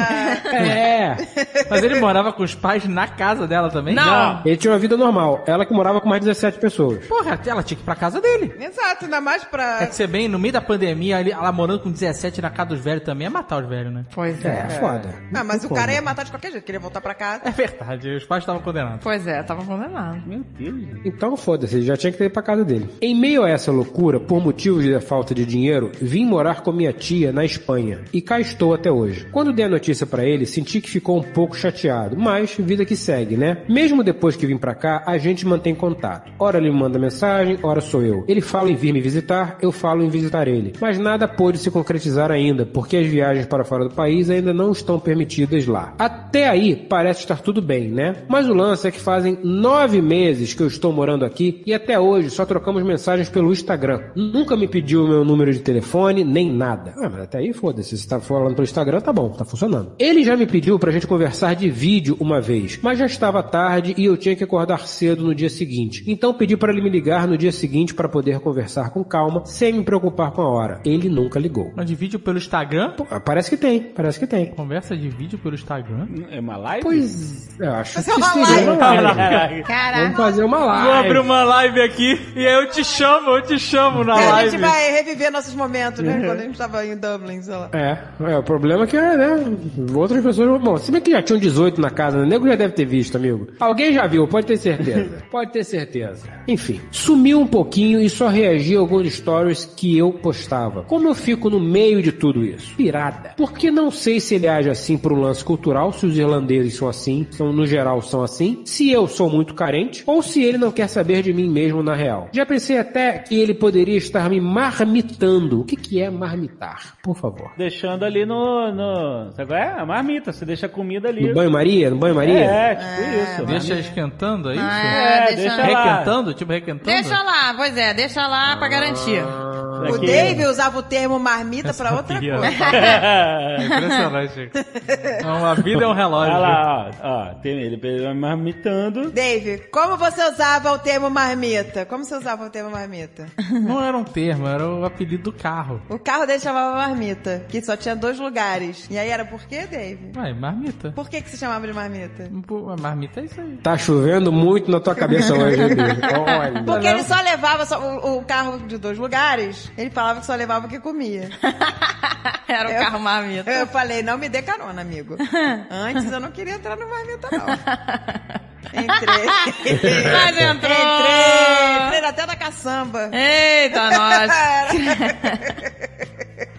S20: É.
S5: Mas ele morava com os pais na casa dela também?
S4: Não.
S20: Ele tinha uma vida normal. Ela que morava com mais 17 pessoas.
S5: Porra, ela tinha que ir pra casa dele.
S4: Exato, ainda mais
S5: Quer
S4: pra...
S5: que você bem, no meio da pandemia, ele- ela morando com 17 na casa dos velhos também é matar os velhos, né?
S3: Pois
S20: É, foda.
S4: Ah, mas o
S20: Como?
S4: cara ia matar de qualquer jeito, queria voltar pra casa.
S5: É verdade. tarde. Os pais estavam condenados.
S3: Pois é, tava condenado.
S8: Meu Deus.
S20: Então foda-se, ele já tinha que ter ido pra casa dele. Em meio a essa loucura, por motivos da falta de dinheiro, vim morar com minha tia na Espanha. E cá estou até hoje. Quando dei a notícia pra ele, senti que ficou um pouco chateado, mas vida que segue, né? Mesmo depois que vim pra cá, a gente mantém contato. Ora ele me manda mensagem, ora sou eu. Ele fala em vir me visitar, eu falo em visitar ele. Mas nada pôde se concretizar ainda, porque as viagens para fora do país ainda não estão permitidas lá. Até aí parece estar tudo bem, né? Mas o lance é que fazem nove meses que eu estou morando aqui e até hoje só trocamos mensagens pelo Instagram. Nunca me pediu o meu número de telefone, nem nada. Ah, mas até aí foda-se, se tá falando pelo Instagram, tá bom, tá funcionando. Ele já me pediu pra gente conversar de vídeo uma vez, mas já estava tarde e eu tinha que acordar cedo no dia seguinte. Então pedi para ele me ligar no dia seguinte para poder conversar com calma, sem me preocupar com a hora. Ele nunca ligou.
S5: Mas de vídeo pelo Instagram?
S20: Pô, parece que tem, parece que tem.
S5: Conversa de vídeo pelo Instagram?
S8: É uma live?
S20: Pois, eu acho
S4: Mas
S20: que
S4: é uma
S20: seria uma
S4: live.
S20: live.
S4: Caraca.
S20: Vamos fazer uma
S5: Vou abrir
S20: live.
S5: uma live aqui e aí eu te chamo, eu te chamo na
S4: É, a
S5: live.
S4: gente vai reviver nossos momentos, né?
S20: Uhum.
S4: Quando a gente tava em Dublin, sei lá.
S20: É, é, o problema é que, né, outras pessoas... Bom, se bem que já tinham 18 na casa, né, o nego já deve ter visto, amigo. Alguém já viu, pode ter certeza. Pode ter certeza. Enfim, sumiu um pouquinho e só reagia a alguns stories que eu postava. Como eu fico no meio de tudo isso? Pirada. Porque não sei se ele age assim por um lance cultural, se os irlandeses são assim, são, no geral são assim, se eu sou muito carente, ou se ele não quer saber de mim mesmo na real. Já pensei até que ele poderia estar me marmitando. O que, que é marmitar? Por favor.
S8: Tá. Deixando ali no, no. Sabe qual é? A marmita. Você deixa a comida ali.
S20: No banho-maria? No banho-maria?
S8: É, tipo isso.
S5: Deixa
S8: marmita.
S5: esquentando, é isso?
S3: Ah,
S8: É, deixa deixa lá. lá.
S5: Requentando? Tipo, requentando?
S3: Deixa lá, pois é, deixa lá pra garantir.
S4: O
S5: é
S4: Dave usava o termo marmita pra outra
S5: sabia.
S8: É
S4: coisa.
S5: Impressionante. Não, a vida é um relógio.
S8: Olha lá, ó. ó tem ele, ele marmitando.
S4: Dave, como você usava o termo marmita? Como você usava o termo marmita?
S5: Não era um termo, era o apelido do carro.
S4: O carro dele chamava marmita, que só tinha dois lugares. E aí era por quê, Dave?
S5: Ué, marmita.
S4: Por que, que se chamava de marmita?
S5: Pô, a marmita é isso aí.
S20: Tá chovendo muito na tua cabeça hoje, meu Deus. Olha.
S4: Porque ele só levava só o, o carro de dois lugares, ele falava que só levava o que comia.
S3: Era o
S4: Eu-
S3: carro marmita.
S4: Eu falei, não me dê carona, amigo. Antes eu não queria entrar no marmita, não. Entrei.
S3: Mas entrou.
S4: Entrei. Entrei até na caçamba.
S3: Eita, nós.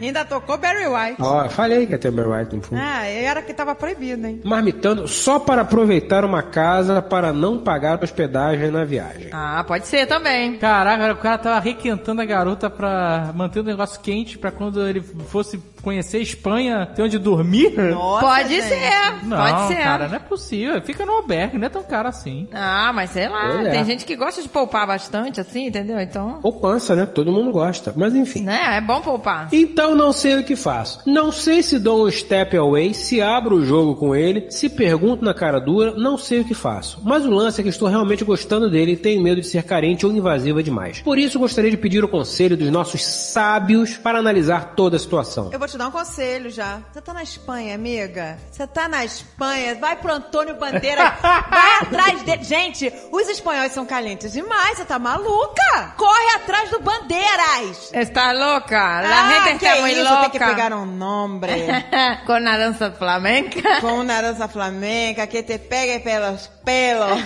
S4: Ainda tocou Barry White.
S20: Ó, falei que ia ter Barry White no fundo.
S4: Ah, era que tava proibido, hein?
S20: Marmitando só para aproveitar uma casa para não pagar hospedagem na viagem.
S3: Ah, pode ser também.
S5: Caraca, o cara tava requentando a garota pra manter o negócio quente pra quando ele fosse conhecer a Espanha ter onde dormir?
S3: pode ser,
S5: Não,
S3: pode ser.
S5: cara, não é possível. Fica no albergue, não é tão caro assim.
S3: Ah, mas sei lá,
S20: Pois é.
S3: tem gente que gosta de poupar bastante, assim, entendeu? Então,
S20: Poupança, né? Todo mundo gosta. Mas enfim.
S3: né, é bom poupar.
S20: Então não sei o que faço. Não sei se dou um step away, se abro o jogo com ele, se pergunto na cara dura, não sei o que faço. Mas o lance é que estou realmente gostando dele e tenho medo de ser carente ou invasiva demais. Por isso gostaria de pedir o conselho dos nossos sábios para analisar toda a situação.
S4: Eu vou te dar um conselho já. Você tá na Espanha, amiga? Você tá na Espanha? Vai pro Antônio Bandeira. Vai atrás dele. Gente, os espanhóis são calientes demais. Você tá maluca? Corre atrás do Bandeiras.
S3: Está louca? La
S4: Ah,
S3: gente
S4: que
S3: está muy
S4: isso,
S3: loca.
S4: Tem que pegar um nome.
S3: Com a dança flamenca.
S4: Com uma dança flamenca que te pegue pelos pelos.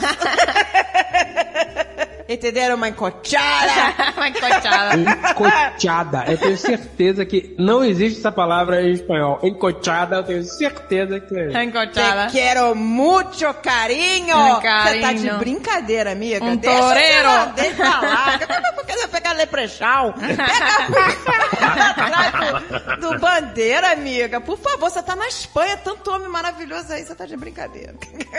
S4: Entenderam? Uma encochada.
S3: Uma encochada.
S20: Encochada. Eu tenho certeza que não existe essa palavra em espanhol. Encochada, eu tenho certeza que não
S3: Tá
S20: existe.
S3: Encochada.
S4: Te quero muito, carinho.
S3: Ai,
S4: Você tá de
S3: um carinho.
S4: brincadeira, amiga.
S3: Um
S4: Deixa eu
S3: toureiro.
S4: falar, Deixa eu falar. Por que você pega leprechal? Pega do, do bandeira, amiga. Por favor, você tá na Espanha, tanto homem maravilhoso aí, você tá de brincadeira.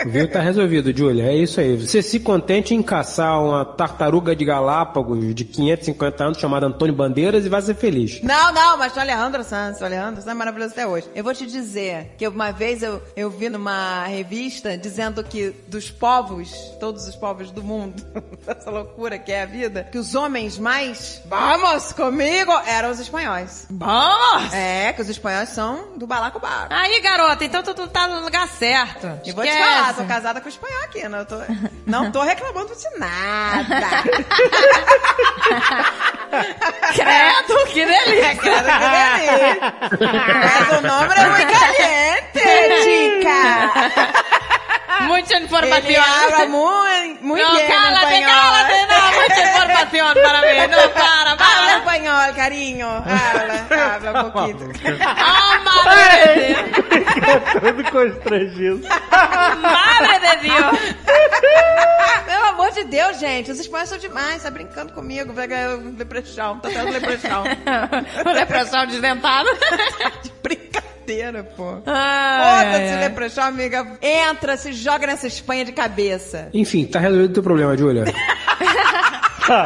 S20: Viu? Tá resolvido, Julia. É isso aí. Você se contente em caçar uma tartaruga de Galápagos de 550 anos chamada Antônio Bandeiras e vai ser feliz.
S4: Não, não, mas o Alejandro Sanz, o Alejandro Sanz é maravilhoso até hoje. Eu vou te dizer que uma vez eu, eu vi numa revista dizendo que dos povos, todos os povos do mundo, essa loucura que é a vida, que os homens mais, vamos comigo, eram os espanhóis.
S3: Vamos!
S4: É, que os espanhóis são do balacobaco.
S3: Aí, garota, então tu, tu tá no lugar certo.
S4: E vou te
S3: Esquece.
S4: falar, tô casada com espanhol aqui, não tô, não tô reclamando de nada.
S3: Credo, que delícia.
S4: Credo, que delícia. Mas o nome é muito caliente, chica.
S3: Muita
S4: habla muy, muy
S3: no,
S4: bien
S3: cálate,
S4: español.
S3: cálate, no, mucha información para mí, no, para, para.
S4: Habla español, cariño. Habla, habla um pouquinho.
S3: ¡Oh, madre de Dios!
S8: Fica todo constrangido.
S3: ¡Madre de Dios!
S4: Pelo amor de Deus, gente. Os espanhóis são demais. Tá brincando comigo. Pega o leprechão. Tá tendo leprechão.
S3: o leprechão desdentado.
S4: Brincadeira, pô.
S3: Ah,
S4: Foda-se, leprechão, amiga. Entra, se joga nessa Espanha de cabeça.
S20: Enfim, tá resolvido o teu problema, Julia.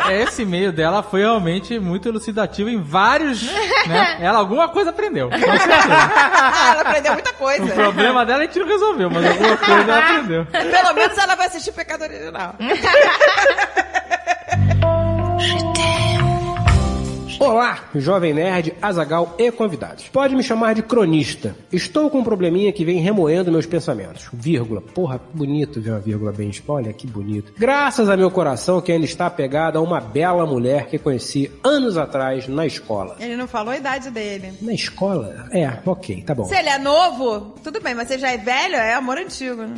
S5: É, Esse e-mail dela foi realmente muito elucidativo em vários. Né? Ela alguma coisa aprendeu. com certeza.
S4: ela aprendeu muita coisa.
S5: O problema dela é a gente não resolveu, mas alguma coisa ela aprendeu.
S4: Pelo menos ela vai assistir Pecado Original.
S20: Olá, jovem nerd, Azagal e convidados. Pode me chamar de cronista. Estou com um probleminha que vem remoendo meus pensamentos. Vírgula. Porra, bonito ver uma vírgula bem exposta. Olha que bonito. Graças a meu coração que ainda está apegado a uma bela mulher que conheci anos atrás na escola.
S4: Ele não falou a idade dele.
S20: Na escola? É, ok, tá bom.
S4: Se ele é novo, tudo bem, mas se já é velho, é amor antigo, né?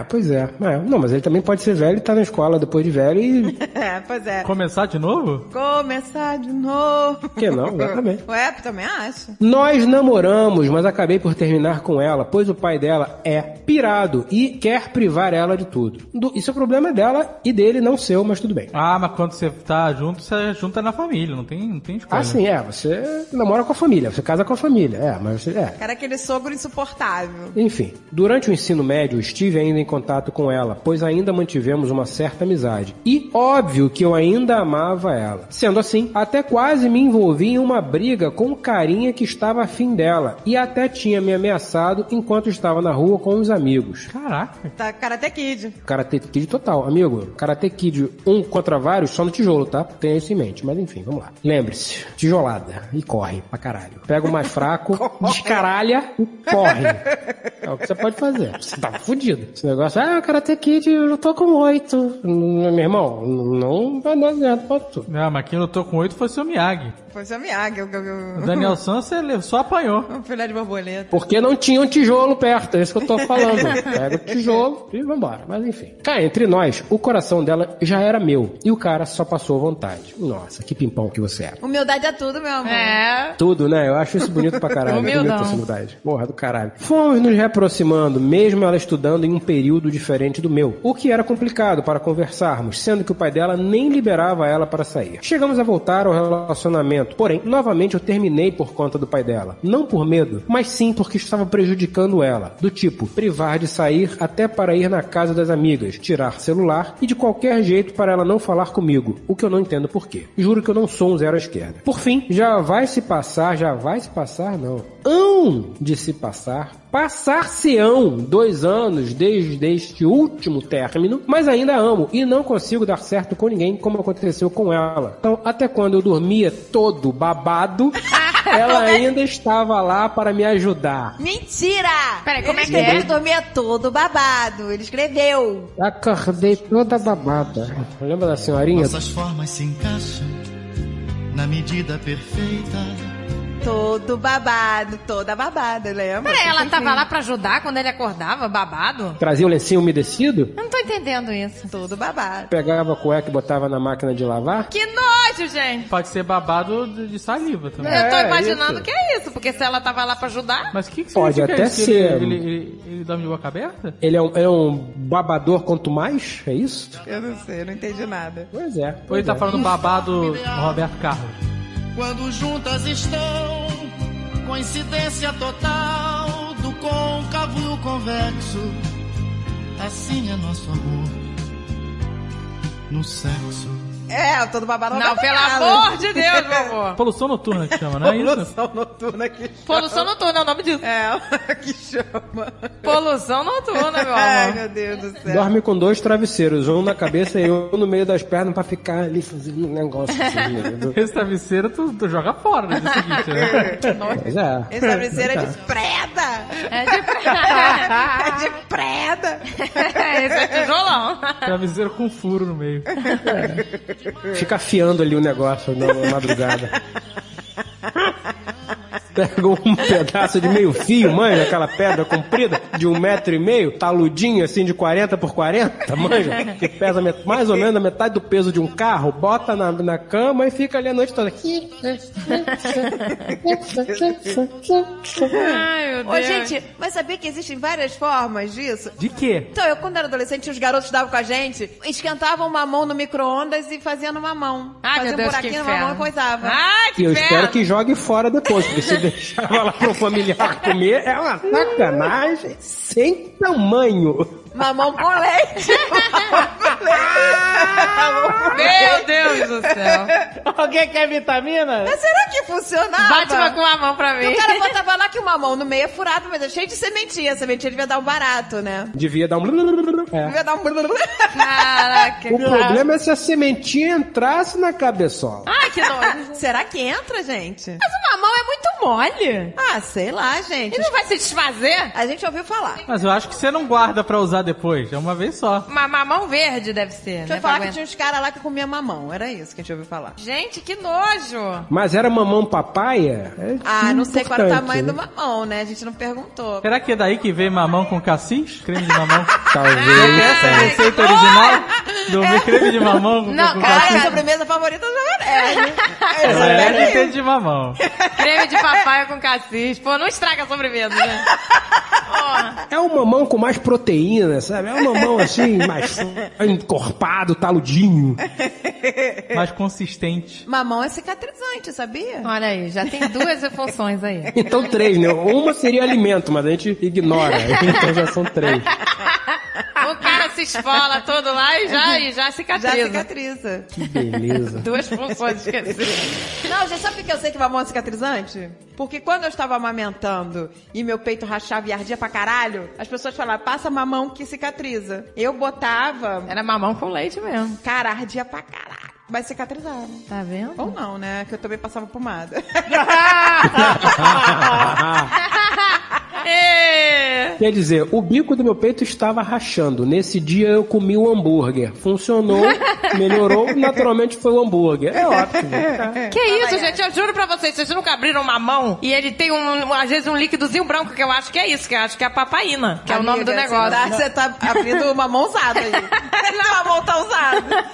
S20: É, pois é. É, Não, mas ele também pode ser velho e tá na escola depois de velho e.
S4: É, pois é.
S5: Começar de novo?
S4: Começar de novo.
S20: Que não, exatamente.
S4: Ué, também acho.
S20: Nós namoramos, mas acabei por terminar com ela, pois o pai dela é pirado e quer privar ela de tudo. Do- isso é problema dela e dele, não seu, mas tudo bem.
S5: Ah, mas quando você tá junto, você junta na família, não tem, não tem escolha.
S20: Ah, sim, é, você namora com a família, você casa com a família, é, mas você, é.
S4: Cara, aquele sogro insuportável.
S20: Enfim, durante o ensino médio estive ainda em contato com ela, pois ainda mantivemos uma certa amizade. E óbvio que eu ainda amava ela. Sendo assim, até quase me envolvi em uma briga com o carinha que estava afim dela e até tinha me ameaçado enquanto estava na rua com os amigos.
S5: Caraca.
S4: Tá Karate Kid.
S20: Karate Kid total, amigo. Karate Kid um contra vários só no tijolo, tá? Tenha isso em mente, mas enfim, vamos lá. Lembre-se, tijolada e corre pra caralho. Pega o mais fraco, descaralha e corre. É o que você pode fazer. Você tá fudido. Esse negócio, ah, Karate Kid, eu já tô com oito. N- Meu irmão, não vai dar certo pra tu.
S5: Não, mas quem lutou com oito foi seu Miyagi.
S4: Foi seu é, Miyagi. O, o,
S5: O Daniel San, você le- só apanhou.
S4: o filé de borboleta.
S20: Porque não tinha um tijolo perto, é isso que eu tô falando. Pega o tijolo e vambora. Mas enfim. Cá entre nós, o coração dela já era meu e o cara só passou vontade. Nossa, que pimpão que você é.
S4: Humildade é tudo, meu amor. É.
S20: Tudo, né? Eu acho isso bonito pra caralho. É
S4: Humildão.
S20: bonito essa humildade. Porra do caralho. Fomos nos reaproximando, mesmo ela estudando em um período diferente do meu. O que era complicado para conversarmos, sendo que o pai dela nem liberava ela para sair. Chegamos a voltar ao relacionamento, porém, novamente eu terminei por conta do pai dela. Não por medo, mas sim porque estava prejudicando ela. Do tipo, privar de sair até para ir na casa das amigas, tirar celular e de qualquer jeito para ela não falar comigo. O que eu não entendo por quê. Juro que eu não sou um zero à esquerda. Por fim, já vai se passar, já vai se passar, não. Hão de se passar. Passar-se-ão dois anos desde este último término, mas ainda amo e não consigo dar certo com ninguém como aconteceu com ela. Então, até quando eu dormia todo babado, ela ainda estava lá para me ajudar.
S4: Mentira! Peraí,
S3: como
S4: ele
S3: é que
S4: escreveu
S20: é?
S4: que dormia todo babado. Ele escreveu.
S20: Acordei toda babada. Lembra da senhorinha?
S25: Nossas formas se encaixam na medida perfeita.
S4: Todo babado, toda babada, né, lembra?
S11: Peraí, ela tava lá pra ajudar quando ele acordava, babado?
S20: Trazia o lencinho umedecido?
S11: Eu não tô entendendo isso.
S4: Todo babado.
S20: Pegava a cueca e botava na máquina de lavar?
S11: Que nojo, gente!
S5: Pode ser babado de de saliva também.
S11: Eu tô imaginando que é isso, porque se ela tava lá pra ajudar.
S5: Mas o que, que
S20: Pode
S5: significa
S20: até
S5: isso? Que ele-
S20: ser.
S5: Ele, ele, ele dorme de boca aberta?
S20: Ele é um, é um babador quanto mais? É isso?
S4: Eu não sei, eu não entendi nada.
S20: Pois é.
S5: Ou ele tá
S20: é.
S5: falando babado Roberto Carlos?
S25: Quando juntas estão, coincidência total do côncavo e o convexo. Assim é nosso amor no sexo.
S4: É, todo babado
S11: Não,
S4: babado.
S11: pelo amor de Deus, meu amor.
S5: Polução noturna que chama, não é isso?
S4: Poluição noturna que chama.
S11: Poluição noturna é o nome disso.
S4: É, que chama.
S11: Poluição noturna, né, meu
S4: Ai,
S11: amor.
S4: meu Deus do céu.
S20: Dorme com dois travesseiros, um na cabeça e um no meio das pernas pra ficar ali fazendo um negócio assim.
S5: Esse travesseiro tu, tu joga fora no dia é seguinte, né?
S20: Pois é.
S4: Esse travesseiro é de preda.
S11: É de preda.
S4: é de preda.
S11: Esse é tijolão.
S5: Travesseiro com furo no meio.
S20: Fica afiando ali o negócio na na madrugada. Pega um pedaço de meio fio, manja, aquela pedra comprida de um metro e meio, taludinho assim de 40 por 40, manja, que pesa met- mais ou menos a metade do peso de um carro, bota na, na cama e fica ali a noite toda.
S4: Ai, meu Deus. Ô, gente, mas sabia que existem várias formas disso?
S5: De quê?
S4: Então, eu quando era adolescente, os garotos davam com a gente, esquentavam mamão no micro-ondas e faziam no mamão.
S11: Ai,
S4: faziam
S11: meu Deus,
S4: buraquinho
S11: que
S4: no mamão e
S11: inferno.
S4: coisava.
S11: Ai,
S20: E eu espero que jogue fora depois, porque se deixava lá pro familiar comer, é uma sacanagem sem tamanho.
S4: Mamão com leite.
S11: Meu Deus do céu.
S8: Alguém quer vitamina?
S4: Mas será que funcionava?
S11: Bate uma com a mão pra mim.
S4: E o cara botava lá que o mamão no meio é furado, mas é cheio de sementinha. A sementinha devia dar um barato, né?
S20: Devia dar um. É.
S4: Devia dar um... Caraca.
S20: O problema é se a sementinha entrasse na cabeçola.
S4: Ai, que nojo. Será que entra, gente? Mas o mamão é muito mole. Ah, sei lá, gente. E não vai se desfazer? Né, A gente ouviu falar.
S5: Mas eu acho que você não guarda pra usar depois, é uma vez só.
S11: Uma mamão verde deve ser,
S4: Deixa
S11: né?
S4: eu falar
S11: pra
S4: que tinha uns caras lá que comiam mamão. Era isso que a gente ouviu falar.
S11: aguentar. Gente, que nojo. Hum.
S20: Mas era mamão papaya? É
S4: Ah, não sei qual era o
S20: importante,
S4: tamanho
S20: né?
S4: do mamão, né? A gente não perguntou.
S5: Será que é daí que vem mamão com cassis? Creme de mamão?
S20: Talvez.
S5: Essa é a receita original do creme de mamão com,
S4: Não,
S5: com
S4: cara, minha
S5: cassis?
S4: sobremesa favorita né? já era.
S5: Ela é de creme de mamão.
S11: Creme de papai com cassis. Pô, não estraga a sobremesa, né?
S20: É um mamão com mais proteína, sabe? É um mamão assim, mais encorpado, taludinho.
S5: Mais consistente.
S4: Mamão é cicatrizante, sabia?
S11: Olha aí, já tem duas funções aí.
S20: Então três, né? Uma seria alimento, mas a gente ignora. Então já são três.
S11: O cara se esfola todo lá e já, e já cicatriza.
S4: Já cicatriza.
S20: Que beleza.
S11: Duas funções esquecidas.
S4: Não, gente, sabe por que eu sei que mamão é cicatrizante? Porque quando eu estava amamentando e meu peito rachava e ardia pra caralho, as pessoas falavam, passa mamão que cicatriza. Eu botava...
S11: Era mamão com leite mesmo.
S4: Cara, ardia pra caralho. Mas cicatrizava.
S11: Tá vendo?
S4: Ou não, né? Que eu também passava pomada.
S11: Ah! É.
S20: Quer dizer, o bico do meu peito estava rachando. Nesse dia eu comi um hambúrguer. Funcionou, melhorou, naturalmente foi o hambúrguer. É ótimo.
S11: Que isso, gente? Eu juro pra vocês, vocês nunca abriram uma mão e ele tem um, um- às vezes um líquidozinho branco que eu acho que é isso, que eu acho que é a papaina, que é o nome do
S4: Amiga,
S11: negócio.
S4: Você tá, você tá abrindo uma mão usada aí. Não, a mão tá usada.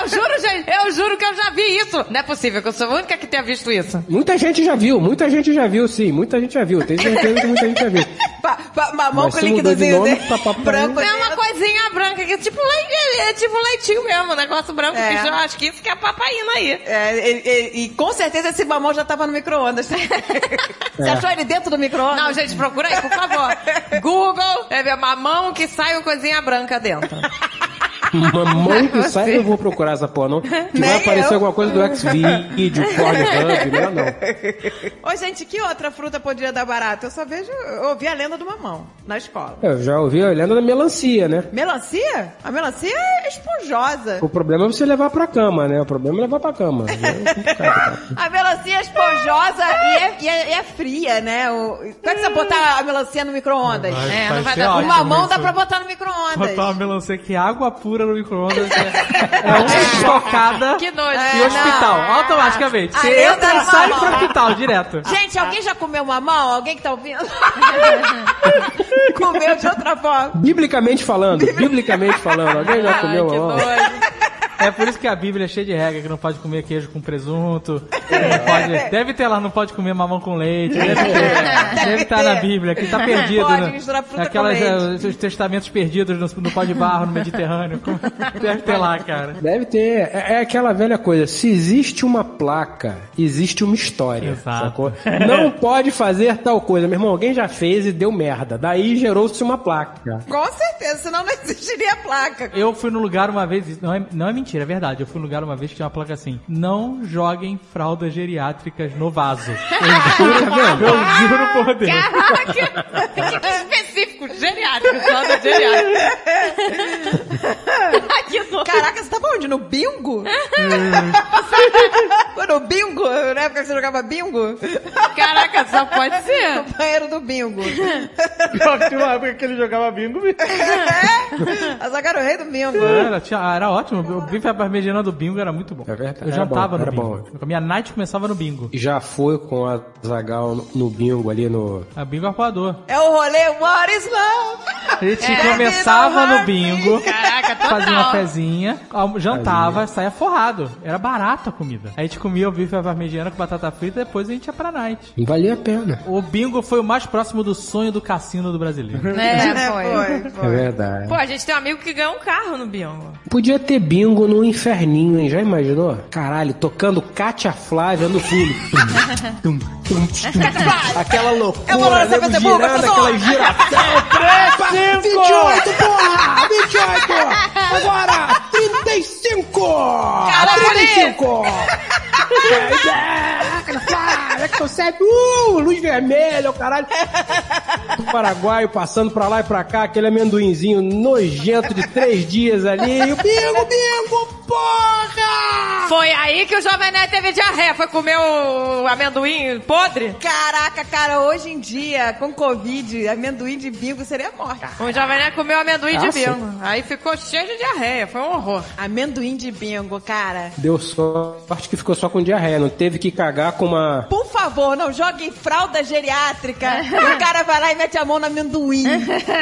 S11: Eu juro, gente, eu juro que eu já vi isso. Não é possível que eu sou a única que tenha visto isso.
S20: Muita gente já viu, muita gente já viu, sim. Muita gente já viu. Tenho certeza que muita gente já viu.
S4: Pa, pa, mamão
S20: Mas
S4: com
S20: se mudou de
S4: líquidozinho
S20: nome,
S4: dele.
S20: tá papai.
S4: branco. né?
S11: É uma coisinha branca, que é tipo, leite, é tipo leitinho mesmo, um negócio branco,
S4: É.
S11: que eu acho que isso que é a papaina aí.
S4: É, e, e- e com certeza esse mamão já tava no micro-ondas. Você achou ele dentro do micro-ondas?
S11: Não, gente, procura aí, por favor. Google, é ver mamão que sai uma coisinha branca dentro.
S20: Mamão que sai, eu não vou procurar essa porra, não. Que
S4: Nem
S20: vai aparecer
S4: eu.
S20: alguma coisa do Xvideo, Pornhub, é né? melhor não.
S4: Ô, gente, que outra fruta poderia dar barato? Eu só vejo, eu ouvi a lenda do mamão na escola.
S20: Eu já ouvi olhando na melancia, né?
S4: Melancia? A melancia é esponjosa.
S20: O problema é você levar pra cama, né? O problema é levar pra cama.
S4: A melancia é esponjosa e, é, e é- e é fria, né? O, como é que você vai botar a melancia no micro-ondas?
S5: Vai-
S4: é,
S5: vai
S4: não vai
S5: ser
S4: dar. O
S5: ótimo
S4: mamão
S5: isso.
S4: dá pra botar no micro-ondas.
S5: Botar uma melancia que é água pura no micro-ondas é, é uma chocada
S11: Que nojo.
S5: e hospital, automaticamente.
S4: Ah,
S5: Você
S4: eu
S5: entra e
S4: tava
S5: sai
S4: mal.
S5: pro hospital direto.
S4: Gente, alguém já comeu mamão? Alguém que tá ouvindo? comeu de outra forma.
S20: Biblicamente falando, biblicamente falando, alguém já comeu mamão?
S5: É por isso que a Bíblia é cheia de regra, que não pode comer queijo com presunto,
S4: É.
S5: não pode- deve ter lá, não pode comer mamão com leite, deve ter, deve estar na Bíblia, que tá perdido,
S4: Pode
S5: né?
S4: misturar fruta com
S5: Aquelas,
S4: leite.
S5: eh, os testamentos perdidos no, no pó de barro, no Mediterrâneo, deve ter lá, cara.
S20: Deve ter. É, é aquela velha coisa. Se existe uma placa, existe uma história.
S5: Exato.
S20: Sacou? Não pode fazer tal coisa. Meu irmão, alguém já fez e deu merda. Daí gerou-se uma placa.
S4: Com certeza, senão não existiria a placa.
S5: Eu fui num lugar uma vez, não é, não é mentira, é verdade. Eu fui num lugar uma vez que tinha uma placa assim: Não joguem fraldas geriátricas no vaso. Eu juro, eu juro por Deus.
S11: Caraca! Que específico, geriátrico, falando geriátrico. que nojo.
S4: Caraca, você tava onde? No bingo?
S3: É.
S4: Foi no bingo? Na época que você jogava bingo?
S3: Caraca, só pode ser.
S4: Companheiro do bingo.
S8: Pior que tinha uma época que é ele jogava bingo.
S4: É? Só era o rei do bingo.
S5: Era, tinha- era ótimo. O bife à parmegiana do bingo era muito bom. É
S20: verdade.
S5: Eu
S20: Era
S5: jantava
S20: bom,
S5: no
S20: era
S5: bingo. A minha night começava no bingo.
S20: Já foi com a Zagal no bingo ali no.
S5: A bingo arpoador.
S4: É o rolê What is Love?
S5: A gente
S4: É,
S5: começava
S4: vida
S5: no bingo,
S4: Caraca, total.
S5: fazia uma fezinha, alm- jantava, saía forrado. Era barata a comida. Aí a gente comia o bife à parmegiana com batata frita e depois a gente ia pra night.
S20: Valia a pena.
S5: O bingo foi o mais próximo do sonho do cassino do brasileiro.
S3: É, foi.
S20: É verdade.
S3: Pô, a gente tem um amigo que ganhou um carro no bingo.
S20: Podia ter bingo no inferninho, hein? Já imaginou? Caralho, tocando Kátia Flávia no fundo. Tum, tum, tum, tum. Aquela loucura,
S4: Eu vou lá nessa
S20: nego
S4: festa boa,
S20: girando,
S4: professor.
S20: aquela giração.
S4: 3,
S20: 28,
S4: 5.
S20: porra! 28! Agora, 35!
S4: Caraca,
S20: 35! Caraca, Flávia, É, que consegue! Uh, luz vermelha, o caralho! do Paraguai passando pra lá e pra cá, aquele amendoinzinho nojento de três dias ali. E o bingo, bingo, porra!
S3: Foi aí que o Jovem Nerd teve diarreia. Foi comer o amendoim podre.
S4: Caraca, cara, hoje em dia, com Covid, amendoim de bingo seria morte.
S3: O Jovem Nerd comeu amendoim de
S20: Ah, sim.
S3: bingo. Aí ficou cheio de diarreia. Foi um horror.
S4: Amendoim de bingo, cara.
S20: Deu sorte que ficou só com diarreia, não teve que cagar com uma.
S4: Por favor, não joguem fralda geriátrica. o cara vai lá e mete a mão no amendoim.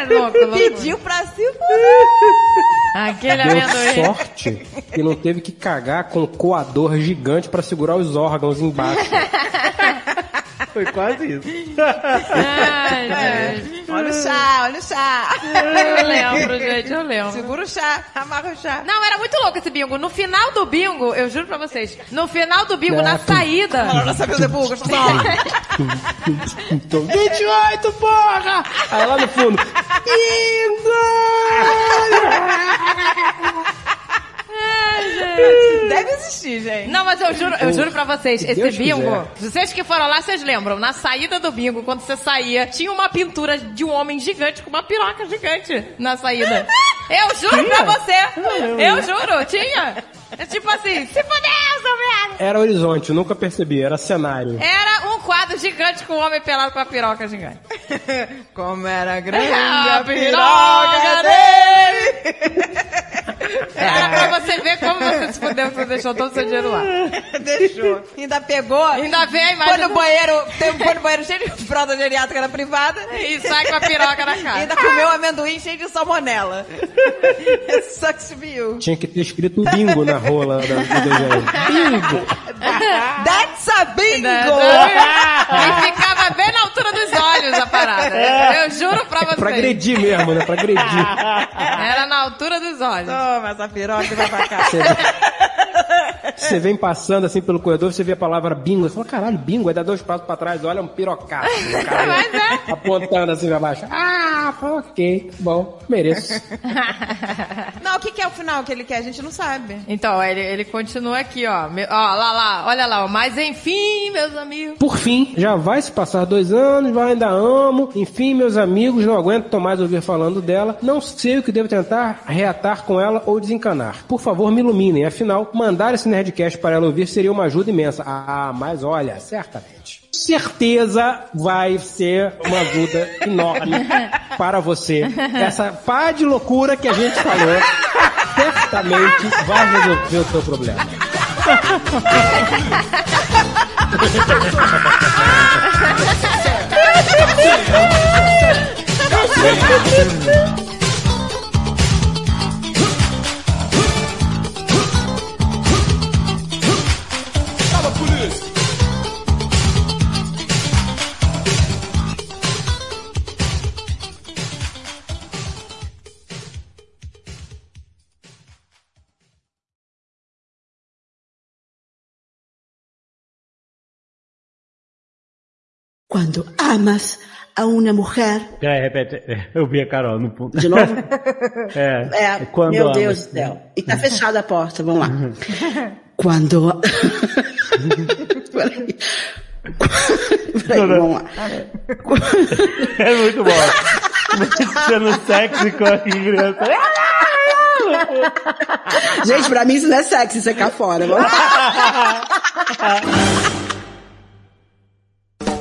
S3: Louco, louco.
S4: Pediu pra se fuder.
S3: Aquele
S20: Deu sorte que não teve que cagar com um coador gigante pra segurar os órgãos embaixo.
S8: Foi quase isso. Ah,
S4: É.
S8: é.
S4: Olha o chá, olha o chá.
S3: Eu lembro, gente, eu lembro.
S4: Segura o chá, amarra o chá.
S3: Não, era muito louco esse bingo. No final do bingo, eu juro pra vocês, no final do bingo, na
S20: Ah, tu-
S3: saída...
S20: Não, não sabia fazer
S4: bulga,
S20: Então, 28, porra! Aí lá no fundo.
S4: Deve existir, gente.
S3: Não, mas eu juro, eu juro pra vocês,
S4: Se
S3: esse
S4: Deus
S3: bingo,
S4: quiser.
S3: vocês que foram lá, vocês lembram, na saída do bingo, quando você saía, tinha uma pintura de um homem gigante com uma piroca gigante na saída. Eu juro
S20: Tinha?
S3: pra você!
S20: lembro.
S3: Eu juro, tinha! É tipo assim, se fudeu, seu merda!
S20: Era horizonte, eu nunca percebi, era cenário.
S3: Era um quadro gigante com um homem pelado com uma piroca gigante.
S4: Como era grande
S3: A
S4: a
S3: piroca
S4: piroca
S3: dele!
S4: dele.
S3: Era pra você ver como você se fudeu que você deixou todo o seu dinheiro lá.
S4: Deixou. Ainda pegou.
S3: Ainda vem a
S4: Foi
S3: imagem
S4: no
S3: do-
S4: banheiro, tem- foi no banheiro cheio de fralda geriátrica na privada.
S3: E sai com a piroca na cara.
S4: Ainda comeu amendoim cheio de salmonela. Sucks you.
S20: Tinha que ter escrito bingo na rola da, do desenho. Bingo!
S4: That's a bingo!
S3: E ficava bem na altura dos olhos a parada.
S20: É.
S3: Eu juro pra vocês.
S20: Pra agredir mesmo, né? Pra agredir.
S3: Era na altura dos olhos.
S4: Toma essa piroca vai pra cá.
S20: Você vem passando assim pelo corredor, você vê a palavra bingo. Você fala, caralho, bingo. Aí dá dois passos pra trás, olha um pirocaço. um cara Apontando assim pra baixo. Ah, ok. Bom, mereço.
S4: Não, o que, que é o final que ele quer? A gente não sabe.
S3: Então, ele, ele continua aqui, ó. Me- Ó, lá, lá, olha lá. ó. Mas enfim, meus amigos.
S20: Por fim, já vai se passar dois anos, vai ainda amo. Enfim, meus amigos, não aguento mais ouvir falando dela. Não sei o que devo tentar reatar com ela ou desencanar. Por favor, me iluminem. Afinal, mandar esse Nerdcast para ela ouvir seria uma ajuda imensa. Ah, mas olha, certamente. Certeza vai ser uma ajuda enorme para você. Essa pá de loucura que a gente falou certamente vai resolver o seu problema.
S15: Fala, polícia!
S7: Cuando amas a una mujer,
S8: Peraí, repete. Eu vi a Carol no ponto.
S7: De novo?
S8: É.
S7: É,
S8: quando
S7: meu
S8: ama.
S7: Deus do céu. E tá fechada a porta, vamos lá. Quando. Peraí. Peraí, vamos lá.
S8: É muito bom. Sendo sexy com a criança.
S7: Gente, pra mim isso não é sexy, isso é cafona.